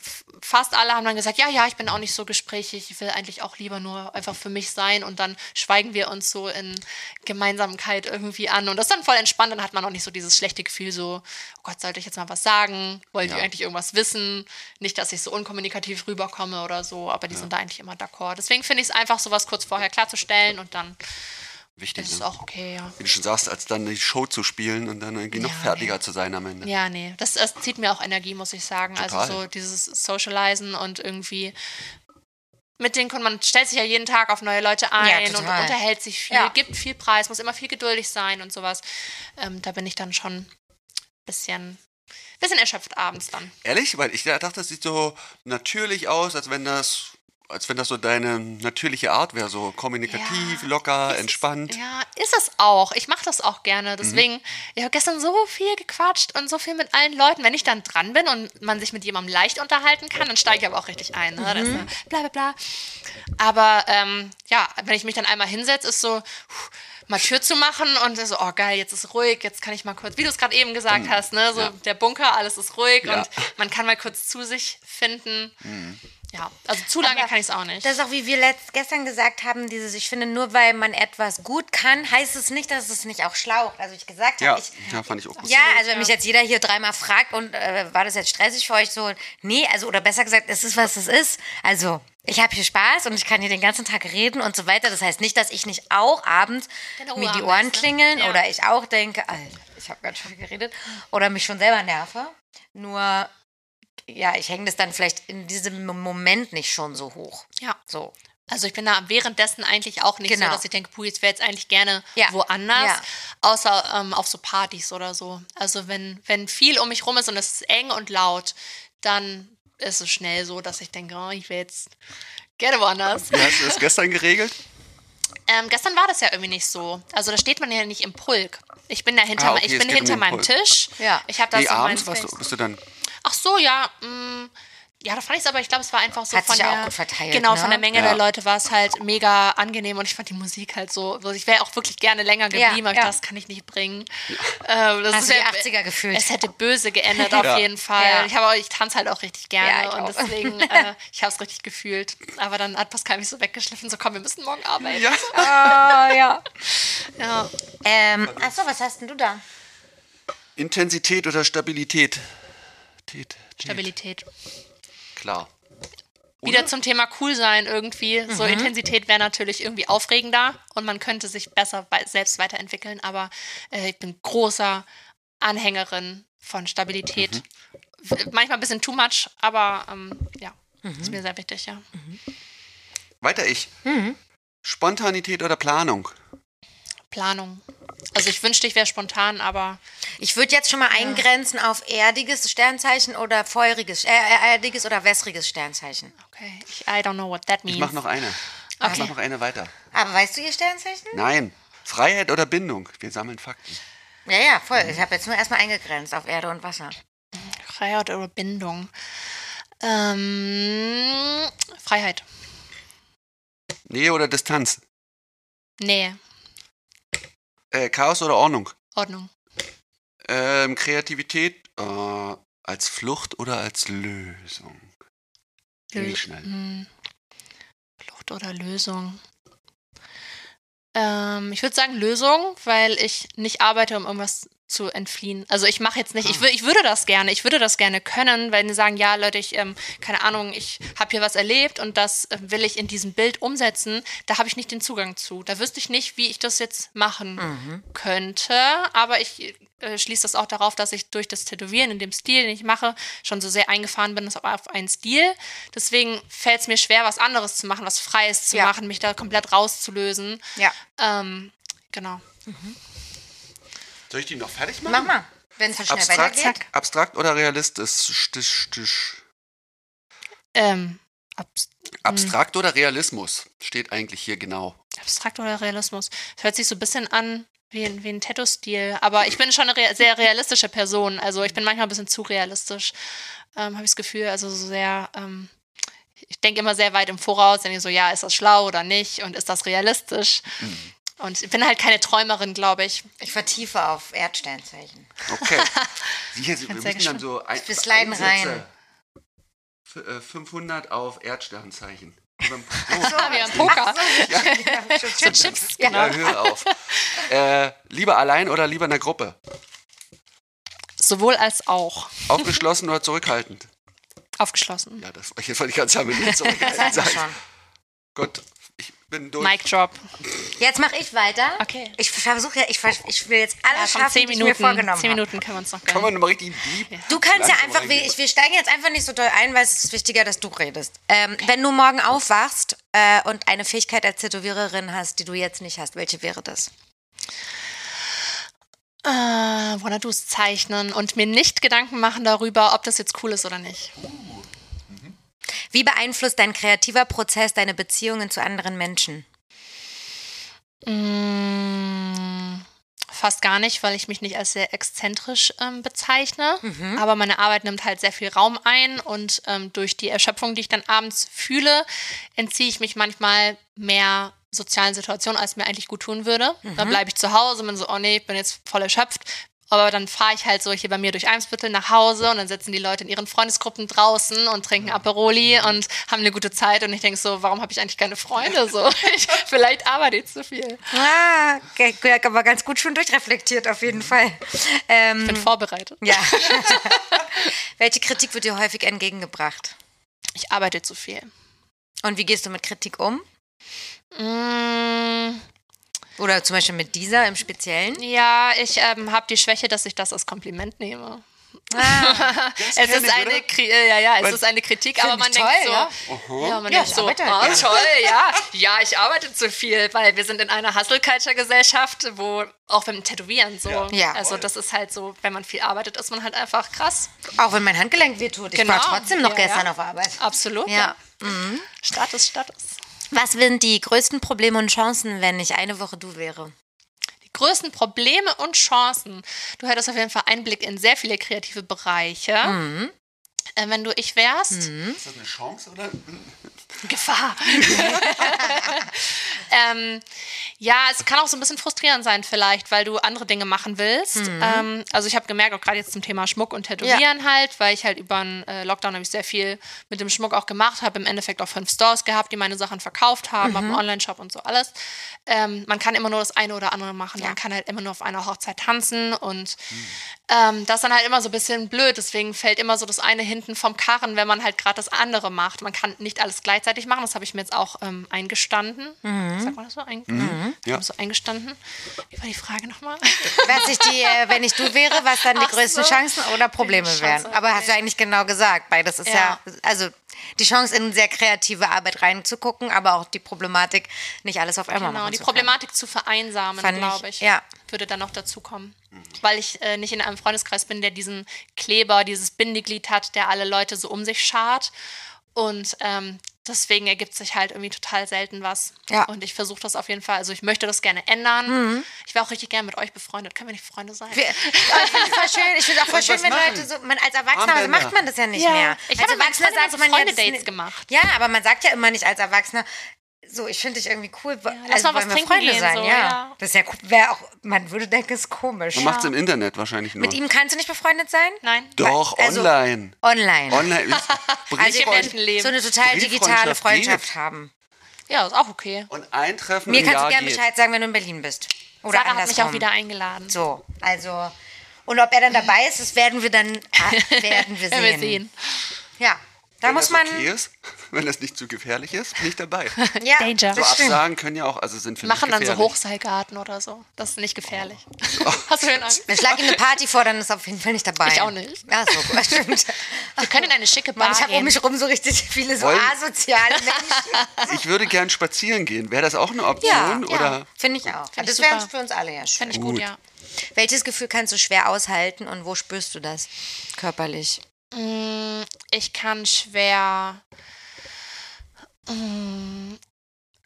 S4: f- fast alle haben dann gesagt, ja, ja, ich bin auch nicht so gesprächig, ich will eigentlich auch lieber nur einfach für mich sein und dann schweigen wir uns so in Gemeinsamkeit irgendwie an und das ist dann voll entspannt, dann hat man auch nicht so dieses schlechte Gefühl so, oh Gott, sollte ich jetzt mal was sagen? Wollt ihr eigentlich irgendwas wissen? Nicht, dass ich so unkommunikativ rüberkomme oder so, aber die sind da eigentlich immer d'accord. Deswegen finde ich es einfach, sowas kurz vorher klarzustellen und dann
S5: Wichtig.
S4: ist es
S5: Ne?
S4: auch okay, ja.
S5: Wie du schon sagst, als dann die Show zu spielen und dann irgendwie noch
S4: Ja,
S5: fertiger zu sein am Ende.
S4: Ja, nee, das, das zieht mir auch Energie, muss ich sagen.
S5: Total.
S4: Also so dieses Socializen und irgendwie mit denen kommt man stellt sich ja jeden Tag auf neue Leute
S1: Ja,
S4: ein und
S1: total.
S4: unterhält sich viel,
S1: Ja.
S4: gibt viel Preis, muss immer viel geduldig sein und sowas. Ähm, da bin ich dann schon ein bisschen, bisschen erschöpft abends dann.
S5: Ehrlich? Weil ich dachte, das sieht so natürlich aus, als wenn das, als wenn das so deine natürliche Art wäre, so kommunikativ,
S4: Ja,
S5: locker,
S4: ist-
S5: entspannt.
S4: Ja, ist es auch. Ich mache das auch
S1: Mhm.
S4: gerne. Deswegen, ich habe gestern so viel gequatscht und so viel mit allen Leuten. Wenn ich dann dran bin und man sich mit jemandem leicht unterhalten kann, dann steige ich aber auch richtig ein. Ne? Das ist
S1: Mhm.
S4: so bla bla bla. Aber ähm, ja, wenn ich mich dann einmal hinsetze, ist so, puh, mal Tür zu machen und so, oh geil, jetzt ist ruhig, jetzt kann ich mal kurz, wie du es gerade eben gesagt
S1: Mhm.
S4: hast, ne? so der Bunker, alles ist ruhig
S5: Ja.
S4: und man kann mal kurz zu sich finden. Ja, also zu lange
S1: Mhm. Aber
S4: kann ich es auch nicht.
S1: Das ist auch, wie wir letzt, gestern gesagt haben, dieses, ich finde, nur weil man etwas gut kann, heißt es nicht, dass es nicht auch schlaucht. Also ich gesagt
S5: Ja,
S1: habe, ich,
S5: ja, fand ich auch gut.
S1: ja, also wenn mich jetzt jeder hier dreimal fragt und äh, war das jetzt stressig für euch so, nee, also oder besser gesagt, es ist, was es ist. Also ich habe hier Spaß und ich kann hier den ganzen Tag reden und so weiter. Das heißt nicht, dass ich nicht auch abends
S4: Deine Ruhe
S1: mir die
S4: haben
S1: Ohren
S4: willst, ne?
S1: klingeln
S4: Ja.
S1: oder ich auch denke, Alter, ich habe ganz schön geredet oder mich schon selber nerve. Nur, ja, ich hänge das dann vielleicht in diesem Moment nicht schon so hoch.
S4: ja.
S1: So.
S4: Also ich bin da währenddessen eigentlich auch nicht
S1: Genau.
S4: so, dass ich denke, puh, jetzt wäre jetzt eigentlich gerne
S1: Ja.
S4: woanders,
S1: Ja.
S4: außer ähm, auf so Partys oder so. Also wenn, wenn viel um mich rum ist und es ist eng und laut, dann ist es schnell so, dass ich denke, oh, ich wäre jetzt gerne woanders.
S5: Wie hast du das gestern geregelt?
S4: Ähm, gestern war das ja irgendwie nicht so. Also da steht man ja nicht im Pulk. Ich bin da hinter,
S5: Ah, okay,
S4: ich
S5: es
S4: bin
S5: geht um
S4: hinter
S5: den
S4: meinem
S5: Pulk.
S4: Tisch.
S1: Ja.
S4: Ich habe da
S5: Nee,
S4: so mein
S5: abends warst du,
S4: Space.
S5: bist du dann.
S4: Ach so, ja. mm, ja, da fand ich es aber, ich glaube, es war einfach so
S1: Hat
S4: von
S1: sich ja
S4: der,
S1: auch gut verteilt,
S4: Genau,
S1: ne?
S4: von der Menge
S5: Ja.
S4: der Leute war es halt mega angenehm und ich fand die Musik halt so. so ich wäre auch wirklich gerne länger
S1: Ja,
S4: geblieben, aber ich
S1: ja.
S4: dachte, das kann ich nicht bringen. Ähm, das
S1: Hast du
S4: wär-
S1: die 80er gefühlt?
S4: Es hätte böse
S1: (laughs)
S4: geändert, auf
S5: Ja.
S4: jeden Fall.
S1: Ja.
S4: Ich, hab auch, ich tanze halt auch richtig gerne
S1: Ja, ich
S4: und
S1: auch. (laughs)
S4: deswegen, äh, ich habe es richtig gefühlt. Aber dann hat Pascal mich so weggeschliffen, so komm, wir müssen morgen arbeiten.
S5: Ja.
S4: Ah,
S1: ja.
S4: Ja.
S1: Ähm, achso, was hast denn du da?
S5: Intensität oder Stabilität? Tät, tät.
S4: Stabilität.
S5: Klar.
S4: Wieder zum Thema cool sein irgendwie. So
S5: Mhm.
S4: Intensität wäre natürlich irgendwie aufregender und man könnte sich besser wei- selbst weiterentwickeln, aber äh, ich bin großer Anhängerin von Stabilität.
S5: Mhm.
S4: W- Manchmal ein bisschen too much, aber ähm, ja, ist mir sehr wichtig, ja.
S5: Weiter ich. Spontanität oder Planung?
S4: Planung. Also ich wünschte, ich wäre spontan, aber
S1: Ich würde jetzt schon mal eingrenzen auf erdiges Sternzeichen oder feuriges, äh, äh, erdiges oder wässriges Sternzeichen.
S4: okay, ich, I don't know what that means.
S5: Ich mach noch eine. Ich mach
S4: okay.
S5: noch eine weiter.
S1: Aber weißt du ihr Sternzeichen?
S5: Nein. Freiheit oder Bindung? Wir sammeln Fakten.
S1: Ja, ja, voll. Ich habe jetzt nur erstmal eingegrenzt auf Erde und Wasser.
S4: Freiheit oder Bindung. Ähm, Freiheit.
S5: Nähe oder Distanz?
S4: Nähe.
S5: Äh, Chaos oder Ordnung?
S4: Ordnung.
S5: Ähm, Kreativität äh, als Flucht oder als Lösung?
S2: Ging schnell.
S4: Hm. Flucht oder Lösung? Ähm, ich würde sagen Lösung, weil ich nicht arbeite, um irgendwas zu entfliehen. Also ich mache jetzt nicht, ich, wür- ich würde das gerne, ich würde das gerne können, wenn sie sagen, ja Leute, ich, ähm, keine Ahnung, ich habe hier was erlebt und das äh, will ich in diesem Bild umsetzen, da habe ich nicht den Zugang zu. Da wüsste ich nicht, wie ich das jetzt machen könnte, aber ich äh, schließe das auch darauf, dass ich durch das Tätowieren in dem Stil, den ich mache, schon so sehr eingefahren bin das auf einen Stil. Deswegen fällt es mir schwer, was anderes zu machen, was Freies zu
S1: Ja.
S4: machen, mich da komplett rauszulösen.
S1: Ja.
S4: Ähm, genau.
S5: Soll ich die noch fertig machen?
S1: Mach mal. Wenn es so schnell
S5: Abstrakt,
S1: weitergeht.
S5: abstrakt oder realistisch? Stisch, stisch.
S4: Ähm, abs
S5: Abstrakt oder Realismus steht eigentlich hier genau.
S4: abstrakt oder Realismus? Das hört sich so ein bisschen an wie, ein- wie ein Tattoo-Stil, aber ich bin schon eine rea- sehr realistische Person. Also ich bin manchmal ein bisschen zu realistisch, ähm, habe ich das Gefühl. Also so sehr, ähm, ich denke immer sehr weit im Voraus, denke ich so, ja, ist das schlau oder nicht und ist das realistisch? Und ich bin halt keine Träumerin, glaube ich.
S1: Ich vertiefe auf Erdsternzeichen. (laughs)
S5: Okay. Wir, wir
S4: sehr
S5: müssen dann so ein,
S1: Wir sliden
S5: Einsätze.
S1: rein.
S5: F- äh, 500 auf Erdsternzeichen.
S1: (laughs)
S5: Über dem- (laughs)
S4: Ah, wir haben Poker.
S1: So Chips, genau.
S5: Ja, hör auf. Äh, lieber allein oder lieber in der Gruppe?
S4: Sowohl als auch.
S5: Aufgeschlossen oder zurückhaltend?
S4: Aufgeschlossen.
S5: Ja, das ich wollte ich ganz haben, nicht zurückhaltend
S1: Das hatten wir (laughs)
S5: sagen.
S1: schon.
S5: Gut, ich bin durch.
S4: Mic Drop.
S1: Jetzt mache ich weiter.
S4: Okay.
S1: Ich versuche ja, ich, vers- ich will jetzt alles
S4: Ja,
S1: schaffen,
S4: komm, 10
S1: die ich mir
S4: Minuten.
S1: vorgenommen
S4: 10
S1: habe.
S4: Minuten können wir uns noch
S5: Kann
S4: gönnen.
S5: man nochmal richtig deep.
S1: Du kannst ja
S5: Langsam
S1: einfach, wir,
S5: reingehen.
S1: ich, wir steigen jetzt einfach nicht so doll ein, weil es ist wichtiger, dass du redest. Ähm, wenn du morgen aufwachst äh, und eine Fähigkeit als Tätowiererin hast, die du jetzt nicht hast, welche wäre das?
S4: Äh, Wannadoos zeichnen und mir nicht Gedanken machen darüber, ob das jetzt cool ist oder nicht.
S1: Wie beeinflusst dein kreativer Prozess deine Beziehungen zu anderen Menschen?
S4: Mm, fast gar nicht, weil ich mich nicht als sehr exzentrisch ähm, bezeichne. Aber meine Arbeit nimmt halt sehr viel Raum ein und ähm, durch die Erschöpfung, die ich dann abends fühle, entziehe ich mich manchmal mehr sozialen Situationen, als mir eigentlich gut tun würde. Dann bleibe ich zu Hause und bin so, oh nee, ich bin jetzt voll erschöpft. Aber dann fahre ich halt so hier bei mir durch Eimsbüttel nach Hause und dann sitzen die Leute in ihren Freundesgruppen draußen und trinken Aperoli und haben eine gute Zeit. Und ich denke so, warum habe ich eigentlich keine Freunde? So, (laughs) ich, vielleicht arbeite ich zu viel.
S1: Ah, okay, Gurk, aber ganz gut schon durchreflektiert auf jeden Fall. Ähm,
S4: bin vorbereitet.
S1: ja. (laughs) Welche Kritik wird dir häufig entgegengebracht?
S4: Ich arbeite zu viel.
S1: Und wie gehst du mit Kritik um?
S4: Mm,
S1: Oder zum Beispiel mit dieser im Speziellen?
S4: ja, ich ähm, habe die Schwäche, dass ich das als Kompliment nehme. (laughs) es ist
S5: kenn ich,
S4: eine,
S5: oder?
S4: Kri äh, ja, ja, es
S5: Weil-
S4: ist eine Kritik,
S1: Find
S4: aber man
S1: ich
S4: denkt so,
S1: toll, ja.
S4: ja, man
S1: Ja,
S4: denkt
S1: ich
S4: so,
S1: arbeite halt
S4: ah,
S1: gerne.
S4: toll, ja, ja, ich arbeite zu viel, weil wir sind in einer Hustle-Culture-Gesellschaft, wo auch beim Tätowieren so,
S1: Ja.
S4: also das ist halt so, wenn man viel arbeitet, ist man halt einfach krass.
S1: Auch wenn mein Handgelenk wehtut. Ich war
S4: Genau.
S1: trotzdem noch
S4: Ja,
S1: gestern
S4: ja.
S1: auf Arbeit.
S4: Absolut.
S1: Ja. Mhm.
S4: Status, Status.
S1: Was sind die größten Probleme und Chancen, wenn ich eine Woche du wäre?
S4: Die größten Probleme und Chancen. Du hättest auf jeden Fall Einblick in sehr viele kreative Bereiche. Äh, wenn du ich wärst,
S5: Ist das eine Chance oder?
S4: Gefahr. (laughs) ähm, ja, es kann auch so ein bisschen frustrierend sein vielleicht, weil du andere Dinge machen willst. Ähm, also ich habe gemerkt, auch gerade jetzt zum Thema Schmuck und Tätowieren halt, weil ich halt über den äh, Lockdown habe ich sehr viel mit dem Schmuck auch gemacht, habe im Endeffekt auch fünf Stores gehabt, die meine Sachen verkauft haben, habe einen Online-Shop und so alles. Ähm, man kann immer nur das eine oder andere machen. Man kann halt immer nur auf einer Hochzeit tanzen und ähm, das ist dann halt immer so ein bisschen blöd. Deswegen fällt immer so das eine hinten vom Karren, wenn man halt gerade das andere macht. Man kann nicht alles gleichzeitig machen. Das habe ich mir jetzt auch ähm, eingestanden. Sagt man das so? Ein Genau.
S5: Ja.
S4: So eingestanden. Wie war die Frage nochmal?
S1: Was ich die, äh, wenn ich du wäre, was dann die
S4: Ach
S1: größten
S4: so.
S1: Chancen oder Probleme
S4: Chance,
S1: wären. Aber hast du eigentlich genau gesagt, weil das ist ja. also die Chance in sehr kreative Arbeit reinzugucken, aber auch die Problematik, nicht alles auf einmal
S4: Genau,
S1: machen
S4: die
S1: zu
S4: Problematik zu vereinsamen,
S1: Fand ich-
S4: glaube ich,
S1: ja.
S4: würde dann noch dazu kommen. Weil ich äh, nicht in einem Freundeskreis bin, der diesen Kleber, dieses Bindeglied hat, der alle Leute so um sich schart. Und ähm, deswegen ergibt sich halt irgendwie total selten was.
S1: Ja.
S4: Und ich versuche das auf jeden Fall. Also ich möchte das gerne ändern. Ich wäre auch richtig gerne mit euch befreundet. Können wir nicht Freunde sein? (laughs)
S1: können.
S4: Also,
S1: Wir- oh, Ich finde es voll schön. Ich finde auch voll
S5: Und
S1: schön,
S5: was
S1: wenn
S5: machen?
S1: Leute so. Man, als Erwachsener
S5: Armbänder.
S1: macht man das ja nicht
S4: Ja.
S1: mehr.
S4: Ich
S1: als
S4: habe mit meinen
S1: Erwachsener
S4: Freundinnen so
S1: man ja, das
S4: Freunde-Dates
S1: ist-
S4: gemacht.
S1: Ja, aber man sagt ja immer nicht als Erwachsener. so, ich finde dich irgendwie cool. Ja,
S4: lass mal was
S1: wollen wir
S4: trinken
S1: Freunde
S4: gehen,
S1: sein,
S4: so,
S1: ja.
S4: ja.
S1: Das ist ja cool. Wär auch, man würde denken, es ist komisch.
S2: Man macht es im Internet wahrscheinlich nur.
S1: Mit ihm kannst du nicht befreundet sein?
S4: Nein. (laughs)
S2: Doch,
S1: also-
S2: online.
S1: Online.
S2: Online.
S1: (laughs) Also
S4: im echten
S2: Brieffreund
S4: Leben.
S1: so eine total digitale
S2: Brieffreundschaft
S1: Freundschaft
S2: geht.
S1: haben.
S4: Ja, ist auch okay.
S2: und eintreffen
S1: Mir
S2: im
S1: kannst
S2: Jahr
S1: du gerne
S2: geht.
S1: Bescheid sagen, wenn du in Berlin bist. Oder
S4: Sarah hat
S1: andersrum.
S4: mich auch wieder eingeladen.
S1: So, also. Und ob er dann dabei ist, das werden wir
S4: (laughs)
S1: dann ah, werden wir sehen.
S4: Werden wir sehen.
S1: Ja, da
S2: Wenn
S1: muss
S2: das
S1: man.
S2: Okay ist, (laughs) wenn das nicht zu gefährlich ist, bin
S1: (laughs)
S2: ich dabei.
S1: Ja,
S4: Danger.
S2: So
S1: Das stimmt.
S2: Absagen können ja auch, also sind für
S4: Machen dann so Hochseilgarten oder so. Das ist nicht gefährlich. (laughs) Hast du denn Angst?
S1: Wenn ich schlag ihm eine Party vor, dann ist er auf jeden Fall nicht dabei.
S4: Ich auch nicht.
S1: Ja, so (laughs) gut, stimmt.
S4: (laughs) Wir können in eine schicke Bar
S1: Mann, ich habe um
S4: gehen.
S1: mich rum so richtig viele so
S2: Wollen-
S1: asoziale
S2: (laughs)
S1: Menschen.
S2: Ich würde gern spazieren gehen. Wäre das auch eine Option?
S1: Ja,
S2: oder
S1: ja finde ich auch.
S4: Find ich
S1: das wäre
S4: super.
S1: für uns alle ja schön.
S4: Finde ich gut, ja.
S1: Welches Gefühl kannst du schwer aushalten und wo spürst du das körperlich?
S4: Mm, Ich kann schwer mm,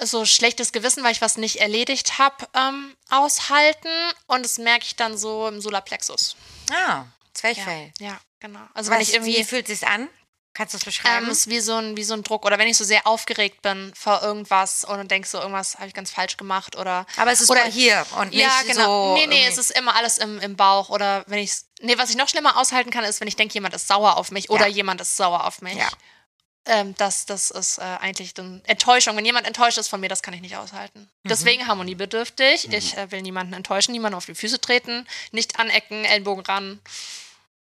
S4: so schlechtes Gewissen, weil ich was nicht erledigt habe, ähm, aushalten. Und das merke ich dann so im Solarplexus.
S1: Ah,
S4: Ja,
S1: Zwerchfell.
S4: ja genau. Also
S1: Was,
S4: wenn ich irgendwie
S1: wie fühlt sich's an? Kannst du es beschreiben?
S4: ähm, ist wie so, ein, wie so ein Druck oder wenn ich so sehr aufgeregt bin vor irgendwas und denke so, irgendwas habe ich ganz falsch gemacht oder
S1: Aber es ist
S4: oder-
S1: nur hier und nicht
S4: ja,
S1: so.
S4: genau. nee, nee,
S1: irgendwie-
S4: es ist immer alles im, im Bauch. Oder wenn ich. Nee, was ich noch schlimmer aushalten kann, ist, wenn ich denke, jemand ist sauer auf mich oder
S1: Ja.
S4: jemand ist sauer auf mich.
S1: Ja.
S4: Ähm, das, das ist äh, eigentlich dann Enttäuschung. Wenn jemand enttäuscht ist von mir, das kann ich nicht aushalten.
S1: Mhm.
S4: Deswegen harmoniebedürftig. Ich äh, will niemanden enttäuschen, niemanden auf die Füße treten, nicht anecken, Ellenbogen ran.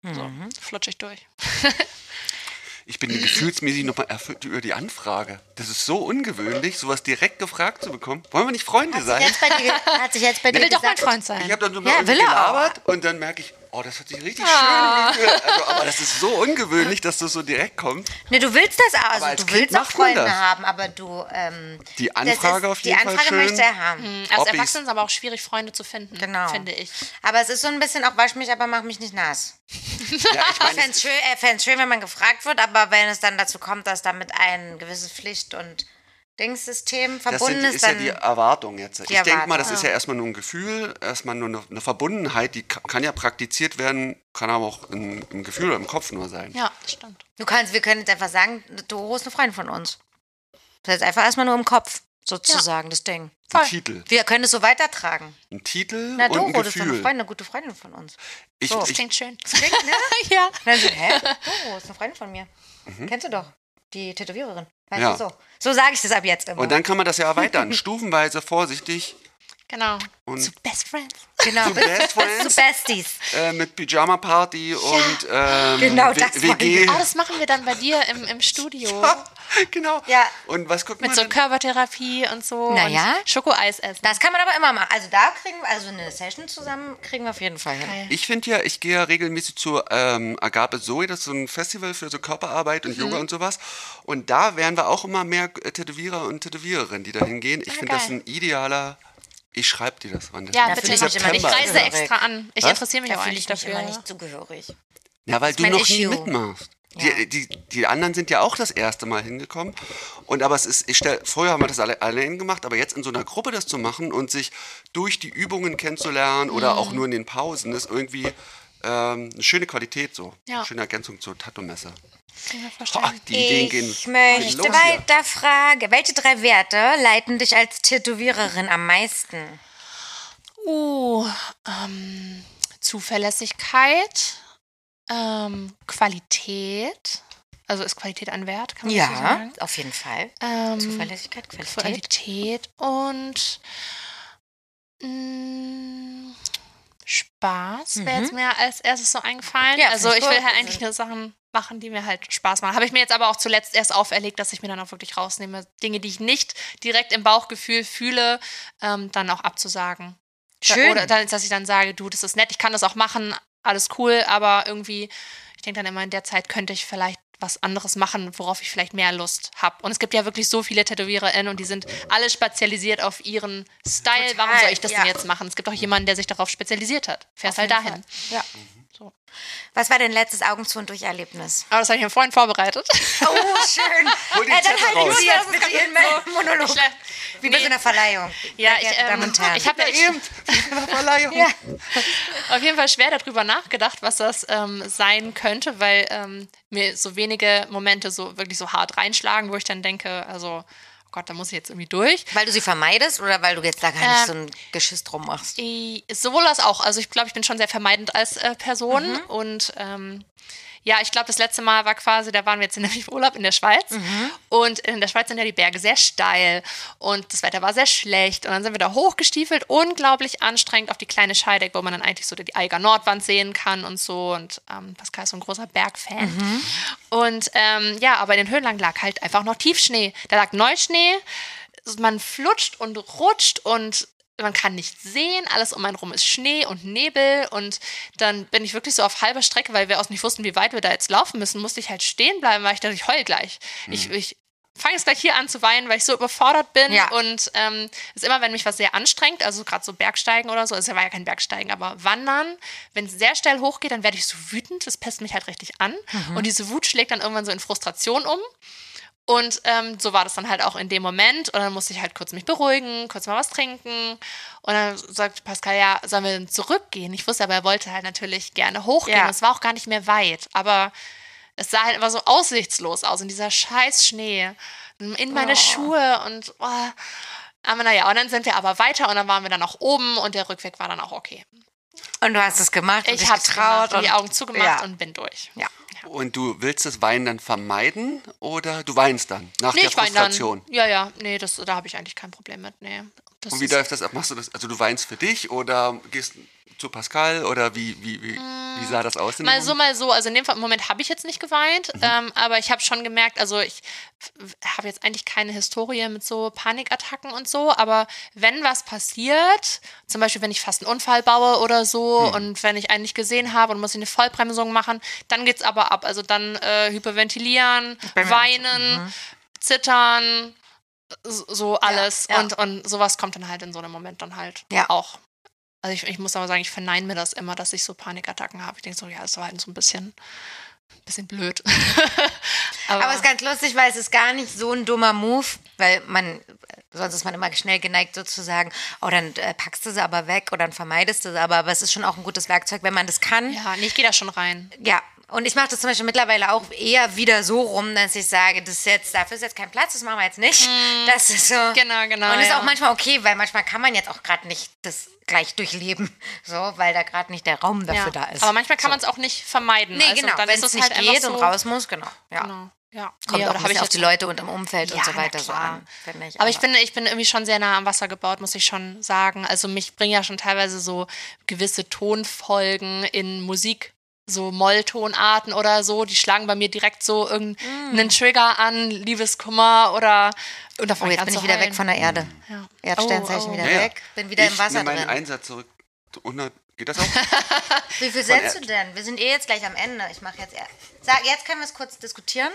S1: Mhm.
S4: So, flutschig durch.
S2: ich bin gefühlsmäßig nochmal erfüllt über die Anfrage. Das ist so ungewöhnlich, sowas direkt gefragt zu bekommen. Wollen wir nicht Freunde sein?
S1: Jetzt bei dir, ge- hat sich jetzt bei dir
S4: Will doch mein
S1: gesagt,
S4: Freund
S2: Ich
S4: sein.
S2: habe dann so
S1: Ja,
S2: mal ja,
S1: will er auch. Ah.
S2: gelabert und dann merke ich, oh, das hat sich richtig schön gefühlt. Also, aber das ist so ungewöhnlich, dass das so
S1: (laughs)
S2: direkt kommt.
S1: Nee, Ne, du willst das auch.
S2: als
S1: Also, du
S2: Kind
S1: willst auch
S2: macht man
S1: Freunde
S2: das.
S1: haben, aber du. Ähm,
S2: Die
S1: das
S2: Anfrage
S1: ist,
S2: auf jeden
S1: Die
S2: Fall
S1: Anfrage
S2: schön.
S1: möchte er haben.
S4: Mhm. Als
S2: Hobbys.
S4: Erwachsenen ist aber auch schwierig, Freunde zu finden,
S1: Genau.
S4: finde ich.
S1: Aber es ist so ein bisschen auch, wasch mich, aber mach mich nicht nass.
S2: Ja, ich
S1: Er
S2: meine,
S1: fände es schön, er fänd's schön, wenn man gefragt wird, aber wenn es dann dazu kommt, dass damit ein gewisses Pflicht- und Dingssystem
S2: das sind,
S1: verbunden
S2: ist
S1: ist,
S2: ja
S1: dann.
S2: die Erwartung jetzt. Ich denke mal, das
S1: Erwartung.
S2: ist ja erstmal nur ein Gefühl, erstmal nur eine, eine Verbundenheit, die ka- kann ja praktiziert werden, kann aber auch in, im Gefühl oder im Kopf nur sein.
S4: Ja, das stimmt.
S1: du kannst, wir können jetzt einfach sagen, Doro ist eine Freundin von uns. Das ist einfach erstmal nur im Kopf, sozusagen, das Ding.
S2: Ein
S4: Voll.
S2: Titel.
S1: Wir können es so weitertragen.
S2: Ein Titel
S1: Na,
S2: und
S1: Doro,
S2: ein
S1: das ist doch eine,
S2: Gefühl.
S1: Freundin, eine gute Freundin von uns.
S2: ich,
S1: So.
S4: Das
S2: ich,
S4: klingt schön.
S1: Klingt, ne?
S4: (laughs) ja.
S1: Und dann so, (laughs) hä? Doro ist eine Freundin von mir. Kennst du doch. Die Tätowiererin. Weißt
S2: Mhm. Ja.
S1: du so. So sage ich das ab jetzt immer.
S2: und dann kann man das ja
S1: (laughs)
S2: erweitern, stufenweise, vorsichtig.
S4: Genau.
S2: Und-
S4: Zu Best Friends.
S1: genau. (laughs)
S2: Zu Best
S1: bis zu
S2: Friends?
S1: Besties.
S2: Äh, mit Pyjama-Party und ähm,
S1: Genau
S2: W-
S1: das wollen
S2: WG.
S4: Ah, das machen wir dann bei dir im, im Studio.
S2: (laughs) genau.
S1: Ja.
S2: Und was guckt
S4: Mit
S2: man
S4: so
S2: dann?
S4: Körpertherapie und so.
S1: Naja.
S4: Und Schokoeis essen.
S1: Das kann man aber immer machen. Also da kriegen wir, also eine Session zusammen kriegen wir auf jeden Fall hin.
S2: Ich finde ja, ich gehe ja regelmäßig zu ähm, Agape Zoe, das ist so ein Festival für so Körperarbeit und
S4: Mhm.
S2: Yoga und sowas. Und da werden wir auch immer mehr äh, Tätowierer und Tätowiererinnen, die da hingehen. Ich finde das
S4: Ah, geil.
S2: ein idealer. Ich schreibe dir das, wann das
S4: ja,
S1: Da
S2: ist.
S4: bitte.
S1: fühle ich
S4: Ich
S1: mich immer nicht
S4: reise
S1: zugehörig.
S4: extra an. Ich
S2: Was?
S4: interessiere mich
S1: Da
S4: auch
S1: fühle
S4: eigentlich
S1: ich mich
S4: dafür.
S1: immer nicht zugehörig.
S2: Ja, weil du
S1: mein
S2: noch
S1: Issue.
S2: nie mitmachst.
S1: Ja.
S2: Die, die, die anderen sind ja auch das erste Mal hingekommen. Und aber es ist, ich stell, vorher haben wir das alle allein gemacht, aber jetzt in so einer Gruppe das zu machen und sich durch die Übungen kennenzulernen oder
S1: Mhm.
S2: auch nur in den Pausen, ist irgendwie ähm, eine schöne Qualität so.
S4: Ja.
S2: Eine schöne Ergänzung zur Tattoo-Messe.
S4: Kann ich mir vorstellen.
S2: Boah, die Ideen gehen.
S1: ich
S2: gehen
S1: möchte
S2: los hier.
S1: weiter fragen. Welche drei Werte leiten dich als Tätowiererin am meisten?
S4: Uh, ähm, Zuverlässigkeit, ähm, Qualität. Also ist Qualität ein Wert, kann man so
S1: Ja, Mhm.
S4: sagen?
S1: auf jeden Fall.
S4: Ähm,
S1: Zuverlässigkeit, Qualität.
S4: Qualität und mh, Spaß wäre jetzt mir als erstes so eingefallen.
S1: Mhm. Ja,
S4: also
S1: find
S4: ich
S1: ich
S4: will
S1: gut.
S4: halt eigentlich nur Sachen machen, die mir halt Spaß machen. Habe ich mir jetzt aber auch zuletzt erst auferlegt, dass ich mir dann auch wirklich rausnehme, Dinge, die ich nicht direkt im Bauchgefühl fühle, ähm, dann auch abzusagen. Da-
S1: Schön.
S4: Oder dann, dass ich dann sage, du, das ist nett, ich kann das auch machen, alles cool, aber irgendwie, ich denke dann immer, in der Zeit könnte ich vielleicht was anderes machen, worauf ich vielleicht mehr Lust habe. Und es gibt ja wirklich so viele TätowiererInnen und die sind alle spezialisiert auf ihren Style.
S1: Total,
S4: Warum soll ich das
S1: ja.
S4: denn jetzt machen? Es gibt auch jemanden, der sich darauf spezialisiert hat. Fährst halt dahin.
S1: Ja.
S4: So.
S1: Was war dein letztes Augen zu und durch Erlebnis?
S4: Aber das habe ich mir vorhin vorbetet.
S1: Oh, schön.
S2: Hol den
S1: äh, dann
S2: Zettel
S1: halten
S2: raus.
S1: Sie jetzt bitte Ihren Monolog. Wie bei so einer Verleihung.
S4: ja,
S1: Sehr
S4: (laughs) ich,
S1: geehrte Damen
S4: ähm,
S1: und Herren.
S4: ich habe ja
S2: Eben, Verleihung.
S1: Ja.
S4: auf jeden Fall schwer darüber nachgedacht, was das ähm, sein könnte, weil ähm, mir so wenige Momente so wirklich so hart reinschlagen, wo ich dann denke, also oh Gott, da muss ich jetzt irgendwie durch.
S1: Weil du sie vermeidest oder weil du jetzt da gar
S4: Äh,
S1: nicht so ein Geschiss drum machst?
S4: I- Äh, Sowohl als auch. Also ich glaube, ich bin schon sehr vermeidend als äh, Person. Und ähm, ja, ich glaube, das letzte Mal war quasi, da waren wir jetzt nämlich im (laughs) Urlaub in der Schweiz. Und in der Schweiz sind ja die Berge sehr steil und das Wetter war sehr schlecht. Und dann sind wir da hochgestiefelt, unglaublich anstrengend auf die kleine Scheideck, wo man dann eigentlich so die Eiger Nordwand sehen kann und so. Und ähm, Pascal ist so ein großer Bergfan. Und ähm, ja, aber in den Höhenlagen lag halt einfach noch Tiefschnee. Da lag Neuschnee. Man flutscht und rutscht und man kann nichts sehen, alles um einen rum ist Schnee und Nebel und dann bin ich wirklich so auf halber Strecke, weil wir auch nicht wussten, wie weit wir da jetzt laufen müssen, musste ich halt stehen bleiben, weil ich dachte, ich heul gleich. Ich, ich fange jetzt gleich hier an zu weinen, weil ich so überfordert bin
S1: Ja.
S4: und ähm, ist immer, wenn mich was sehr anstrengt, also gerade so Bergsteigen oder so, es war ja kein Bergsteigen, aber Wandern, wenn es sehr schnell hochgeht, dann werde ich so wütend, das pisst mich halt richtig an und diese Wut schlägt dann irgendwann so in Frustration um und ähm, so war das dann halt auch in dem Moment. Und dann musste ich halt kurz mich beruhigen, kurz mal was trinken. Und dann sagt Pascal, ja, sollen wir denn zurückgehen? Ich wusste aber, er wollte halt natürlich gerne hochgehen.
S1: Ja.
S4: Und es war auch gar nicht mehr weit. Aber es sah halt immer so aussichtslos aus in dieser scheiß Schnee. In meine
S1: Oh.
S4: Schuhe und oh. aber naja, und dann sind wir aber weiter und dann waren wir dann auch oben und der Rückweg war dann auch okay.
S1: Und du hast es gemacht. und
S4: Ich
S1: dich
S4: hab's
S1: getraut
S4: gemacht, und die
S1: und-
S4: Augen zugemacht
S1: ja.
S4: und bin durch.
S1: Ja.
S5: Und du willst das Weinen dann vermeiden oder du weinst dann nach der
S4: wein dann.
S5: Frustration?
S4: Ja, ja, nee, das, da habe ich eigentlich kein Problem mit. Nee. Das
S5: Und wie
S4: ist-
S5: läuft das ab? Machst du das? Also du weinst für dich oder gehst zu Pascal oder wie, wie, wie, wie sah das aus? in dem
S4: Mal so,
S5: Moment?
S4: mal so. Also in dem Fall- Moment habe ich jetzt nicht geweint,
S1: Mhm.
S4: ähm, aber ich habe schon gemerkt, also ich f- habe jetzt eigentlich keine Historie mit so Panikattacken und so, aber wenn was passiert, zum Beispiel wenn ich fast einen Unfall baue oder so
S1: Mhm.
S4: und wenn ich einen nicht gesehen habe und muss ich eine Vollbremsung machen, dann geht's aber ab. Also dann äh, hyperventilieren,
S1: Bei mir auch so. Mhm.
S4: weinen, zittern, so- so alles.
S1: ja.
S4: Und, und sowas kommt dann halt in so einem Moment dann halt
S1: Ja.
S4: auch. Also ich, ich muss aber sagen, ich verneine mir das immer, dass ich so Panikattacken habe. Ich denke so, ja, das war halt so ein bisschen, bisschen blöd. (laughs) aber
S1: Aber es ist ganz lustig, weil es ist gar nicht so ein dummer Move, weil man, sonst ist man immer schnell geneigt sozusagen, oh, dann äh, packst du sie aber weg oder dann vermeidest du sie aber. Aber es ist schon auch ein gutes Werkzeug, wenn man das kann.
S4: ja, nee, ich gehe da schon rein.
S1: Ja, und ich mache das zum Beispiel mittlerweile auch eher wieder so rum, dass ich sage, das ist jetzt, dafür ist jetzt kein Platz, das machen wir jetzt nicht. Das ist so.
S4: Mhm. Genau, genau,
S1: Und ist
S4: ja.
S1: auch manchmal okay, weil manchmal kann man jetzt auch gerade nicht das gleich durchleben, so, weil da gerade nicht der Raum dafür
S4: Ja.
S1: da ist.
S4: Aber manchmal kann man es auch nicht vermeiden.
S1: nee,
S4: also
S1: genau,
S4: dann
S1: wenn
S4: ist
S1: es
S4: es
S1: nicht
S4: halt einfach
S1: geht
S4: so,
S1: und raus muss, genau. Ja.
S4: Genau. Ja,
S1: Kommt
S4: Nee,
S1: auch
S4: oder
S1: ein
S4: hab
S1: bisschen auf
S4: jetzt-
S1: die Leute und im Umfeld
S4: Ja,
S1: und so
S4: na
S1: weiter so
S4: klar.
S1: an. Finde ich.
S4: Aber ich bin, ich bin irgendwie schon sehr nah am Wasser gebaut, muss ich schon sagen. Also mich bringen ja schon teilweise so gewisse Tonfolgen in Musik, so Molltonarten oder so, die schlagen bei mir direkt so irgendeinen Trigger an, Liebeskummer oder und da
S1: Mm. Oh,
S4: fang ich
S1: jetzt
S4: an
S1: bin
S4: zu
S1: ich wieder
S4: heulen.
S1: weg von der Erde.
S4: ja.
S1: Erdsternzeichen
S4: Oh, oh.
S1: wieder
S5: Ja, ja.
S1: weg. Bin wieder
S5: ich
S1: im Wasser
S5: nehme meinen
S1: drin.
S5: Einsatz zurück. 100, geht
S1: (laughs)
S5: das auch?
S1: Wie
S5: Von
S1: viel setzt du denn? Wir sind eh jetzt gleich am Ende. Ich mache jetzt erst. Sag, jetzt können wir es kurz diskutieren.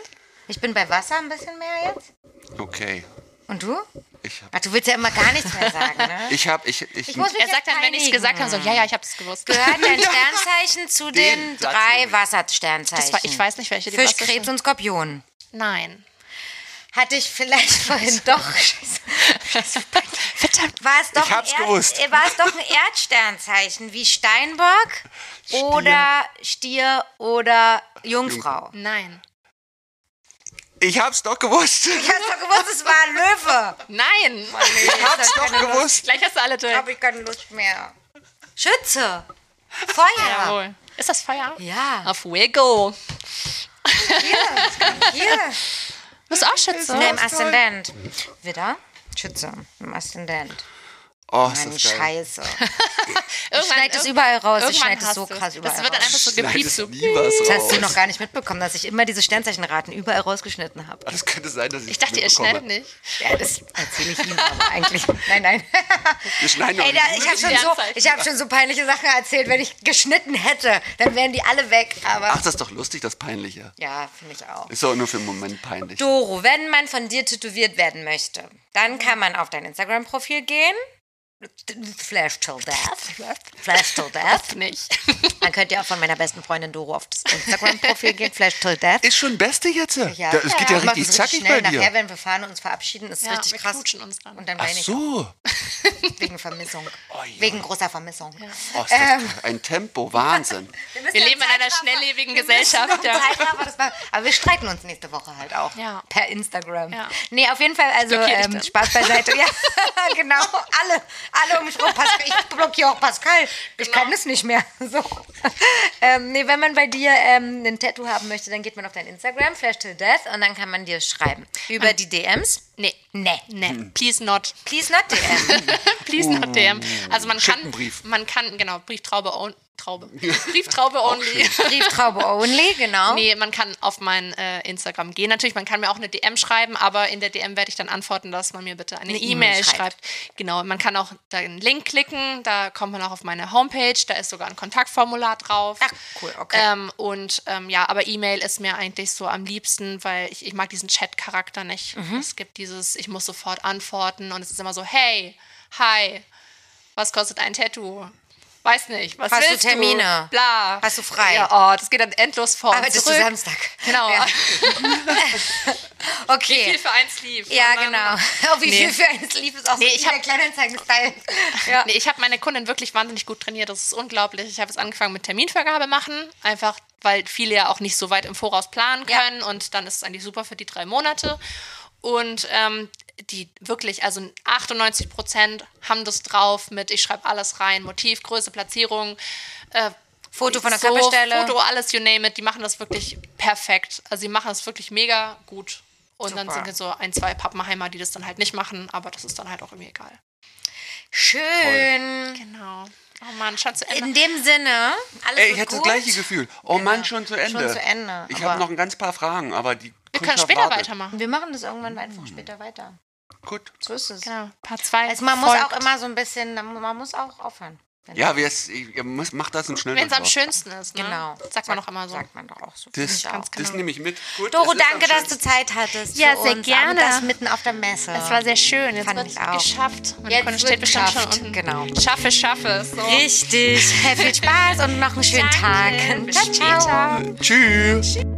S1: Ich bin bei Wasser ein bisschen mehr jetzt.
S5: Okay.
S1: Und du?
S5: Ich habe
S1: Ach, du willst ja immer gar nichts mehr sagen, ne?
S5: (laughs) ich hab, ich, ich,
S1: Ich muss mich
S4: Er sagt
S1: jetzt
S4: dann, wenn ich es
S1: einigen.
S4: gesagt habe, so, ja, ja, ich habe das gewusst.
S1: Gehört
S5: (laughs)
S1: dein Sternzeichen zu den,
S5: Den Satz
S1: drei
S5: nämlich.
S1: Wassersternzeichen?
S4: Das war, ich weiß nicht, welche die
S1: Fisch,
S4: Wasser-
S1: Krebs und Skorpion.
S4: Nein.
S1: Hatte ich vielleicht (laughs) vorhin doch.
S4: Verdammt.
S1: War es doch,
S5: Ich hab's
S1: ein Erd-
S5: gewusst.
S1: äh, war es doch ein Erdsternzeichen wie Steinbock oder Stier oder Jungfrau?
S4: Nein.
S5: ich hab's doch gewusst.
S1: Ich hab's doch gewusst, es war ein Löwe.
S4: Nein.
S5: Ich hab's doch gewusst.
S4: Gleich hast du alle durch.
S1: habe ich keine Lust mehr. Schütze. Feuer.
S4: Jawohl. Ist das Feuer?
S1: Ja.
S4: Auf Wiggle.
S1: Hier.
S4: Du bist auch Schütze.
S1: Ne, im Aszendent. Widder. Schütze. Im Aszendent.
S5: Oh, ist
S1: Mann,
S5: das geil.
S4: (laughs)
S1: Scheiße. Ich
S4: Irgendwann-
S1: schneide es überall raus. Ich
S4: irgendwann
S1: schneide es
S4: hast
S1: so
S4: du's.
S1: krass überall
S4: Das wird dann
S1: raus.
S4: einfach so
S5: Schneidest
S4: gepiept. So.
S5: nie was
S1: Das hast du
S5: raus.
S1: noch gar nicht mitbekommen, dass ich immer diese Sternzeichenraten überall rausgeschnitten habe.
S5: Das könnte sein, dass ich
S4: Ich dachte, ihr schneidet nicht.
S1: Ja, das erzähle ich Ihnen aber eigentlich. Nein, nein.
S5: Wir schneiden
S1: Ey, da, ich habe schon, so,
S4: Sternzeichen.
S1: ich hab schon so peinliche Sachen erzählt. Wenn ich geschnitten hätte, dann wären die alle weg. Aber
S2: Ah.
S5: Ach, das ist doch lustig, das Peinliche.
S1: ja, finde ich auch.
S5: Ist doch nur für einen Moment peinlich.
S1: Doro, wenn man von dir tätowiert werden möchte,
S5: Mhm.
S1: dann kann man auf dein Instagram-Profil gehen. Flash till death. Flash till death.
S4: (laughs) Nicht.
S1: Dann könnt ihr auch von meiner besten Freundin Doro auf das Instagram-Profil gehen, Flash Till Death.
S5: Ist schon beste jetzt?
S1: Ja.
S5: Da- Es geht ja,
S1: Wir machen
S5: richtig
S1: es
S5: zackig bei dir.
S1: Nachher, wenn wir fahren und uns verabschieden, ist es
S4: Ja,
S1: richtig
S4: wir
S1: krass.
S4: knutschen uns dann.
S1: Und dann
S5: Ach
S1: weine ich
S5: so. Oh,
S1: wegen Vermissung.
S5: Oi,
S1: wegen großer Vermissung.
S5: Oh, ist das geil. (laughs) ein Tempo, Wahnsinn.
S1: müssen
S4: Wir
S1: ja
S4: leben in
S1: Zeit
S4: einer
S1: haben.
S4: schnelllebigen
S1: Wir müssen noch
S4: Gesellschaft, ja.
S1: Zeit haben, aber das war- Aber wir streiten uns nächste Woche halt auch.
S4: Ja.
S1: Per Instagram.
S4: Ja.
S1: Nee, auf jeden Fall, also
S4: Blockier dich
S1: ähm,
S4: dann.
S1: Spaß beiseite. Ja, (laughs) genau. Alle, alle um mich rum. Pascal, ich blockiere auch Pascal.
S4: Genau.
S1: Ich kann es nicht mehr. (laughs) So. Ähm, nee, wenn man bei dir ähm, ein Tattoo haben möchte, dann geht man auf dein Instagram, Flash Till Death, und dann kann man dir schreiben. Über die DMs?
S4: Nee.
S1: Nee.
S4: Ah. Nee, please not. (laughs)
S1: Please not DM.
S4: Please not DM. Also man kann,
S5: Brief.
S4: man kann, genau, Brieftraube on, Traube. Brieftraube only.
S1: Brieftraube only, genau.
S4: Nee, man kann auf mein äh, Instagram gehen. Natürlich, man kann mir auch eine DM schreiben, aber in der DM werde ich dann antworten, dass man mir bitte eine
S1: Eine
S4: E-Mail
S1: E-Mail schreibt.
S4: schreibt. Genau, man kann auch da einen Link klicken, da kommt man auch auf meine Homepage, da ist sogar ein Kontaktformular drauf.
S1: Ach, cool, okay.
S4: Ähm, und ähm, ja, aber E-Mail ist mir eigentlich so am liebsten, weil ich, ich mag diesen Chat-Charakter nicht.
S1: Mhm.
S4: Es gibt dieses, ich muss sofort antworten und es ist immer so, hey, hi, was kostet ein Tattoo? Weiß nicht, was
S1: Hast du
S4: willst
S1: Termine?
S4: Bla.
S1: Hast du frei?
S4: Ja, oh, das geht dann endlos vor und
S1: Arbeitest
S4: zurück.
S1: du Samstag?
S4: Genau. (laughs)
S1: Ja.
S4: Wie
S1: Okay.
S4: viel für eins lief.
S1: Ja,
S4: Und
S1: (laughs)
S4: dann-
S1: genau. Auch wie viel für ein Sleeve ist auch so
S4: Nee, ich
S1: ich der
S4: hab-
S1: Kleinanzeigen-Style. Ja.
S4: Nee, ich habe meine Kundin wirklich wahnsinnig gut trainiert. Das ist unglaublich. Ich habe jetzt angefangen mit Terminvergabe machen, einfach weil viele ja auch nicht so weit im Voraus planen
S1: Ja.
S4: können und dann ist es eigentlich super für die drei Monate. Und ähm, die wirklich, also 98 Prozent haben das drauf mit, ich schreibe alles rein, Motiv, Größe, Platzierung, äh,
S1: Foto von der
S4: so,
S1: Körperstelle.
S4: Foto, alles, you name it. Die machen das wirklich perfekt. Also sie machen das wirklich mega gut. Und dann
S1: Super.
S4: sind jetzt so ein, zwei Pappenheimer, die das dann halt nicht machen, aber das ist dann halt auch irgendwie egal.
S1: Schön.
S4: Genau. Oh Mann, schon zu Ende.
S1: In dem Sinne, alles
S5: Ey,
S1: wird
S5: ich hatte
S1: gut.
S5: das gleiche Gefühl. Oh Mann, schon zu Ende.
S1: Schon zu Ende,
S5: Ich
S1: aber-
S5: habe noch ein ganz paar Fragen, aber die.
S4: Wir können später weitermachen.
S1: Wir machen das irgendwann einfach später weiter.
S5: Gut.
S1: So ist es.
S4: Genau, Part 2.
S1: Also man muss auch immer so ein bisschen, man muss auch aufhören. Wenn-
S5: Ja, wir es- ihr müsst- macht das ein schnelles
S4: Wenn es am schönsten ist, ne?
S1: Genau.
S4: Sagt man doch immer so.
S1: Sagt man doch auch so.
S5: Das,
S1: Finde ich auch.
S5: das nehme ich mit. Gut,
S1: Genau. Doro,
S5: es ist am
S1: danke, dass
S5: schönsten.
S1: du Zeit hattest.
S4: Ja,
S1: für
S4: sehr
S1: uns.
S4: gerne.
S1: Und das mitten auf der Messe.
S4: Es war sehr schön. Jetzt
S1: Fand
S4: wird
S1: ich auch.
S4: geschafft. Meine
S1: Jetzt
S4: Kunde
S1: wird geschafft, genau.
S4: Schaffe, schaffe es. So.
S1: (laughs) Richtig. Viel Spaß und noch einen schönen
S4: Danke.
S1: Tag.
S4: Bis später.
S5: Tschüss.